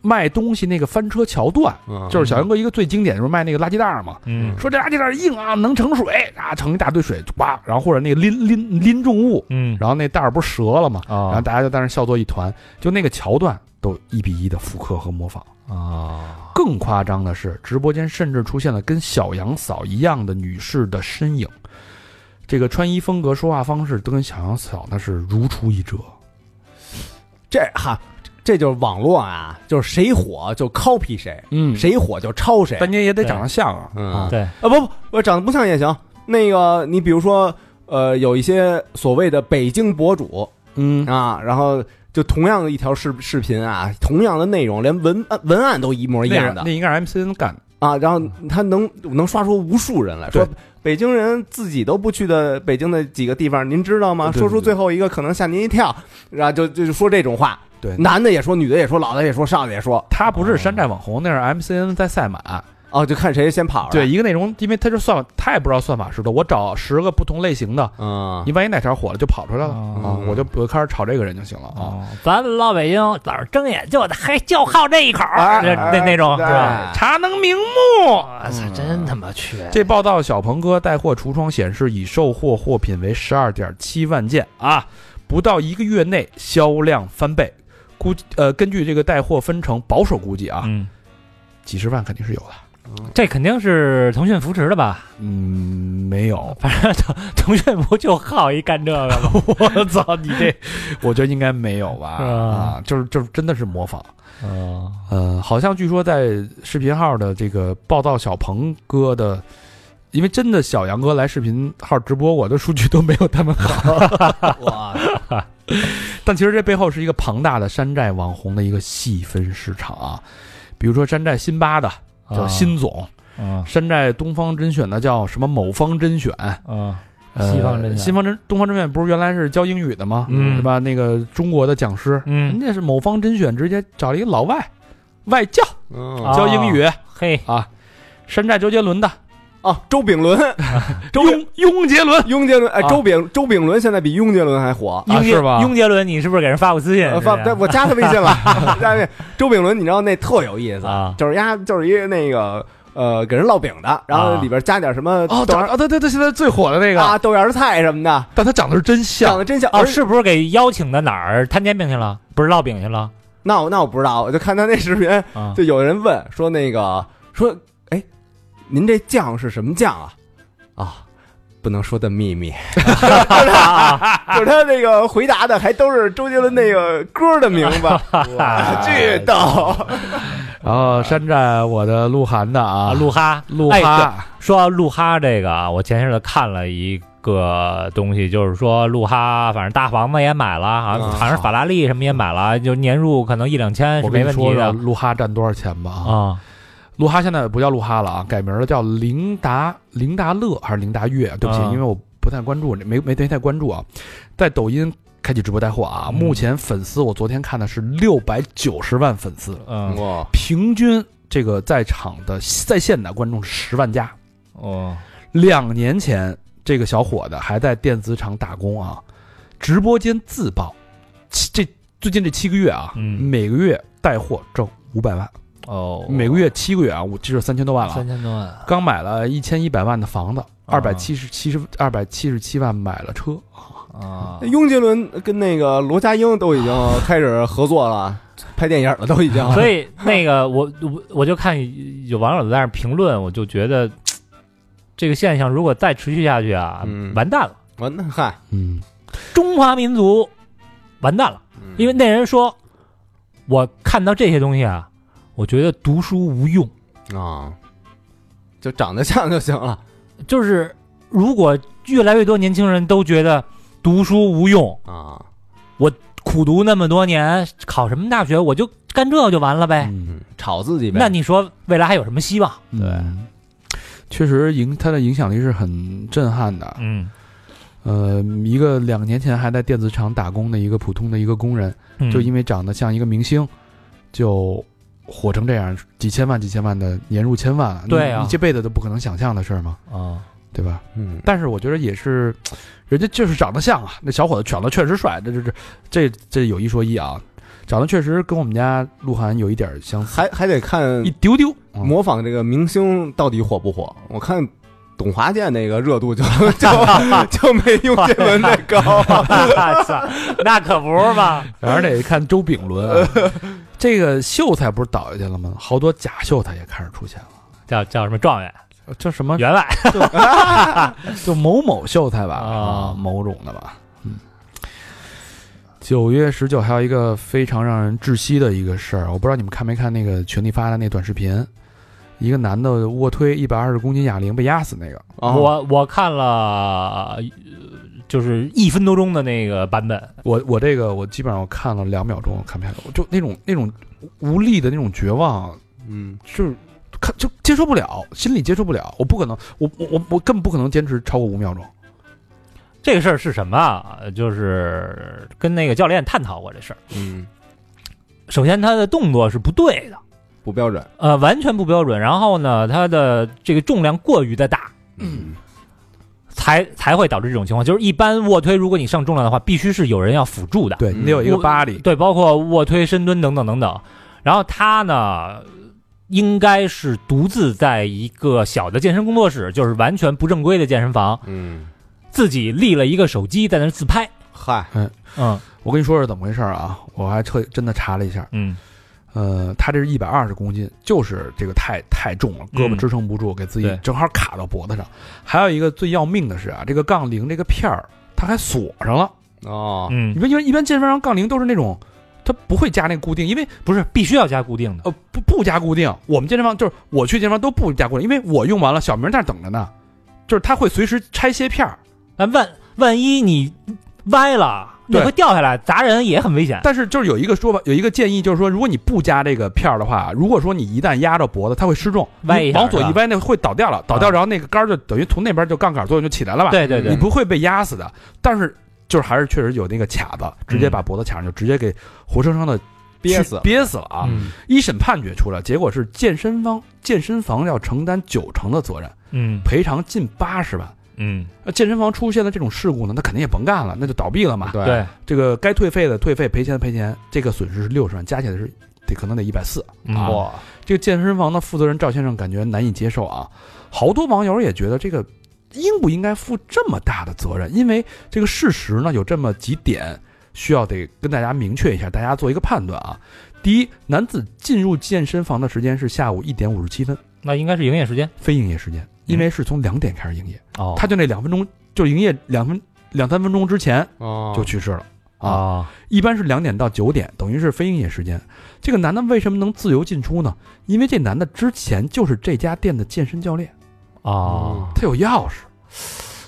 [SPEAKER 1] 卖东西那个翻车桥段，
[SPEAKER 2] 嗯
[SPEAKER 1] 就是小杨哥一个最经典的就是卖那个垃圾袋儿嘛，
[SPEAKER 3] 嗯
[SPEAKER 1] 说这垃圾袋儿硬啊，能盛水啊，盛一大堆水，哇，然后或者那个拎拎拎重物，
[SPEAKER 3] 嗯，
[SPEAKER 1] 然后那袋儿不是折了嘛，然后
[SPEAKER 3] 啊
[SPEAKER 1] 大家就在那儿笑作一团，就那个桥段都一比一的复刻和模仿。
[SPEAKER 3] 啊，
[SPEAKER 1] 更夸张的是，直播间甚至出现了跟小杨嫂一样的女士的身影，这个穿衣风格、说话方式都跟小杨嫂那是如出一辙。
[SPEAKER 2] 这哈，这就是网络啊，就是谁火就 copy 谁，
[SPEAKER 1] 嗯谁？
[SPEAKER 2] 谁火就抄谁。
[SPEAKER 1] 但你也得长得像啊。
[SPEAKER 2] 嗯
[SPEAKER 1] 啊
[SPEAKER 3] 哦对，
[SPEAKER 2] 啊，不不，我长得不像也行。那个，你比如说，呃，有一些所谓的北京博主
[SPEAKER 1] 嗯
[SPEAKER 2] 啊，然后就同样的一条视视频啊，同样的内容，连文案文案都一模一
[SPEAKER 1] 那
[SPEAKER 2] 样
[SPEAKER 1] 是
[SPEAKER 2] 的
[SPEAKER 1] 那应该是 MCN 干的。
[SPEAKER 2] 啊，然后他能能刷出无数人来说
[SPEAKER 1] 嗯对，
[SPEAKER 2] 北京人自己都不去的北京的几个地方，您知道吗？
[SPEAKER 1] 对
[SPEAKER 2] 说出
[SPEAKER 1] 对对
[SPEAKER 2] 最后一个可能吓您一跳，然后就就就说这种话，
[SPEAKER 1] 对
[SPEAKER 2] 男的也说，女的也说，老的也说，少的也说，
[SPEAKER 1] 他不是山寨网红，那是 MCN 在赛马。
[SPEAKER 2] 哦，就看谁先跑了。
[SPEAKER 1] 对，，一个内容，因为他就算法，他也不知道算法是的。我找十个不同类型的，
[SPEAKER 2] 嗯
[SPEAKER 1] 你，万一哪条火了，就跑出来了
[SPEAKER 3] 哦
[SPEAKER 1] 啊！我就我开始炒这个人就行了啊。
[SPEAKER 3] 哦，咱们老北京早上睁眼就还就好这一口儿，
[SPEAKER 2] 哎
[SPEAKER 3] 那那那种是吧？
[SPEAKER 2] 哎
[SPEAKER 1] 茶能明目，
[SPEAKER 3] 我操，真他妈缺！
[SPEAKER 1] 这报道，小鹏哥带货橱窗显示已售货货品为十二点七万件啊，不到一个月内销量翻倍。估计呃，根据这个带货分成，保守估计啊，
[SPEAKER 3] 嗯，
[SPEAKER 1] 几十万肯定是有的。
[SPEAKER 3] 这肯定是腾讯扶持的吧？
[SPEAKER 1] 嗯，没有。
[SPEAKER 3] 反正腾腾讯不就好一干这个吗？
[SPEAKER 1] 我操，你这，我觉得应该没有吧？
[SPEAKER 3] 是吧
[SPEAKER 1] 啊，就是就是，真的是模仿。
[SPEAKER 3] 哦，
[SPEAKER 1] 呃，好像据说在视频号的这个报道，小鹏哥的，因为真的小杨哥来视频号直播，我的数据都没有他们好。
[SPEAKER 2] 哇，
[SPEAKER 1] 但其实这背后是一个庞大的山寨网红的一个细分市场啊，比如说山寨辛巴的叫
[SPEAKER 3] 啊
[SPEAKER 1] 辛总，
[SPEAKER 3] 啊
[SPEAKER 1] 山寨东方甄选的叫什么某方甄选，
[SPEAKER 3] 啊，
[SPEAKER 1] 呃
[SPEAKER 3] 西方甄选
[SPEAKER 1] 西方甄东方甄选不是原来是教英语的吗？
[SPEAKER 3] 嗯
[SPEAKER 1] 是吧？那个中国的讲师，人
[SPEAKER 3] 嗯，
[SPEAKER 1] 家是某方甄选直接找了一个老外外教
[SPEAKER 2] 嗯
[SPEAKER 3] 啊
[SPEAKER 1] 教英语、
[SPEAKER 3] 嘿，
[SPEAKER 1] 啊，山寨周杰伦的
[SPEAKER 2] 哦，周炳伦，周炳
[SPEAKER 1] 雍雍杰伦，
[SPEAKER 2] 雍杰伦，哎，
[SPEAKER 1] 啊
[SPEAKER 2] 周炳周炳伦现在比雍杰伦还火。
[SPEAKER 1] 啊
[SPEAKER 3] 雍杰
[SPEAKER 1] 是吧
[SPEAKER 3] 雍杰伦，你是不是给人发过私信
[SPEAKER 2] 呃？发
[SPEAKER 1] 啊
[SPEAKER 3] 之前
[SPEAKER 2] 对，我加他微信 了。加微信周炳伦，你知道那特有意思，
[SPEAKER 3] 啊
[SPEAKER 2] 就是丫就是一那个呃给人烙饼的，然后
[SPEAKER 3] 啊
[SPEAKER 2] 里边加点什么
[SPEAKER 1] 哦，
[SPEAKER 2] 豆
[SPEAKER 1] 长
[SPEAKER 2] 芽
[SPEAKER 1] 哦对对对，现在最火的那个，
[SPEAKER 2] 啊豆芽菜什么的，
[SPEAKER 1] 但他长得是真
[SPEAKER 2] 长
[SPEAKER 1] 像，
[SPEAKER 2] 得真像。啊
[SPEAKER 3] 哦，
[SPEAKER 2] 而
[SPEAKER 3] 是不是给邀请的哪儿摊煎饼去了？不是烙饼去了？
[SPEAKER 2] 那我那我不知道，我就看他那视频，
[SPEAKER 3] 啊，
[SPEAKER 2] 就有人问说那个说，哎，您这酱是什么酱啊？啊，不能说的 秘密。啊就是他那个回答的还都是周杰伦那个歌 的名字，巨逗。
[SPEAKER 1] 然后哦山寨我的鹿晗的啊，
[SPEAKER 3] 啊，鹿哈，
[SPEAKER 1] 鹿
[SPEAKER 3] 哎
[SPEAKER 1] 哈。
[SPEAKER 3] 对说到鹿哈这个啊，我前些日子看了一个东西，就是说鹿哈，反正大房子也买了，好像
[SPEAKER 2] 嗯
[SPEAKER 3] 好像法拉利什么也买了，就年入可能一两千是
[SPEAKER 1] 我
[SPEAKER 3] 没
[SPEAKER 1] 跟你说
[SPEAKER 3] 问题
[SPEAKER 1] 说
[SPEAKER 3] 的
[SPEAKER 1] 鹿哈占多少钱吧啊！
[SPEAKER 3] 啊。
[SPEAKER 1] 鹿哈现在不叫鹿哈了啊，改名了叫林达林达乐还是林达月？对不起，
[SPEAKER 3] 啊
[SPEAKER 1] 因为我不太关注，没没没太关注啊。在抖音开启直播带货啊，
[SPEAKER 3] 嗯
[SPEAKER 1] 目前粉丝我昨天看的是六百九十万粉丝，
[SPEAKER 3] 嗯，
[SPEAKER 2] 哇，
[SPEAKER 1] 平均这个在场的在线的观众是十万加。
[SPEAKER 3] 哦，
[SPEAKER 1] 两年前这个小伙子还在电子厂打工啊，直播间自曝，七这最近这七个月啊，
[SPEAKER 3] 嗯
[SPEAKER 1] 每个月带货挣五百万。
[SPEAKER 3] 哦，
[SPEAKER 1] 每个月七个月啊，我这是三千多万了啊
[SPEAKER 3] 三，千多啊万，
[SPEAKER 1] 刚买了一千一百万的房子，二百七十七十二百七十七万买了车，
[SPEAKER 3] 啊，
[SPEAKER 2] 雍杰伦跟那个罗家英都已经开始合作了，拍电影了都已经。
[SPEAKER 3] 所以那个我我我就看有网友在那儿评论，我就觉得这个现象如果再持续下去啊，
[SPEAKER 2] 嗯
[SPEAKER 3] 完蛋了，
[SPEAKER 2] 我那嗨，
[SPEAKER 1] 嗯，
[SPEAKER 3] 中华民族完蛋了。因为那人说，我看到这些东西啊，我觉得读书无用，
[SPEAKER 2] 啊，就长得像就行了。
[SPEAKER 3] 就是如果越来越多年轻人都觉得读书无用，
[SPEAKER 2] 啊，
[SPEAKER 3] 苦读那么多年，考什么大学，我就干这就完了呗。
[SPEAKER 1] 嗯
[SPEAKER 2] 炒自己呗。
[SPEAKER 3] 那你说未来还有什么希望？
[SPEAKER 1] 对。嗯确实影它的影响力是很震撼的。
[SPEAKER 3] 嗯
[SPEAKER 1] 呃，一个两年前还在电子厂打工的一个普通的一个工人，
[SPEAKER 3] 嗯，
[SPEAKER 1] 就因为长得像一个明星，就火成这样，几千万、几千万的，年入千万，你
[SPEAKER 3] 对啊
[SPEAKER 1] 你这辈子都不可能想象的事儿嘛，
[SPEAKER 3] 啊，
[SPEAKER 1] 对吧？
[SPEAKER 2] 嗯，
[SPEAKER 1] 但是我觉得也是，人家就是长得像啊，那小伙子长得确实帅，这这这这这有一说一啊，长得确实跟我们家鹿晗有一点相似，
[SPEAKER 2] 还还得看
[SPEAKER 1] 一丢丢。嗯
[SPEAKER 2] 模仿这个明星到底火不火。我看董华健那个热度 就就就没用这文那高。
[SPEAKER 3] 操，那可不是嘛，
[SPEAKER 1] 反正得看周炳伦、 啊，这个秀才不是倒下去了吗？好多假秀才也开始出现了，
[SPEAKER 3] 叫叫什么状元、
[SPEAKER 1] 呃叫什么
[SPEAKER 3] 员外，
[SPEAKER 1] 就某某秀才吧，
[SPEAKER 3] 啊
[SPEAKER 1] 某种的吧，嗯。九月十九还有一个非常让人窒息的一个事儿，我不知道你们看没看那个群里发的那短视频，一个男的卧推一百二十公斤哑铃被压死那个，
[SPEAKER 2] 我
[SPEAKER 3] 我我看了，呃就是一分多钟的那个版本，
[SPEAKER 1] 我我这个我基本上我看了两秒钟，我看不下去，我就那种那种无力的那种绝望，
[SPEAKER 2] 嗯，
[SPEAKER 1] 就是看就接受不了，心里接受不了，我不可能，我我我我更不可能坚持超过五秒钟。
[SPEAKER 3] 这个事儿是什么啊？就是跟那个教练探讨过这事儿。
[SPEAKER 2] 嗯，
[SPEAKER 3] 首先，他的动作是不对的，
[SPEAKER 2] 不标准。
[SPEAKER 3] 呃，完全不标准。然后呢，他的这个重量过于的大，
[SPEAKER 2] 嗯
[SPEAKER 3] 才才会导致这种情况。就是一般卧推，如果你上重量的话，必须是有人要辅助的，
[SPEAKER 1] 对
[SPEAKER 2] 嗯
[SPEAKER 1] 你得有一个
[SPEAKER 3] 我
[SPEAKER 1] 巴力，
[SPEAKER 3] 对，包括卧推、深蹲等等等等。然后他呢，应该是独自在一个小的健身工作室，就是完全不正规的健身房，
[SPEAKER 2] 嗯，
[SPEAKER 3] 自己立了一个手机在那儿自拍。
[SPEAKER 2] 嗨，
[SPEAKER 3] 嗯
[SPEAKER 1] 我跟你说是怎么回事儿啊？我还特真的查了一下，
[SPEAKER 3] 嗯，
[SPEAKER 1] 呃，他这是一百二十公斤，就是这个太太重了，胳膊
[SPEAKER 3] 嗯
[SPEAKER 1] 支撑不住，给自己
[SPEAKER 3] 对
[SPEAKER 1] 正好卡到脖子上。还有一个最要命的是啊，这个杠铃这个片儿它还锁上了。
[SPEAKER 2] 哦，
[SPEAKER 1] 你
[SPEAKER 3] 嗯，
[SPEAKER 1] 们因为一般健身房杠铃都是那种，它不会加那个固定，因为
[SPEAKER 3] 不是必须要加固定的。
[SPEAKER 1] 呃不不加固定。我们健身房就是我去健身房都不加固定，因为我用完了，小明那儿等着呢，就是他会随时拆卸片儿。
[SPEAKER 3] 那万万一你歪了，
[SPEAKER 1] 对
[SPEAKER 3] 那会掉下来砸人也很危险。
[SPEAKER 1] 但是就是有一个说法，有一个建议，就是说，如果你不加这个片儿的话，如果说你一旦压着脖子，它会失重，
[SPEAKER 3] 歪一
[SPEAKER 1] 你
[SPEAKER 3] 下
[SPEAKER 1] 往左
[SPEAKER 3] 是吧
[SPEAKER 1] 一歪，那会倒掉了，倒掉，
[SPEAKER 3] 啊
[SPEAKER 1] 然后那个杆儿就等于从那边就杠杆作用就起来了吧？，
[SPEAKER 3] 对对
[SPEAKER 1] 你
[SPEAKER 3] 对，
[SPEAKER 1] 不会被压死的。但是就是还是确实有那个卡
[SPEAKER 3] 嗯
[SPEAKER 1] 子，直接把脖子卡上，就直接给活生生的
[SPEAKER 2] 憋死了
[SPEAKER 1] 憋死了啊！
[SPEAKER 3] 嗯
[SPEAKER 1] 一审判决出来，结果是健身方健身房要承担九成的责任，
[SPEAKER 3] 嗯
[SPEAKER 1] 赔偿近八十万。
[SPEAKER 3] 嗯，
[SPEAKER 1] 那健身房出现了这种事故呢，那肯定也甭干了，那就倒闭了嘛。
[SPEAKER 2] 对
[SPEAKER 3] 对，
[SPEAKER 1] 这个该退费的退费，赔钱赔钱，这个损失是六十万，加起来是得可能得一百四。
[SPEAKER 3] 啊
[SPEAKER 2] 哇，
[SPEAKER 1] 这个健身房的负责人赵先生感觉难以接受啊，好多网友也觉得这个应不应该负这么大的责任？因为这个事实呢有这么几点需要得跟大家明确一下，大家做一个判断啊。第一，男子进入健身房的时间是下午一点五十七分，
[SPEAKER 3] 那应该是营业时间
[SPEAKER 1] 非营业时间，因为是从两点开始营业，
[SPEAKER 3] 哦
[SPEAKER 1] 他就那两分钟就营业两分两三分钟之前
[SPEAKER 2] 哦，
[SPEAKER 1] 就去世了。
[SPEAKER 3] 啊，
[SPEAKER 1] 一般是两点到九点，等于是非营业时间。这个男的为什么能自由进出呢？因为这男的之前就是这家店的健身教练，
[SPEAKER 3] 哦，
[SPEAKER 1] 他有钥匙。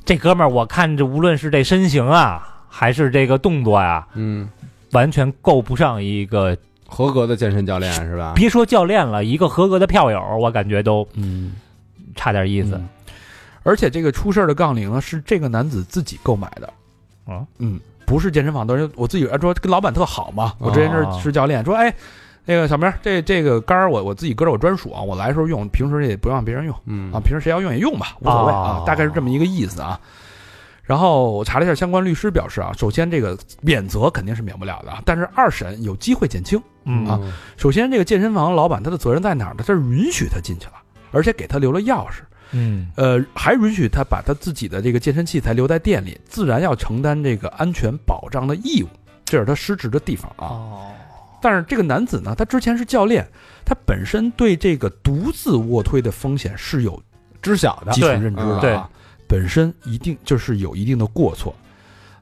[SPEAKER 3] 这哥们儿，我看这无论是这身形啊，还是这个动作呀、
[SPEAKER 2] 嗯，
[SPEAKER 3] 完全够不上一个，
[SPEAKER 2] 合格的健身教练是吧？
[SPEAKER 3] 别说教练了，一个合格的票友，我感觉都
[SPEAKER 1] 嗯，
[SPEAKER 3] 差点意
[SPEAKER 1] 意
[SPEAKER 3] 思。
[SPEAKER 1] 思。而且这个出事儿的杠铃呢，是这个男子自己购买的。
[SPEAKER 3] 啊，
[SPEAKER 1] 嗯，不是健身房的，人我自己按说跟老板特好嘛。我之前
[SPEAKER 3] 哦
[SPEAKER 1] 是是教练，说哎，那个小明儿，这这个杆儿我我自己搁着我专属啊，我来的时候用，平时也不让别人用。
[SPEAKER 2] 嗯
[SPEAKER 1] 啊，平时谁要用也用吧，无所谓啊
[SPEAKER 3] 哦，
[SPEAKER 1] 大概是这么一个意思啊。然后我查了一下，相关律师表示啊，首先这个免责肯定是免不了的啊，但是二审有机会减轻。
[SPEAKER 3] 嗯
[SPEAKER 1] 啊，首先，这个健身房老板他的责任在哪儿呢？他是允许他进去了，而且给他留了钥匙，
[SPEAKER 3] 嗯
[SPEAKER 1] 呃，还允许他把他自己的这个健身器材留在店里，自然要承担这个安全保障的义务，这是他失职的地方啊。
[SPEAKER 3] 哦，
[SPEAKER 1] 但是这个男子呢，他之前是教练，他本身对这个独自卧推的风险是有
[SPEAKER 2] 知晓的
[SPEAKER 1] 基础认知了、
[SPEAKER 3] 对
[SPEAKER 1] 啊，本身一定就是有一定的过错。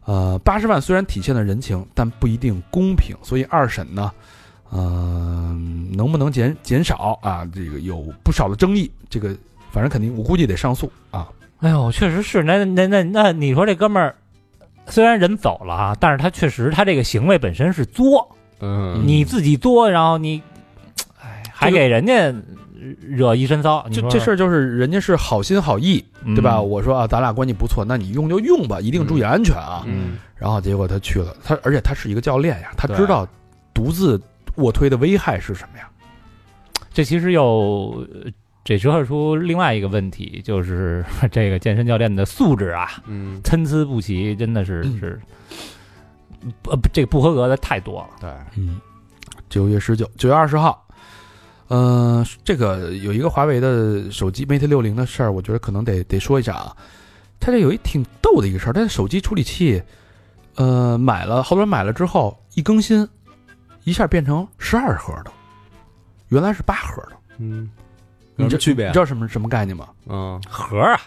[SPEAKER 1] 呃，八十万虽然体现了人情，但不一定公平，所以二审呢，嗯、能不能减减少啊？这个有不少的争议，这个反正肯定我估计得上诉啊。
[SPEAKER 3] 哎呦，确实是，那那那那，你说这哥们儿虽然人走了啊，但是他确实他这个行为本身是作，
[SPEAKER 2] 嗯，
[SPEAKER 3] 你自己作，然后你，哎，还给人家惹一身骚，你
[SPEAKER 1] 就
[SPEAKER 3] 说
[SPEAKER 1] 这事儿就是人家是好心好意，
[SPEAKER 3] 嗯
[SPEAKER 1] 对吧？我说啊，咱俩关系不错，那你用就用吧，一定注意安全啊。
[SPEAKER 2] 嗯
[SPEAKER 1] 然后结果他去了，他而且他是一个教练呀，他
[SPEAKER 3] 对
[SPEAKER 1] 知道独自卧推的危害是什么呀。
[SPEAKER 3] 这其实又呃折射出另外一个问题，就是 这个健身教练的素质啊，
[SPEAKER 2] 嗯，
[SPEAKER 3] 参差不齐，真的是
[SPEAKER 1] 嗯
[SPEAKER 3] 是，不不这个不合格的太多了。
[SPEAKER 2] 对，
[SPEAKER 1] 嗯，九月十九，九月二十号，嗯、这个有一个华为的手机 Mate 六零的事儿，我觉得可能得得说一下啊。它这有一挺逗的一个事儿，它的手机处理器，呃，买了好多人买了之后一更新，一下变成十二核的，原来是八核的。
[SPEAKER 2] 嗯，
[SPEAKER 1] 你
[SPEAKER 2] 有
[SPEAKER 1] 这
[SPEAKER 2] 什么区别啊
[SPEAKER 1] 你知道什么什么概念吗？
[SPEAKER 2] 嗯，
[SPEAKER 3] 盒啊，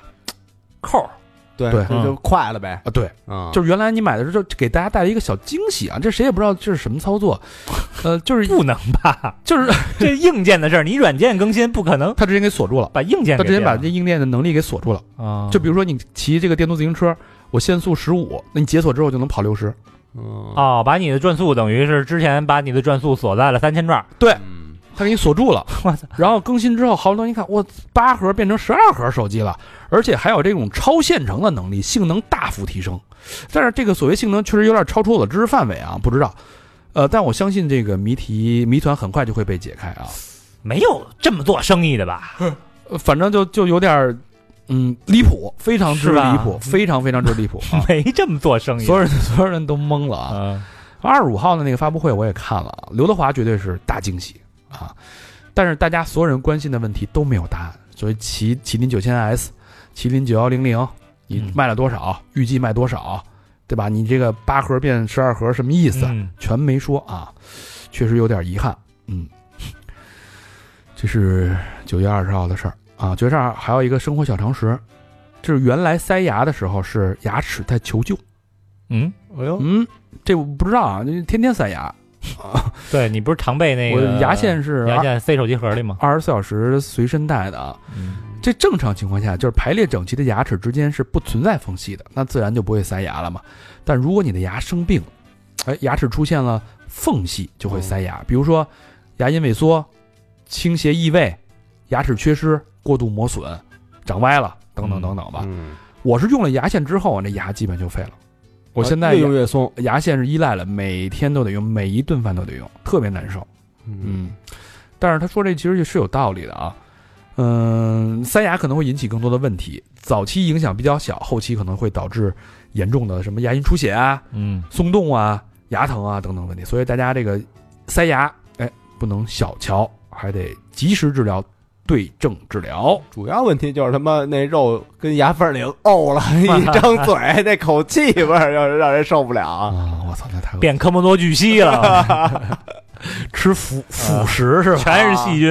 [SPEAKER 3] 扣儿
[SPEAKER 2] 对
[SPEAKER 1] 对
[SPEAKER 2] 就就快了呗，
[SPEAKER 1] 啊，对，
[SPEAKER 2] 啊，
[SPEAKER 1] 就是原来你买的时候就给大家带来一个小惊喜啊，这谁也不知道这是什么操 作，呃，就是
[SPEAKER 3] 不能 吧？
[SPEAKER 1] 就是
[SPEAKER 3] 这硬件的事儿，你软件更新不可能
[SPEAKER 1] 它直接给锁住了，
[SPEAKER 3] 把硬件
[SPEAKER 1] 它
[SPEAKER 3] 给
[SPEAKER 1] 直接
[SPEAKER 3] 变
[SPEAKER 1] 把
[SPEAKER 3] 了
[SPEAKER 1] 这硬件的能力给锁住了。
[SPEAKER 3] 啊，
[SPEAKER 1] 就比如说你骑这个电动自行车，我限速十五，那你解锁之后就能跑六 十。
[SPEAKER 2] 嗯，
[SPEAKER 1] 啊
[SPEAKER 3] 哦，把你的转速等于是之前把你的转速锁在了三千转儿，
[SPEAKER 2] 嗯
[SPEAKER 1] 它给你锁住了，
[SPEAKER 3] 我操！
[SPEAKER 1] 然后更新之后，好多东西看，我八核变成十二核手机了，而且还有这种超线程的能力，性能大幅提升。但是这个所谓性能确实有点超出我的知识范围啊，不知道。呃，但我相信这个谜题谜团很快就会被解开啊。
[SPEAKER 3] 没有这么做生意的吧？
[SPEAKER 1] 呃反正就就有点儿，嗯，离谱，非常之
[SPEAKER 3] 是吧！
[SPEAKER 1] 离谱，非常非常之离谱啊
[SPEAKER 3] 没这么做生意，
[SPEAKER 1] 嗯所有人所有人都懵了啊！
[SPEAKER 3] 啊，
[SPEAKER 1] 二十五号的那个发布会我也看了，啊，刘德华绝对是大惊喜啊！但是大家所有人关心的问题都没有答案，所以麒麒麟九千 S、麒麟九幺零零，你
[SPEAKER 3] 嗯
[SPEAKER 1] 卖了多少？预计卖多少？对吧？你这个八盒变十二盒什么意思？
[SPEAKER 3] 嗯
[SPEAKER 1] 全没说啊，确实有点遗憾。嗯，这是九月二十号的事儿啊。九月二还有一个生活小常识，就是原来塞牙的时候是牙齿在求救。
[SPEAKER 3] 嗯，
[SPEAKER 2] 哎呦，
[SPEAKER 1] 嗯，这我不知道啊，这天天塞牙，
[SPEAKER 3] 对你不是常备那
[SPEAKER 1] 我
[SPEAKER 3] 个
[SPEAKER 1] 牙线是
[SPEAKER 3] 牙线塞手机盒里吗？
[SPEAKER 1] 二十四小时随身带的啊。
[SPEAKER 3] 嗯
[SPEAKER 1] 这正常情况下，就是排列整齐的牙齿之间是不存在缝隙的，那自然就不会塞牙了嘛。但如果你的牙生病，哎，牙齿出现了缝隙，就会塞牙，比如说牙龈萎缩、倾斜异位、牙齿缺失、过度磨损、长歪了等等等等吧。
[SPEAKER 2] 嗯，
[SPEAKER 1] 我是用了牙线之后，那牙基本就废了。我现在
[SPEAKER 2] 越
[SPEAKER 1] 牙
[SPEAKER 2] 用越松，
[SPEAKER 1] 牙线是依赖了，每天都得用，每一顿饭都得用，特别难受。
[SPEAKER 2] 嗯
[SPEAKER 1] 嗯，但是他说这其实也是有道理的啊。嗯，塞牙可能会引起更多的问题，早期影响比较小，后期可能会导致严重的什么牙龈出血啊、
[SPEAKER 3] 嗯，
[SPEAKER 1] 松动啊、牙疼啊等等问题。所以大家这个塞牙，哎，不能小瞧，还得及时治疗，对症治疗。
[SPEAKER 2] 主要问题就是他妈那肉跟牙缝里沤了一张嘴，那口气味儿要是让人受不了
[SPEAKER 1] 啊
[SPEAKER 2] 啊！
[SPEAKER 1] 我操，那太恶心
[SPEAKER 3] 变科莫多巨蜥了， 啊
[SPEAKER 1] 吃腐腐食是吧？
[SPEAKER 3] 全是细菌。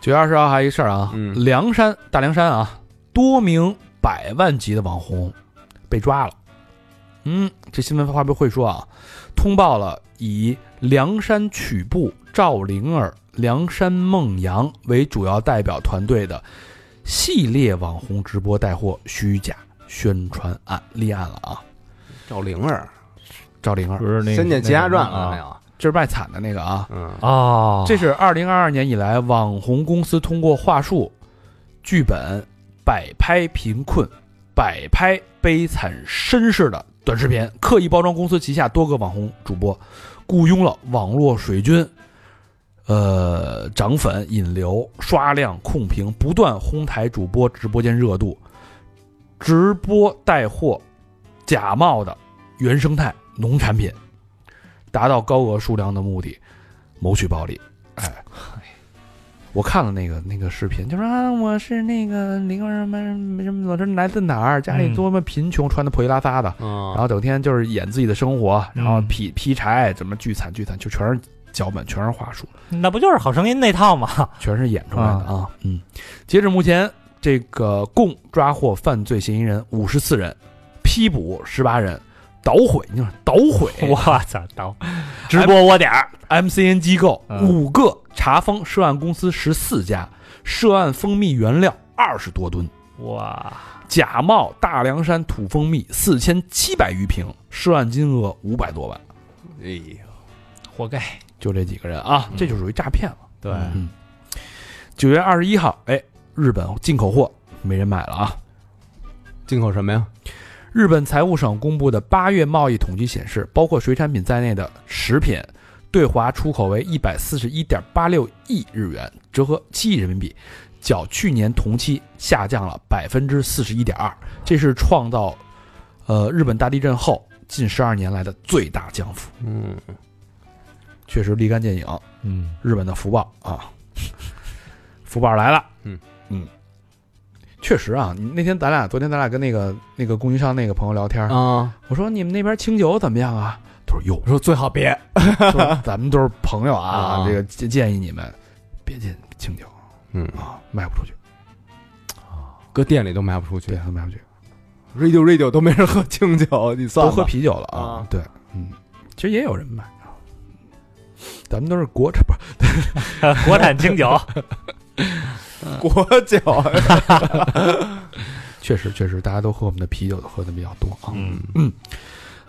[SPEAKER 1] 九月二十号还有一事儿啊，
[SPEAKER 2] 嗯
[SPEAKER 1] 凉山大凉山啊，多名百万级的网红被抓了。嗯，这新闻发布会说啊，通报了以凉山曲步赵灵儿、凉山梦阳为主要代表团队的系列网红直播带货虚假宣传案立案了啊。
[SPEAKER 2] 赵灵儿，
[SPEAKER 1] 赵灵儿
[SPEAKER 3] 不是那
[SPEAKER 2] 《
[SPEAKER 3] 个
[SPEAKER 2] 仙剑奇侠传》了没
[SPEAKER 3] 啊
[SPEAKER 2] 有？
[SPEAKER 1] 这是卖惨的那个啊，
[SPEAKER 2] 嗯，
[SPEAKER 3] 哦，
[SPEAKER 1] 这是二零二二年以来，网红公司通过话术、剧本、摆拍贫困、摆拍悲惨身世的短视频，刻意包装公司旗下多个网红主播，雇佣了网络水军，呃，涨粉、引流、刷量、控评，不断哄抬主播直播间热度，直播带货假冒的原生态农产品，达到高额数量的目的，谋取暴利。哎，我看了那个那个视频，就说啊，我是那个灵儿什么什么什么，我这来自哪儿，家里
[SPEAKER 3] 嗯啊
[SPEAKER 1] 多么贫穷，穿的破衣拉撒的，然
[SPEAKER 2] 嗯，
[SPEAKER 1] 后整天就是演自己的生活，然后
[SPEAKER 3] 嗯
[SPEAKER 1] 劈劈柴，怎么聚餐聚餐，就全是脚本，全是话术，
[SPEAKER 3] 那不就是《好声音》那套 吗？
[SPEAKER 1] 全是演出来的啊。嗯，截至目前，这个共抓获犯罪嫌疑人五十四人，批捕十八人，捣毁，你看捣毁
[SPEAKER 3] 我操，刀直播窝点儿，
[SPEAKER 1] MCN 机构
[SPEAKER 3] 嗯
[SPEAKER 1] 五个，查封涉案公司十四家，涉案蜂蜜原料二十多吨。
[SPEAKER 3] 哇，
[SPEAKER 1] 假冒大凉山土蜂蜜四千七百余瓶，涉案金额五百多万，
[SPEAKER 2] 哎呦，
[SPEAKER 3] 活该。嗯
[SPEAKER 1] 就这几个人啊，这就属于诈骗了。
[SPEAKER 2] 对，
[SPEAKER 1] 嗯，九月二十一号，哎，日本进口货没人买了啊。
[SPEAKER 2] 进口什么呀？
[SPEAKER 1] 日本财务省公布的八月贸易统计显示，包括水产品在内的食品对华出口为一百四十一点八六亿日元，折合七亿人民币，较去年同期下降了百分之四十一点二，这是创造呃日本大地震后近十二年来的最大降幅，
[SPEAKER 2] 嗯，
[SPEAKER 1] 确实立竿见影。
[SPEAKER 3] 嗯，
[SPEAKER 1] 日本的福报啊， 福报来了。
[SPEAKER 2] 嗯
[SPEAKER 1] 嗯，确实啊，你那天咱俩昨天咱俩跟那个那个供应商那个朋友聊天，
[SPEAKER 2] 啊，
[SPEAKER 1] 我说你们那边清酒怎么样啊？他说 哟
[SPEAKER 2] 我，说最好别，
[SPEAKER 1] 说咱们都是朋友啊，
[SPEAKER 2] 啊
[SPEAKER 1] 这个建建议你们别进清酒
[SPEAKER 2] 嗯，
[SPEAKER 1] 啊，卖不出去，
[SPEAKER 2] 搁店里都卖不出
[SPEAKER 1] 对
[SPEAKER 2] 去，
[SPEAKER 1] 他卖不出去，
[SPEAKER 2] ，radio radio 都没人喝清酒，你算
[SPEAKER 1] 都
[SPEAKER 2] 吧
[SPEAKER 1] 喝啤酒了
[SPEAKER 2] 啊
[SPEAKER 1] 对，嗯，其实也有人买啊，咱们都是国产不是
[SPEAKER 3] 国产清酒，
[SPEAKER 2] 国 酒，
[SPEAKER 1] 确实，确实，大家都喝我们的啤酒，都喝的比较多啊。
[SPEAKER 3] 嗯
[SPEAKER 1] 嗯，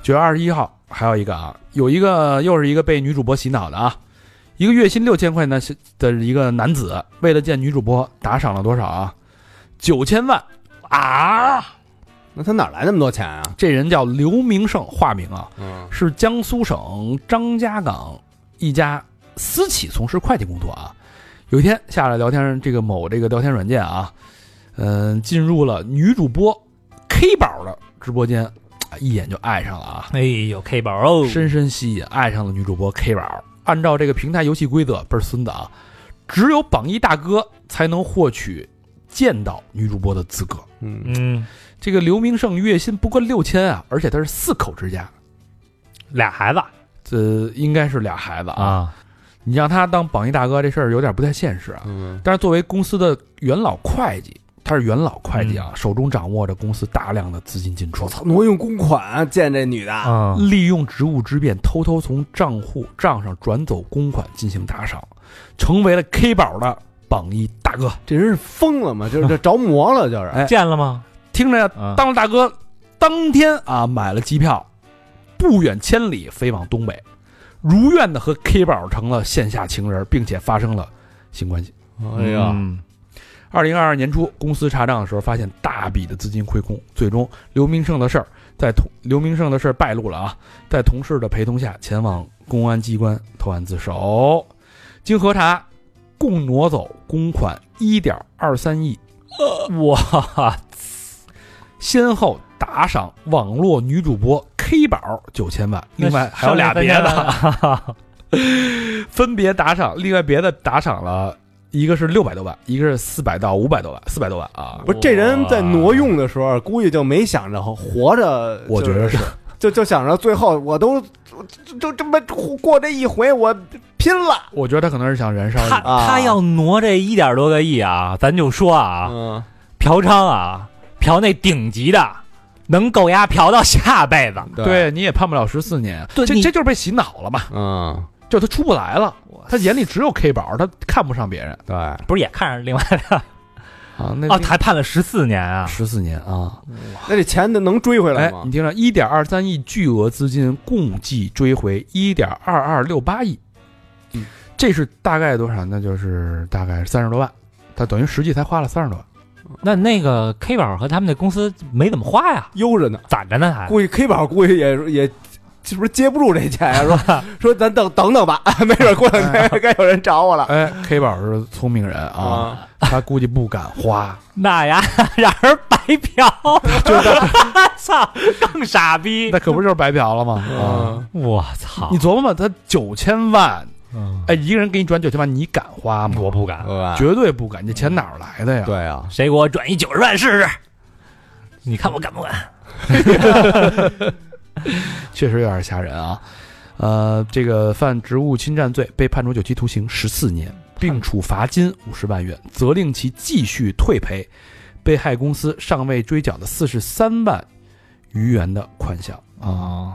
[SPEAKER 1] 九月二十一号还有一个啊，有一个又是一个被女主播洗脑的啊，一个月薪六千块呢是的一个男子，为了见女主播打赏了多少啊？九千万啊！
[SPEAKER 2] 那他哪来那么多钱啊？
[SPEAKER 1] 这人叫刘明胜，化名啊，
[SPEAKER 2] 嗯
[SPEAKER 1] 是江苏省张家港一家私企从事会计工作啊。有一天下来聊天，这个某这个聊天软件啊，嗯、进入了女主播 K 宝的直播间，啊一眼就爱上了啊，
[SPEAKER 3] 哎呦，K 宝哦，
[SPEAKER 1] 深深吸引，爱上了女主播 K 宝。按照这个平台游戏规则，倍儿孙子啊，只有榜一大哥才能获取见到女主播的资格。
[SPEAKER 2] 嗯，
[SPEAKER 3] 嗯，
[SPEAKER 1] 这个刘明胜月薪不过六千啊，而且他是四口之家，
[SPEAKER 3] 俩孩子
[SPEAKER 1] 这呃应该是俩孩子啊。
[SPEAKER 3] 啊，
[SPEAKER 1] 你让他当榜一大哥这事儿有点不太现实啊。
[SPEAKER 2] 嗯，
[SPEAKER 1] 但是作为公司的元老会计，他是元老会计啊，手中掌握着公司大量的资金进出
[SPEAKER 2] 我，操，挪用公款见这女的，
[SPEAKER 3] 嗯，
[SPEAKER 1] 利用职务之便偷偷从账户账上转走公款进行打赏，成为了 K 宝的榜一大哥。
[SPEAKER 2] 这人是疯了吗？就是这着魔了，就是，
[SPEAKER 1] 哎
[SPEAKER 3] 见了吗？
[SPEAKER 1] 听着呀，
[SPEAKER 3] 啊，
[SPEAKER 1] 当了大哥，当天啊买了机票，不远千里飞往东北，如愿的和 K 宝成了线下情人，并且发生了性关系。
[SPEAKER 2] 哎呀，
[SPEAKER 3] 嗯
[SPEAKER 1] 二零二二年初，公司查账的时候发现大笔的资金亏空，最终刘明胜的事儿在同刘明胜的事儿败露了啊，在同事的陪同下前往公安机关投案自首，经核查，共挪走公款一点二三亿，
[SPEAKER 3] 哇，
[SPEAKER 1] 先后打赏网络女主播 K 宝九千万，另外还有俩别
[SPEAKER 3] 商量
[SPEAKER 1] 的，
[SPEAKER 3] 半天了，
[SPEAKER 1] 分别打赏，另外别的打赏了一个是六百多万，一个是四百到五百多万，四百多万啊，
[SPEAKER 2] 不是这人在挪用的时候，估计就没想着活着，
[SPEAKER 1] 我觉得。
[SPEAKER 2] 就是 就就想着最后我都就就这么过这一回，我拼了。
[SPEAKER 1] 我觉得他可能是想燃烧
[SPEAKER 3] 他
[SPEAKER 1] 你。
[SPEAKER 2] 啊
[SPEAKER 3] 他要挪这一点多个亿啊，咱就说啊，
[SPEAKER 2] 嗯，
[SPEAKER 3] 嫖娼啊，嫖那顶级的，能够压嫖到下辈子。
[SPEAKER 1] 对，你也判不了十四年，
[SPEAKER 3] 对
[SPEAKER 1] 这
[SPEAKER 3] 你
[SPEAKER 1] 这就是被洗脑了嘛，
[SPEAKER 2] 嗯，
[SPEAKER 1] 就他出不来了，他眼里只有 K 宝，他看不上别人
[SPEAKER 2] 对，
[SPEAKER 3] 不是也看上另外的
[SPEAKER 1] 啊。那
[SPEAKER 3] 哦，还判了十四年啊！
[SPEAKER 1] 十四年啊，
[SPEAKER 2] 那这钱能能追回来
[SPEAKER 1] 哎，
[SPEAKER 2] 吗
[SPEAKER 1] 你？听着，一点二三亿巨额资金共计追回一点二二六八亿，这是大概多少？那就是大概三十多万，他等于实际才花了三十多万。
[SPEAKER 3] 那那个 K 宝和他们那公司没怎么花呀，
[SPEAKER 2] 悠着呢，
[SPEAKER 3] 攒着呢还。
[SPEAKER 2] 估计 K 宝估计也也是不是接不住这钱呀？啊 说说咱等等等吧， 没准过两天 该有人找我了
[SPEAKER 1] 哎，K 宝是聪明人啊，！他估计不敢花，
[SPEAKER 3] 那呀， 让人白嫖， 操，更傻逼
[SPEAKER 1] 那！可不就是白嫖了吗？啊，
[SPEAKER 2] 嗯，
[SPEAKER 3] 我操
[SPEAKER 1] 你！琢磨吧，他九千万，
[SPEAKER 3] 嗯
[SPEAKER 1] 哎，一个人给你转九千万，你敢花吗？
[SPEAKER 3] 我不敢，
[SPEAKER 2] 对啊
[SPEAKER 1] 绝对不敢，这钱哪儿来的呀？
[SPEAKER 2] 嗯对啊，
[SPEAKER 3] 谁给我转一九十万试试？你看我敢不敢？
[SPEAKER 1] 确实有点吓人啊。呃，这个犯职务侵占罪被判处有期徒刑十四年，并处罚金五十万元，责令其继续退赔被害公司尚未追缴的四十三万余元的款项啊。
[SPEAKER 3] 啊，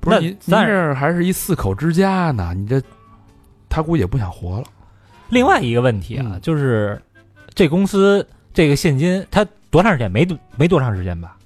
[SPEAKER 1] 不是
[SPEAKER 3] 那
[SPEAKER 1] 您，您
[SPEAKER 3] 咱
[SPEAKER 1] 这还是一四口之家呢，你这他估计也不想活了。
[SPEAKER 3] 另外一个问题啊，
[SPEAKER 1] 嗯
[SPEAKER 3] 就是这公司这个现金，它多长时间？没多没多长时间吧？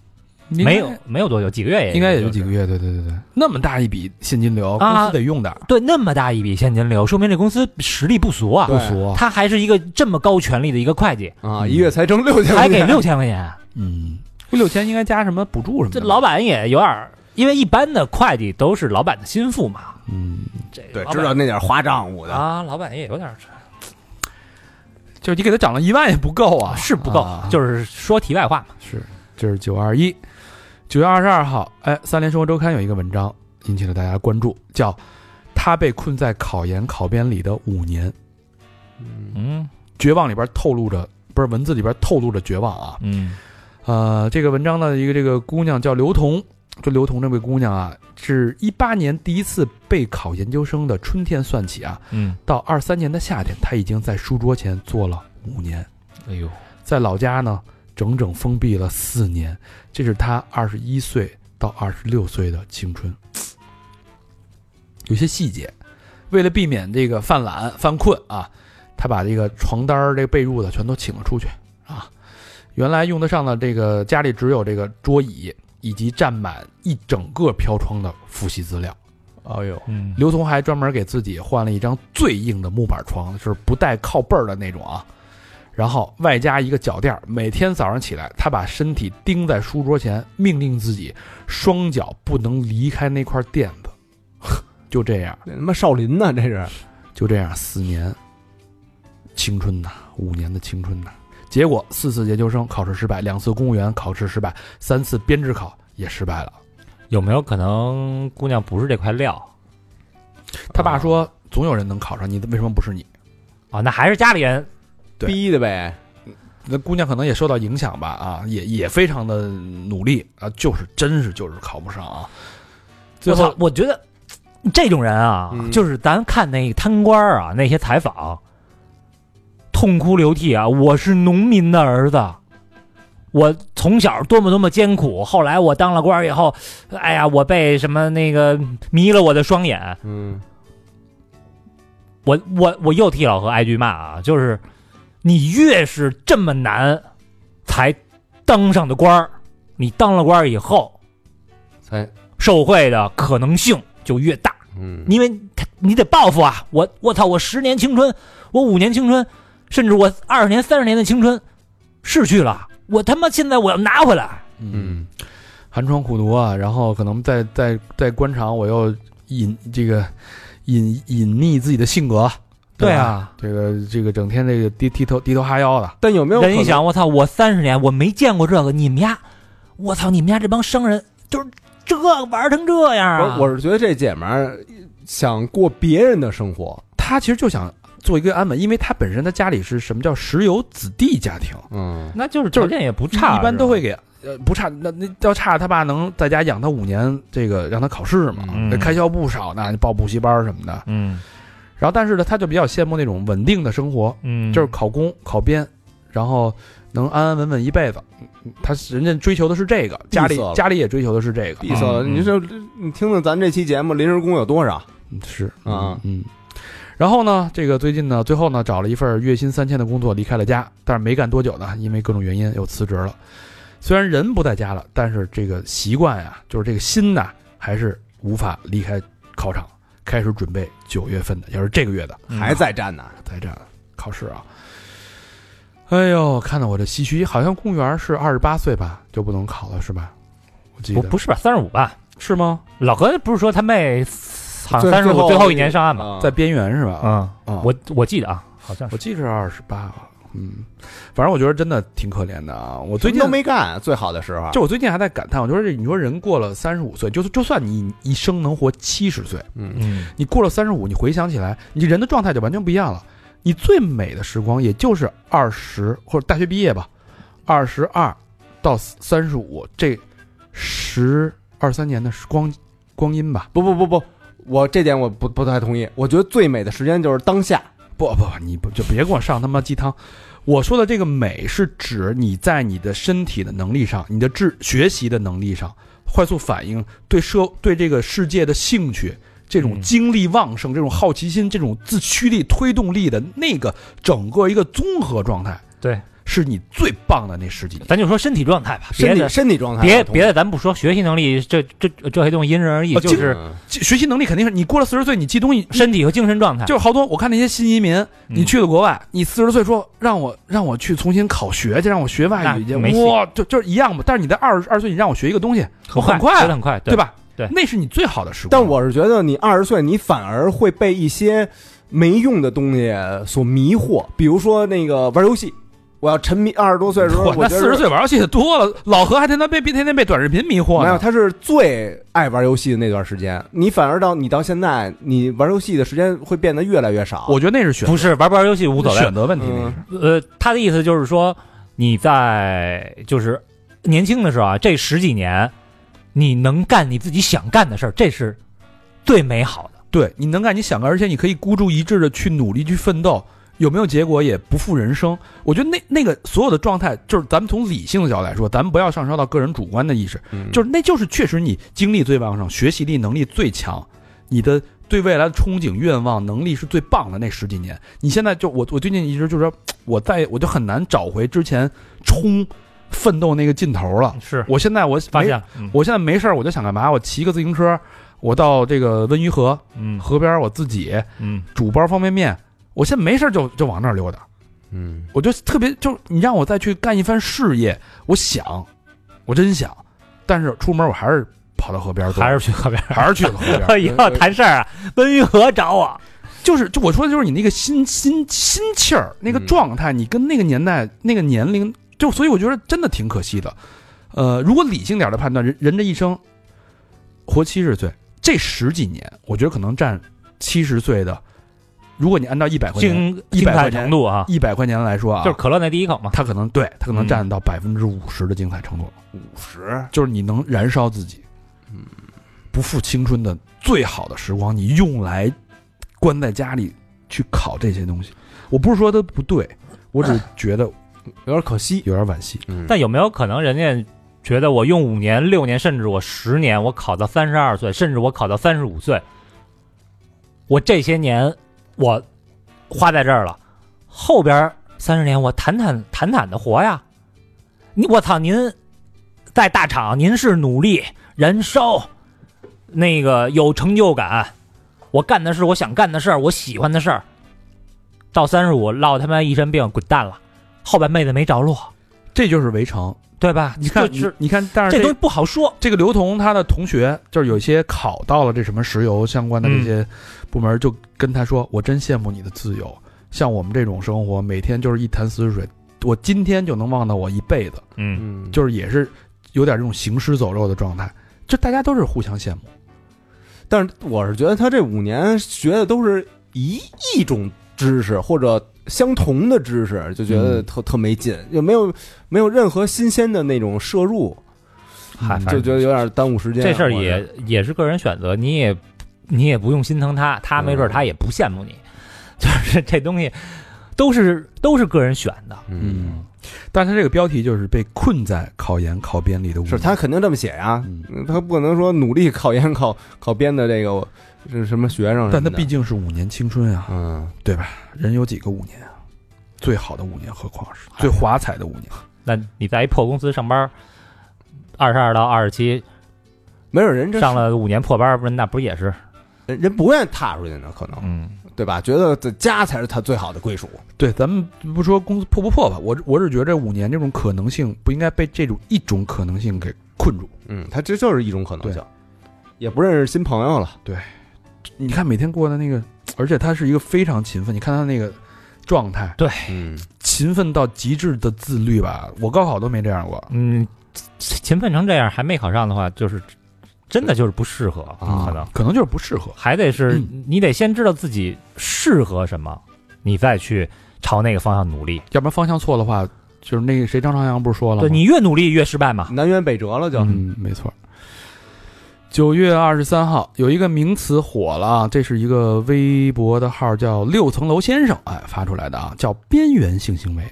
[SPEAKER 1] 应该
[SPEAKER 3] 没有没有多久，几个月也
[SPEAKER 1] 应该也就几个
[SPEAKER 3] 月。
[SPEAKER 1] 月，对对对对，那么大一笔现金流，
[SPEAKER 3] 啊
[SPEAKER 1] 公司得用的，
[SPEAKER 3] 对，那么大一笔现金流，说明这公司实力不俗啊，
[SPEAKER 1] 不俗啊，
[SPEAKER 3] 他还是一个这么高权力的一个会计，
[SPEAKER 2] 啊，一月才挣六千，
[SPEAKER 3] 还给六，千块钱，啊
[SPEAKER 1] 嗯，六千应该加什么补助什么
[SPEAKER 3] 这
[SPEAKER 1] 的吧，
[SPEAKER 3] 老板也有点儿，因为一般的会计都是老板的心腹嘛，
[SPEAKER 1] 嗯，
[SPEAKER 3] 这个
[SPEAKER 2] 对，
[SPEAKER 3] 老板
[SPEAKER 2] 知道那点花账务的，
[SPEAKER 3] 啊，老板也有点儿
[SPEAKER 1] 就是你给他涨了一万也不够啊，
[SPEAKER 3] 是不够，
[SPEAKER 1] 啊
[SPEAKER 3] 就是说题外话嘛，
[SPEAKER 1] 是，这是九二一，九月二十二号，哎，《三联生活周刊》有一个文章引起了大家关注，叫《他被困在考研考编里的五年》，
[SPEAKER 3] 嗯
[SPEAKER 1] 绝望里边透露着，不是文字里边透露着绝望啊。
[SPEAKER 3] 嗯
[SPEAKER 1] 呃，这个文章的一个这个姑娘叫刘彤，这刘彤这位姑娘啊，是一八年第一次备考研究生的春天算起啊，
[SPEAKER 3] 嗯，
[SPEAKER 1] 到二三年的夏天，她已经在书桌前坐了五年。
[SPEAKER 3] 哎呦，
[SPEAKER 1] 在老家呢，整整封闭了四年，这是他二十一岁到二十六岁的青春。有些细节，为了避免这个犯懒犯困啊，他把这个床单儿、这个被褥子全都请了出去啊。原来用得上的这个家里只有这个桌椅以及占满一整个飘窗的复习资料。
[SPEAKER 2] 哎呦，
[SPEAKER 3] 嗯
[SPEAKER 1] 刘同还专门给自己换了一张最硬的木板床，就是不带靠背儿的那种啊。然后外加一个脚垫儿，每天早上起来，他把身体钉在书桌前，命令自己双脚不能离开那块垫子。 就这样，
[SPEAKER 2] 那他妈少林呢，这是
[SPEAKER 1] 就这样，四年青春呐，五年的青春呐。结果四次研究生考试失败，两次公务员考试失败，三次编制考也失败了。
[SPEAKER 3] 有没有可能姑娘不是这块料？
[SPEAKER 1] 他爸说：“总有人能考上，你为什么不是你？”
[SPEAKER 3] 哦，那还是家里人
[SPEAKER 1] 对
[SPEAKER 2] 逼的呗，
[SPEAKER 1] 那姑娘可能也受到影响吧，啊，也也非常的努力啊，就是真是就是考不上啊。最
[SPEAKER 3] 我
[SPEAKER 1] 后
[SPEAKER 3] 操，我觉得这种人啊，
[SPEAKER 2] 嗯
[SPEAKER 3] 就是咱看那贪官儿啊，那些采访，痛哭流涕啊！我是农民的儿子，我从小多么多么艰苦，后来我当了官儿以后，哎呀，我被什么那个迷了我的双眼，
[SPEAKER 2] 嗯，
[SPEAKER 3] 我我我又替老何挨句骂啊！就是你越是这么难才当上的官儿，你当了官儿以后，
[SPEAKER 2] 才
[SPEAKER 3] 受贿的可能性就越大。
[SPEAKER 2] 嗯，
[SPEAKER 3] 因为他你得报复啊！我我操，我十年青春，我五年青春，甚至我二十年、三十年的青春逝去了，我他妈现在我要拿回来。
[SPEAKER 2] 嗯，
[SPEAKER 1] 寒窗苦读啊，然后可能在在在官场，我又隐这个隐隐匿自己的性格，对吧，
[SPEAKER 3] 啊，
[SPEAKER 1] 这个这个整天这个低低头低头哈腰的，
[SPEAKER 2] 但有没有可
[SPEAKER 3] 人
[SPEAKER 2] 能
[SPEAKER 3] 一想，我操，我三十年我没见过这个，你们家，我操，你们家这帮商人就是这玩成这样啊！
[SPEAKER 2] 我我是觉得这姐们儿想过别人的生活，
[SPEAKER 1] 他其实就想做一个安稳，因为他本身他家里是什么叫石油子弟家庭，
[SPEAKER 2] 嗯，
[SPEAKER 3] 那就是
[SPEAKER 1] 就是
[SPEAKER 3] 件也不
[SPEAKER 1] 一般都会给。呃，不差，那那要差他爸能在家养他五年，这个让他考试嘛，
[SPEAKER 3] 嗯
[SPEAKER 1] 那开销不少呢，你报补习班儿什么的，
[SPEAKER 3] 嗯
[SPEAKER 1] 然后，但是呢，他就比较羡慕那种稳定的生活，
[SPEAKER 3] 嗯
[SPEAKER 1] 就是考公、考编，然后能安安稳稳一辈子。嗯他人家追求的是这个，家里
[SPEAKER 2] 闭塞了
[SPEAKER 1] 家里也追求的是这个，
[SPEAKER 2] 闭塞了。
[SPEAKER 3] 嗯
[SPEAKER 2] 你说你听听咱这期节目，临时工有多少？
[SPEAKER 1] 嗯是
[SPEAKER 2] 啊
[SPEAKER 1] 嗯。嗯然后呢，这个最近呢，最后呢，找了一份月薪三千的工作，离开了家，但是没干多久呢，因为各种原因又辞职了。虽然人不在家了，但是这个习惯呀、就是这个心呐、还是无法离开考场，开始准备九月份的，也就是这个月的
[SPEAKER 3] 嗯
[SPEAKER 2] 还在站呢？
[SPEAKER 1] 在这考试啊。哎呦，看得我这唏嘘，好像公务员是二十八岁吧就不能考了是吧？我记
[SPEAKER 3] 不
[SPEAKER 1] 得
[SPEAKER 3] 不是吧？三十五吧？
[SPEAKER 1] 是吗？
[SPEAKER 3] 老何不是说他妹好像
[SPEAKER 2] 最
[SPEAKER 3] 三十五
[SPEAKER 2] 后
[SPEAKER 3] 最后一年上岸嘛？
[SPEAKER 2] 啊
[SPEAKER 1] 在边缘是吧？啊、
[SPEAKER 3] 嗯，
[SPEAKER 1] 啊
[SPEAKER 3] 我我记得啊，好像
[SPEAKER 1] 我
[SPEAKER 3] 是
[SPEAKER 1] 记得是二十八，嗯，反正我觉得真的挺可怜的啊。我最
[SPEAKER 2] 什
[SPEAKER 1] 近
[SPEAKER 2] 么都没干，最好的时候，
[SPEAKER 1] 就我最近还在感叹，我觉得这你说人过了三十五岁，就是就算你一生能活七十岁，
[SPEAKER 2] 嗯，
[SPEAKER 3] 嗯
[SPEAKER 1] 你过了三十五，你回想起来，你人的状态就完全不一样了。你最美的时光也就是二十或者大学毕业吧，二十二到三十五这十二三年的时光光阴吧。
[SPEAKER 2] 不不不不，我这点我不不太同意。我觉得最美的时间就是当下，
[SPEAKER 1] 不不不，你不就别给我上他妈鸡汤。我说的这个美是指你在你的身体的能力上，你的智学习的能力上，快速反应，对社对这个世界的兴趣，这种
[SPEAKER 3] 嗯
[SPEAKER 1] 精力旺盛，这种好奇心，这种自驱力、推动力的那个整个一个综合状态。
[SPEAKER 3] 对，
[SPEAKER 1] 是你最棒的那十几年。
[SPEAKER 3] 咱就说身体状态吧，别
[SPEAKER 2] 身体
[SPEAKER 3] 的
[SPEAKER 2] 身体状态
[SPEAKER 3] 别
[SPEAKER 2] 的同
[SPEAKER 3] 别的咱不说，学习能力这这这些东西因人而异，
[SPEAKER 1] 啊
[SPEAKER 3] 就
[SPEAKER 1] 精
[SPEAKER 3] 是
[SPEAKER 2] 嗯
[SPEAKER 1] 记学习能力肯定是你过了四十岁，你记东西
[SPEAKER 3] 身体和精神状态。
[SPEAKER 1] 就是好多，我看那些新移民，你
[SPEAKER 3] 嗯
[SPEAKER 1] 去了国外，你四十岁说让我让我去重新考学去，让我学外语去，
[SPEAKER 3] 那没戏
[SPEAKER 1] 哇，就就是一样吧。但是你在二十二岁，你让我学一个东西，
[SPEAKER 3] 很
[SPEAKER 1] 很快啊
[SPEAKER 3] 学得很快，
[SPEAKER 1] 对？吧？
[SPEAKER 3] 对
[SPEAKER 1] 那是你最好的时光。
[SPEAKER 2] 但我是觉得你二十岁，你反而会被一些没用的东西所迷惑，比如说那个玩游戏。我要沉迷二十多岁的时候，
[SPEAKER 1] 嚯
[SPEAKER 2] 我
[SPEAKER 1] 那
[SPEAKER 2] 觉得
[SPEAKER 1] 四十岁玩游戏的多了，老何还天天被被天天被短视频迷惑
[SPEAKER 2] 没有，
[SPEAKER 1] 呢。
[SPEAKER 2] 他是最爱玩游戏的那段时间。你反而到你到现在，你玩游戏的时间会变得越来越少。
[SPEAKER 1] 我觉得那是选
[SPEAKER 3] 不是玩不玩游戏无所谓
[SPEAKER 1] 选，择问题，那
[SPEAKER 2] 嗯
[SPEAKER 1] 是
[SPEAKER 3] 呃，他的意思就是说，你在就是年轻的时候啊，这十几年，你能干你自己想干的事儿，这是最美好的。
[SPEAKER 1] 对，你能干你想干，而且你可以孤注一掷的去努力去奋斗，有没有结果也不负人生。我觉得那那个所有的状态，就是咱们从理性的角度来说，咱们不要上升到个人主观的意识，
[SPEAKER 2] 嗯
[SPEAKER 1] 就是那就是确实你精力最旺盛，学习力能力最强，你的对未来的憧憬、愿望、能力是最棒的那十几年。你现在就我我最近一直就是说，我在我就很难找回之前冲奋斗那个劲头了。
[SPEAKER 3] 是
[SPEAKER 1] 我现在我
[SPEAKER 3] 发
[SPEAKER 1] 没
[SPEAKER 3] 现，嗯
[SPEAKER 1] 我现在没事儿，我就想干嘛？我骑个自行车，我到这个温榆河
[SPEAKER 3] 嗯
[SPEAKER 1] 河边，我自己
[SPEAKER 3] 嗯，
[SPEAKER 1] 煮包方便面。我现在没事儿就就往那儿溜达，
[SPEAKER 2] 嗯，
[SPEAKER 1] 我就特别就是你让我再去干一番事业，我想，我真想，但是出门我还是跑到河边儿走，
[SPEAKER 3] 还是去河边。
[SPEAKER 1] 还是去了河边儿。
[SPEAKER 3] 以后谈事儿啊，温榆河找我。
[SPEAKER 1] 就是就我说的就是你那个心心心气儿那个状态，你跟那个年代那个年龄，就所以我觉得真的挺可惜的。呃，如果理性点儿的判断，人人这一生活七十岁，这十几年，我觉得可能占七十岁的。如果你按照一百块钱
[SPEAKER 3] 精精彩程度啊，
[SPEAKER 1] 一百块钱来说啊，
[SPEAKER 3] 就是可乐那第一口嘛。
[SPEAKER 1] 他可能对他可能
[SPEAKER 3] 嗯
[SPEAKER 1] 占到百分之五十的精彩程度了，
[SPEAKER 2] 五十，
[SPEAKER 1] 就是你能燃烧自己，不负青春的最好的时光，你用来关在家里去烤这些东西。我不是说它不对，我只是觉得
[SPEAKER 2] 有点可惜。
[SPEAKER 1] 有点惋惜。
[SPEAKER 2] 嗯，
[SPEAKER 3] 但有没有可能人家觉得我用五年、六年，甚至我十年，我考到三十二岁，甚至我考到三十五岁，我这些年我花在这儿了，后边三十年我坦坦坦坦的活呀。你我操，您在大厂您是努力燃烧，那个有成就感，我干的是我想干的事儿，我喜欢的事儿。到三十五落他妈一身病，滚蛋了，后半辈子没着落。
[SPEAKER 1] 这就是围城，
[SPEAKER 3] 对吧？
[SPEAKER 1] 你看，
[SPEAKER 3] 就是
[SPEAKER 1] 你你看，但是
[SPEAKER 3] 这
[SPEAKER 1] 这
[SPEAKER 3] 东西不好说。
[SPEAKER 1] 这个刘同他的同学，就是有些考到了这什么石油相关的这些部门，就跟他说：“我真羡慕你的自由，像我们这种生活，每天就是一潭死水，我今天就能忘到我一辈子。”
[SPEAKER 3] 嗯，
[SPEAKER 2] 嗯，
[SPEAKER 1] 就是也是有点这种行尸走肉的状态，就大家都是互相羡慕。
[SPEAKER 2] 但是我是觉得他这五年学的都是一一种知识或者相同的知识，就觉得
[SPEAKER 1] 嗯
[SPEAKER 2] 特、特没劲，就没有没有任何新鲜的那种摄入，
[SPEAKER 3] 嗨，反
[SPEAKER 2] 嗯
[SPEAKER 1] 哎
[SPEAKER 2] 就
[SPEAKER 3] 正
[SPEAKER 2] 觉得有点耽误时间。啊
[SPEAKER 3] 这事儿
[SPEAKER 2] 我
[SPEAKER 3] 也也是个人选择，你也你也不用心疼他，他没准儿他也不羡慕你， 就是这东西都是都是个人选的。
[SPEAKER 1] 嗯，但是他这个标题就是被困在考研考编里的五
[SPEAKER 2] 是
[SPEAKER 1] 年
[SPEAKER 2] 他肯定这么写呀、
[SPEAKER 1] 嗯
[SPEAKER 2] 他不可能说努力考研考 考编的这个是什么学生什么的，
[SPEAKER 1] 但他毕竟是五年青春啊，
[SPEAKER 2] 嗯，
[SPEAKER 1] 人有几个五年啊？最好的五年，何况是最华彩的五年。
[SPEAKER 3] 那你在一破公司上班儿，二十二到二十七，
[SPEAKER 2] 没准人这
[SPEAKER 3] 上了五年破班儿，不是那不是也是？
[SPEAKER 2] 人人不愿意踏出去呢，可能
[SPEAKER 3] 嗯，
[SPEAKER 2] 对吧？觉得在家才是他最好的归属。
[SPEAKER 1] 对，咱们不说公司破不破吧，我我只觉得这五年这种可能性不应该被这种一种可能性给困住。
[SPEAKER 2] 嗯，他这就是一种可能性，也不认识新朋友了。
[SPEAKER 1] 你看每天过的那个，而且他是一个非常勤奋，你看他那个状态，
[SPEAKER 2] 嗯，
[SPEAKER 1] 勤奋到极致的自律吧。我高考都没这样过，
[SPEAKER 3] 嗯，勤奋成这样还没考上的话，就是真的就是不适合，
[SPEAKER 2] 啊
[SPEAKER 3] 可能。
[SPEAKER 1] 可能就是不适合。
[SPEAKER 3] 还得是你得先知道自己适合什么，你再去朝那个方向努力。
[SPEAKER 1] 要不然方向错的话，就是那个谁张朝阳不是说了吗？
[SPEAKER 3] 对你越努力越失败嘛。
[SPEAKER 2] 南辕北辙了就。
[SPEAKER 1] 嗯，没错。九月二十三号，有一个名词火了啊，这是一个微博的号叫“六层楼先生”哎发出来的啊，叫“边缘性行为”。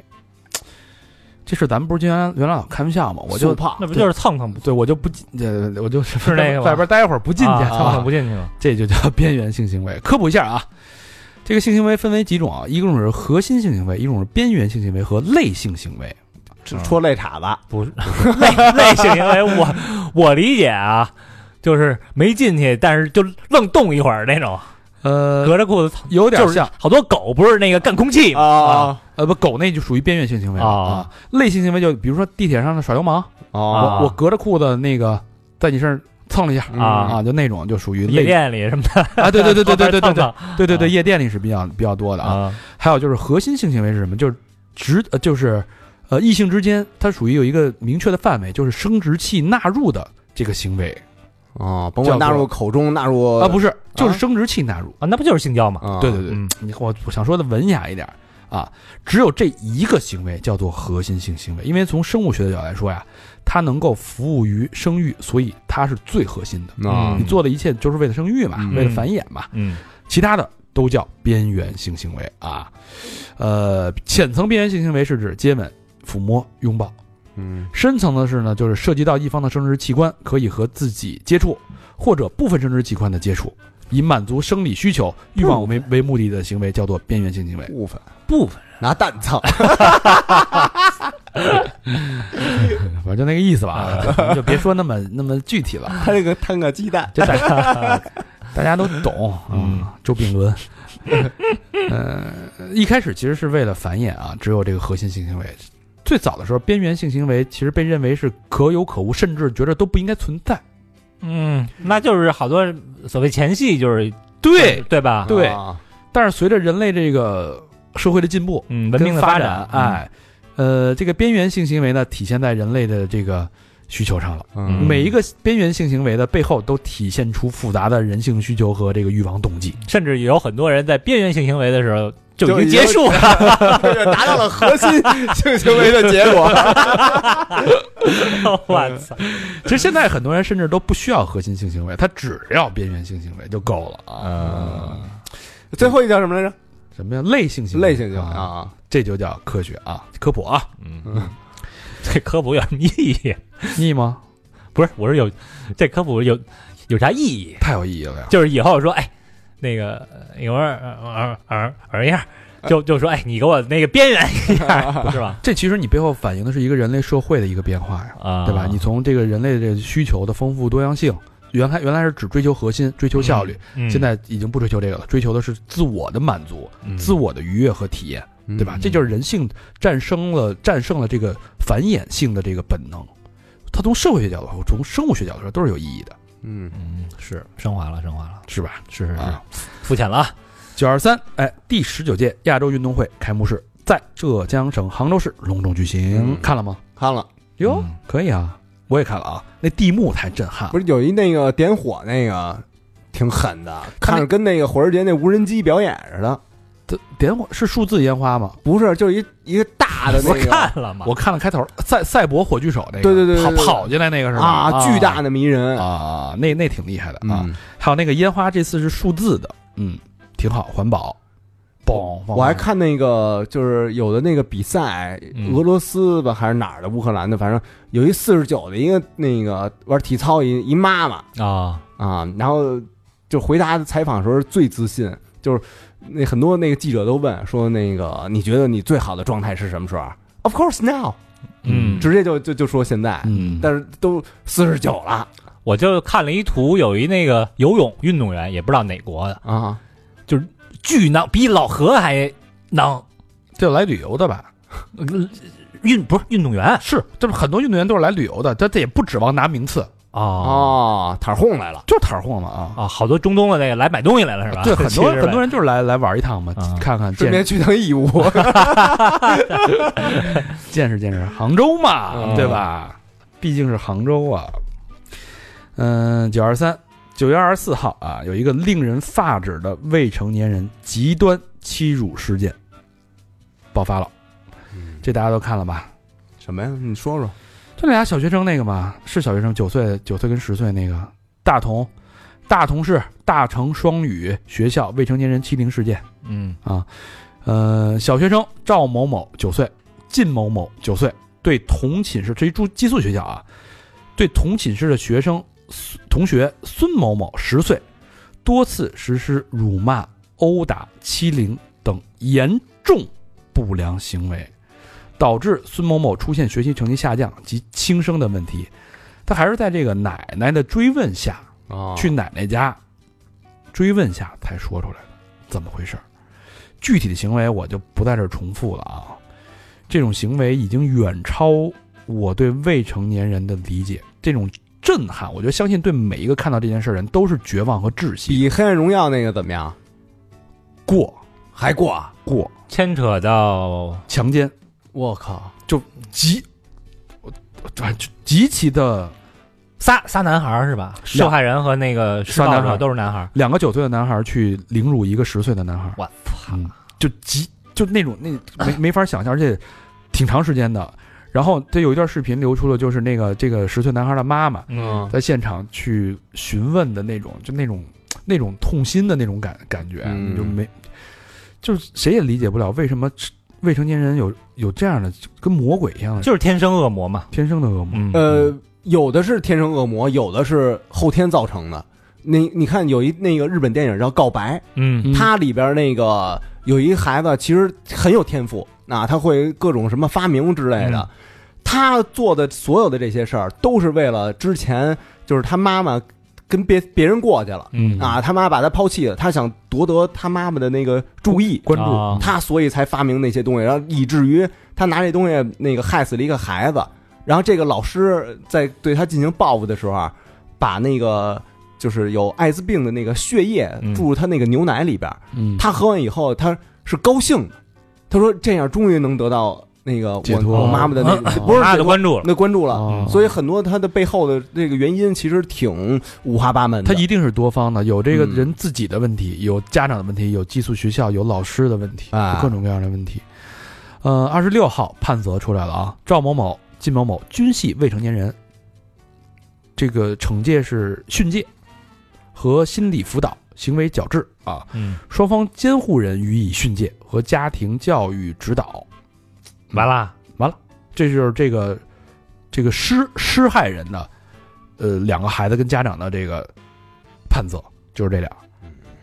[SPEAKER 1] 这事儿咱们不是经常原来老开玩笑吗？我就
[SPEAKER 2] 速泡
[SPEAKER 3] 那不就是蹭蹭不
[SPEAKER 1] 对我就不进，呃，我就是
[SPEAKER 3] 是那个吧
[SPEAKER 1] 外边待一会儿不进去，
[SPEAKER 3] 啊蹭
[SPEAKER 1] 啊
[SPEAKER 3] 蹭不进去吗？
[SPEAKER 1] 这就叫边缘性行为。科普一下啊，这个性行为分为几种啊，一种是核心性行为，一种是边缘性行为和类性行为。
[SPEAKER 2] 只戳肋岔子，
[SPEAKER 3] 不是 类类型行为，我我理解啊，就是没进去，但是就愣动一会儿那种，
[SPEAKER 1] 呃，
[SPEAKER 3] 隔着裤子，
[SPEAKER 1] 有点
[SPEAKER 3] 就是
[SPEAKER 1] 像，
[SPEAKER 3] 好多狗不是那个干空气吗？
[SPEAKER 2] 啊
[SPEAKER 1] 呃，不，狗那就属于边缘性行为了
[SPEAKER 3] 哦
[SPEAKER 1] 啊。类性行为就比如说地铁上的耍流氓，
[SPEAKER 2] 哦
[SPEAKER 3] 啊
[SPEAKER 1] 我我隔着裤子那个在你身上蹭了一下
[SPEAKER 2] 嗯
[SPEAKER 1] 啊，就那种就属于
[SPEAKER 3] 夜
[SPEAKER 1] 类
[SPEAKER 3] 店里什么的，
[SPEAKER 1] 啊，对对对 对对对对
[SPEAKER 3] 蹭
[SPEAKER 1] 对
[SPEAKER 3] 蹭
[SPEAKER 1] 对对对，
[SPEAKER 3] 啊
[SPEAKER 1] 夜店里是比较比较多的啊。
[SPEAKER 3] 啊
[SPEAKER 1] 还有就是核心性行为是什么？就是直呃就是呃异性之间，它属于有一个明确的范围，就是生殖器纳入的这个行为
[SPEAKER 2] 哦，甭管纳入口中，纳入
[SPEAKER 1] 啊，不是，就是生殖器纳入。
[SPEAKER 3] 啊，那不就是性交吗？
[SPEAKER 2] 呃啊
[SPEAKER 1] 对对对，
[SPEAKER 3] 嗯
[SPEAKER 1] 你我我想说的文雅一点啊，只有这一个行为叫做核心性行为，因为从生物学的角度来说呀，它能够服务于生育，所以它是最核心的。
[SPEAKER 2] 啊
[SPEAKER 3] 嗯
[SPEAKER 1] 你做的一切就是为了生育嘛，
[SPEAKER 2] 嗯
[SPEAKER 1] 为了繁衍嘛，
[SPEAKER 3] 嗯
[SPEAKER 1] 其他的都叫边缘性行为啊。呃，浅层边缘性行为是指接吻、抚摸、拥抱。
[SPEAKER 2] 嗯
[SPEAKER 1] 深层的是呢，就是涉及到一方的生殖器官可以和自己接触，或者部分生殖器官的接触，以满足生理需求、欲望为为目的的行为叫做边缘性行为。
[SPEAKER 2] 部嗯分
[SPEAKER 3] 部分
[SPEAKER 2] 拿蛋蹭，
[SPEAKER 1] 反正就那个意思吧，咱啊 们就别说那么那么具体了，
[SPEAKER 2] 他这个摊个鸡蛋，
[SPEAKER 1] 就大家 大家都懂。
[SPEAKER 3] 嗯
[SPEAKER 1] 嗯，周炳伦，呃，一开始其实是为了繁衍啊，只有这个核心性行为。最早的时候，边缘性行为其实被认为是可有可无，甚至觉得都不应该存在。
[SPEAKER 3] 嗯，那就是好多所谓前戏，就是
[SPEAKER 1] 对
[SPEAKER 3] 对吧？
[SPEAKER 1] 对
[SPEAKER 2] 啊
[SPEAKER 1] 但是随着人类这个社会的进步，
[SPEAKER 3] 嗯，文明的
[SPEAKER 1] 跟发
[SPEAKER 3] 展，
[SPEAKER 1] 哎，呃，这个边缘性行为呢，体现在人类的这个需求上了。
[SPEAKER 2] 嗯
[SPEAKER 1] 每一个边缘性行为的背后，都体现出复杂的人性需求和这个欲望动机。
[SPEAKER 3] 嗯，甚至有很多人在边缘性行为的时候就
[SPEAKER 2] 就
[SPEAKER 3] 已经结
[SPEAKER 2] 已经
[SPEAKER 3] 束 了，
[SPEAKER 2] 就是 达到了核心性行为的结果。
[SPEAKER 3] 我操！
[SPEAKER 1] 其实现在很多人甚至都不需要核心性行为，他只要边缘性行为就够了啊。
[SPEAKER 2] 最后一叫什么来着？
[SPEAKER 1] 什么呀？类性行为，
[SPEAKER 2] 类型行为
[SPEAKER 1] 啊，
[SPEAKER 2] 啊，
[SPEAKER 1] 这就叫科学啊，科普啊，
[SPEAKER 3] 嗯，这科普有什么意义？
[SPEAKER 1] 腻吗？
[SPEAKER 3] 不是，我是有这科普有有啥意义？
[SPEAKER 1] 太有意义了呀！
[SPEAKER 3] 就是以后说，哎，那个呃一会儿耳耳耳一下，就就说，哎，你给我那个边缘一下，不是吧？
[SPEAKER 1] 这其实你背后反映的是一个人类社会的一个变化呀。
[SPEAKER 3] 啊，
[SPEAKER 1] 对吧？你从这个人类的需求的丰富多样性，原来原来是只追求核心、追求效率，
[SPEAKER 3] 嗯
[SPEAKER 1] 现在已经不追求这个了，追求的是自我的满足、
[SPEAKER 3] 嗯
[SPEAKER 1] 自我的愉悦和体验，
[SPEAKER 2] 嗯
[SPEAKER 1] 对吧？这就是人性战胜了战胜了这个繁衍性的这个本能。它从社会学角度，从生物学角度说都是有意义的，
[SPEAKER 2] 嗯，
[SPEAKER 3] 嗯是升华了，升华了，
[SPEAKER 1] 是吧？
[SPEAKER 3] 是是是
[SPEAKER 1] 啊，
[SPEAKER 3] 肤浅了啊，
[SPEAKER 1] 九二三，哎，第十九届亚洲运动会开幕式在浙江省杭州市隆重举行，
[SPEAKER 2] 嗯
[SPEAKER 1] 看了吗？
[SPEAKER 2] 看了，
[SPEAKER 1] 哟，
[SPEAKER 3] 嗯
[SPEAKER 1] 可以啊，我也看了啊，那地幕太震撼了
[SPEAKER 2] 不。是有一那个点火那个挺狠的，
[SPEAKER 1] 他那
[SPEAKER 2] 看着跟那个火人节那无人机表演似的。
[SPEAKER 1] 它点火是数字烟花吗？
[SPEAKER 2] 不是，就一一个大的那
[SPEAKER 3] 不
[SPEAKER 2] 个
[SPEAKER 3] 是看了吗？
[SPEAKER 1] 我看了开头，赛赛博火炬手那个，
[SPEAKER 2] 对对对对对
[SPEAKER 1] 跑跑进来那个是吧？
[SPEAKER 2] 啊，巨大的迷人
[SPEAKER 1] 啊啊，那那挺厉害的啊。
[SPEAKER 2] 嗯
[SPEAKER 1] 还有那个烟花，这次是数字的，嗯，挺好，环保。嘣，
[SPEAKER 2] 我还看那个，就是有的那个比赛，
[SPEAKER 3] 嗯
[SPEAKER 2] 俄罗斯吧还是哪儿的，乌克兰的，反正有一四十九的一个那个玩体操一一妈妈
[SPEAKER 3] 啊，
[SPEAKER 2] 啊，然后就回答采访的时候最自信，就是那很多那个记者都问说那个你觉得你最好的状态是什么时候？Of 啊 course now，
[SPEAKER 3] 嗯，
[SPEAKER 2] 直接就就就说现在，
[SPEAKER 1] 嗯，
[SPEAKER 2] 但是都四十九了
[SPEAKER 3] 我就看了一图，有一那个游泳运动员，也不知道哪国的，
[SPEAKER 2] 啊，
[SPEAKER 3] 巨囊，比老何还囊，
[SPEAKER 1] 这有来旅游的吧？
[SPEAKER 3] 呃运不是运动员啊
[SPEAKER 1] 是，这不很多运动员都是来旅游的，他这也不指望拿名次，
[SPEAKER 3] 哦
[SPEAKER 2] 哦，塔哄来了，
[SPEAKER 1] 就是摊儿货嘛啊。
[SPEAKER 3] 啊，好多中东的那个来买东西来啊了是吧？
[SPEAKER 1] 对， 很多很多
[SPEAKER 3] 人
[SPEAKER 1] 人就是来来玩一趟嘛
[SPEAKER 3] 啊，
[SPEAKER 1] 看看见
[SPEAKER 2] 顺便
[SPEAKER 1] 识
[SPEAKER 2] 去趟义乌，
[SPEAKER 1] 见识见识杭州嘛，
[SPEAKER 2] 嗯
[SPEAKER 1] 对吧？毕竟是杭州啊。嗯，九二三，九月二十四号啊，有一个令人发指的未成年人极端欺辱事件爆发了，这大家都看了吧？
[SPEAKER 2] 什么呀？你说说，
[SPEAKER 1] 就那俩小学生那个嘛，是小学生，九岁九岁跟十岁那个大同，大同市大成双语学校未成年人欺凌事件。
[SPEAKER 3] 嗯
[SPEAKER 1] 啊，呃，小学生赵某某九岁，靳某某九岁，对同寝室这一住寄宿学校啊，对同寝室的学生同学孙某某十岁，多次实施辱骂、殴打、欺凌等严重不良行为，导致孙某某出现学习成绩下降及轻生的问题。他还是在这个奶奶的追问下，
[SPEAKER 2] 啊
[SPEAKER 1] 去奶奶家追问下才说出来的，怎么回事儿？具体的行为我就不在这儿重复了啊。这种行为已经远超我对未成年人的理解，这种震撼，我觉得相信对每一个看到这件事儿的人都是绝望和窒息。
[SPEAKER 2] 比《黑暗荣耀》那个怎么样？
[SPEAKER 1] 过
[SPEAKER 2] 还过啊？
[SPEAKER 1] 过
[SPEAKER 3] 牵扯到
[SPEAKER 1] 强奸，
[SPEAKER 2] 我靠！
[SPEAKER 1] 极我我就极其的
[SPEAKER 3] 仨仨男孩儿是吧？受害人和那个施
[SPEAKER 1] 仨
[SPEAKER 3] 暴
[SPEAKER 1] 男孩儿
[SPEAKER 3] 者都是男孩儿。
[SPEAKER 1] 两个九岁的男孩去凌辱一个十岁的男孩，
[SPEAKER 3] 我操！
[SPEAKER 1] 嗯，就极就那种那没没法想象，而且挺长时间的。然后这有一段视频流出了，就是那个这个十岁男孩的妈妈
[SPEAKER 3] 嗯，
[SPEAKER 1] 在现场去询问的那种，就那种那种痛心的那种感感觉，
[SPEAKER 2] 嗯
[SPEAKER 1] 你就没就是谁也理解不了为什么未成年人有有这样的跟魔鬼一样的
[SPEAKER 3] 就是天生恶魔嘛。
[SPEAKER 1] 天生的恶魔。
[SPEAKER 3] 嗯，
[SPEAKER 2] 呃，有的是天生恶魔，有的是后天造成的。你你看，有一那个日本电影叫《告白》，
[SPEAKER 3] 嗯，
[SPEAKER 1] 嗯
[SPEAKER 2] 它里边那个有一孩子其实很有天赋，啊，他会各种什么发明之类的。
[SPEAKER 3] 嗯
[SPEAKER 2] 他做的所有的这些事儿，都是为了之前就是他妈妈跟别别人过去了，
[SPEAKER 3] 嗯
[SPEAKER 2] 啊，他妈把他抛弃了，他想夺得他妈妈的那个注意，
[SPEAKER 1] 关注
[SPEAKER 3] 啊
[SPEAKER 2] 他所以才发明那些东西，然后以至于他拿这东西那个害死了一个孩子，然后这个老师在对他进行报复的时候啊，把那个就是有艾滋病的那个血液
[SPEAKER 3] 嗯
[SPEAKER 2] 注入他那个牛奶里边，
[SPEAKER 1] 嗯，
[SPEAKER 2] 他喝完以后他是高兴的，他说这样终于能得到那个
[SPEAKER 1] 解
[SPEAKER 2] 我
[SPEAKER 1] 脱
[SPEAKER 2] 我妈妈的那个、不是
[SPEAKER 3] 他
[SPEAKER 2] 解
[SPEAKER 3] 的
[SPEAKER 2] 脱
[SPEAKER 3] 关注了。
[SPEAKER 2] 那关注了，嗯
[SPEAKER 1] 哦
[SPEAKER 2] 所以很多他的背后的那个原因其实挺五花八门的。
[SPEAKER 1] 他一定是多方的，有这个
[SPEAKER 2] 嗯
[SPEAKER 1] 人自己的问题，有家长的问题，有寄宿学校，有老师的问题，
[SPEAKER 2] 啊
[SPEAKER 1] 有各种各样的问题。呃，二十六号判责出来了啊，赵某某、金某某均系未成年人，这个惩戒是训诫和心理辅导、行为矫治啊，
[SPEAKER 3] 嗯，
[SPEAKER 1] 双方监护人予以训诫和家庭教育指导。
[SPEAKER 3] 嗯完了，
[SPEAKER 1] 这就是这个这个施施害人的呃两个孩子跟家长的这个判责，就是这俩。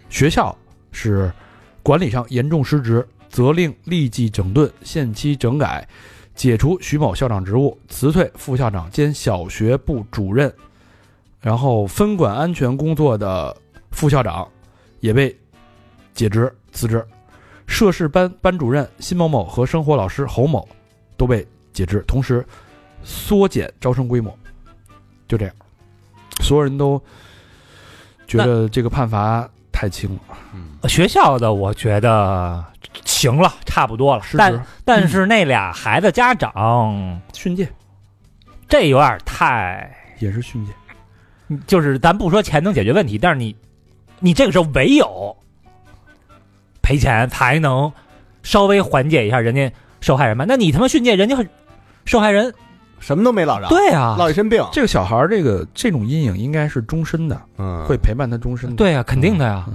[SPEAKER 1] 学校是管理上严重失职，责令立即整顿、限期整改，解除徐某校长职务，辞退副校长兼小学部主任，然后分管安全工作的副校长也被解职辞职，涉事班班主任辛某某和生活老师侯某都被解职，同时缩减招生规模，就这样，所有人都觉得这个判罚太轻了，
[SPEAKER 3] 学校的我觉得行了，差不多了。
[SPEAKER 1] 失职嗯
[SPEAKER 3] 但但是那俩孩子家长，
[SPEAKER 1] 训诫
[SPEAKER 3] 这有点太，
[SPEAKER 1] 也是训诫，
[SPEAKER 3] 就是咱不说钱能解决问题，但是你你这个时候唯有赔钱才能稍微缓解一下人家受害人吧？那你他妈训诫人家受害人，
[SPEAKER 2] 什么都没落着，
[SPEAKER 3] 对啊，
[SPEAKER 2] 落一身病，
[SPEAKER 1] 这个小孩儿这个这种阴影应该是终身的，
[SPEAKER 2] 嗯
[SPEAKER 1] 会陪伴他终身的。嗯
[SPEAKER 3] 对啊，肯定的呀。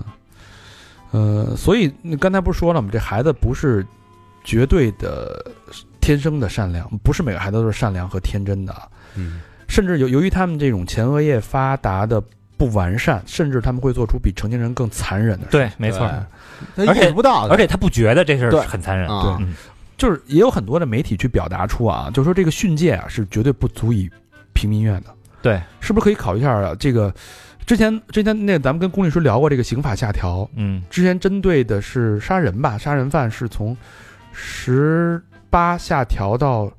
[SPEAKER 1] 呃，所以你刚才不是说了吗？这孩子不是绝对的天生的善良，不是每个孩子都是善良和天真的啊。
[SPEAKER 2] 嗯
[SPEAKER 1] 甚至由由于他们这种前额叶发达的不完善，甚至他们会做出比成年人更残忍的事。
[SPEAKER 3] 对，没错。
[SPEAKER 2] 对他
[SPEAKER 3] 而且
[SPEAKER 2] 意识不到的，
[SPEAKER 3] 而且他不觉得这事
[SPEAKER 2] 对
[SPEAKER 3] 儿很残忍，
[SPEAKER 2] 啊
[SPEAKER 3] 嗯
[SPEAKER 1] 就是也有很多的媒体去表达出啊，就说这个训诫啊是绝对不足以平民院的。
[SPEAKER 3] 对，
[SPEAKER 1] 是不是可以考虑一下啊？这个之前之前那咱们跟龚律师聊过这个刑法下调，
[SPEAKER 3] 嗯
[SPEAKER 1] 之前针对的是杀人吧，杀人犯是从十八下调到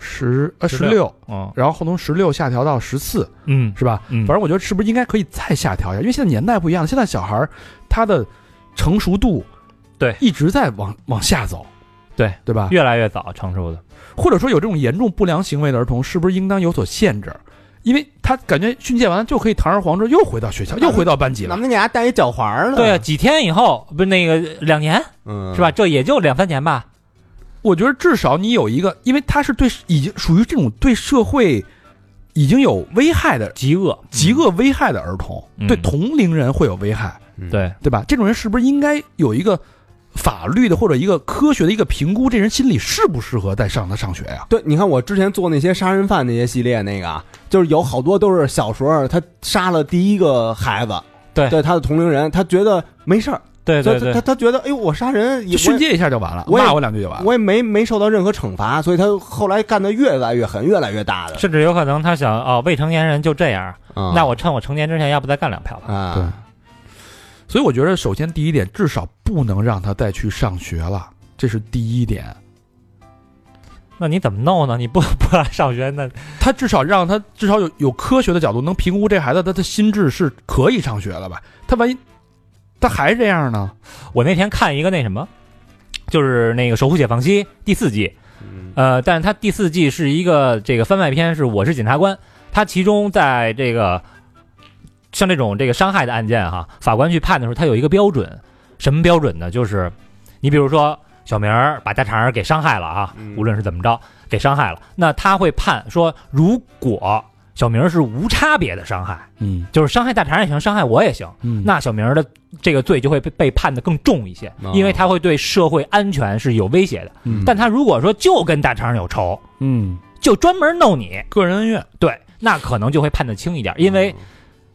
[SPEAKER 1] 十呃十六
[SPEAKER 3] 16，哦
[SPEAKER 1] 然后后从十六下调到十四，
[SPEAKER 3] 嗯
[SPEAKER 1] 是吧？
[SPEAKER 3] 嗯，
[SPEAKER 1] 反正我觉得是不是应该可以再下调一下？因为现在年代不一样了，现在小孩儿他的成熟度
[SPEAKER 3] 对
[SPEAKER 1] 一直在往往下走，
[SPEAKER 3] 对
[SPEAKER 1] 对吧？
[SPEAKER 3] 越来越早成熟的，
[SPEAKER 1] 或者说有这种严重不良行为的儿童，是不是应当有所限制？因为他感觉训诫完了就可以堂而皇之又回到学
[SPEAKER 3] 嗯
[SPEAKER 1] 校，又回到班级
[SPEAKER 2] 咱
[SPEAKER 1] 了。
[SPEAKER 2] 们给他带一脚环呢，
[SPEAKER 3] 对啊，几天以后不是那个两年
[SPEAKER 2] 嗯，
[SPEAKER 3] 是吧？？这也就两三年吧，
[SPEAKER 1] 我觉得至少你有一个，因为他是对已经属于这种对社会已经有危害的
[SPEAKER 3] 极恶，
[SPEAKER 1] 极恶危害的儿童，
[SPEAKER 3] 嗯
[SPEAKER 1] 对同龄人会有危害，
[SPEAKER 2] 嗯
[SPEAKER 3] 对，
[SPEAKER 1] 对吧？这种人是不是应该有一个法律的或者一个科学的一个评估，这人心里适不适合再上他上学呀、
[SPEAKER 2] 对，你看我之前做那些杀人犯那些系列，那个啊就是有好多都是小时候他杀了第一个孩子，
[SPEAKER 3] 对
[SPEAKER 2] 对他的同龄人，他觉得没事儿，
[SPEAKER 3] 对对
[SPEAKER 2] 他他
[SPEAKER 3] 对，
[SPEAKER 2] 他觉得，哎呦，我杀人也
[SPEAKER 1] 就训诫一下就完了，
[SPEAKER 2] 我也
[SPEAKER 1] 骂我两句就完了。
[SPEAKER 2] 我也没没受到任何惩罚，所以他后来干的越来越狠，越来越大的。
[SPEAKER 3] 甚至有可能他想哦，未成年人就这样，
[SPEAKER 2] 嗯
[SPEAKER 3] 那我趁我成年之前，要不再干两票吧？
[SPEAKER 2] 啊，
[SPEAKER 1] 对，所以我觉得，首先第一点，至少不能让他再去上学了，这是第一点。
[SPEAKER 3] 那你怎么弄呢？你不 不让上学，那
[SPEAKER 1] 他至少让他至少有有科学的角度能评估这孩子他的心智是可以上学了吧？他万一他还这样呢？
[SPEAKER 3] 我那天看一个那什么，就是那个《守护解放西》第四季，
[SPEAKER 2] 嗯
[SPEAKER 3] 呃，但是它第四季是一个这个番外篇，是我是检察官，它其中在这个像这种这个伤害的案件哈，法官去判的时候，他有一个标准，什么标准呢？就是你比如说小明儿把大肠儿给伤害了啊，
[SPEAKER 2] 嗯
[SPEAKER 3] 无论是怎么着给伤害了，那他会判说，如果小明儿是无差别的伤害，
[SPEAKER 1] 嗯
[SPEAKER 3] 就是伤害大肠也行，伤害我也行。
[SPEAKER 1] 嗯
[SPEAKER 3] 那小明儿的这个罪就会被被判的更重一些
[SPEAKER 2] 哦，
[SPEAKER 3] 因为他会对社会安全是有威胁的。
[SPEAKER 1] 嗯
[SPEAKER 3] 但他如果说就跟大肠有仇，
[SPEAKER 1] 嗯，
[SPEAKER 3] 就专门弄你，
[SPEAKER 1] 个人恩怨，
[SPEAKER 3] 对，那可能就会判的轻一点，因
[SPEAKER 1] 哦
[SPEAKER 3] 为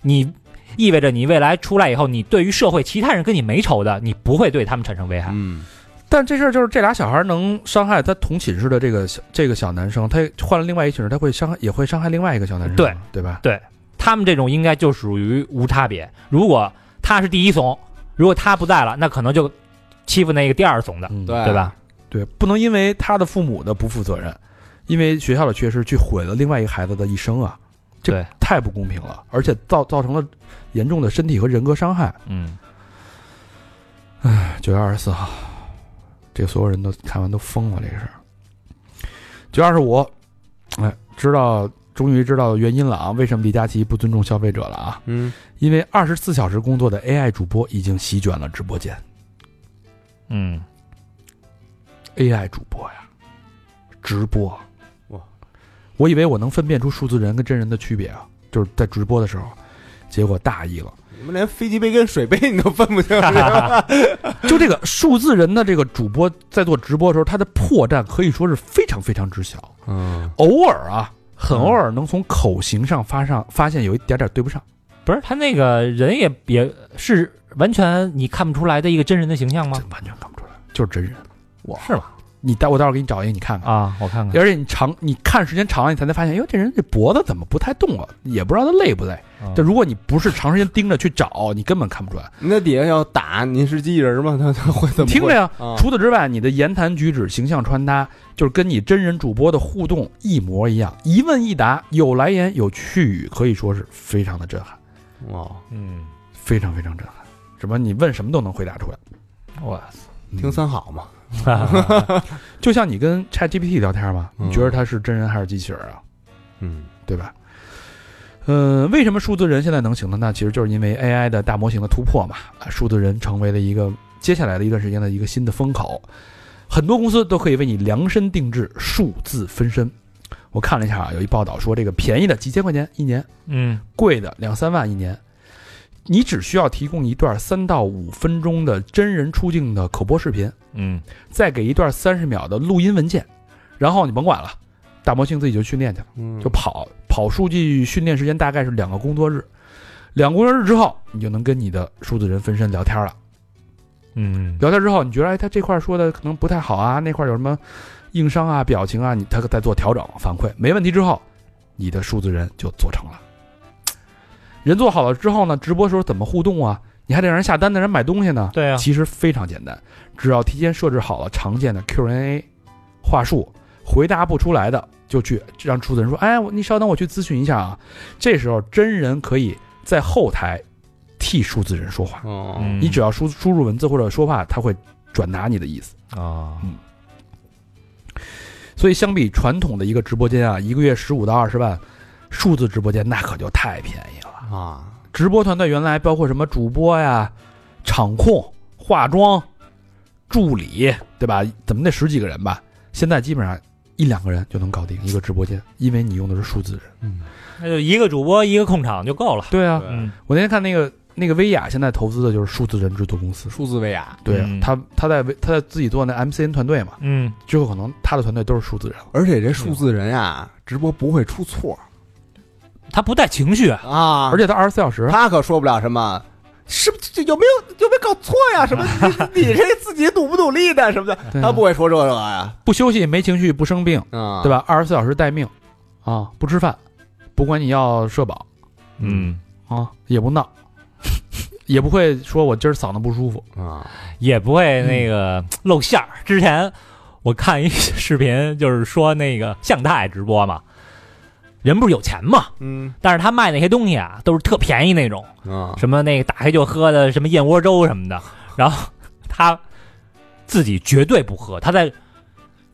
[SPEAKER 3] 你意味着你未来出来以后，你对于社会其他人跟你没仇的，你不会对他们产生危害。
[SPEAKER 2] 嗯
[SPEAKER 1] 但这事儿就是这俩小孩能伤害他同寝室的这个小这个小男生，他换了另外一寝室，他会伤害也会伤害另外一个小男生，
[SPEAKER 3] 对
[SPEAKER 1] 对吧？
[SPEAKER 3] 他们这种应该就属于无差别。如果他是第一怂，如果他不在了，那可能就欺负那个第二怂的，
[SPEAKER 1] 嗯
[SPEAKER 3] 对吧？
[SPEAKER 1] 对，不能因为他的父母的不负责任，因为学校的缺失去毁了另外一个孩子的一生啊，这
[SPEAKER 3] 对
[SPEAKER 1] 太不公平了，而且造造成了严重的身体和人格伤害。
[SPEAKER 3] 嗯，
[SPEAKER 1] 九月二十四号，这个所有人都看完都疯了，这个事儿。九月二十五，哎，知道终于知道原因了啊，为什么李佳琦不尊重消费者了啊？
[SPEAKER 2] 嗯，
[SPEAKER 1] 因为二十四小时工作的 AI 主播已经席卷了直播间
[SPEAKER 3] 嗯，
[SPEAKER 1] ，AI 主播呀，直播
[SPEAKER 2] 哇！
[SPEAKER 1] 我以为我能分辨出数字人跟真人的区别啊，就是在直播的时候，结果大意了。
[SPEAKER 2] 你们连飞机杯跟水杯你都分不 清，是吧
[SPEAKER 1] 就这个数字人的这个主播在做直播的时候，他的破绽可以说是非常非常之小。
[SPEAKER 2] 嗯，
[SPEAKER 1] 偶尔啊，很偶尔能从口型上发上发现有一点点对不上。
[SPEAKER 3] 不是他那个人也也是完全你看不出来的一个真人的形象吗
[SPEAKER 1] 真？完全看不出来，就是真人。
[SPEAKER 2] 哇，
[SPEAKER 3] 是吗？
[SPEAKER 1] 你待我待会儿给你找一个，你看看。
[SPEAKER 3] 啊，我
[SPEAKER 2] 嗯
[SPEAKER 3] 看看
[SPEAKER 1] 而且你长，你看时间长了，你才能发现，哎呦，这人这脖子怎么不太动啊？也不知道他累不累。
[SPEAKER 2] 嗯
[SPEAKER 3] 啊
[SPEAKER 1] 但如果你不是长时间盯着去找，你根本看不出来。
[SPEAKER 2] 那底下要打，您是机器人吗？他他会怎么会？
[SPEAKER 1] 听着呀，
[SPEAKER 2] 啊
[SPEAKER 1] 除此之外，你的言谈举止、形象穿搭，就是跟你真人主播的互动一模一样，一问一答，有来言有去语，可以说是非常的震撼，
[SPEAKER 2] 哇，
[SPEAKER 3] 嗯，
[SPEAKER 1] 非常非常震撼。什么？你问什么都能回答出来。
[SPEAKER 3] 我
[SPEAKER 2] 听三好嘛，
[SPEAKER 1] 就像你跟 ChatGPT 聊天嘛，
[SPEAKER 2] 嗯
[SPEAKER 1] 你觉得他是真人还是机器人啊？
[SPEAKER 2] 嗯
[SPEAKER 1] 对吧？呃，为什么数字人现在能行呢？那其实就是因为 AI 的大模型的突破嘛，啊数字人成为了一个接下来的一段时间的一个新的风口，很多公司都可以为你量身定制数字分身。我看了一下啊，有一报道说，这个便宜的几千块钱一年，
[SPEAKER 3] 嗯
[SPEAKER 1] 贵的两三万一年，你只需要提供一段三到五分钟的真人出镜的口播视频，
[SPEAKER 3] 嗯
[SPEAKER 1] 再给一段三十秒的录音文件，然后你甭管了，大模型自己就训练去了，
[SPEAKER 2] 嗯
[SPEAKER 1] 就跑跑数据训练时间大概是两个工作日，两个工作日之后，你就能跟你的数字人分身聊天了。
[SPEAKER 3] 嗯，
[SPEAKER 1] 聊天之后，你觉得哎，他这块说的可能不太好啊，那块有什么硬伤啊、表情啊，你他在做调整反馈，没问题之后，你的数字人就做成了。人做好了之后呢，直播时候怎么互动啊？你还得让人下单，让人买东西呢。
[SPEAKER 3] 对啊，
[SPEAKER 1] 其实非常简单，只要提前设置好了常见的 Q&A 话术，回答不出来的就去让出资人说：“哎，我你稍等，我去咨询一下啊。”这时候真人可以在后台替数字人说话，
[SPEAKER 2] 哦
[SPEAKER 3] 嗯
[SPEAKER 1] 你只要输输入文字或者说话，他会转达你的意思。
[SPEAKER 3] 啊
[SPEAKER 1] 所以相比传统的一个直播间啊，一个月十五到二十万，数字直播间那可就太便宜了。
[SPEAKER 2] 啊，
[SPEAKER 1] 直播团队原来包括什么主播呀、场控、化妆、助理，对吧？怎么得十几个人吧？现在基本上一两个人就能搞定一个直播间，因为你用的是数字人。
[SPEAKER 2] 嗯，
[SPEAKER 3] 那就一个主播一个控场就够了。
[SPEAKER 1] 对啊
[SPEAKER 2] 对
[SPEAKER 3] 嗯
[SPEAKER 1] 我那天看那个那个薇娅现在投资的就是数字人制作公司。
[SPEAKER 2] 数字维亚，
[SPEAKER 1] 对啊
[SPEAKER 3] 嗯，
[SPEAKER 1] 他他在他在自己做那 MCN 团队嘛，
[SPEAKER 3] 嗯，
[SPEAKER 1] 之后可能他的团队都是数字人了。
[SPEAKER 2] 而且这数字人呀，直播不会出错
[SPEAKER 3] 他不带情绪啊，
[SPEAKER 2] 啊，
[SPEAKER 1] 而且他二十四小时，
[SPEAKER 2] 他可说不了什么。是不是这有没有有没有搞错呀？什么你你这自己努不努力的什么的，
[SPEAKER 1] 对啊
[SPEAKER 2] 他不会说这个呀，
[SPEAKER 1] 不休息、没情绪、不生病，
[SPEAKER 2] 啊，
[SPEAKER 1] 对
[SPEAKER 2] 吧？
[SPEAKER 1] 吧？二十四小时待命，啊，不吃饭，不管你要社保
[SPEAKER 3] 嗯，
[SPEAKER 1] 啊，也不闹， 也不会说我今儿嗓子不舒服。
[SPEAKER 2] 啊，
[SPEAKER 3] 也不会那个露馅儿。之前我看一视频， 就是说那个向太直播嘛，人不是有钱嘛，
[SPEAKER 2] 嗯
[SPEAKER 3] 但是他卖那些东西啊，都是特便宜那种，
[SPEAKER 2] 啊，
[SPEAKER 3] 什么那个打开就喝的什么燕窝粥什么的，然后 他自己绝对不喝，他在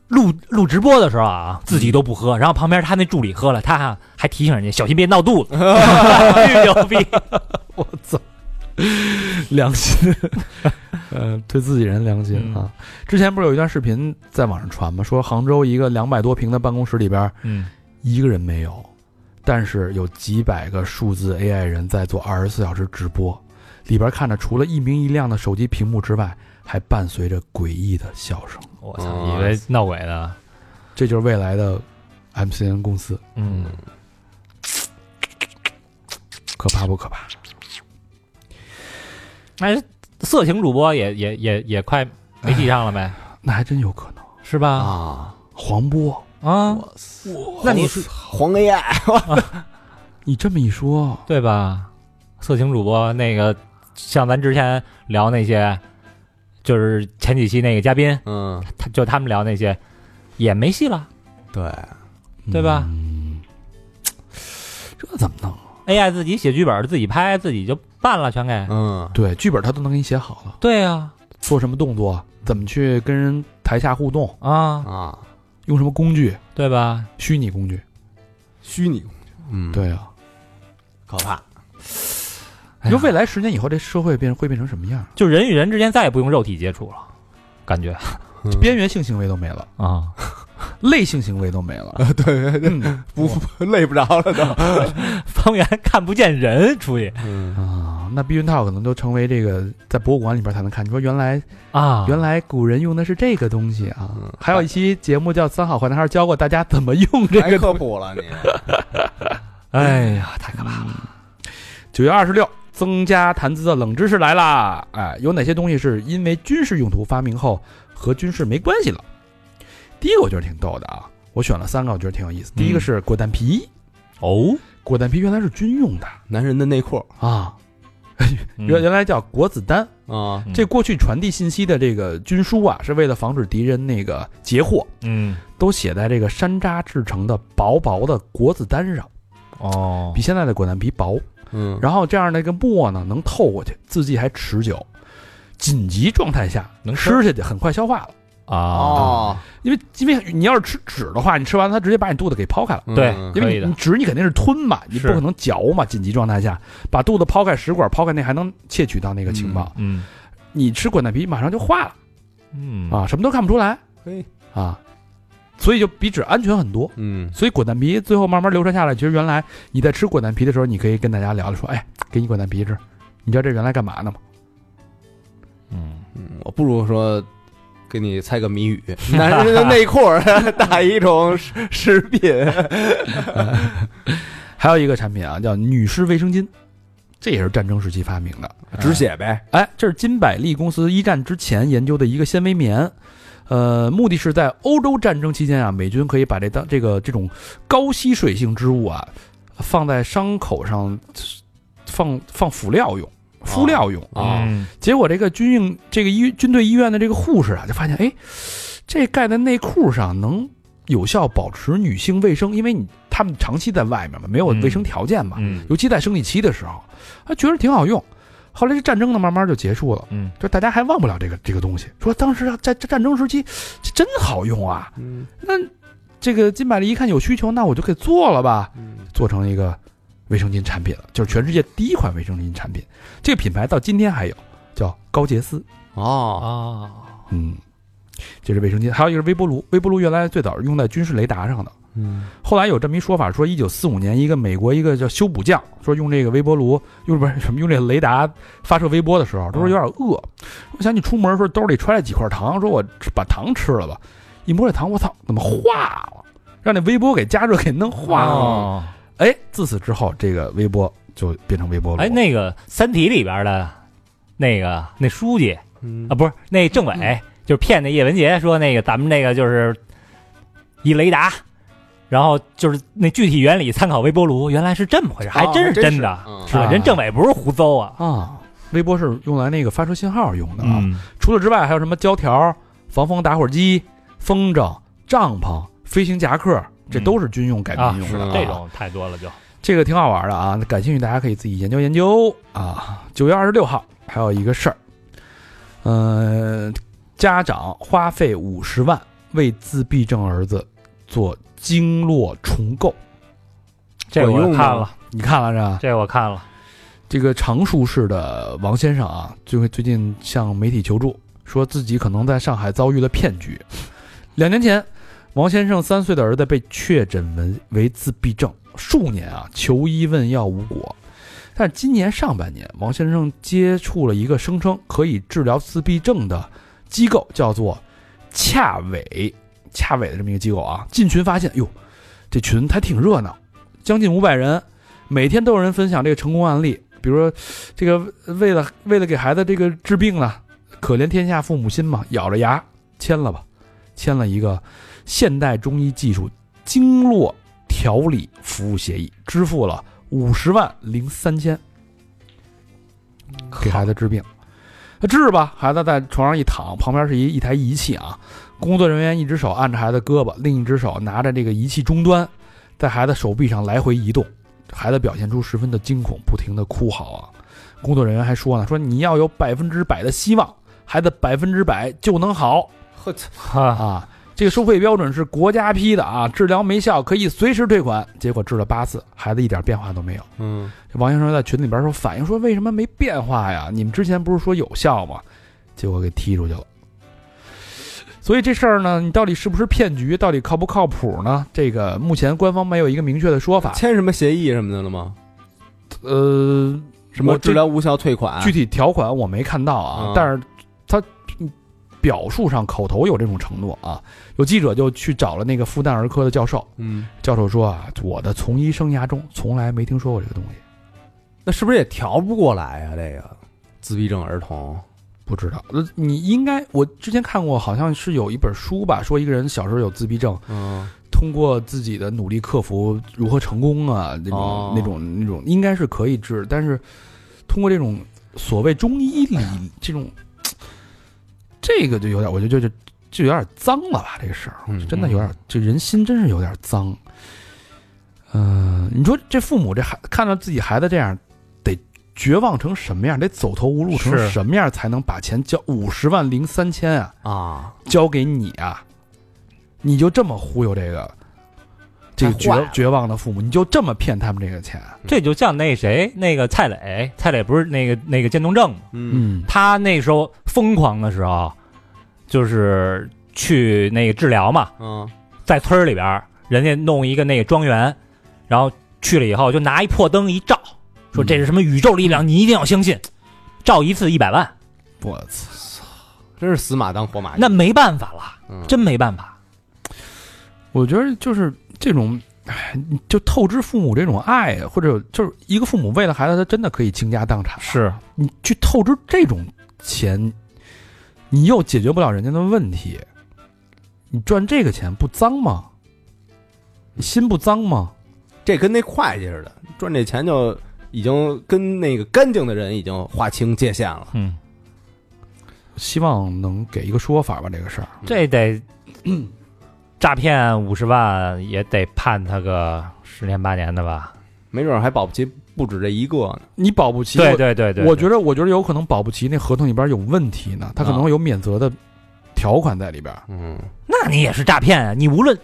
[SPEAKER 3] 录录直播的时候啊，自己都不喝，然后旁边他那助理喝了，他还还提醒人家小心别闹肚 子，巨牛 逼，嗯
[SPEAKER 1] 我操，良心， 呃，对自己人良心啊！之前不是有一段视频在网上传吗？说杭州一个两百多平的办公室里边，
[SPEAKER 3] 嗯，
[SPEAKER 1] 一个人没有，但是有几百个数字 AI 人在做二十四小时直播，里边看着除了一明一亮的手机屏幕之外，还伴随着诡异的笑声。
[SPEAKER 3] 我操，以为闹鬼呢，
[SPEAKER 1] 这就是未来的 MCN 公司，
[SPEAKER 3] 嗯，
[SPEAKER 1] 可怕不可怕？
[SPEAKER 3] 哎，色情主播也也也也快没戏上了呗，
[SPEAKER 1] 那还真有可能。
[SPEAKER 3] 哎是吧？
[SPEAKER 2] 啊，
[SPEAKER 1] 黄波，
[SPEAKER 3] 啊，那你
[SPEAKER 2] 黄 AI
[SPEAKER 1] 你这么一说，
[SPEAKER 3] 对吧？色情主播那个，像咱之前聊那些，就是前几期那个嘉宾，
[SPEAKER 2] 嗯，
[SPEAKER 3] 他就他们聊那些，也没戏了。
[SPEAKER 2] 对，
[SPEAKER 3] 对吧
[SPEAKER 1] 嗯，这怎么弄？啊
[SPEAKER 3] AI 自己写剧本，自己拍，自己就办了，全给。
[SPEAKER 2] 嗯，
[SPEAKER 1] 对，剧本他都能给你写好了，
[SPEAKER 3] 对啊呀、
[SPEAKER 1] 做什么动作，怎么去跟人台下互动，
[SPEAKER 3] 啊，
[SPEAKER 2] 啊，
[SPEAKER 1] 用什么工具，
[SPEAKER 3] 对吧？
[SPEAKER 1] 虚拟工具。
[SPEAKER 2] 虚拟，嗯，，
[SPEAKER 1] 对啊，
[SPEAKER 2] 可怕，
[SPEAKER 1] 你说未来十年以后这社会变会变成什么样？
[SPEAKER 3] 就人与人之间再也不用肉体接触了，感觉
[SPEAKER 2] 嗯
[SPEAKER 1] 边缘性行为都没了，
[SPEAKER 3] 啊，
[SPEAKER 1] 类性行为都没了。
[SPEAKER 2] 对，
[SPEAKER 1] 嗯
[SPEAKER 2] 不不累不着了都，
[SPEAKER 3] 方圆看不见人出去
[SPEAKER 2] 嗯
[SPEAKER 1] 啊，那避孕套可能都成为这个在博物馆里边才能看。你说原来
[SPEAKER 3] 啊，
[SPEAKER 1] 原来古人用的是这个东西啊
[SPEAKER 2] 嗯！
[SPEAKER 1] 还有一期节目叫《三好坏男孩》，教过大家怎么用这
[SPEAKER 2] 太
[SPEAKER 1] 个。
[SPEAKER 2] 科普了你，
[SPEAKER 3] 哎呀，太可怕了。
[SPEAKER 1] 九月二十六，增加谈资的冷知识来啦！哎，有哪些东西是因为军事用途发明后和军事没关系了？第一个我觉得挺逗的啊，我选了三个，我觉得挺有意
[SPEAKER 3] 嗯
[SPEAKER 1] 思。第一个是果断皮，
[SPEAKER 3] 哦，
[SPEAKER 1] 果断皮原来是军用的
[SPEAKER 2] 男人的内裤
[SPEAKER 1] 啊，
[SPEAKER 3] 嗯
[SPEAKER 1] 原原来叫果子丹。
[SPEAKER 2] 啊，
[SPEAKER 1] 这过去传递信息的这个军书啊，是为了防止敌人那个截获，
[SPEAKER 3] 嗯
[SPEAKER 1] 都写在这个山楂制成的薄薄的果子丹上，
[SPEAKER 3] 哦
[SPEAKER 1] 比现在的果丹皮薄。
[SPEAKER 2] 嗯，
[SPEAKER 1] 然后这样那个沫呢能透过去，字迹还持久。紧急状态下
[SPEAKER 3] 能吃
[SPEAKER 1] 吃下去，很快消化了。
[SPEAKER 3] 啊，
[SPEAKER 2] 哦，
[SPEAKER 1] 因为因为你要是吃纸的话，你吃完它直接把你肚子给剖开了。
[SPEAKER 2] 嗯
[SPEAKER 3] 对
[SPEAKER 1] 因
[SPEAKER 3] 可以
[SPEAKER 1] 为你
[SPEAKER 3] 的
[SPEAKER 1] 你纸你肯定是吞嘛，你
[SPEAKER 3] 是
[SPEAKER 1] 不可能嚼嘛。紧急状态下把肚子剖开，食管剖开，那还能窃取到那个情报。
[SPEAKER 3] 嗯
[SPEAKER 1] 你吃滚蛋皮马上就化了
[SPEAKER 3] 嗯
[SPEAKER 1] 啊，什么都看不出来
[SPEAKER 2] 嘿，
[SPEAKER 1] 啊，所以就比纸安全很多。
[SPEAKER 2] 嗯，
[SPEAKER 1] 所以果蛋皮最后慢慢流传下来，其实原来你在吃果蛋皮的时候，你可以跟大家聊聊说，哎，给你果蛋皮吃，你知道这原来干嘛呢吗？
[SPEAKER 3] 嗯，
[SPEAKER 2] 嗯我不如说给你猜个 谜语，男人的内裤儿 打一种食食品，
[SPEAKER 1] 还有一个产品啊，叫女士卫生巾，这也是战争时期发明的。
[SPEAKER 2] 止血呗，
[SPEAKER 1] 哎，这是金百利公司一战之前研究的一个纤维棉，呃，目的是在欧洲战争期间啊，美军可以把这当这个这种高吸水性织物啊，放在伤口上放放辅料用、敷料用
[SPEAKER 2] 啊
[SPEAKER 3] 嗯
[SPEAKER 1] 结果这个军用这个医军队医院的这个护士啊，就发现，哎，这盖在内裤上能有效保持女性卫生，因为你他们长期在外面嘛，没有
[SPEAKER 3] 嗯
[SPEAKER 1] 卫生条件嘛，
[SPEAKER 3] 嗯
[SPEAKER 1] 尤其在生理期的时候，啊，觉得挺好用。后来这战争呢，慢慢就结束了，
[SPEAKER 3] 嗯
[SPEAKER 1] 就大家还忘不了这个这个东西，说当时啊，在在战争时期，这真好用啊。
[SPEAKER 2] 嗯
[SPEAKER 1] 那这个金百利一看有需求，那我就给做了吧。
[SPEAKER 2] 嗯
[SPEAKER 1] 做成一个卫生巾产品了，就是全世界第一款卫生巾产品。这个品牌到今天还有，叫高洁丝。
[SPEAKER 2] 哦，
[SPEAKER 3] 啊
[SPEAKER 1] 嗯，这是卫生巾，还有一个是微波炉。微波炉原来最早是用在军事雷达上的，
[SPEAKER 2] 嗯
[SPEAKER 1] 后来有这么一说法，说一九四五年一个美国一个叫修补匠，说用这个微波炉，用不是什么用这个雷达发射微波的时候，他说有点饿，我想起出门的时候兜里揣了几块糖，说我吃把糖吃了吧，一摸这糖，我操，怎么化了？让那微波给加热给弄化了。
[SPEAKER 3] 哦，
[SPEAKER 1] 哎，自此之后，这个微波就变成微波炉。
[SPEAKER 3] 哎，那个《三体》里边的那个那书记
[SPEAKER 2] 嗯
[SPEAKER 3] 啊，不是那政委，就是骗那叶文洁说那个咱们那个就是一雷达，然后就是那具体原理参考微波炉，原来是这么回事，还
[SPEAKER 2] 哦
[SPEAKER 3] 真
[SPEAKER 2] 还
[SPEAKER 3] 是
[SPEAKER 2] 真
[SPEAKER 3] 真
[SPEAKER 2] 是
[SPEAKER 3] 的，
[SPEAKER 2] 嗯
[SPEAKER 3] 吧
[SPEAKER 1] 啊
[SPEAKER 3] 人政委不是胡诌啊，
[SPEAKER 1] 啊，微波是用来那个发射信号用的啊。，
[SPEAKER 2] 嗯
[SPEAKER 1] 除此之外，还有什么胶条、防风打火机、风筝、帐篷、飞行夹克，这
[SPEAKER 3] 嗯
[SPEAKER 1] 都是军用改
[SPEAKER 3] 啊
[SPEAKER 1] 民用
[SPEAKER 2] 是
[SPEAKER 1] 的、
[SPEAKER 2] 的
[SPEAKER 3] 这种太多了就，
[SPEAKER 1] 这个挺好玩的啊，感兴趣大家可以自己研究研究啊。九月二十六号还有一个事儿，呃，家长花费五十万为自闭症儿子做经络重构，
[SPEAKER 3] 这
[SPEAKER 2] 管
[SPEAKER 3] 我
[SPEAKER 2] 用吗啊
[SPEAKER 3] 看了，
[SPEAKER 1] 你看了是吧？
[SPEAKER 3] 这我看了，
[SPEAKER 1] 这个常熟市的王先生啊，最最近向媒体求助，说自己可能在上海遭遇了骗局。两年前，王先生三岁的儿子被确诊为为自闭症，数年啊求医问药无果。但今年上半年，王先生接触了一个声称可以治疗自闭症的机构，叫做恰伟恰伟的这么一个机构啊。进群发现，哟，这群还挺热闹，将近五百人，每天都有人分享这个成功案例，比如说这个呃为了为了给孩子这个治病呢，可怜天下父母心嘛，咬着牙签了吧，签了一个现代中医技术经络调理服务协议，支付了五十万零三千给孩子治病。那治吧，孩子在床上一躺，旁边是一一台仪器啊，工作人员一只手按着孩子胳膊，另一只手拿着这个仪器终端，在孩子手臂上来回移动。孩子表现出十分的惊恐，不停的哭嚎啊。工作人员还说呢，说你要有百分之百的希望，孩子百分之百就能好
[SPEAKER 2] 呵，操
[SPEAKER 3] 哈，
[SPEAKER 1] 啊。这个收费标准是国家批的啊，治疗没效可以随时退款。结果治了八次，孩子一点变化都没有。
[SPEAKER 2] 嗯，
[SPEAKER 1] 这王先生在群里边说反映说为什么没变化呀？你们之前不是说有效吗？结果给踢出去了。所以这事儿呢，你到底是不是骗局，到底靠不靠谱呢？这个目前官方没有一个明确的说法。
[SPEAKER 2] 签什么协议什么的了吗？
[SPEAKER 1] 呃，
[SPEAKER 2] 什么
[SPEAKER 1] 我这
[SPEAKER 2] 治疗无效退款？
[SPEAKER 1] 具体条款我没看到啊，
[SPEAKER 2] 嗯
[SPEAKER 1] 但是他表述上口头有这种承诺啊。有记者就去找了那个复旦儿科的教授，
[SPEAKER 2] 嗯，
[SPEAKER 1] 教授说啊，我的从医生涯中从来没听说过这个东西，
[SPEAKER 2] 那是不是也调不过来呀、这个自闭症儿童，
[SPEAKER 1] 不知道。呃，你应该我之前看过，好像是有一本书吧，说一个人小时候有自闭症，
[SPEAKER 2] 嗯，
[SPEAKER 1] 通过自己的努力克服如何成功啊，那种、
[SPEAKER 2] 哦
[SPEAKER 1] 那种那种应该是可以治，但是通过这种所谓中医理这种，这个就有点，我觉得就就就有点脏了吧，这个事儿
[SPEAKER 2] 嗯
[SPEAKER 1] 真的有点，这人心真是有点脏。嗯、你说这父母这孩看到自己孩子这样，得绝望成什么样？得走投无路成
[SPEAKER 3] 是
[SPEAKER 1] 什么样才能把钱交五十万零三千啊？
[SPEAKER 2] 啊，
[SPEAKER 1] 交给你啊，你就这么忽悠这个这个
[SPEAKER 2] 太
[SPEAKER 1] 绝
[SPEAKER 2] 坏了
[SPEAKER 1] 绝望的父母，你就这么骗他们这个钱？啊
[SPEAKER 3] 这就像那谁那个蔡磊，蔡磊不是那个那个渐冻症吗？
[SPEAKER 2] 嗯
[SPEAKER 1] 嗯
[SPEAKER 3] 他那时候疯狂的时候，就是去那个治疗嘛，
[SPEAKER 2] 嗯
[SPEAKER 3] 在村儿里边儿，人家弄一个那个庄园，然后去了以后就拿一破灯一照，说这是什么宇宙力
[SPEAKER 1] 嗯
[SPEAKER 3] 量，你一定要相信。照一次一百万，
[SPEAKER 1] 我操！
[SPEAKER 2] 真是死马当活
[SPEAKER 1] 哎
[SPEAKER 2] 马医。
[SPEAKER 3] 那没办法了，
[SPEAKER 2] 嗯
[SPEAKER 3] 真没办法。
[SPEAKER 1] 我觉得就是这种，哎，你就透支父母这种爱，或者就是一个父母为了孩子，他真的可以倾家荡产。
[SPEAKER 3] 是，
[SPEAKER 1] 你去透支这种钱，你又解决不了人家的问题，你赚这个钱不脏吗？你心不脏吗？
[SPEAKER 2] 这跟那会计似的，赚这钱就已经跟那个干净的人已经划清界限了。
[SPEAKER 3] 嗯，
[SPEAKER 1] 希望能给一个说法吧，这个事儿。
[SPEAKER 3] 嗯这得、 诈骗五十万也得判他个十年八年的吧？
[SPEAKER 2] 没准还保不齐不止这一个呢。
[SPEAKER 1] 你保不齐，
[SPEAKER 3] 对对对对，
[SPEAKER 1] 我觉得，我觉得有可能保不齐那合同里边有问题呢，他可能
[SPEAKER 2] 啊
[SPEAKER 1] 有免责的条款在里边，
[SPEAKER 2] 嗯，
[SPEAKER 3] 那你也是诈骗啊！你无论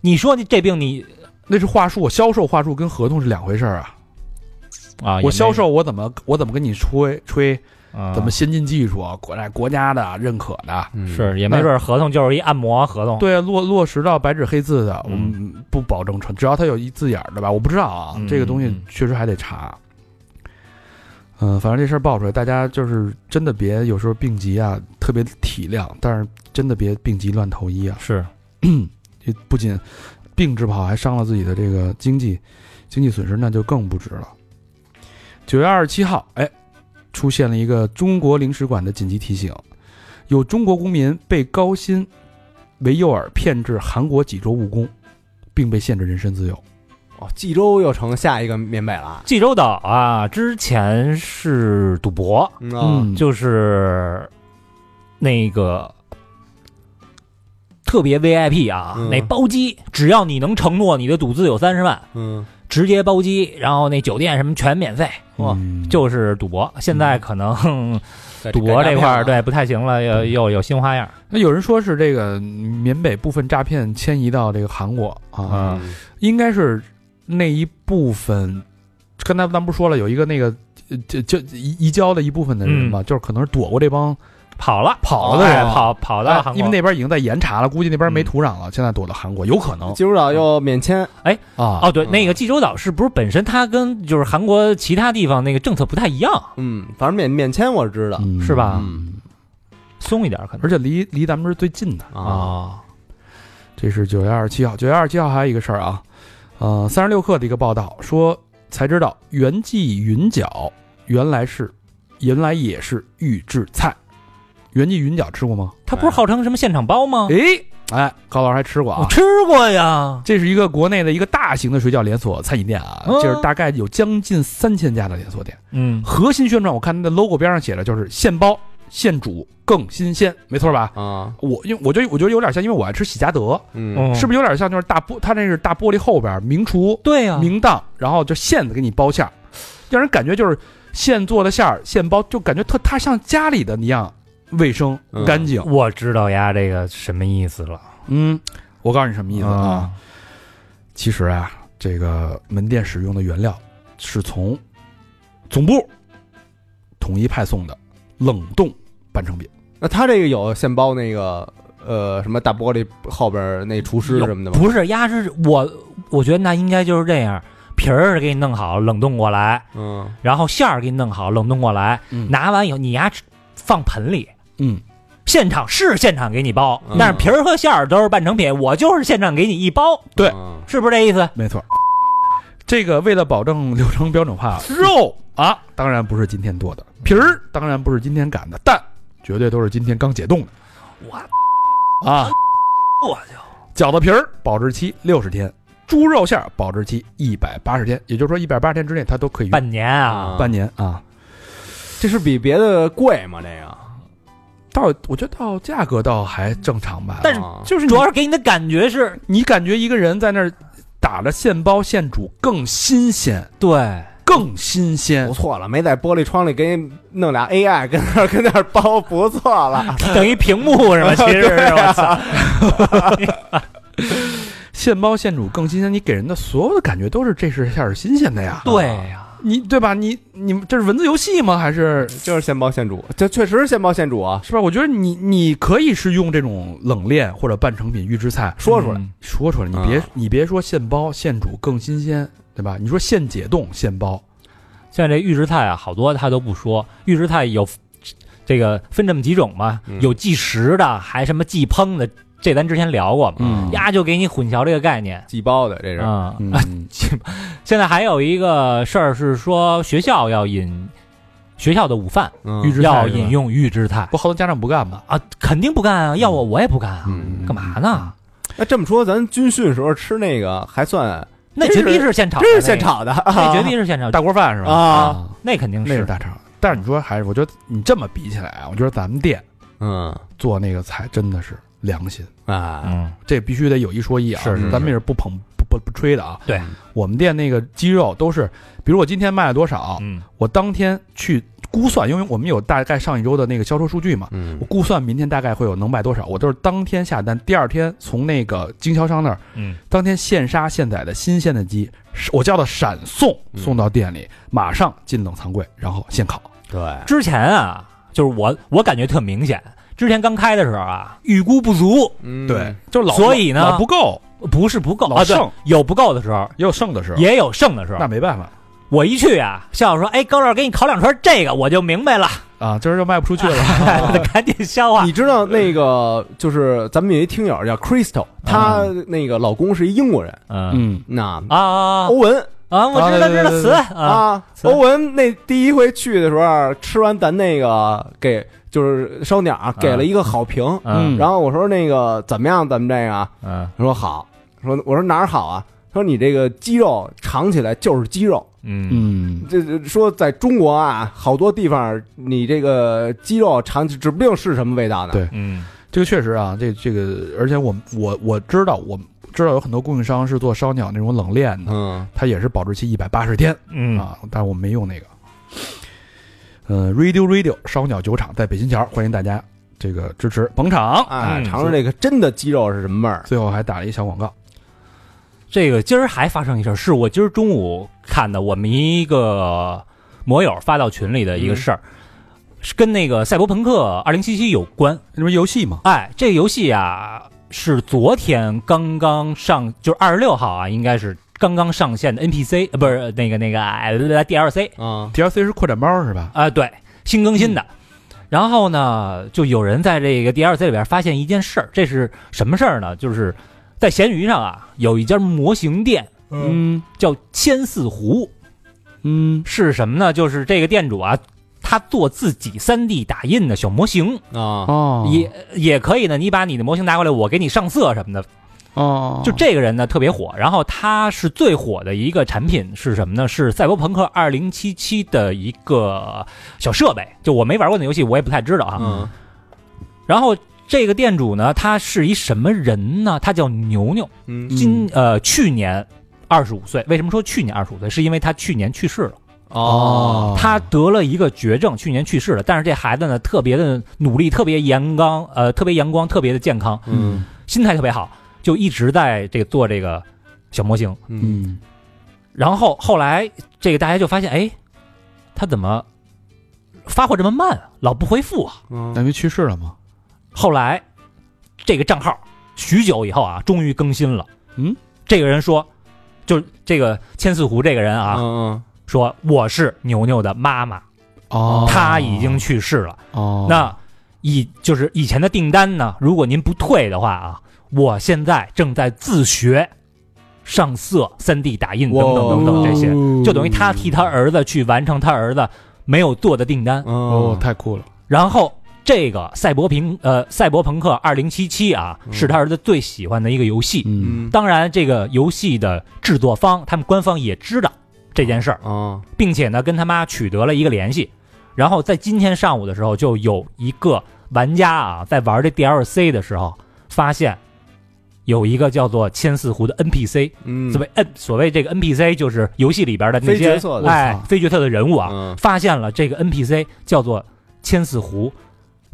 [SPEAKER 3] 你说你这病你
[SPEAKER 1] 那是话术，销售话术跟合同是两回事儿啊。
[SPEAKER 3] 啊，嗯
[SPEAKER 1] 我销售我怎么我怎么跟你吹吹
[SPEAKER 3] 怎
[SPEAKER 1] 怎么先进技术，国在国家的认可的，
[SPEAKER 3] 是也没准儿合同就是一按摩合同，
[SPEAKER 1] 嗯对啊落落实到白纸黑字的，我
[SPEAKER 3] 嗯
[SPEAKER 1] 们不保证纯，只要它有一字眼儿，对吧？我不知道啊，
[SPEAKER 3] 嗯
[SPEAKER 1] 这个东西
[SPEAKER 3] 嗯
[SPEAKER 1] 确实还得查。嗯、反正这事儿爆出来，大家就是真的别有时候病急啊，特别体谅，但是真的别病急乱投医啊。
[SPEAKER 3] 是
[SPEAKER 1] 这不仅病治不好，还伤了自己的这个经济经济损失，那就更不值了。九月二十七号，哎，出现了一个中国领事馆的紧急提醒：有中国公民被高薪为诱饵骗至韩国济州务工，并被限制人身自由。
[SPEAKER 2] 哦，济州又成下一个缅北了。
[SPEAKER 3] 济州岛啊，之前是赌博，
[SPEAKER 2] 嗯
[SPEAKER 1] 嗯，
[SPEAKER 3] 就是那个特别 VIP 啊，
[SPEAKER 2] 嗯
[SPEAKER 3] 那包机，只要你能承诺你的赌资有三十万，
[SPEAKER 2] 嗯，
[SPEAKER 3] 直接包机，然后那酒店什么全免费，
[SPEAKER 2] 哇
[SPEAKER 1] 嗯
[SPEAKER 3] 就是赌博。现在可能哼
[SPEAKER 2] 在
[SPEAKER 3] 赌博这块
[SPEAKER 1] 啊
[SPEAKER 3] 儿
[SPEAKER 2] 改
[SPEAKER 3] 对不太行了，
[SPEAKER 1] 嗯
[SPEAKER 3] 又又有新花样。
[SPEAKER 1] 那有人说是这个缅北部分诈骗迁移到这个韩国
[SPEAKER 2] 革
[SPEAKER 1] 啊，
[SPEAKER 2] 了
[SPEAKER 3] 嗯
[SPEAKER 1] 应该是那一部分。刚才咱不是说了，有一个那个呃就就移移交的一部分的人
[SPEAKER 3] 嗯
[SPEAKER 1] 嘛，就是可能是躲过这帮
[SPEAKER 3] 跑了，
[SPEAKER 1] 跑了
[SPEAKER 3] 哎
[SPEAKER 1] 是吧
[SPEAKER 3] 跑跑到韩国，
[SPEAKER 1] 哦啊因为那边已经在严查了，估计那边没
[SPEAKER 3] 嗯
[SPEAKER 1] 土壤了，现在躲到韩国，有可能
[SPEAKER 2] 济州岛又免签，
[SPEAKER 1] 啊。
[SPEAKER 3] 哦，对，
[SPEAKER 2] 嗯
[SPEAKER 3] 那个济州岛是不是本身它跟就是韩国其他地方那个政策不太一样，
[SPEAKER 2] 嗯，反正免免签我是知道。
[SPEAKER 1] 嗯
[SPEAKER 3] 是吧
[SPEAKER 1] 嗯
[SPEAKER 3] 松一点可能
[SPEAKER 1] 而且离离咱们这最近的
[SPEAKER 2] 啊，
[SPEAKER 1] 哦这是九月二十七号，九月二十七号还有一个事儿啊，呃，三十六氪的一个报道说，才知道原记云饺原来是原来也是预制菜。原记云饺吃过吗？
[SPEAKER 3] 它不是号称什么现场包吗？
[SPEAKER 1] 诶，哎，高老师还吃过
[SPEAKER 3] 我
[SPEAKER 1] 啊。
[SPEAKER 3] 吃过呀，
[SPEAKER 1] 这是一个国内的一个大型的水饺连锁餐饮店啊，
[SPEAKER 3] 哦
[SPEAKER 1] 就是大概有将近三千家的连锁店。
[SPEAKER 3] 嗯，
[SPEAKER 1] 核心宣传，我看它的 logo 边上写的就是现包现煮更新鲜，没错
[SPEAKER 3] 嗯
[SPEAKER 1] 吧？
[SPEAKER 2] 啊，
[SPEAKER 1] 我因为我觉得我觉得有点像，因为我爱吃喜家德，
[SPEAKER 3] 哦
[SPEAKER 2] 嗯，
[SPEAKER 1] 是不是有点像就是大玻，它那是大玻璃后边明厨
[SPEAKER 3] 对呀、
[SPEAKER 1] 明档，然后就现给你包馅儿，让人感觉就是现做的馅儿现包，就感觉特它像家里的一样卫生
[SPEAKER 2] 嗯
[SPEAKER 1] 干净。
[SPEAKER 3] 我知道呀，这个什么意思了？
[SPEAKER 1] 嗯，我告诉你什么意思啊？其实啊，这个门店使用的原料是从总部统一派送的冷冻半成品，
[SPEAKER 2] 那他这个有现包那个呃什么大玻璃后边那厨师什么的吗？
[SPEAKER 3] 不是鸭是，我我觉得那应该就是这样，皮儿给你弄好，冷冻过来，
[SPEAKER 2] 嗯，
[SPEAKER 3] 然后馅儿给你弄好，冷冻过来，
[SPEAKER 1] 嗯
[SPEAKER 3] 拿完以后你鸭吃放盆里。
[SPEAKER 1] 嗯，
[SPEAKER 3] 现场是现场给你包
[SPEAKER 2] 嗯，
[SPEAKER 3] 但是皮儿和馅儿都是半成品，我就是现场给你一包，
[SPEAKER 1] 对
[SPEAKER 2] 嗯
[SPEAKER 3] 是不是这意思？
[SPEAKER 1] 没错。这个为了保证流程标准化，肉啊当然不是今天剁的，皮儿当然不是今天擀的，蛋绝对都是今天刚解冻的
[SPEAKER 3] 我
[SPEAKER 1] 啊。
[SPEAKER 3] 我就
[SPEAKER 1] 饺子皮儿保质期六十天，猪肉馅儿保质期一百八十天，也就是说一百八十天之内它都可以用
[SPEAKER 3] 半年啊，
[SPEAKER 1] 半年啊。
[SPEAKER 2] 这是比别的贵吗？这个
[SPEAKER 1] 到我觉得到价格倒还正常吧，
[SPEAKER 3] 但是
[SPEAKER 2] 啊
[SPEAKER 1] 就是你
[SPEAKER 3] 主要是给你的感觉是
[SPEAKER 1] 你感觉一个人在那儿打着现包现煮更新鲜，
[SPEAKER 3] 对，
[SPEAKER 1] 更新鲜
[SPEAKER 2] 不。错了，没在玻璃窗里给你弄俩 AI 跟那儿跟那儿包，不错了。
[SPEAKER 3] 等于屏幕是吧？其实是我操，
[SPEAKER 1] 现包现煮更新鲜，你给人的所有的感觉都是这是馅儿新鲜的呀。
[SPEAKER 3] 对呀，
[SPEAKER 1] 你对啊吧？你你这是文字游戏吗？还是
[SPEAKER 2] 就是现包现煮，这确实是现包现煮啊。
[SPEAKER 1] 是吧？我觉得你你可以是用这种冷链或者半成品预制菜
[SPEAKER 2] 说出来，
[SPEAKER 3] 嗯
[SPEAKER 1] 说出来，你别、
[SPEAKER 2] 啊
[SPEAKER 1] 你别说现包现煮更新鲜，对吧？你说现解冻现包，
[SPEAKER 3] 像这预制菜啊，好多他都不说，预制菜有这个分这么几种嘛
[SPEAKER 2] 嗯，
[SPEAKER 3] 有即食的，还什么即烹的，这咱之前聊过嘛，
[SPEAKER 1] 嗯
[SPEAKER 3] 呀就给你混淆这个概念
[SPEAKER 2] 寄包的这是，
[SPEAKER 3] 啊。
[SPEAKER 1] 嗯，
[SPEAKER 3] 现在还有一个事儿是说学校要引学校的午饭
[SPEAKER 2] 嗯
[SPEAKER 1] 预制菜
[SPEAKER 3] 要
[SPEAKER 1] 是吧嗯
[SPEAKER 3] 引用预制 菜
[SPEAKER 1] 不好多家长不干吗？
[SPEAKER 3] 啊，肯定不干啊，要我我也不干啊，
[SPEAKER 2] 嗯
[SPEAKER 3] 干嘛呢？
[SPEAKER 2] 那这么说，咱军训时候吃那个还算
[SPEAKER 3] 那
[SPEAKER 2] 真
[SPEAKER 3] 绝
[SPEAKER 2] 是
[SPEAKER 3] 逼是现炒的
[SPEAKER 2] 真
[SPEAKER 3] 那个，
[SPEAKER 2] 是现炒的，
[SPEAKER 3] 那绝逼是现炒，
[SPEAKER 1] 啊大锅饭是吧？
[SPEAKER 2] 啊
[SPEAKER 3] 那肯定
[SPEAKER 1] 那是
[SPEAKER 3] 嗯是
[SPEAKER 1] 大肠。但是你说还是，我觉得你这么比起来啊，我觉得咱们店
[SPEAKER 2] 嗯
[SPEAKER 1] 做那个菜真的是良心，
[SPEAKER 2] 啊，
[SPEAKER 3] 嗯，
[SPEAKER 1] 这必须得有一说一啊。
[SPEAKER 3] 是
[SPEAKER 2] 是
[SPEAKER 1] 咱们也是不捧不不不吹的啊。
[SPEAKER 3] 对，
[SPEAKER 1] 我们店那个鸡肉都是，比如我今天卖了多少，
[SPEAKER 3] 嗯，
[SPEAKER 1] 我当天去估算，因为我们有大概上一周的那个销售数据嘛，
[SPEAKER 2] 嗯
[SPEAKER 1] 我估算明天大概会有能卖多少，我都是当天下单，第二天从那个经销商那儿，
[SPEAKER 3] 嗯，
[SPEAKER 1] 当天现杀现宰的新鲜的鸡，是我叫的闪送，
[SPEAKER 2] 嗯
[SPEAKER 1] 送到店里，马上进冷藏柜，然后现烤。
[SPEAKER 2] 对，
[SPEAKER 3] 之前啊，就是我我感觉特明显，之前刚开的时候啊，预估不足，
[SPEAKER 2] 嗯
[SPEAKER 1] 对，，就老
[SPEAKER 3] 所以呢
[SPEAKER 1] 老不够，
[SPEAKER 3] 不是不够
[SPEAKER 1] 老
[SPEAKER 3] 啊，对
[SPEAKER 1] 剩，
[SPEAKER 3] 有不够的时候，
[SPEAKER 1] 也有剩的时候，
[SPEAKER 3] 也有剩的时
[SPEAKER 1] 那
[SPEAKER 3] 候。
[SPEAKER 1] 没办法
[SPEAKER 3] 我一去啊，笑笑说：“哎，高老师给你烤两串这个，我就明白了，
[SPEAKER 1] 啊，今儿就卖不出去 了。
[SPEAKER 3] 我得 赶紧消化
[SPEAKER 2] 你。知道那个就是咱们有一听
[SPEAKER 3] 啊
[SPEAKER 2] 友叫 Crystal，她那个老公是一英国人，
[SPEAKER 3] 嗯”
[SPEAKER 1] 嗯，
[SPEAKER 2] 那
[SPEAKER 3] 啊啊啊
[SPEAKER 2] 欧文
[SPEAKER 3] 啊，我知道
[SPEAKER 1] 啊对
[SPEAKER 3] 知
[SPEAKER 1] 对
[SPEAKER 3] 道
[SPEAKER 1] 对
[SPEAKER 3] 词啊，
[SPEAKER 2] 啊，欧文那第一回去的时候，吃完咱那个给就是烧鸟啊给了一个好评，
[SPEAKER 3] 啊
[SPEAKER 1] 嗯
[SPEAKER 2] 然后我说那个怎么样，咱们这个啊，
[SPEAKER 3] 嗯
[SPEAKER 2] 他说好，说我说哪儿好啊？他说你这个鸡肉尝起来就是鸡肉，
[SPEAKER 3] 嗯
[SPEAKER 1] 嗯，
[SPEAKER 2] 这这说在中国啊，好多地方你这个鸡肉尝起指不定是什么味道呢。
[SPEAKER 1] 对
[SPEAKER 3] 嗯
[SPEAKER 1] 这个确实啊，这这个，而且我我我知道，我知道有很多供应商是做烧鸟那种冷链的，
[SPEAKER 2] 嗯，
[SPEAKER 1] 它也是保质期一百八十天
[SPEAKER 3] 嗯，
[SPEAKER 1] 啊，但是我们没用那个。呃，Radio Radio 烧鸟酒厂在北新桥，欢迎大家这个支持捧场。
[SPEAKER 2] 哎，
[SPEAKER 3] 嗯
[SPEAKER 2] 尝尝这个真的鸡肉是什么味儿。
[SPEAKER 1] 最后还打了一小广告，
[SPEAKER 3] 这个今儿还发生一事儿，是我今儿中午看的，我们一个摩友发到群里的
[SPEAKER 1] 嗯
[SPEAKER 3] 一个事儿，是跟那个《赛博朋克2077》有关。
[SPEAKER 1] 那不是游戏吗？
[SPEAKER 3] 哎，这游戏啊是昨天刚刚上，就是二十六号啊，应该是刚刚上线的 NPC，、呃、不是那个那个、哎、DLC
[SPEAKER 2] 啊
[SPEAKER 1] DLC 是扩展包是吧？
[SPEAKER 3] 啊、对，新更新的。然后呢，就有人在这个 DLC 里边发现一件事儿，这是什么事儿呢？就是在闲鱼上啊，有一家模型店
[SPEAKER 1] 嗯
[SPEAKER 3] 叫千四湖，
[SPEAKER 1] 嗯
[SPEAKER 3] 是什么呢？就是这个店主啊，他做自己 3D 打印的小模型，
[SPEAKER 2] 啊
[SPEAKER 1] 哦
[SPEAKER 3] 也也可以呢。你把你的模型拿过来，我给你上色什么的，
[SPEAKER 2] 啊
[SPEAKER 1] 哦，
[SPEAKER 3] 就这个人呢特别火，然后他是最火的一个产品是什么呢？是《赛博朋克2077》的一个小设备，就我没玩过那游戏，我也不太知道啊。
[SPEAKER 2] 嗯
[SPEAKER 3] 然后这个店主呢，他是一什么人呢？他叫牛牛，
[SPEAKER 2] 嗯
[SPEAKER 3] 今、呃去年二十五岁。为什么说去年二十五岁？是因为他去年去世了，
[SPEAKER 1] 哦，
[SPEAKER 3] 他得了一个绝症，去年去世了。但是这孩子呢，特别的努力，特别阳刚，呃，特别阳光，特别的健康，
[SPEAKER 2] 嗯
[SPEAKER 3] 心态特别好，就一直在这个做这个小模型。
[SPEAKER 2] 嗯
[SPEAKER 1] 嗯
[SPEAKER 3] 然后后来这个大家就发现，哎，他怎么发货这么慢啊，老不回复啊？
[SPEAKER 2] 嗯
[SPEAKER 1] 那不去世了吗？
[SPEAKER 3] 后来这个账号许久以后啊，终于更新了。
[SPEAKER 1] 嗯，
[SPEAKER 3] 这个人说，就是这个千四湖这个人啊，
[SPEAKER 2] 嗯
[SPEAKER 3] 说我是牛牛的妈妈，
[SPEAKER 1] 哦，
[SPEAKER 3] 她已经去世了。
[SPEAKER 1] 哦，
[SPEAKER 3] 那以就是以前的订单呢，如果您不退的话啊，我现在正在自学上色、三 D 打印等等等等这些。
[SPEAKER 1] 哦
[SPEAKER 3] 就等于他替他儿子去完成他儿子没有做的订单。
[SPEAKER 1] 哦
[SPEAKER 2] 哦，
[SPEAKER 1] 太酷了，
[SPEAKER 3] 然后这个赛博平呃赛博朋克二零七七啊，
[SPEAKER 2] 嗯
[SPEAKER 3] 是他儿子最喜欢的一个游戏。
[SPEAKER 1] 嗯
[SPEAKER 2] 嗯
[SPEAKER 3] 当然，这个游戏的制作方他们官方也知道这件事儿，
[SPEAKER 2] 啊
[SPEAKER 3] 并且呢跟他妈取得了一个联系。然后在今天上午的时候，就有一个玩家啊在玩这 DLC 的时候，发现有一个叫做千四湖的 NPC，
[SPEAKER 2] 嗯
[SPEAKER 3] 所谓 N 呃所谓这个 NPC 就是游戏里边的那
[SPEAKER 2] 非
[SPEAKER 3] 些
[SPEAKER 2] 角色的
[SPEAKER 3] 哎非角色的人物啊，
[SPEAKER 2] 啊
[SPEAKER 3] 发现了这个 NPC 叫做千四湖，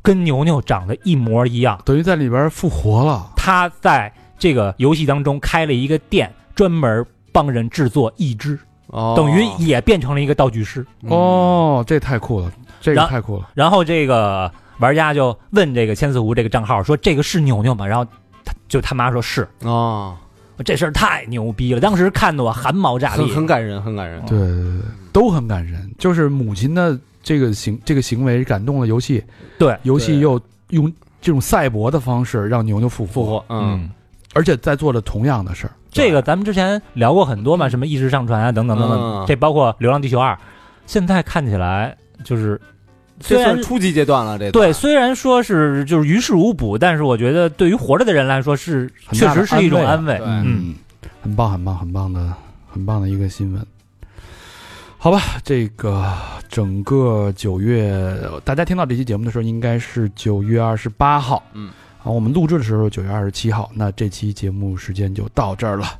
[SPEAKER 3] 跟牛牛长得一模一样。
[SPEAKER 1] 等于在里边复活了，
[SPEAKER 3] 他在这个游戏当中开了一个店，专门帮人制作义肢，
[SPEAKER 2] 哦
[SPEAKER 3] 等于也变成了一个道具师。
[SPEAKER 2] 嗯
[SPEAKER 1] 哦，这太酷了，这个
[SPEAKER 3] 然
[SPEAKER 1] 太酷了，
[SPEAKER 3] 然后这个玩家就问这个千四湖这个账号说：“这个是牛牛吗？”然后他就他妈说是。
[SPEAKER 2] 哦，
[SPEAKER 3] 这事儿太牛逼了，当时看得我汗毛炸
[SPEAKER 2] 很
[SPEAKER 3] 裂。
[SPEAKER 2] 很感人，很感人。
[SPEAKER 1] 对对对，对都很感人，就是母亲的这个行这个行为感动了游戏，
[SPEAKER 3] 对
[SPEAKER 1] 游戏
[SPEAKER 2] 对
[SPEAKER 1] 又用这种赛博的方式让牛牛复
[SPEAKER 2] 复活，嗯，
[SPEAKER 1] 而且在做着同样的事儿，
[SPEAKER 3] 这个咱们之前聊过很多嘛，什么意识上传啊，等等等等，
[SPEAKER 2] 嗯
[SPEAKER 3] 这包括《流浪地球二》，现在看起来就是虽
[SPEAKER 2] 这算
[SPEAKER 3] 然
[SPEAKER 2] 是初级阶段了，这
[SPEAKER 3] 对，
[SPEAKER 2] 段
[SPEAKER 3] 虽然说是就是于事无补，但是我觉得对于活着的人来说是
[SPEAKER 1] 很
[SPEAKER 3] 确
[SPEAKER 1] 大的
[SPEAKER 3] 实是一种安
[SPEAKER 1] 安
[SPEAKER 3] 慰。
[SPEAKER 2] 对
[SPEAKER 3] 嗯，
[SPEAKER 1] 很棒，很棒，很棒的，很棒的一个新闻。好吧，这个整个九月，大家听到这期节目的时候，应该是九月二十八号，
[SPEAKER 2] 嗯，
[SPEAKER 1] 啊，我们录制的时候九月二十七号，那这期节目时间就到这儿了。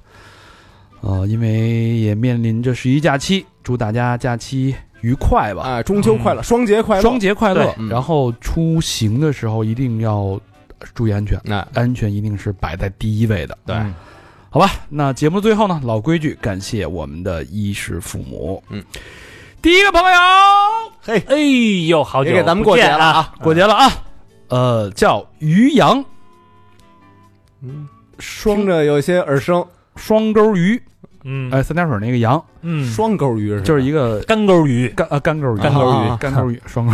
[SPEAKER 1] 呃，因为也面临着十一假期，祝大家假期愉快吧，
[SPEAKER 2] 哎，中秋快乐，双节快乐，
[SPEAKER 1] 双节快乐
[SPEAKER 2] 对。嗯
[SPEAKER 1] 然后出行的时候一定要注意安全，
[SPEAKER 2] 哎，
[SPEAKER 1] 安全一定是摆在第一位的。
[SPEAKER 2] 对，
[SPEAKER 3] 嗯
[SPEAKER 1] 好吧，那节目的最后呢，老规矩，感谢我们的衣食父母。
[SPEAKER 2] 嗯，
[SPEAKER 1] 第一个朋友
[SPEAKER 3] 哎呦，好久
[SPEAKER 2] 也给咱们过
[SPEAKER 3] 不
[SPEAKER 2] 节
[SPEAKER 3] 见
[SPEAKER 2] 了
[SPEAKER 3] 啊！
[SPEAKER 2] 啊，
[SPEAKER 1] 过节了啊，呃，叫于洋，
[SPEAKER 2] 嗯听
[SPEAKER 1] 双
[SPEAKER 2] 着有些耳生，
[SPEAKER 1] 双钩鱼，
[SPEAKER 3] 嗯
[SPEAKER 1] 哎，三点水那个洋，
[SPEAKER 3] 嗯，
[SPEAKER 2] 双钩鱼
[SPEAKER 1] 就是
[SPEAKER 2] 一
[SPEAKER 1] 一个
[SPEAKER 3] 干钩鱼，
[SPEAKER 1] 干呃干钩鱼，
[SPEAKER 2] 干钩鱼
[SPEAKER 1] 啊干钩鱼， 双钩。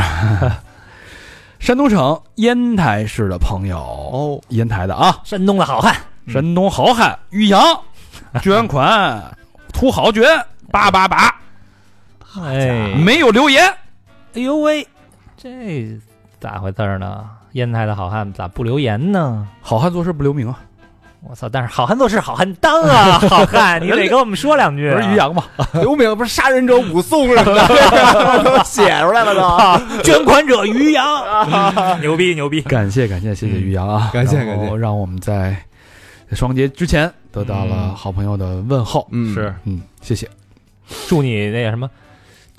[SPEAKER 1] 山东省烟台市的朋友，
[SPEAKER 2] 哦，
[SPEAKER 1] 烟台的啊，
[SPEAKER 3] 山东的好汉。嗯
[SPEAKER 1] 山东好汉于洋，捐款土豪捐，八八八，
[SPEAKER 3] 哎，
[SPEAKER 1] 没有留言，
[SPEAKER 3] 哎呦喂，这咋回事儿呢？烟台的好汉咋不留言呢？
[SPEAKER 1] 好汉做事不留名啊，
[SPEAKER 3] 我操！但是好汉做事好汉当 啊，好汉，你得给我们说两句、
[SPEAKER 1] 不
[SPEAKER 3] 啊。
[SPEAKER 1] 是于洋吗？
[SPEAKER 2] 刘明不是杀人者武松什么的，都写出来了都。
[SPEAKER 3] 捐款者于 洋，牛逼牛 逼！
[SPEAKER 1] 感谢感谢谢谢于洋啊，
[SPEAKER 2] 嗯感谢
[SPEAKER 1] 然后
[SPEAKER 2] 感谢
[SPEAKER 1] 让我们在双节之前得到了
[SPEAKER 3] 嗯
[SPEAKER 1] 好朋友的问候，
[SPEAKER 2] 嗯
[SPEAKER 3] 是
[SPEAKER 1] 嗯，谢谢，
[SPEAKER 3] 祝你那个什么，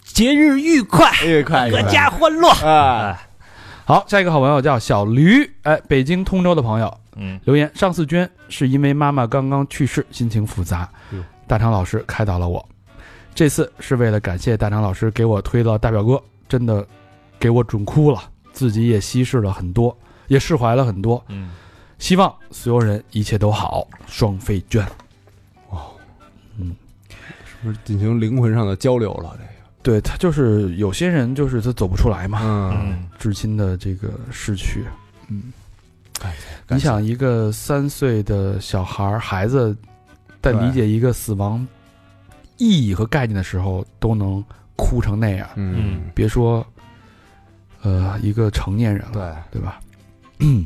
[SPEAKER 3] 节日愉快，
[SPEAKER 2] 越哎快
[SPEAKER 3] 阖家欢乐。
[SPEAKER 2] 啊，
[SPEAKER 3] 哎，
[SPEAKER 1] 好，下一个好朋友叫小驴，哎，北京通州的朋友
[SPEAKER 3] 嗯，
[SPEAKER 1] 留言，上次捐是因为妈妈刚刚去世，心情复杂
[SPEAKER 3] 哎呦，
[SPEAKER 1] 大长老师开导了我，这次是为了感谢大长老师给我推了大表哥，真的给我准哭了，自己也稀释了很多，也释怀了很多，
[SPEAKER 3] 嗯，
[SPEAKER 1] 希望所有人一切都好，双飞娟。
[SPEAKER 2] 不是进行灵魂上的交流了，这个。
[SPEAKER 1] 对他就是有些人就是他走不出来嘛，
[SPEAKER 2] 嗯，
[SPEAKER 3] 嗯，
[SPEAKER 1] 至亲的这个逝去。
[SPEAKER 2] 感谢
[SPEAKER 1] 你想，一个三岁的小孩儿孩子，在
[SPEAKER 2] 对
[SPEAKER 1] 理解一个死亡意义和概念的时候，都能哭成那样，
[SPEAKER 2] 嗯，
[SPEAKER 1] 别说呃一个成年人了，
[SPEAKER 2] 对，
[SPEAKER 1] 对吧？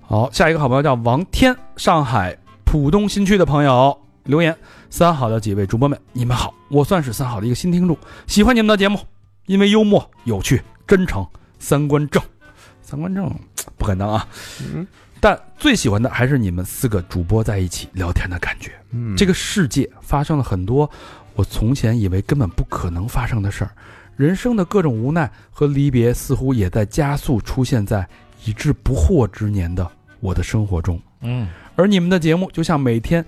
[SPEAKER 1] 好，下一个好朋友叫王天，上海浦东新区的朋友留言：三好的几位主播们，你们好，我算是三好的一个新听众，喜欢你们的节目，因为幽默、有趣、真诚，三观正，三观正不敢当啊。
[SPEAKER 2] 嗯
[SPEAKER 1] 但最喜欢的还是你们四个主播在一起聊天的感觉。
[SPEAKER 2] 嗯
[SPEAKER 1] 这个世界发生了很多我从前以为根本不可能发生的事儿，人生的各种无奈和离别似乎也在加速出现在已至不惑之年的我的生活中。
[SPEAKER 3] 嗯，
[SPEAKER 1] 而你们的节目就像每天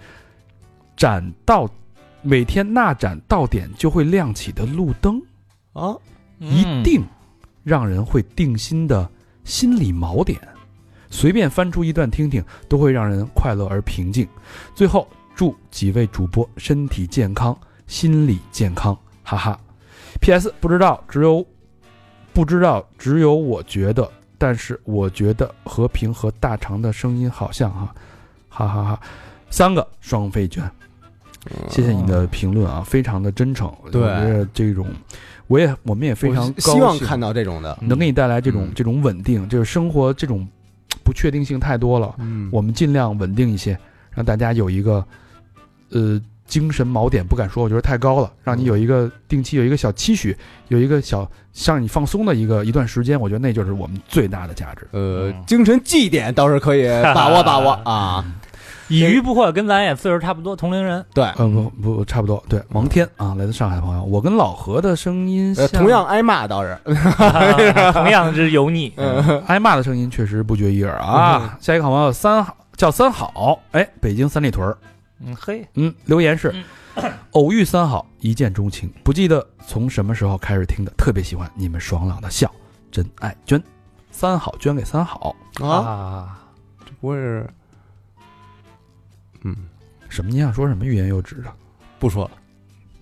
[SPEAKER 1] 展到每天那盏到点就会亮起的路灯，
[SPEAKER 2] 啊，
[SPEAKER 3] 嗯
[SPEAKER 1] 一定让人会定心的心理锚点。随便翻出一段听听，都会让人快乐而平静。最后，祝几位主播身体健康，心理健康，哈哈。P.S. 不知道只有不知道只有我觉得，但是我觉得和平和大肠的声音好像哈，哈哈哈。三个双飞卷，谢谢你的评论啊，非常的真诚。
[SPEAKER 2] 对
[SPEAKER 1] 我觉得这种我也我们也非常
[SPEAKER 2] 我希望
[SPEAKER 1] 高兴
[SPEAKER 2] 看到这种的，
[SPEAKER 1] 能给你带来这种
[SPEAKER 2] 嗯
[SPEAKER 1] 这种稳定，就是生活这种不确定性太多了，
[SPEAKER 2] 嗯
[SPEAKER 1] 我们尽量稳定一些，让大家有一个呃精神锚点，不敢说，我觉得太高了，让你
[SPEAKER 2] 嗯
[SPEAKER 1] 有一个定期有一个小期许，有一个小让你放松的一个一段时间，我觉得那就是我们最大的价值。
[SPEAKER 2] 呃，精神祭奠倒是可以把 握把握啊，
[SPEAKER 3] 已于不惑，跟咱也岁数差不多，同龄 人。
[SPEAKER 2] 对，
[SPEAKER 1] 呃，不不，差不多。对，王天啊，来自上海的朋友，我跟老何的声音
[SPEAKER 2] 呃
[SPEAKER 1] 像，
[SPEAKER 2] 同样挨骂倒是，
[SPEAKER 3] 啊同样是油腻。
[SPEAKER 1] 挨骂的声音确实不绝于耳啊。下一个好朋友三好叫三好，哎，北京三里屯儿。
[SPEAKER 3] 嗯，嘿，
[SPEAKER 1] 嗯，留言是、 偶遇三好，一见钟情，不记得从什么时候开始听的，特别喜欢你们爽朗的笑，真爱捐，三好捐给三好，
[SPEAKER 2] 啊，
[SPEAKER 3] 啊，
[SPEAKER 2] 这不会是，嗯，
[SPEAKER 1] 什么你想说什么欲言又止的？
[SPEAKER 2] 不说了，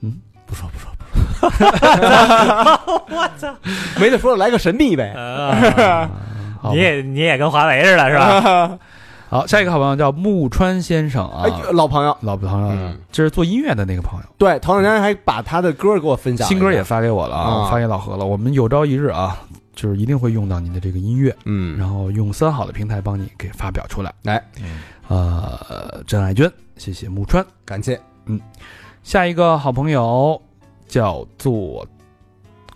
[SPEAKER 1] 嗯，
[SPEAKER 2] 不说不说不 说，我操，没得说了，来个神秘呗，
[SPEAKER 3] 啊
[SPEAKER 1] 好吧
[SPEAKER 3] 你也你也跟华为似的，是吧？
[SPEAKER 1] 好，下一个好朋友叫木川先生啊，
[SPEAKER 2] 哎呦，老朋友，
[SPEAKER 1] 老朋友了，
[SPEAKER 2] 嗯
[SPEAKER 1] 这是做音乐的那个朋友，
[SPEAKER 2] 对，头两天还把他的歌给我分享了一下，
[SPEAKER 1] 新歌也发给我了啊，
[SPEAKER 2] 啊
[SPEAKER 1] 发给老何了，我们有朝一日啊，就是一定会用到你的这个音乐，
[SPEAKER 2] 嗯，
[SPEAKER 1] 然后用三好的平台帮你给发表出来，嗯
[SPEAKER 2] 来，
[SPEAKER 1] 呃，真爱捐，谢谢木川。
[SPEAKER 2] 感谢，
[SPEAKER 1] 下一个好朋友叫做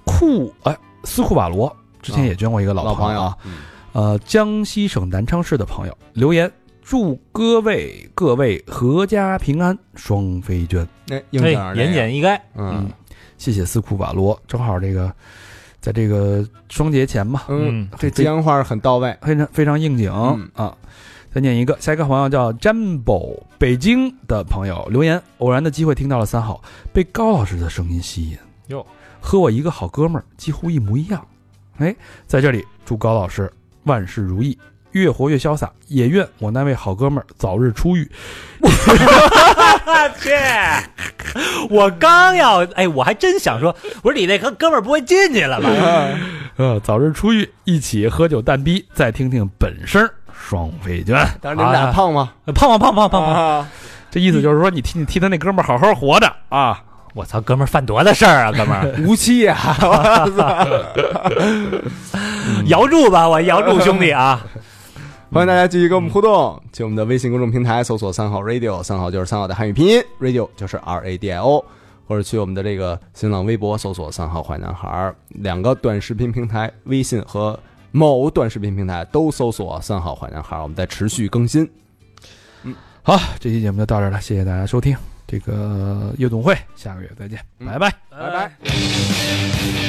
[SPEAKER 1] 库哎斯库瓦罗，之前也捐过一个老
[SPEAKER 2] 老
[SPEAKER 1] 朋
[SPEAKER 2] 朋
[SPEAKER 1] 友
[SPEAKER 2] 友嗯
[SPEAKER 1] 啊，，呃，江西省南昌市的朋友留言，祝各位各位阖家平安，双飞娟，
[SPEAKER 2] 那应景
[SPEAKER 3] 哎
[SPEAKER 2] 儿，
[SPEAKER 3] 言，简意赅。
[SPEAKER 2] 嗯
[SPEAKER 1] 谢谢斯库瓦罗，正好这个在这个双节前嘛，
[SPEAKER 2] 嗯
[SPEAKER 3] 嗯，
[SPEAKER 2] 这吉祥话很到位，
[SPEAKER 1] 非常非常应景、
[SPEAKER 2] 嗯
[SPEAKER 1] 啊。再念一个，下一个朋友叫占卜，北京的朋友留言，偶然的机会听到了三好，被高老师的声音吸引，
[SPEAKER 3] 哟，
[SPEAKER 1] 和我一个好哥们儿几乎一模一样。哎，在这里祝高老师万事如意，越活越潇洒，也愿我那位好哥们儿早日出狱。
[SPEAKER 3] 我去！ 我刚要，哎，我还真想说，我说你那哥哥们儿不会进去了吧？
[SPEAKER 1] 呃，早日出狱，一起喝酒蛋逼，再听听本声儿双飞娟。呃
[SPEAKER 2] 当时你们俩胖吗？
[SPEAKER 3] 胖胖胖胖胖胖！
[SPEAKER 2] 啊，，
[SPEAKER 1] 这意思就是说，你替你替他那哥们儿好好活着啊！
[SPEAKER 3] 我操，哥们儿犯多大事儿啊，哥们儿
[SPEAKER 2] 无期啊呀、
[SPEAKER 3] 姚柱吧，我姚柱兄弟啊，
[SPEAKER 2] 欢迎大家继续跟我们互动，请我们的微信公众平台搜索“三好 radio”，三好就是三好的汉语拼音，radio 就是 R A D I O，或者去我们的这个新浪微博搜索“三好坏男孩儿”，两个短视频平台，微信和某短视频平台都搜索“三好坏男孩儿”，我们在持续更新。
[SPEAKER 1] 好，这期节目就到这儿了，谢谢大家收听这个夜总会，下个月再见，拜拜。
[SPEAKER 2] 拜拜。
[SPEAKER 5] 我